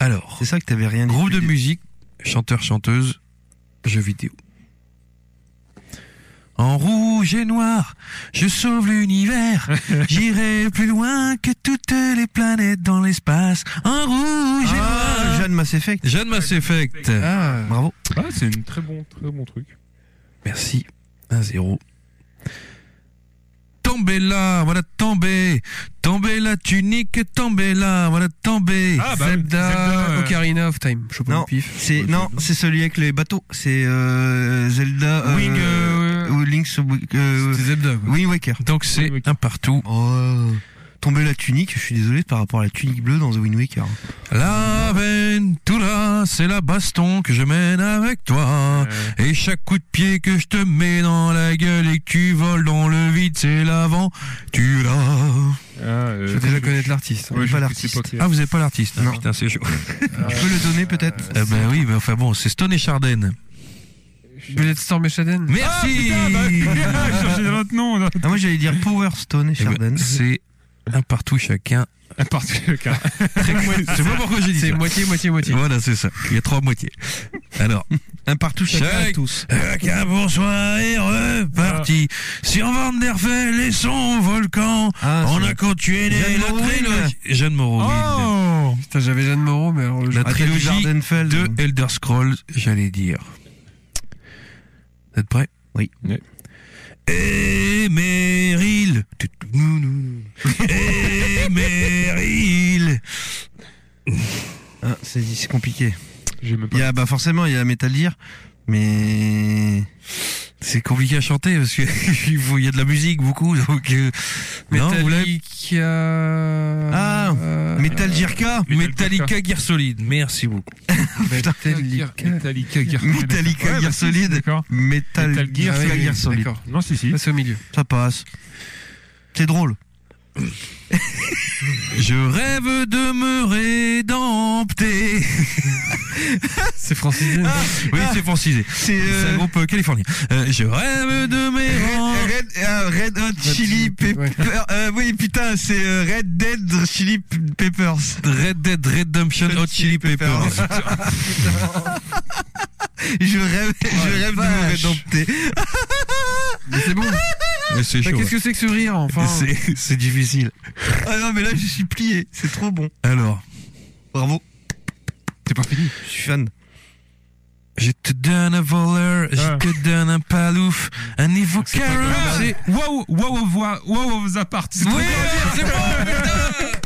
Alors. C'est ça que t'avais rien dit. Groupe de musique, chanteur, chanteuse, jeu vidéo. En rouge et noir, je sauve l'univers. J'irai plus loin que toutes les planètes dans l'espace. En rouge et noir. Jeanne Mass Effect. Ah, Jeanne Mass Effect. Bravo. Ah, c'est un très bon, très bon truc. Merci. 1-0. Tombez là, voilà tombez. Tombez la tunique, tombez là, voilà tombez. Ah, bah oui, Zelda, Zelda, euh, Ocarina of Time. Non, c'est non, c'est celui avec les bateaux. C'est euh, Zelda. euh, Wing, ou Link's, euh, Zelda. Wind Waker. Oh. Donc c'est un partout. tomber la tunique, je suis désolé par rapport à la tunique bleue dans The Wind Waker. La Ventura, c'est la baston que je mène avec toi. Et chaque coup de pied que je te mets dans la gueule et que tu voles dans le vide, c'est l'avant. Tu l'as. Ah, euh, Je veux déjà connaître l'artiste. Ouais, je sais pas qui est. Ah, vous n'êtes pas l'artiste. Ah, putain, c'est chaud. Je peux le donner peut-être Eh ben oui, mais enfin bon, c'est Stone et Charden. Bullet Storm et Shaden Merci Ah, Moi j'allais dire Power Stone et Eh ben, Charden. c'est un partout chacun. Un partout chacun. C'est pas pourquoi j'ai dit ça. C'est moitié, moitié, moitié. Voilà, c'est ça. Il y a trois moitiés. Alors, un partout chacun à tous. Chacun pour soi est reparti. Sur Van der Fell et son volcan, Ah, on c'est- a continué Jeanne la Moreau, trilogie. Jeanne Moreau. oui. Putain, j'avais Jeanne Moreau, mais alors le La trilogie Jardenfeld. de Elder Scrolls, j'allais dire. Vous êtes prêts Oui. Oui. Et Meryl. Tu- tu- nou, nou. Et Meryl. Ah, c'est c'est compliqué. J'ai même pas. Il y a, bah forcément, il y a Metal Gear, mais C'est compliqué à chanter parce que il faut- il y a de la musique beaucoup donc euh, non, vous l'avez- Metallica. ah, euh, Metal Gear K, Metallica Gear Solid. Merci beaucoup. Metallica. Metallica Gear. Metallica Ouais, bah, Gear si, si, Solid, D'accord. Metal, Metal Gear, Gear, c'est- Gear Solid. D'accord. Non, si, si. Passez au milieu. Ça passe. C'est drôle. Je rêve de me rédempter. C'est Francis Diane. Oui, c'est francisé. Ah, C'est C'est un euh, groupe euh, californien. Euh, je rêve de mes rangs. Red, euh, Red Hot Chili Pepper. ouais. euh, oui, putain, c'est euh, Red Dead Chili Peppers. Red Dead Redemption Hot Chili Peppers. Ah, Je rêve, je rêve de me rédempter. Mais c'est bon. Mais C'est Bah, chaud. Qu'est-ce que c'est que ce rire, enfin C'est- C'est difficile. Ah non, mais là, je suis plié. C'est trop bon. Alors, Bravo. C'est pas fini. Je suis fan. je te donne un voleur, Ah. je te donne un palouf, un niveau Ah, 40. c'est Wow, wow, wow, wow, wow, apart. C'est trop hein. Oui, bien.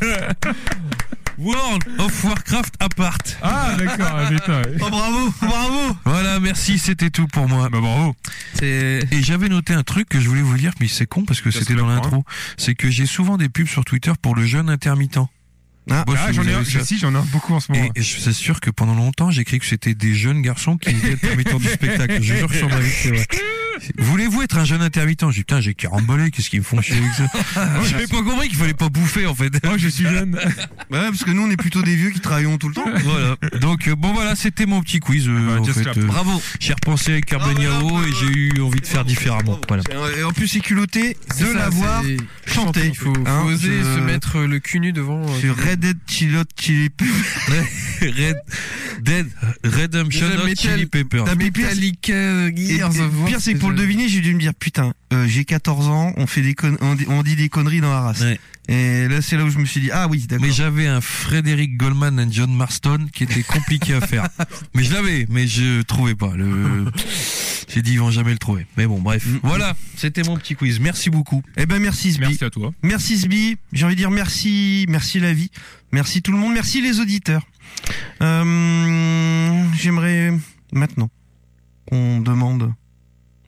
c'est bon, putain. World of Warcraft Apart. Ah, d'accord, ah, putain. ouais. Oh, bravo, bravo. Voilà, merci, c'était tout pour moi. Bah bravo. C'est. Et j'avais noté un truc que je voulais vous dire, mais c'est con parce que Ça c'était se dans comprend, l'intro. C'est que j'ai souvent des pubs sur Twitter pour le jeune intermittent. Ah, Moi, Ah, si vous j'en ai avez un, ça. si, j'en ai un beaucoup en ce moment. Et je suis sûr que pendant longtemps, j'ai cru que c'était des jeunes garçons qui étaient intermittents du spectacle. Je jure sur ma vie, que c'est vrai. Voulez-vous être un jeune intermittent J'ai dit, putain, j'ai carambolé, qu'est-ce qu'ils me font chier avec ça J'avais pas compris qu'il fallait pas bouffer, en fait. Moi, Oh, je suis jeune. Bah ouais, parce que nous, on est plutôt des vieux qui travaillons tout le temps. Voilà. Donc, euh, bon, voilà, c'était mon petit quiz. euh, Bah, en just fait, clap. euh, Bravo. J'ai repensé avec Carbon Yao et j'ai eu envie de faire différemment. Voilà. Et en plus, c'est culotté C'est de ça, l'avoir c'est- chanté. Il faut, faut Hein, oser je- se mettre le cul nu devant. euh, sur Red Dead Chili Chili Red, Dead, Redemption Déjà, Hot Metal- Chili Pepper. T'as mis Ah, pire, euh, Metallica et- et Gears of War. pire, c'est que pour le déjà- deviner, j'ai dû me dire putain, euh, j'ai 14 ans, on fait des con- on, dit, on dit des conneries dans la race. Ouais. Et là, c'est là où je me suis dit ah oui, d'accord. Mais j'avais un Frédéric Goldman et John Marston qui était compliqué à faire. Mais je l'avais, mais je trouvais pas. Le... J'ai dit ils vont jamais le trouver. Mais bon, bref. Voilà, c'était mon petit quiz. Merci beaucoup. Eh ben merci Sbi, Merci à toi. merci Sbi. J'ai envie de dire merci, merci la vie, merci tout le monde, merci les auditeurs. Euh, J'aimerais maintenant qu'on demande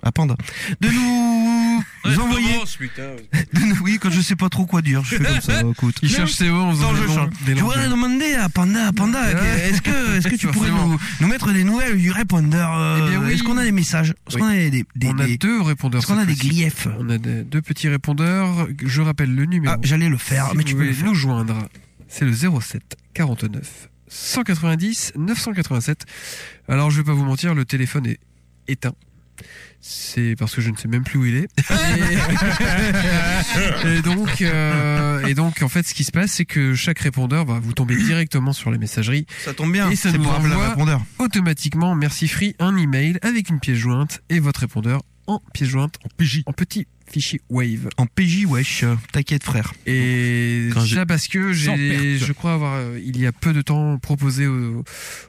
à Panda de nous, nous envoyer. de nous- oui, quand je sais pas trop quoi dire, je fais comme ça. Écoute. Il cherche ses mots en faisant Attends, des je longs- chante. des Je longs- voudrais demander à Panda, à Panda, euh, Ouais. est-ce que, est-ce que tu pourrais Forcément. nous, nous mettre des nouvelles du répondeur euh, Eh bien oui. Est-ce qu'on a des messages Est-ce qu'on a des, des, On a des- deux répondeurs. est-ce qu'on a cette des fois-ci. griefs On a des- deux petits répondeurs. Je rappelle le numéro. Ah, j'allais le faire, Si mais tu vous peux le voulez faire. nous joindre. C'est le 07 49 190 987. Alors, je vais pas vous mentir, le téléphone est éteint. C'est parce que je ne sais même plus où il est. Et, et donc, euh, et donc, en fait, ce qui se passe, c'est que chaque répondeur, bah, vous tombez directement sur les messageries Ça tombe bien. Et ça C'est nous pour appeler renvoie- un répondeur. automatiquement, merci Free, un email avec une pièce jointe et votre répondeur en pièce jointe, en PJ, en petit fichier Wave. En PJ, wesh. euh, T'inquiète, frère. Et Quand j'ai- ça parce que Sans j'ai, perte. je crois avoir, euh, il y a peu de temps, proposé aux,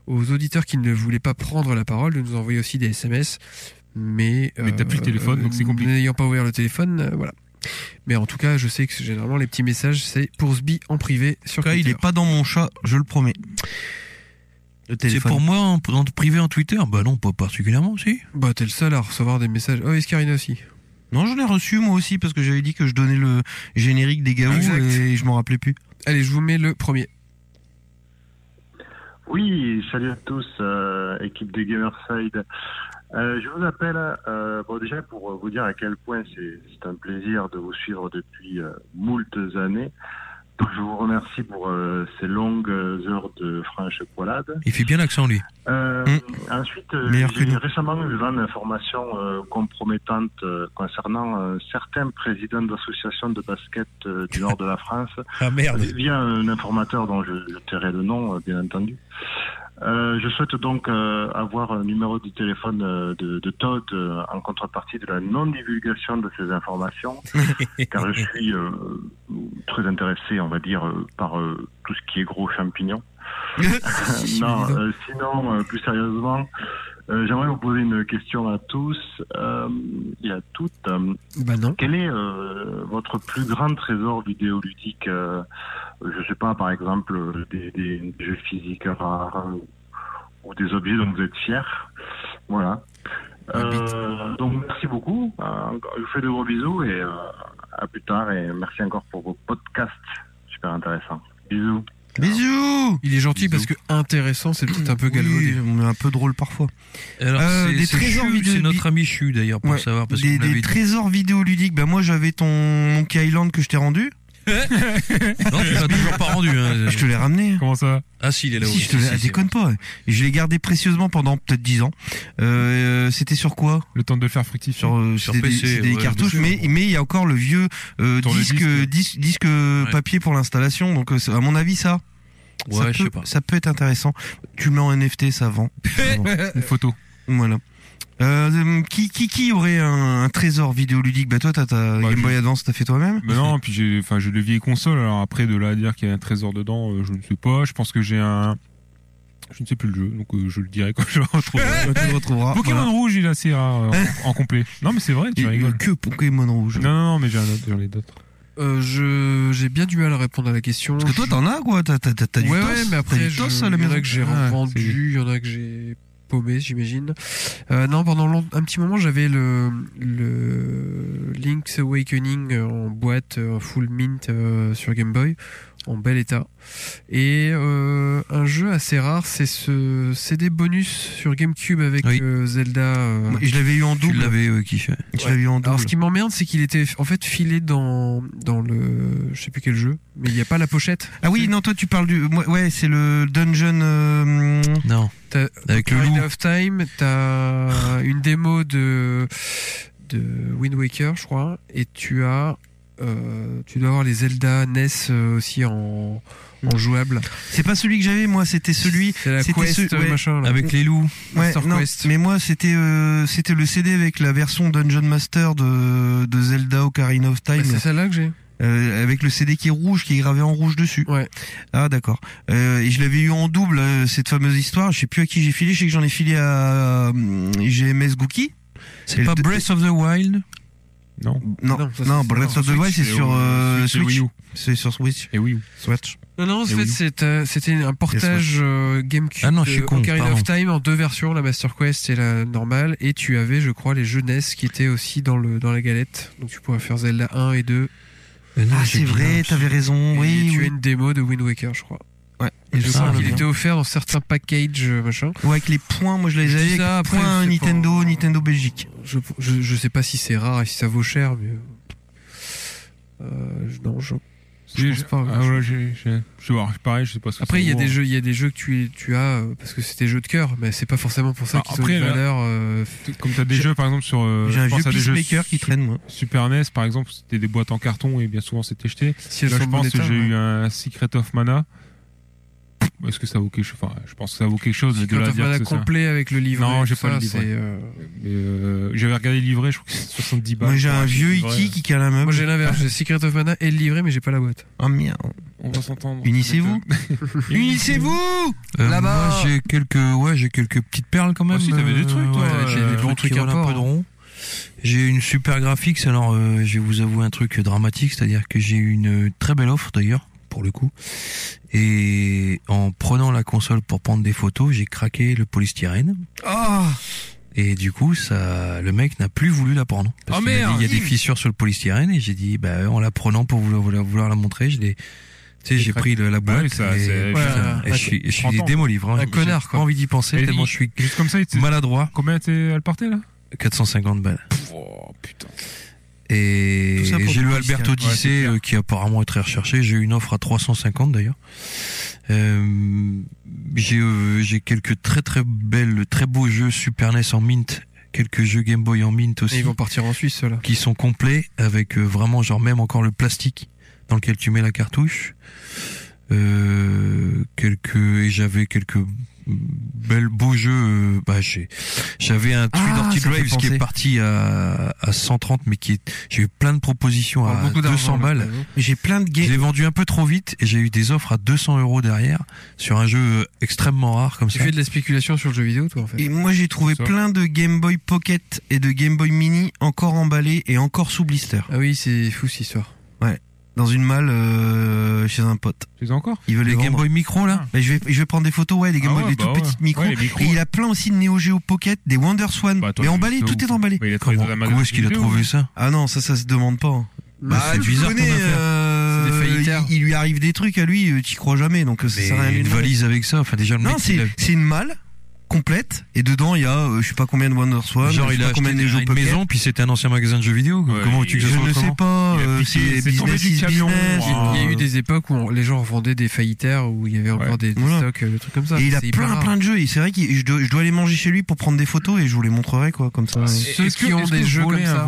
aux auditeurs qui ne voulaient pas prendre la parole de nous envoyer aussi des SMS. Mais, euh, Mais t'as plus le téléphone, donc c'est compliqué. N'ayant pas ouvert le téléphone, euh, voilà. Mais en tout cas, je sais que généralement les petits messages, c'est pour Sbi en privé sur En tout cas, il Twitter. est pas dans mon chat, je le promets. Le C'est téléphone. pour moi en, en privé en Twitter Bah non, pas particulièrement, si. Bah, t'es le seul à recevoir des messages. Oh, Escarina aussi. Non, je l'ai reçu moi aussi parce que j'avais dit que je donnais le générique des gaous Exact. et je m'en rappelais plus. Allez, je vous mets le premier. Oui, salut à tous, euh, équipe de Gamerside. Euh, je vous appelle euh, bon, déjà pour vous dire à quel point c'est c'est un plaisir de vous suivre depuis euh, moultes années. Donc, je vous remercie pour euh, ces longues heures de franche poilade. Il fait bien l'accent, lui. Euh, Mm. Hmm. Ensuite, euh, Meilleur que j'ai nous. récemment eu une information euh, compromettante euh, concernant euh, certains présidents d'associations de basket euh, du nord de la France. Ah, merde. Via un informateur dont je, je tairai le nom, euh, bien entendu. Euh, je souhaite donc euh, avoir un numéro de téléphone euh, de, de Todd euh, en contrepartie de la non-divulgation de ces informations, car je suis euh, très intéressé, on va dire, euh, par euh, tout ce qui est gros champignons. Euh, non, euh, sinon, euh, plus sérieusement, euh, j'aimerais vous poser une question à tous euh, et à toutes. Euh, Quel est euh, votre plus grand trésor vidéoludique euh, Je sais pas, par exemple, euh, des, des jeux physiques rares euh, ou des objets dont vous êtes fiers. Voilà. Euh, donc merci beaucoup. Euh, encore- je vous fais de gros bisous et euh, à plus tard et merci encore pour vos podcasts super intéressants. Bisous. Bisous Il est gentil parce que intéressant, c'est peut-être un peu galvaudé. on est un peu drôle parfois. Alors, Euh, c'est- des c'est trésors Chu, vidéo- C'est notre ami Chu, d'ailleurs, pour Ouais, savoir. Parce des, qu'on l'avait des dit. trésors vidéoludiques. Bah moi j'avais ton Monkey Island que je t'ai rendu. Non, tu l'as toujours pas rendu. hein. Je te l'ai ramené. Comment ça Ah, si, il est là Si, je te l'ai- ah, déconne pas. Et Je l'ai gardé précieusement pendant peut-être 10 ans. Euh, c'était sur quoi Le temps de le faire fructifier. Sur, euh, Sur c'était des- PC, c'était des, ouais, cartouches, bien sûr. mais mais il y a encore le vieux euh, Dans le disque disque. euh, dis- disque, euh, Ouais. papier pour l'installation. Donc euh, c'est- à mon avis ça. Ouais, ça peut, je sais pas. Ça peut être intéressant. Tu le mets en NFT, ça vend. Ça vend. Une photo. Voilà. Euh, qui, qui, qui aurait un, un trésor vidéoludique Bah toi, t'as ta Game Boy Advance, t'as fait toi-même Mais non, puis j'ai, enfin, j'ai de vieilles consoles. Alors après, de là à dire qu'il y a un trésor dedans, euh, je ne sais pas. Je pense que j'ai un, je ne sais plus le jeu, donc euh, je le dirai quand je le retrouverai. Quand tu le retrouveras, Pokémon voilà. Rouge, il est assez rare euh, en, en complet. Non, mais c'est vrai, tu Et- rigoles. Que Pokémon Rouge. Non, non, non, mais j'ai un autre, j'en ai d'autres. Euh, je j'ai bien du mal à répondre à la question. Parce que toi t'en as quoi T'as t'as- t'as- t'as du ouais, tos ouais, mais T'as après du je- tos il à y la en maison Ah, a que j'ai revendu, il y en a que j'ai paumé, j'imagine. Euh, non, pendant long- un petit moment, j'avais le le Link's Awakening en boîte euh, full mint euh, sur Game Boy en bel état. Et euh, un jeu assez rare, c'est ce CD bonus sur GameCube avec euh, Zelda. euh, Moi, Je l'avais eu en double. Tu l'avais, ouais, kiffé. Je l'avais eu en alors double. ce qui m'emmerde, c'est qu'il était en fait filé dans dans le je sais plus quel jeu, mais il n'y a pas la pochette. Ah oui, non, toi tu parles du. Ouais, ouais, c'est le dungeon. euh, Non. T'as Avec le Ocarina loup. of Time, t'as une démo de de Wind Waker, je crois, et tu as euh, tu dois avoir les Zelda NES euh, aussi en en jouable. C'est pas celui que j'avais, moi, c'était celui. C'est la c'était Quest, euh, machin, là. Avec les loups. Ouais, Master non, Quest. mais moi, c'était euh, c'était le CD avec la version Dungeon Master de, de Zelda Ocarina of Time. Bah, c'est là. celle-là que j'ai. Euh, avec le CD qui est rouge, qui est gravé en rouge dessus. Ouais. Ah d'accord. Euh, et je l'avais eu en double euh, cette fameuse histoire. Je sais plus à qui j'ai filé. Je sais que j'en ai filé à euh, GMS Gookie. C'est pas Breath of the Wild Non. Non, Non, ça, non c'est- Breath non, of the Wild c'est Switch, sur c'est au- euh, Switch et Wii Switch. U. C'est sur Switch. Et oui. Switch. Non, non, en Et fait, Wii U. c'est, euh, c'était un portage euh, GameCube Ah non, je suis de con, Ocarina pardon. of Time en deux versions, la Master Quest et la normale. Et tu avais, je crois, les jeunesses qui étaient aussi dans, le, dans la galette. Donc tu pourrais faire Zelda 1 et 2. ah c'est vrai, t'avais raison. Et Oui. tu as oui. une démo de Wind Waker, je crois. Ouais. Et je Ça, crois on qu'il l'a était bien. offert dans certains packages, euh, machin. Ouais, avec les points, moi je les Je dis avais. ça, Avec après, points c'est Nintendo, Nintendo Belgique. Je, je, je sais pas si c'est rare et si ça vaut cher, mais. euh, je- non, je. je J'ai- pense pas. ah, ouais, j'ai- j'ai- je vais voir, pareil, je sais pas ce que Après, ça il y a vaut, des hein. jeux, il y a des jeux que tu, tu as euh, parce que c'est des jeux de cœur, mais c'est pas forcément pour ça Bah, qu'ils ont après, une là, valeur. euh, Comme t'as des J'ai- jeux, par exemple, sur. euh, J'ai un je Oh, pense vieux à des jeux Peacemaker qui su- traîne, moi. Super NES, par exemple, c'était des boîtes en carton et bien souvent c'était jeté. Si elles Là, sont je en bon pense que état, j'ai ouais. eu un Secret of Mana. Est-ce que ça vaut quelque chose Enfin, je pense que ça vaut quelque chose. mais de Secret là à of dire Mana que c'est ça. complet avec le livret, Non, j'ai tout pas ça, le livret. c'est, euh, Mais, euh, J'avais regardé le livret, je crois que c'est 70 bah, balles. Moi j'ai pour un acheter vieux le livret. Iki qui cale un meuble. Moi, j'ai l'inverse. J'ai Secret of Mana et le livret, mais j'ai pas la boîte. Oh merde. On va s'entendre. Unissez-vous. Unissez-vous Euh, Là-bas. Moi, j'ai quelques, ouais, j'ai quelques petites perles quand même. Ah, si, t'avais des trucs, toi, ouais, euh, j'ai des gros gros trucs trucs qui volent un import, peu de rond. J'ai une super graphics. Alors, euh, je vais vous avouer un truc dramatique, c'est-à-dire que j'ai eu une très belle offre d'ailleurs pour le coup. Et en prenant la console pour prendre des photos, j'ai craqué le polystyrène. Ah Et du coup, ça, le mec n'a plus voulu la prendre. Parce Oh qu'il m'a dit, merde. Il y a des fissures sur le polystyrène et j'ai dit, bah, en la prenant pour vouloir, vouloir, vouloir la montrer, je l'ai, tu sais, j'ai pris le- la Bah boîte oui, ça, et, c'est- putain, voilà. euh, et je suis, je suis 30 ans, démoli, vraiment. quoi. Ah, Un J'ai connard, quoi. pas envie d'y penser Et tellement il- je suis juste comme ça, il te- maladroit. Combien t'es- elle partait là 450 balles. Oh putain. Et Tout ça pour j'ai le lu polystyrène. Alberto Ouais, c'est Dissé, euh, qui apparemment est très recherché. J'ai eu une offre à 350 d'ailleurs. Euh, j'ai euh, j'ai quelques très très belles, très beaux jeux Super NES en mint, quelques jeux Game Boy en mint aussi. Et ils vont partir en Suisse, ceux-là. Qui sont complets avec euh, vraiment genre même encore le plastique dans lequel tu mets la cartouche. Euh, quelques et j'avais quelques belles beaux jeux. euh, bah j'ai j'avais un Ah, Three ça me fait Graves qui est penser. parti à, à 130 mais qui est j'ai eu plein de propositions Pour à Oh, beaucoup d'argent, 200 balles. là. J'ai plein de games. J'ai vendu un peu trop vite et j'ai eu des offres à 200 euros derrière sur un jeu euh, extrêmement rare comme Tu ça. fais de la spéculation sur le jeu vidéo, toi, en fait. Et moi j'ai trouvé Ça. plein de Game Boy Pocket et de Game Boy Mini encore emballés et encore sous blister. Ah oui, c'est fou cette histoire. Ouais. Dans une malle euh, chez un pote. Oh, Tu les as encore Il veut les Les Game vendre. Boy Micro, là Mais je vais je vais prendre des photos ouais des Game Ah Boy ouais, des bah toutes ouais. petites micros. Ouais, les micros, et il a plein aussi de Neo Geo Pocket, des Wonder Swan. Bah, Bah, mais emballé, c'est tout ouf. est emballé. Mais il a trouvé dans un magasin de jeux vidéo, ouais. Ah non, ça ça se demande pas. hein. Bah, c'est tu bizarre qu'on connais, a fait. euh, C'est des faillitaires. Il, il lui arrive des trucs à lui, euh, t'y crois jamais donc euh, ça Mais sert à rien de lui une demander. valise avec ça, enfin déjà le Non, mec c'est il a- c'est une malle complète et dedans il y a euh, je sais pas combien de Wonder Swan, Genre, je sais il a pas acheté combien de Neo Geo une Pocket. maison, puis c'était un ancien magasin de jeux vidéo. Comment tu que ça je soit ne sais autrement pas, euh, c'est business is business. Il y a eu des époques où on- les gens vendaient des faillitaires, où il y avait encore des, des stocks, euh, des trucs comme ça. Et il a C'est hyper plein rare. plein de jeux. Et c'est vrai que je dois, je dois aller manger chez lui pour prendre des photos et je vous les montrerai quoi, comme ça. Ceux qui ont des jeux comme ça.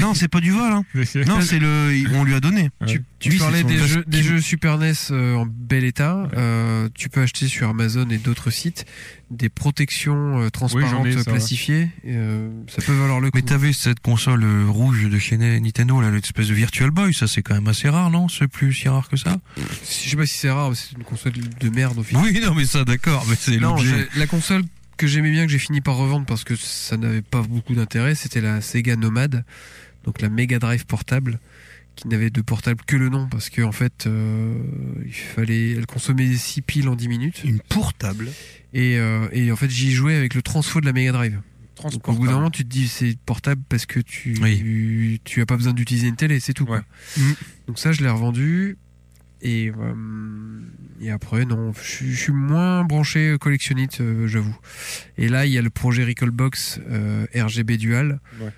Non, c'est pas du vol. Hein. Non, c'est le. On lui a donné. Tu, tu Lui, parlais c'est son- des parce jeux, des qu'il- jeux Super NES euh, en bel état. Euh, tu peux acheter sur Amazon et d'autres sites des protections euh, transparentes ai, ça, ouais. plastifiées. et, euh, ça peut valoir le coup. Mais t'avais cette console euh, rouge de chez Nintendo, là, l'espèce de Virtual Boy, ça c'est quand même assez rare, non C'est plus si rare que ça Je sais pas si c'est rare, mais c'est une console de merde au final. Oui, non, mais ça d'accord, mais c'est Non, l'objet. j'ai- la console que j'aimais bien, que j'ai fini par revendre parce que ça n'avait pas beaucoup d'intérêt, c'était la Sega Nomad, donc la Mega Drive portable, qui n'avait de portable que le nom parce que en fait, euh, il fallait, elle consommait 6 piles en 10 minutes. Une portable. Et, euh, et en fait, j'y jouais avec le transfo de la Mega Drive. Donc, au bout d'un Transportable. moment, tu te dis c'est portable parce que tu tu, tu as pas besoin d'utiliser une télé, c'est tout. quoi. Mm. Donc ça, je l'ai revendu et euh, et après non, je, suis- je suis moins branché collectionnite, euh, j'avoue. Et là, il y a le projet Recallbox euh, RGB Dual Ouais.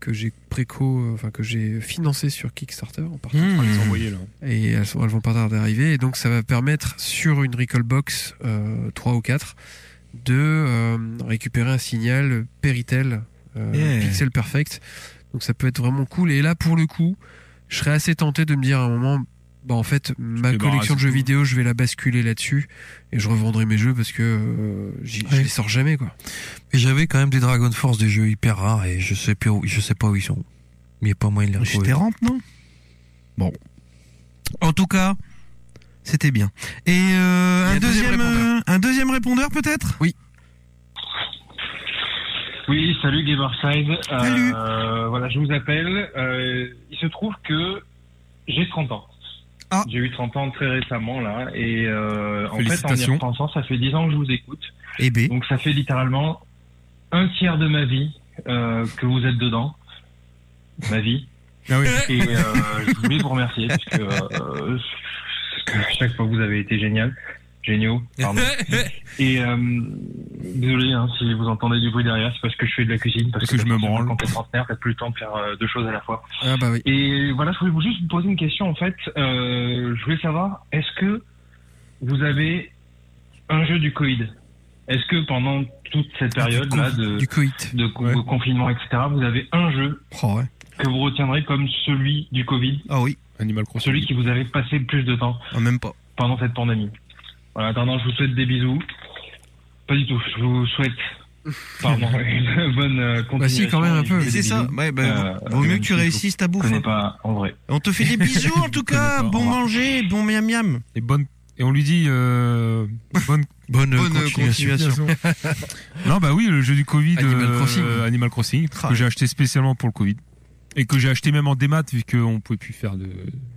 que j'ai préco, euh, enfin que j'ai financé sur Kickstarter en partie. On va les envoyer, là. Et elles, sont, elles vont pas tarder à arriver. Et donc, ça va permettre sur une Recallbox euh, 3 ou 4 de euh, récupérer un signal Péritel euh, Yeah. pixel perfect. Donc, ça peut être vraiment cool. Et là, pour le coup, je serais assez tenté de me dire à un moment, bah en fait, ma débarrasses collection de de jeux tout. vidéo, je vais la basculer là-dessus et je revendrai mes jeux parce que euh, j'y- je les sors jamais, quoi. Et j'avais quand même des Dragon Force, des jeux hyper rares, et je sais, plus où, je sais pas où ils sont. Il n'y a pas moyen de les retrouver. J'étais rampe, non Bon. En tout cas, c'était bien. Et euh, Il y a un, un deuxième deuxième, répondeur. euh, un deuxième répondeur peut-être Oui. Oui, salut Gamerside. Euh, voilà, je vous appelle. Euh, il se trouve que j'ai 30 ans. J'ai eu 30 ans très récemment, là. Et euh, en fait, en y Félicitations. repensant, ça fait 10 ans que je vous écoute. Et B. Donc, ça fait littéralement un tiers de ma vie euh, que vous êtes dedans. Ma vie. Et euh, je voulais vous remercier parce que euh, chaque fois que vous avez été génial. Géniaux, pardon. Et euh, désolé hein, si vous entendez du bruit derrière, c'est parce que je fais de la cuisine. Parce, que, je me branle. Quand t'es trentenaire, t'as plus le temps de faire euh, deux choses à la fois. Ah bah oui. Et voilà, je voulais vous juste vous poser une question en fait. Euh, je voulais savoir, est-ce que vous avez un jeu du Covid Est-ce que pendant toute cette Ah, période-là de, Bah, de co- de confinement, etc., vous avez un jeu que vous retiendrez comme celui du Covid Ah oui. Animal Crossing. Celui qui vous avez passé le plus de temps Même pas. pendant cette pandémie. En attendant, je vous souhaite des bisous. Pas du tout, je vous souhaite pardon, une bonne euh, continuation. Bah si, quand même, un et je vous peu. fais C'est des ça. bisous. Ouais, bah, vaut et mieux même si Euh, que tu je vous réussisses ta bouffe, connais hein. pas, en vrai. On te fait des bisous en tout cas. Bon manger, bon miam miam. Et bonne et on lui dit euh, bonne bonne, Bonne, euh, continuation. continuation. non bah oui le jeu du Covid Animal Crossing. Animal Crossing Ah. que j'ai acheté spécialement pour le Covid. Et que j'ai acheté même en démat vu qu'on pouvait plus faire de.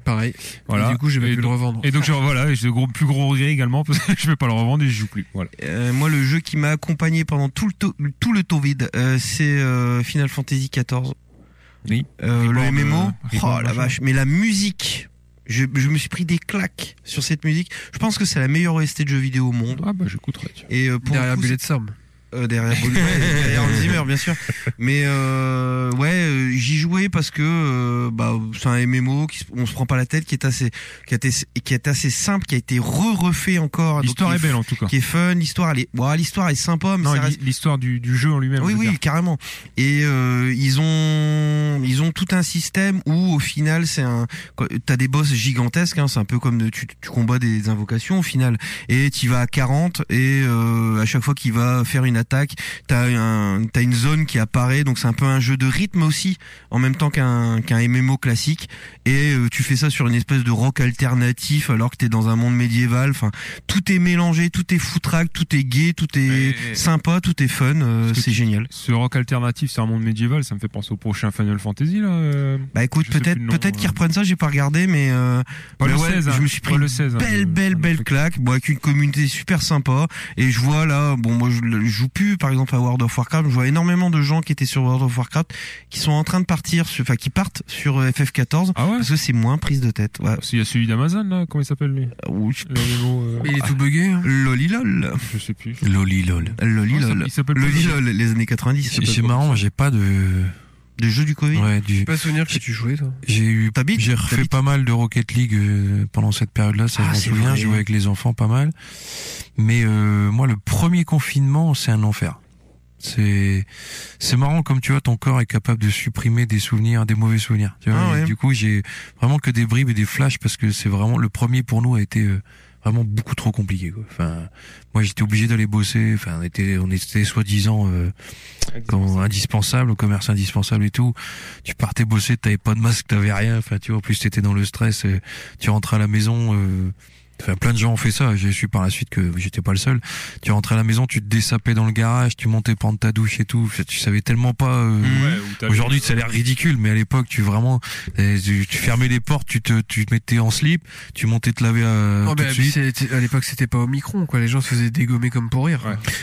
Pareil. Voilà. Et du coup, j'ai pas Et pu le donc- revendre. Et donc je- voilà, j'ai le gros, plus gros regret également parce que je vais pas le revendre et je joue plus. Voilà. Euh, moi, le jeu qui m'a accompagné pendant tout le to- tout le temps vide, euh, c'est euh, Final Fantasy XIV. Oui. le Reborn, MMO. euh, oh Reborn, la machin. vache, mais la musique. Je, je me suis pris des claques sur cette musique. Je pense que c'est la meilleure OST de jeu vidéo au monde. Ah bah j'écouterai. Et euh, pour Derrière le coup, Bullet c'est- Storm. Euh, derrière Bullet, ouais, derrière Hans Zimmer, bien sûr. Mais euh, ouais, euh, j'y jouais parce que euh, bah, c'est un MMO qui se- on se prend pas la tête, qui est assez, qui a été- qui est assez simple, qui a été re-refait encore. donc L'histoire qui est belle, en tout cas. Qui est fun, l'histoire, elle est, ouais, l'histoire est sympa, mais Non, ça reste- l'hi- l'histoire du, du jeu en lui-même. oui, je veux oui, dire. carrément. Et euh, ils ont, ils ont tout un système où au final c'est un, quoi, t'as des boss gigantesques. Hein, c'est un peu comme de- tu, tu combats des invocations au final. Et tu vas à 40 et euh, à chaque fois qu'il va faire une attaque, t'as un, t'as une zone qui apparaît. Donc c'est un peu un jeu de rythme aussi, en même temps qu'un qu'un MMO classique. Et euh, tu fais ça sur une espèce de rock alternatif alors que t'es dans un monde médiéval. Enfin, tout est mélangé, tout est foutraque, tout est gay, tout est sympa, tout est fun. euh, c'est génial. Ce rock alternatif, c'est un monde médiéval, ça me fait penser au prochain Final Fantasy là. euh, Bah écoute, je sais peut-être plus le nom, peut-être qu'ils euh. reprennent ça, j'ai pas regardé, mais, euh, Pas mais le ouais, 16, hein, je me suis pas pris le une 16, hein, belle, belle, belle claque, bon, avec une communauté super sympa. Et je vois là, bon, moi je, le- je joue plus, par exemple, à World of Warcraft, je vois énormément de gens qui étaient sur World of Warcraft qui sont en train de partir, sur- enfin qui partent sur euh, FF14 Ah parce que c'est moins prise de tête. Ouais. Parce qu'il y a celui d'Amazon là, comment il s'appelle Euh, lui Le mémo, euh, Il est tout bugué. Lolilol. Je sais plus. Lolilol. Lolilol. Ah, Il s'appelle pas Lolilol, les années 90. C'est- C'est marrant, j'ai pas de. De jeu du Covid Ouais, du. J'ai pas souvenir que tu jouais, toi. J'ai eu, j'ai refait T'habites pas mal de Rocket League euh, pendant cette période-là, ça Ah, je m'en c'est souviens, vrai. je jouais avec les enfants pas mal. Mais euh, moi, le premier confinement, c'est un enfer. C'est c'est marrant comme tu vois ton corps est capable de supprimer des souvenirs, des mauvais souvenirs. Tu vois, Ah Et ouais. Du coup, j'ai vraiment que des bribes et des flashs parce que c'est vraiment le premier pour nous a été euh, vraiment beaucoup trop compliqué. quoi. Enfin, moi j'étais obligé d'aller bosser. Enfin, on était on était soi-disant euh, comme indispensable, au commerce indispensable et tout. Tu partais bosser, t'avais pas de masque, t'avais rien. Enfin, tu vois, en plus t'étais dans le stress. euh, tu rentres à la maison. euh, Enfin, plein de gens ont fait ça. J'ai su par la suite que j'étais pas le seul. Tu rentrais à la maison, tu te désapais dans le garage, tu montais prendre ta douche et tout. Tu savais tellement pas. euh, Ouais, où t'avais- Aujourd'hui, ça a l'air ridicule, mais à l'époque, tu vraiment, euh, tu tu fermais les portes, tu te, tu te mettais en slip, tu montais te laver euh, Non, tout mais Ah, de bah, puis suite. c'était- à l'époque c'était pas au micron quoi, les gens se faisaient dégommer comme pour rire.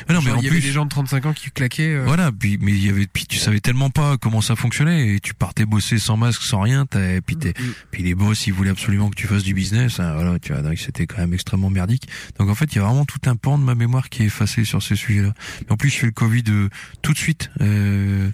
Ah non, mais Genre, en il y avait plus- des gens de 35 ans qui claquaient. euh, Voilà, puis mais il y avait puis tu savais tellement pas comment ça fonctionnait et tu partais bosser sans masque, sans rien, t'as puis t'es Mm, puis les boss ils voulaient absolument que tu fasses du business, hein, voilà, tu vois, donc c'était quand même extrêmement merdique. Donc en fait, il y a vraiment tout un pan de ma mémoire qui est effacé sur ces sujets-là. Mais en plus, je fais le Covid euh, tout de suite euh,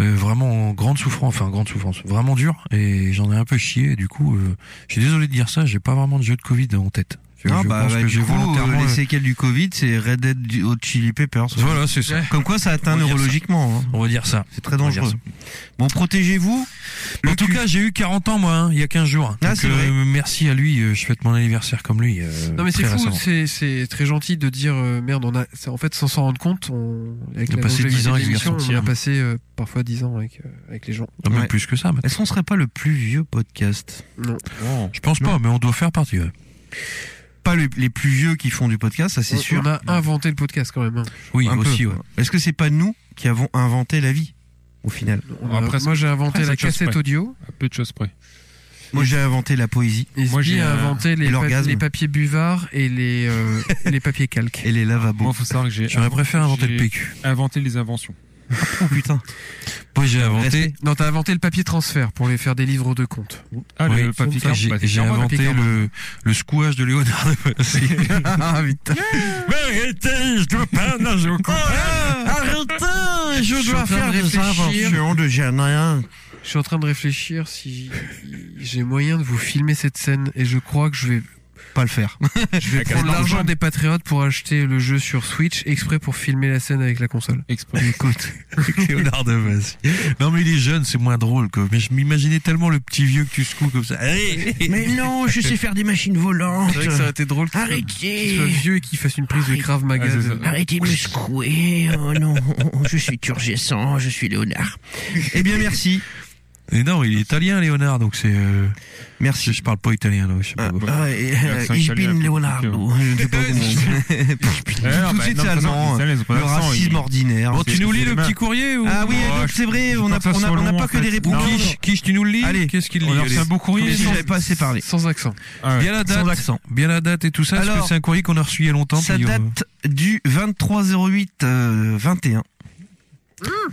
euh, vraiment en grande souffrance, enfin grande souffrance, vraiment dur et j'en ai un peu chié et du coup, euh, je suis désolé de dire ça, j'ai pas vraiment de jeu de Covid en tête. Je, Non, je bah, pense bah, que du j'ai coup, euh, volontairement les euh, séquelles du Covid, c'est Red Dead du- Hot Chili Peppers. Voilà, c'est ça. Comme quoi, ça atteint On va dire ça. neurologiquement. hein. On va dire ça. C'est très On va dire dangereux. Bon, protégez-vous. En tout cas, j'ai eu 40 ans, moi, hein, il y a 15 jours. Ah, Donc, c'est vrai. merci à lui, euh, je fête mon anniversaire comme lui. euh, Non mais c'est très fou, récemment. c'est c'est très gentil de dire euh, merde on a c'est- en fait sans s'en rendre compte on avec On a la passé longévité 10 ans de avec les l'émission, garçons on a tiers. passé euh, parfois 10 ans avec euh, avec les gens. Non, même Ouais. plus que ça. maintenant. Est-ce qu'on serait pas le plus vieux podcast Non. Je pense pas, mais on doit faire partie. ouais. Pas le- les plus vieux qui font du podcast, ça c'est On- sûr. On a inventé le podcast quand même. hein. Un peu. Est-ce que c'est pas nous qui avons inventé la vie au final On a- Euh, moi j'ai inventé la cassette audio. À Bah, peu de choses près. Moi j'ai inventé la poésie. Et Spi a inventé les, Et pa- l'orgasme. les papiers buvards et les euh, les papiers calques. Et les lavabos. Moi, faut savoir que j'ai. J'aurais préféré inventer le j'ai PQ. Inventé les inventions. Oh putain. Moi j'ai Respect. Non, t'as inventé le papier transfert pour les faire des livres de compte. Ah, Oui, le j'ai- papier carbone, bah, J'ai papier j'ai carbone, inventé papier le, carbone. le secouage de Léonard de Vinci. ah putain. Arrêtez, je dois pas. Non, je comprends. Arrêtez, Je suis en train de des réfléchir. inventions de Germain. Je suis en train de réfléchir si j'ai moyen de vous filmer cette scène et je crois que je vais pas le faire. Je vais Avec prendre la l'argent console. des patriotes pour acheter le jeu sur Switch exprès pour filmer la scène avec la console. Exprès. Écoute, Léonard de Vinci. Non, mais il est jeune, c'est moins drôle, quoi. Mais je m'imaginais tellement le petit vieux que tu secoues comme ça. Allez. Mais non, je sais faire des machines volantes. C'est vrai que ça aurait été drôle qu'il soit- qu'il soit Arrêtez. vieux et qu'il fasse une prise de grave maga. Ah, c'est de- ça. Arrêtez de me euh, secouer. Oh non, je suis turgescent, je suis Léonard. Eh bien, merci. Et non, il est italien, Léonard, donc c'est. Merci. Je parle pas italien, donc je sais pas. ah, et, euh, ich bin Leonardo. Je ne sais pas comment. Tout de suite, c'est euh, allemand. Le racisme ordinaire. Bon, tu nous lis le petit courrier ou... Ah oui, Oh, donc c'est vrai, on n'a on a- on n'a pas que des réponses. Quiche, Quiche, tu nous le lis Allez. Qu'est-ce qu'il lit On a reçu allez un beau courrier, Comme je sans- savais pas assez parler. Sans accent. Bien la date. Sans accent. Bien la date et tout ça, parce Alors, que c'est un courrier qu'on a reçu il y a longtemps. Ça puis euh, on- date du 2308 euh, 21.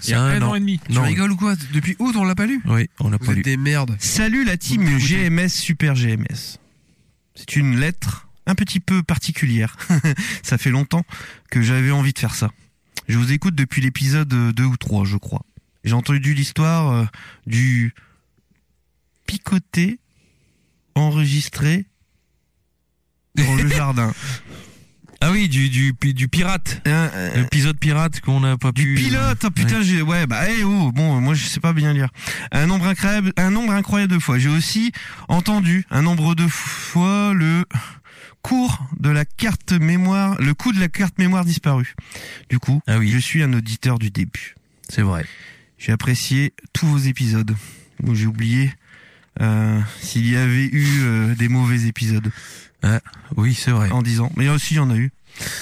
Il y a un an et demi. Tu Non. rigoles ou quoi Depuis août, on l'a pas lu Oui, on n'a Vous pas êtes lu. des merdes. Salut la team GMS Super GMS. C'est une lettre un petit peu particulière. ça fait longtemps que j'avais envie de faire ça. Je vous écoute depuis l'épisode 2 ou 3, je crois. J'ai entendu l'histoire euh, du picoté enregistré dans le jardin. Euh, Ah oui, du, du, pi- du pirate. L'épisode pirate qu'on n'a pas pu. euh, Pilote, oh, putain, j'ai, ouais, bah, eh oh, bon, moi je sais pas bien lire. Un nombre incroyable, un nombre incroyable de fois. J'ai aussi entendu un nombre de fois le cours de la carte mémoire, le coup de la carte mémoire disparue. Du coup, Ah je suis un auditeur du début. C'est vrai. J'ai apprécié tous vos épisodes. Moi, j'ai oublié euh, s'il y avait eu euh, des mauvais épisodes. oui, c'est vrai. En disant, mais aussi il y en a eu.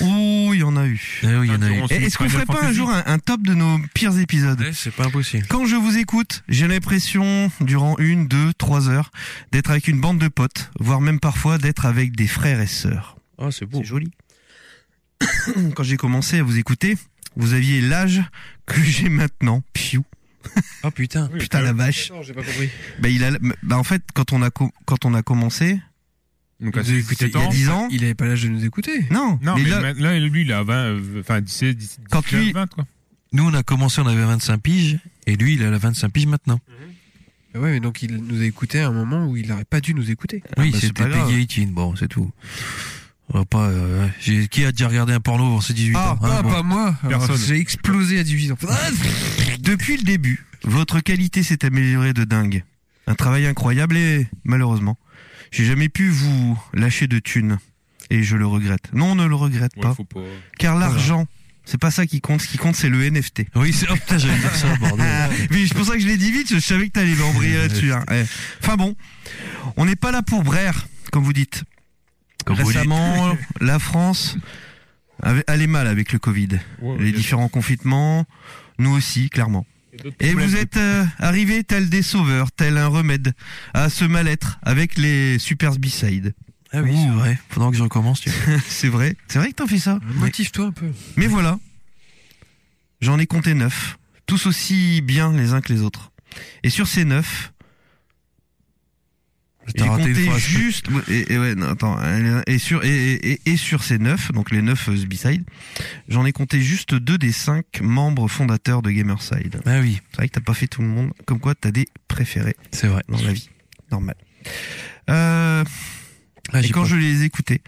Oh, il y en a eu. Ah oui, il y en a eu. Et Est-ce qu'on ferait pas un jour un, un top de nos pires épisodes Ouais, C'est pas impossible. Quand je vous écoute, j'ai l'impression, durant une, deux, trois heures, d'être avec une bande de potes, voire même parfois d'être avec des frères et sœurs. Oh, c'est beau. joli. Quand j'ai commencé à vous écouter, vous aviez l'âge que j'ai maintenant. Piou. Ah putain. Putain la vache. Non, j'ai pas compris. Bah, il a, bah, en fait, quand on a, co- quand on a commencé, Donc, Vous à avez écouté 17 il y a ans, 10 ans. Il avait pas l'âge de nous écouter. Non, Non, mais mais, là- ma- là, lui, il a 20, euh, enfin, 17, 18, Quand lui- 20, quoi. Nous, on a commencé, on avait 25 piges, et lui, il a la 25 piges maintenant. Ah Ouais, mais donc il nous a écouté à un moment où il n'aurait pas dû nous écouter. Ah, oui, bah, c'était Peggy 18, bon, c'est tout. On va pas. euh, j'ai- qui a déjà regardé un porno avant ses 18 Ah, ans hein, pas, bon. pas moi. Alors, Personne. Ah, J'ai explosé à 18 ans. Depuis le début, votre qualité s'est améliorée de dingue. Un travail incroyable et, malheureusement, j'ai jamais pu vous lâcher de thunes. Et je le regrette. Non, on ne le regrette pas. pas. Car l'argent, c'est pas ça qui compte. Ce qui compte, c'est le NFT. Oui, c'est. Oh putain, j'allais dire ça, bordel. Ah, mais c'est pour ça que je l'ai dit vite, je savais que t'allais m'embrayer là-dessus. hein. Ouais. Enfin bon, on n'est pas là pour braire, comme vous dites. Comme vous Récemment, la France avait- allait mal avec le Covid. Ouais, Les différents confinements, nous aussi, clairement. Et vous êtes arrivé tel des sauveurs, tel un remède à ce mal-être avec les super B-side. Ah oui, c'est vrai. Faudra que je recommence, tu vois. c'est vrai, c'est vrai que t'en fais ça. Euh, Motive-toi un peu. Mais voilà, j'en ai compté neuf, tous aussi bien les uns que les autres. Et sur ces neuf, T'as j'ai raté une compté phrase. juste et, et ouais, non, attends, et sur et, et- et sur ces neuf, donc les neuf euh, B-side, j'en ai compté juste deux des cinq membres fondateurs de Gamerside. Ah oui, c'est vrai que t'as pas fait tout le monde. Comme quoi, t'as des préférés C'est vrai. dans la vie, normal. Euh, et quand je les écoutais,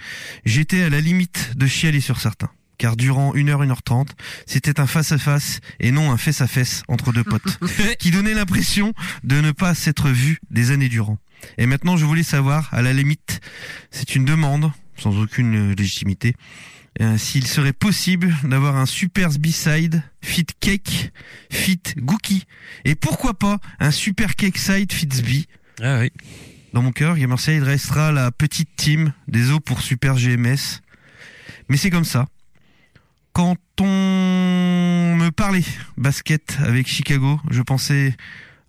j'étais à la limite de chialer sur certains. Car durant 1h, 1h30, c'était un face-à-face et non un face-à-face entre deux potes. qui donnait l'impression de ne pas s'être vu des années durant. Et maintenant, je voulais savoir, à la limite, c'est une demande, sans aucune euh, légitimité, euh, s'il serait possible d'avoir un super B-side, fit cake, fit gookie. Et pourquoi pas un super cake side, fit B. Ah oui. Dans mon cœur, Gamerside restera la petite team des eaux pour Super GMS. Mais c'est comme ça. Quand on me parlait basket avec Chicago, je pensais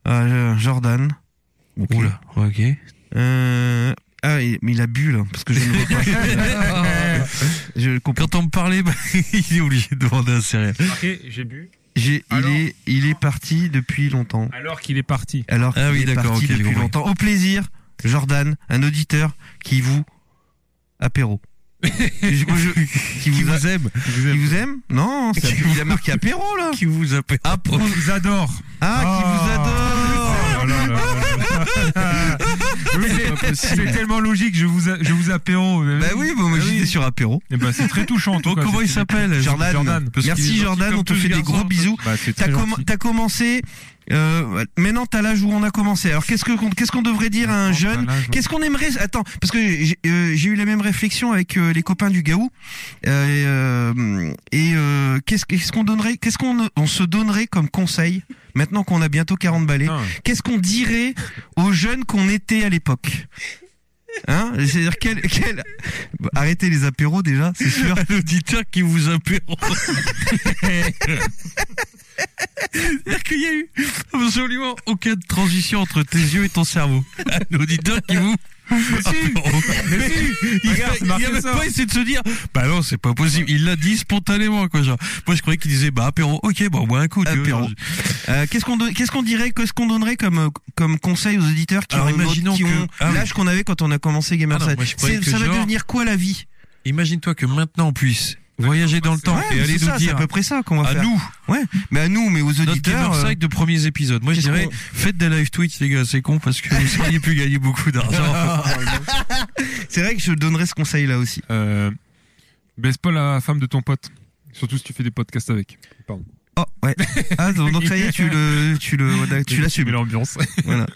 à euh, Jordan. Oula, ok. Euh, ah, il, mais il a bu là, parce que je ne vois pas. je comprends. Quand on me parlait, bah, il est obligé de demander un céréal. Ok, j'ai bu. J'ai- il, est, il est parti depuis longtemps. Alors qu'il est parti. Alors Ah oui, qu'il est d'accord, parti ok, j'ai depuis compris. longtemps. Au plaisir, Jordan, un auditeur qui vous apéro. Je- je- qui, vous a- aime. Qui vous aime Non, ça- il a marqué apéro là. Qui vous appelle Apéro. Oh, vous adore. Ah, qui vous adore. C'est tellement logique, je vous, a- je vous apéro. Bah oui, bon, moi j'étais sur apéro. Eh ben, c'est très touchant. en tout cas, comment c'est- il s'appelle Jordan, Jordan, parce qu'il est merci gentil Jordan, comme on te tout fait des garçon, gros toi. bisous. Bah, c'est T'as très comm- gentil. t'as commencé Euh, maintenant, t'as l'âge où on a commencé. Alors, qu'est-ce que qu'on- qu'est-ce qu'on devrait dire à Oh, un jeune Mmh. Qu'est-ce qu'on aimerait Attends, parce que j'ai euh, j'ai eu la même réflexion avec euh, les copains du Gaou. Euh, et euh, et euh, qu'est-ce qu'est-ce qu'on donnerait Qu'est-ce qu'on on se donnerait comme conseil maintenant qu'on a bientôt 40 balais Qu'est-ce qu'on dirait aux jeunes qu'on était à l'époque Hein C'est-à-dire quel, quel... Bah, Arrêtez les apéros déjà, c'est sûr. L'auditeur qui vous apéro. C'est-à-dire qu'il y a eu absolument aucune transition entre tes yeux et ton cerveau. L'auditeur qui vous. Ah, Mais si. il Regarde, fait- c'est il marqué avait ça. pas essayé de se dire bah non c'est pas possible il l'a dit spontanément quoi genre moi je croyais qu'il disait bah apéro ok bon on boit un coup tu vois, Apéro. genre, Euh, qu'est-ce qu'on don- qu'est-ce qu'on dirait qu'est-ce qu'on donnerait comme euh, comme conseil aux auditeurs qui Alors, ont, une autre- imaginons qui que- ont ah oui. l'âge qu'on avait quand on a commencé Ah non, Gamerside moi, je croyais C'est- que ça va genre- devenir quoi la vie imagine-toi que maintenant on puisse voyager dans le temps Ouais, et mais aller c'est nous ça, c'est dire à peu près ça qu'on va à faire. nous ouais mais à nous mais aux notre auditeurs, Gamer euh, Side de premiers épisodes moi je qu'est-ce dirais qu'on- faites des live tweets les gars c'est con parce que vous auriez pu gagner beaucoup d'argent c'est vrai que je donnerais ce conseil là aussi baisse pas Euh, la femme de ton pote surtout si tu fais des podcasts avec pardon oh ouais ah donc donc ça y est tu le tu le tu l'assumes l'ambiance voilà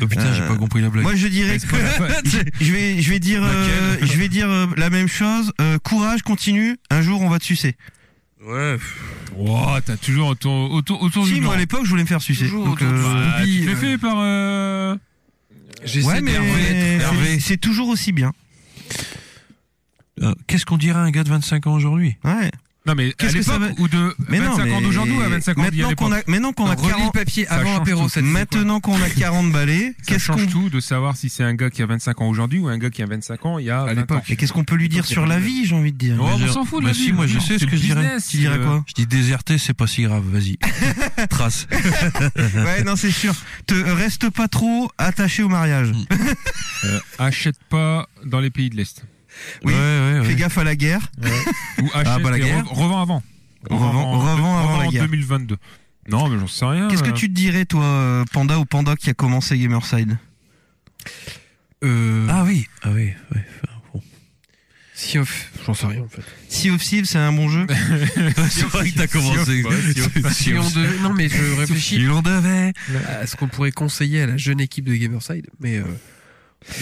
oh putain j'ai Euh, pas compris la blague Moi, je dirais Baisse pas la- que je vais, je vais dire, euh, je vais dire euh, la même chose. Euh, courage, continue. Un jour, on va te sucer. ouais Wow, t'as toujours autour, autour, autour Si du moi à blanc. l'époque, je voulais me faire sucer. Toujours Donc, autour du euh, blanc. Bah, tu oublie, te l'es euh, fait par euh... ouais, mais c'est- c'est toujours aussi bien. Euh, qu'est-ce qu'on dirait à un gars de 25 ans aujourd'hui ouais non mais à Qu'est-ce que ça l'époque va- ou de Mais non, 25 ans mais- d'aujourd'hui ou à 25 ans d'il y a Maintenant qu'on a, l'époque maintenant qu'on a 40 Maintenant qu'on a 40 balais, Ça qu'est-ce change qu'on tout de savoir si c'est un gars qui a 25 ans aujourd'hui ou un gars qui a 25 ans il y a à l'époque. Et qu'est-ce qu'on peut lui dire sur la vie, j'ai envie de dire. Oh, on s'en fout de Bah la si, vie, moi je non, sais c'est ce le que je dirais. business, Tu dirais euh, quoi Je dis déserter, c'est pas si grave, vas-y. Trace. ouais, non, c'est sûr. Te reste pas trop attaché au mariage. Euh, achète pas dans les pays de l'Est. Oui. ouais. Fais gaffe à la guerre. Ou achète Ah, bah, la et guerre. re- revends avant. Revends- revends avant la en guerre. 2022. Non mais j'en sais rien. Qu'est-ce que euh. tu te dirais, toi, euh, Panda ou Panda qui a commencé Gamerside Euh, Ah oui, ah oui, ouais. Sea of, j'en sais rien en fait. Sea of Thieves, c'est un bon jeu. C'est vrai que t'as commencé. Si on devait- non mais je réfléchis. Si on devait. à ce qu'on pourrait conseiller à la jeune équipe de Gamerside, mais euh,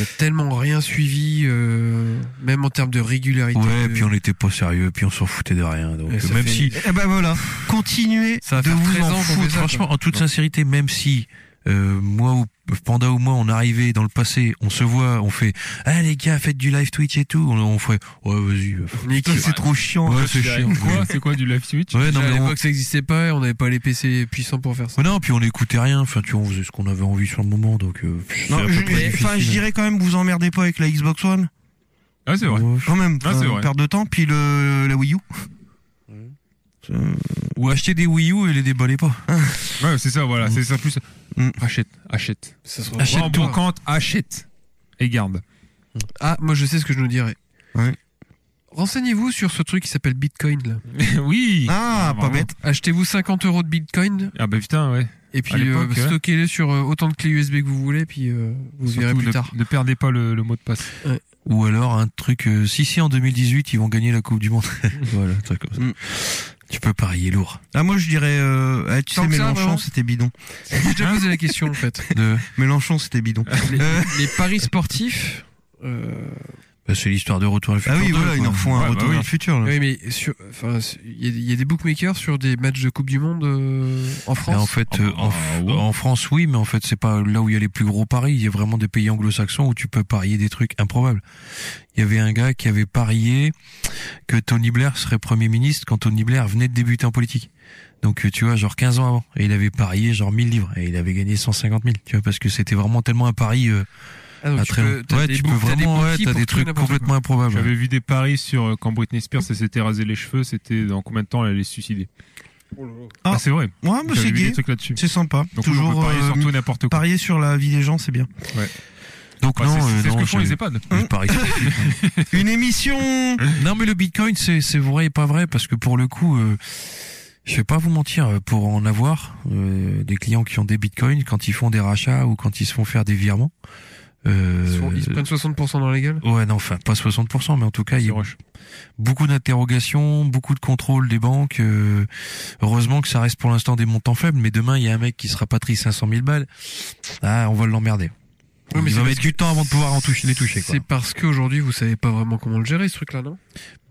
on a tellement rien suivi, euh, même en termes de régularité. Ouais, de- puis on était pas sérieux, puis on s'en foutait de rien. Donc, Et ça même fait- si, Eh ben voilà, continuez Ça va de faire vous 13 en ans qu'on fait foutre. ça, quoi. franchement, en toute sincérité, même si euh, moi ou Panda ou moi, on arrivait dans le passé, on se voit, on fait, ah les gars, faites du live Twitch et tout, on, on fait, ouais vas-y. euh, Putain, c'est trop chiant. Ouais, c'est C'est chiant. quoi C'est quoi du live Twitch Ouais, non, Déjà, mais à on- l'époque, ça n'existait pas, et on n'avait pas les PC puissants pour faire ça. Ouais, non, puis on n'écoutait rien. Enfin, tu vois, on faisait ce qu'on avait envie sur le moment, donc. euh, c'est à Non, peu je- près enfin, je difficile. dirais quand même, vous emmerdez pas avec la Xbox One. Ah c'est vrai. Quand même, Ah, c'est euh, vrai. perte de temps. Puis le, la Wii U. Ou acheter des Wii U et les déballez pas. Ouais, c'est ça, voilà, c'est ça plus. Mm. Achète, achète. Ça se achète revend ton pas. compte, achète et garde. Ah, moi je sais ce que je nous dirais. Ouais. Renseignez-vous sur ce truc qui s'appelle Bitcoin là. oui. Ah, pas vraiment. bête. Achetez-vous 50 euros de Bitcoin Ah bah putain, ouais. et À puis euh, l'époque, ouais. stockez-les sur euh, autant de clés USB que vous voulez, puis euh, vous verrez Surtout, plus ne, tard. ne perdez pas le, le mot de passe. Ou alors un truc, euh, si si en 2018 ils vont gagner la Coupe du Monde. voilà, un truc comme ça. Mm. Tu peux parier lourd. Ah, moi, je dirais, euh, ah, tu Tant sais, que ça, Mélenchon, vraiment c'était bidon. J'ai Hein déjà posé la question en fait. De... Mélenchon, c'était bidon. Les, Euh, les paris sportifs. euh, Bah, c'est l'histoire de retour à le ah futur. oui, deux, voilà, quoi. ils en font un Ouais, bah retour oui. vers le futur. là. Oui, mais sur, enfin, il y, a- il y a des bookmakers sur des matchs de Coupe du Monde euh, Ben, en Mais France. en fait, euh, en, f- en France, oui, mais en fait, c'est pas là où il y a les plus gros paris. Il y a vraiment des pays anglo-saxons où tu peux parier des trucs improbables. Il y avait un gars qui avait parié que Tony Blair serait Premier ministre quand Tony Blair venait de débuter en politique. Donc, euh, tu vois, genre 15 ans avant. Et il avait parié genre 1000 livres. Et il avait gagné 150 000. Tu vois, parce que c'était vraiment tellement un pari euh, Ah, donc à tu très peux- long. t'as Ouais, des tu bou- peux t'as des vraiment, ouais, bookies t'as des pour tout et trucs n'importe quoi. complètement improbables. ouais. J'avais vu des paris sur euh, quand Britney Spears elle s'était rasé les cheveux, c'était dans combien de temps elle allait se suicider. Ah. Oh Ah, c'est vrai. Ouais, mais J'avais c'est vu gay. des trucs là-dessus. C'est sympa. Donc oui, on peut Toujours parier euh, sur tout et n'importe quoi. parier sur la vie des gens, c'est bien. Donc, Bah, non, c'est- euh, c'est ce non, que font les j'avais- EHPAD. Mm. les paris Une émission. Non, mais le Bitcoin, c'est c'est vrai et pas vrai parce que pour le coup, euh, je vais pas vous mentir, euh, pour en avoir euh, des clients qui ont des Bitcoins quand ils font des rachats ou quand ils se font faire des virements, Euh, Ils sont- ils se prennent 60% dans les gueules Ouais, non, enfin, pas 60%, mais en tout cas, il y a beaucoup d'interrogations, beaucoup de contrôles des banques. euh, heureusement que ça reste pour l'instant des montants faibles, mais demain, il y a un mec qui se rapatrie 500 000 balles. Ah, on va l'emmerder. Oui, il mais c'est va parce mettre du que- temps avant de pouvoir en toucher, les toucher. quoi. C'est parce qu'aujourd'hui, vous savez pas vraiment comment le gérer, ce truc-là, non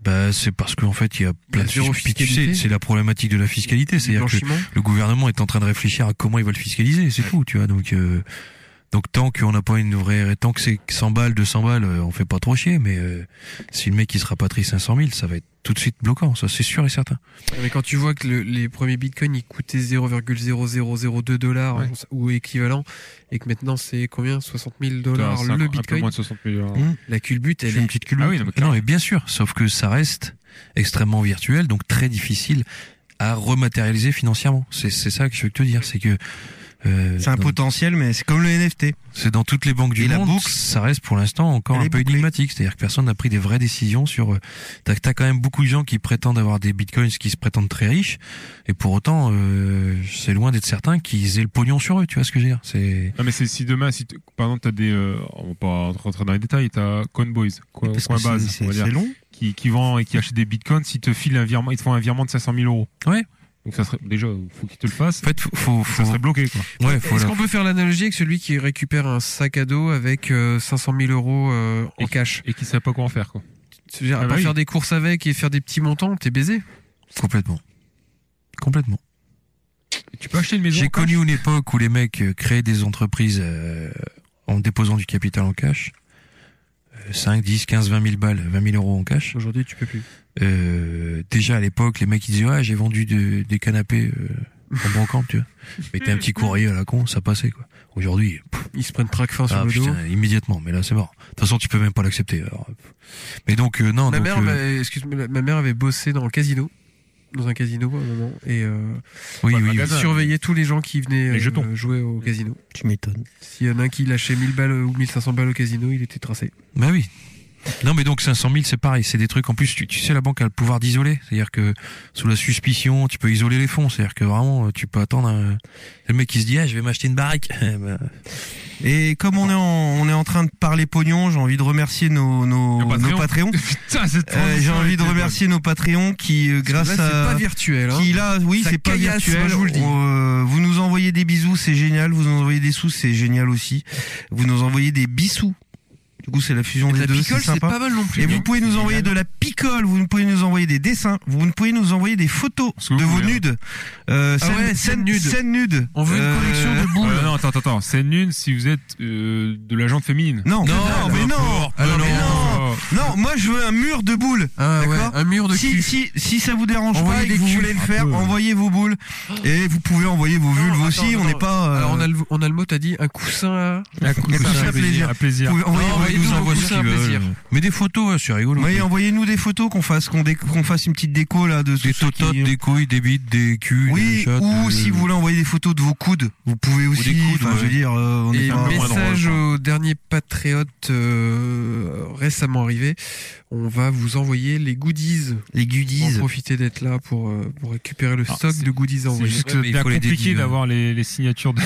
Bah, c'est parce qu'en fait, il y a plein La de zéro fiches- puis tu fiscalité. sais, c'est la problématique de la fiscalité. C'est-à-dire que blanchiment. le gouvernement est en train de réfléchir à comment il va le fiscaliser. C'est tout, tu vois. Donc, euh, donc tant qu'on n'a pas une vraie, tant que c'est 100 balles, 200 balles, euh, on fait pas trop chier. Mais euh, si le mec il se rapatrie 500 000, ça va être tout de suite bloquant. Ça, c'est sûr et certain. Mais quand tu vois que le- les premiers bitcoins ils coûtaient 0,0002 dollars hein, Ouais. ou équivalent et que maintenant c'est combien 60 000 dollars Putain, c'est un- un le peu bitcoin moins de hein. 60 000 dollars. Mmh. La culbute elle C'est est une petite culbute. Ah oui, non, mais non, mais bien sûr. Sauf que ça reste extrêmement virtuel, donc très difficile à rematérialiser financièrement. C'est c'est ça que je veux te dire, c'est que euh, C'est un dans- potentiel, mais c'est comme le NFT. C'est dans toutes les banques du Et la monde. boucle, ça reste pour l'instant encore elle un est peu bouclée. énigmatique. C'est-à-dire que personne n'a pris des vraies décisions sur. euh, T'as t'as quand même beaucoup de gens qui prétendent avoir des bitcoins, qui se prétendent très riches, et pour autant, euh, c'est loin d'être certain qu'ils aient le pognon sur eux. Tu vois ce que je veux dire C'est Non, mais c'est si demain, si t- par exemple, t'as des, euh, on va pas rentrer dans les détails, t'as Coinboys, coin, Parce que Coinbase, c'est- on va c'est- dire, c'est long. qui, qui vend et qui achète des bitcoins, s'ils te filent un virement, ils te font un virement de 500 000 euros. Ouais. Donc ça serait, déjà, faut qu'ils te le fassent. En fait, faut, ça serait bloqué, quoi. Est-ce qu'on peut faire l'analogie avec celui qui récupère un sac à dos avec euh, 500 000 euros euh, en cash et qui sait pas quoi en faire quoi C'est-à-dire, à Ah bah part oui. faire des courses avec et faire des petits montants, t'es baisé. complètement, complètement. Tu peux acheter une maison J'ai en cash connu une époque où les mecs euh, créaient des entreprises euh, en déposant du capital en cash. Euh, 5, 10, 15, 20 000 balles, 20 000 euros en cash. Aujourd'hui, tu peux plus. Euh, déjà à l'époque, les mecs ils disaient ouais j'ai vendu de- des canapés euh, en brocante, tu vois. Mettez un petit courrier à la con, ça passait quoi. Aujourd'hui, ils se prennent traque fin ah, sur le dos. putain, immédiatement, mais là c'est mort. De toute façon, tu peux même pas l'accepter. alors. Mais donc euh, non, ma donc, mère, euh, avait- excuse-moi, la- ma mère avait bossé dans le casino, dans un casino à un moment, et euh, Oui, elle oui, oui. surveillait tous les gens qui venaient euh, jetons. jouer au casino. Tu m'étonnes. S'il y en a un qui lâchait 1000 balles ou 1500 balles au casino, il était tracé. Bah oui. Non mais donc 500 000 c'est pareil, c'est des trucs en plus tu, tu sais la banque a le pouvoir d'isoler, c'est-à-dire que sous la suspicion tu peux isoler les fonds, c'est-à-dire que vraiment euh, tu peux attendre un- le mec qui se dit ah je vais m'acheter une baraque. Eh ben, Et comme on est en, on est en train de parler pognon, j'ai envie de remercier nos nos, Patreon. nos Patreons. Putain, cette Euh, j'ai transition envie de était remercier nos Patreons qui, euh, grâce Là, à c'est pas virtuel, hein. qui là, oui, Ça c'est pas caillasse, virtuel. moi, je vous le dis. On, euh, vous nous envoyez des bisous, c'est génial. Vous nous envoyez des sous, c'est génial aussi. Vous nous envoyez des bisous. Du coup, c'est la fusion des la deux, picole, c'est sympa. c'est pas mal non plus, Et hein. vous pouvez nous C'est envoyer de génial. la picole, vous pouvez nous envoyer des dessins, vous pouvez nous envoyer des photos de vos voulez, hein. nudes. Euh, Ah scène- ouais, scène- scène nude. scène nude. Euh, Euh, non, attends, attends, attends. C'est nul si vous êtes euh, de la gente féminine. Non, non, Ah, mais non, mais Alors, mais non. non, moi je veux un mur de boules. D'accord Ah un mur de si, Euh, cul. Si, si ça vous dérange Envoyez pas et que des vous culs. voulez le Un faire, peu, ouais. envoyez vos boules. Et vous pouvez envoyer vos vulves aussi, on n'est pas. euh, Alors, on a, le, on a le mot, t'as dit un coussin à. Eh ben, Un Mais ça fait plaisir. Vous pouvez envoyer- envoyez-nous envoyez-nous un vos voisin coussins, qui veut, hein. plaisir. euh, Mais des photos, ouais, c'est rigolo. Oui, envoyez-nous des photos qu'on fasse, qu'on dé- qu'on fasse une petite déco là de des tototes, des couilles, des bites, des culs, des Oui, chattes, ou des- si vous voulez envoyer des photos de vos coudes, vous pouvez aussi. des coudes, enfin, je veux ouais. dire, euh, on est Et pas- message hein. au dernier patriote euh, récemment arrivé, on va vous envoyer les goodies. Les goodies. On profiter d'être là pour, euh, pour récupérer Ah, le stock de goodies C'est envoyés. juste bien compliqué hein. d'avoir les, les signatures de.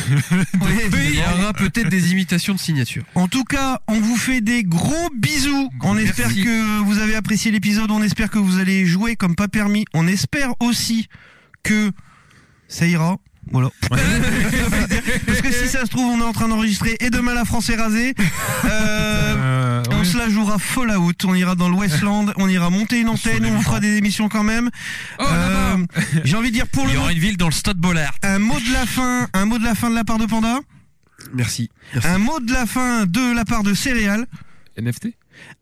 Il y aura peut-être des imitations de signatures. En tout cas, on vous fait des gros bisous. On Merci. espère que vous avez apprécié l'épisode. On espère que vous allez jouer comme pas permis. On espère aussi que ça ira. Voilà. Parce que si ça se trouve, on est en train d'enregistrer et demain la France est rasée. Euh, on se la jouera Fallout. On ira dans le Westland. On ira monter une antenne. On vous fera des émissions quand même. Euh, J'ai envie de dire pour le Il y aura moment, une ville dans le Stade Bollard. un mot de la fin. Un mot de la fin de la part de Panda. Merci. Un mot de la fin de la part de Céréales. NFT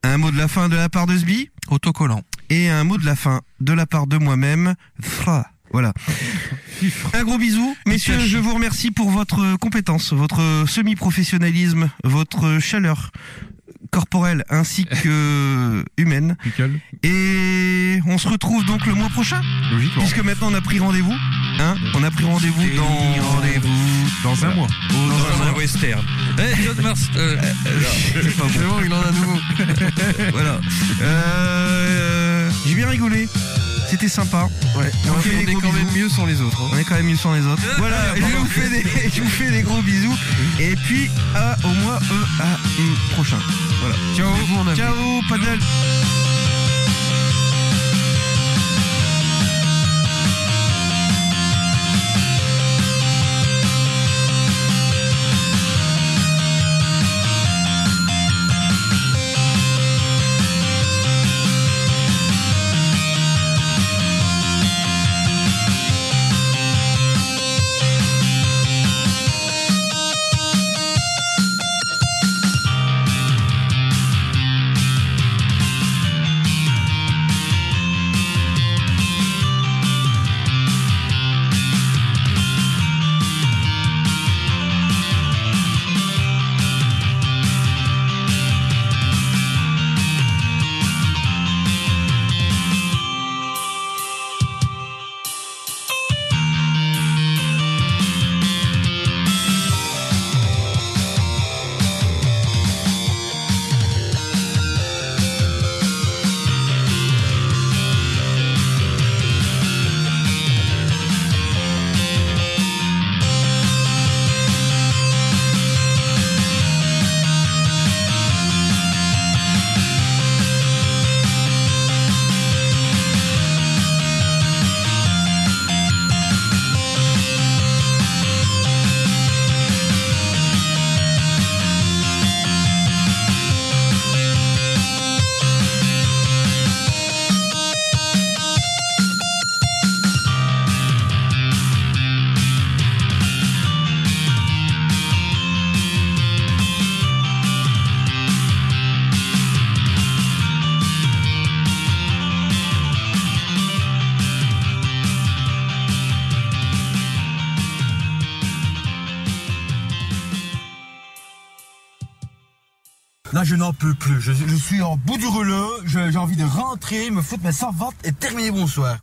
Un mot de la fin de la part de Sbi. Autocollant. Et un mot de la fin de la part de moi-même. Fra. Voilà. Un gros bisou. Messieurs, je vous remercie pour votre euh, compétence, votre euh, semi-professionnalisme, votre euh, chaleur corporelle ainsi que euh, humaine. Et on se retrouve donc le mois prochain. Puisque maintenant on a pris rendez-vous. Hein on a pris rendez-vous dans... Dans un mois. dans un western. Eh, John Mars. euh, C'est pas bon. il en a nouveau. voilà. Euh, J'ai bien rigolé. C'était sympa. Ouais. On est quand même mieux sans les autres. hein. Ah, On est quand même mieux sans les autres. Voilà, je vous fais des, je vous fais des gros bisous. Et puis, à, au mois euh, à euh, prochain. Voilà. Ciao. Ciao, Padel. Là, je n'en peux plus. Je, je suis en bout du rouleau. Je- J'ai envie de rentrer, me foutre mes 120 et terminer bonsoir.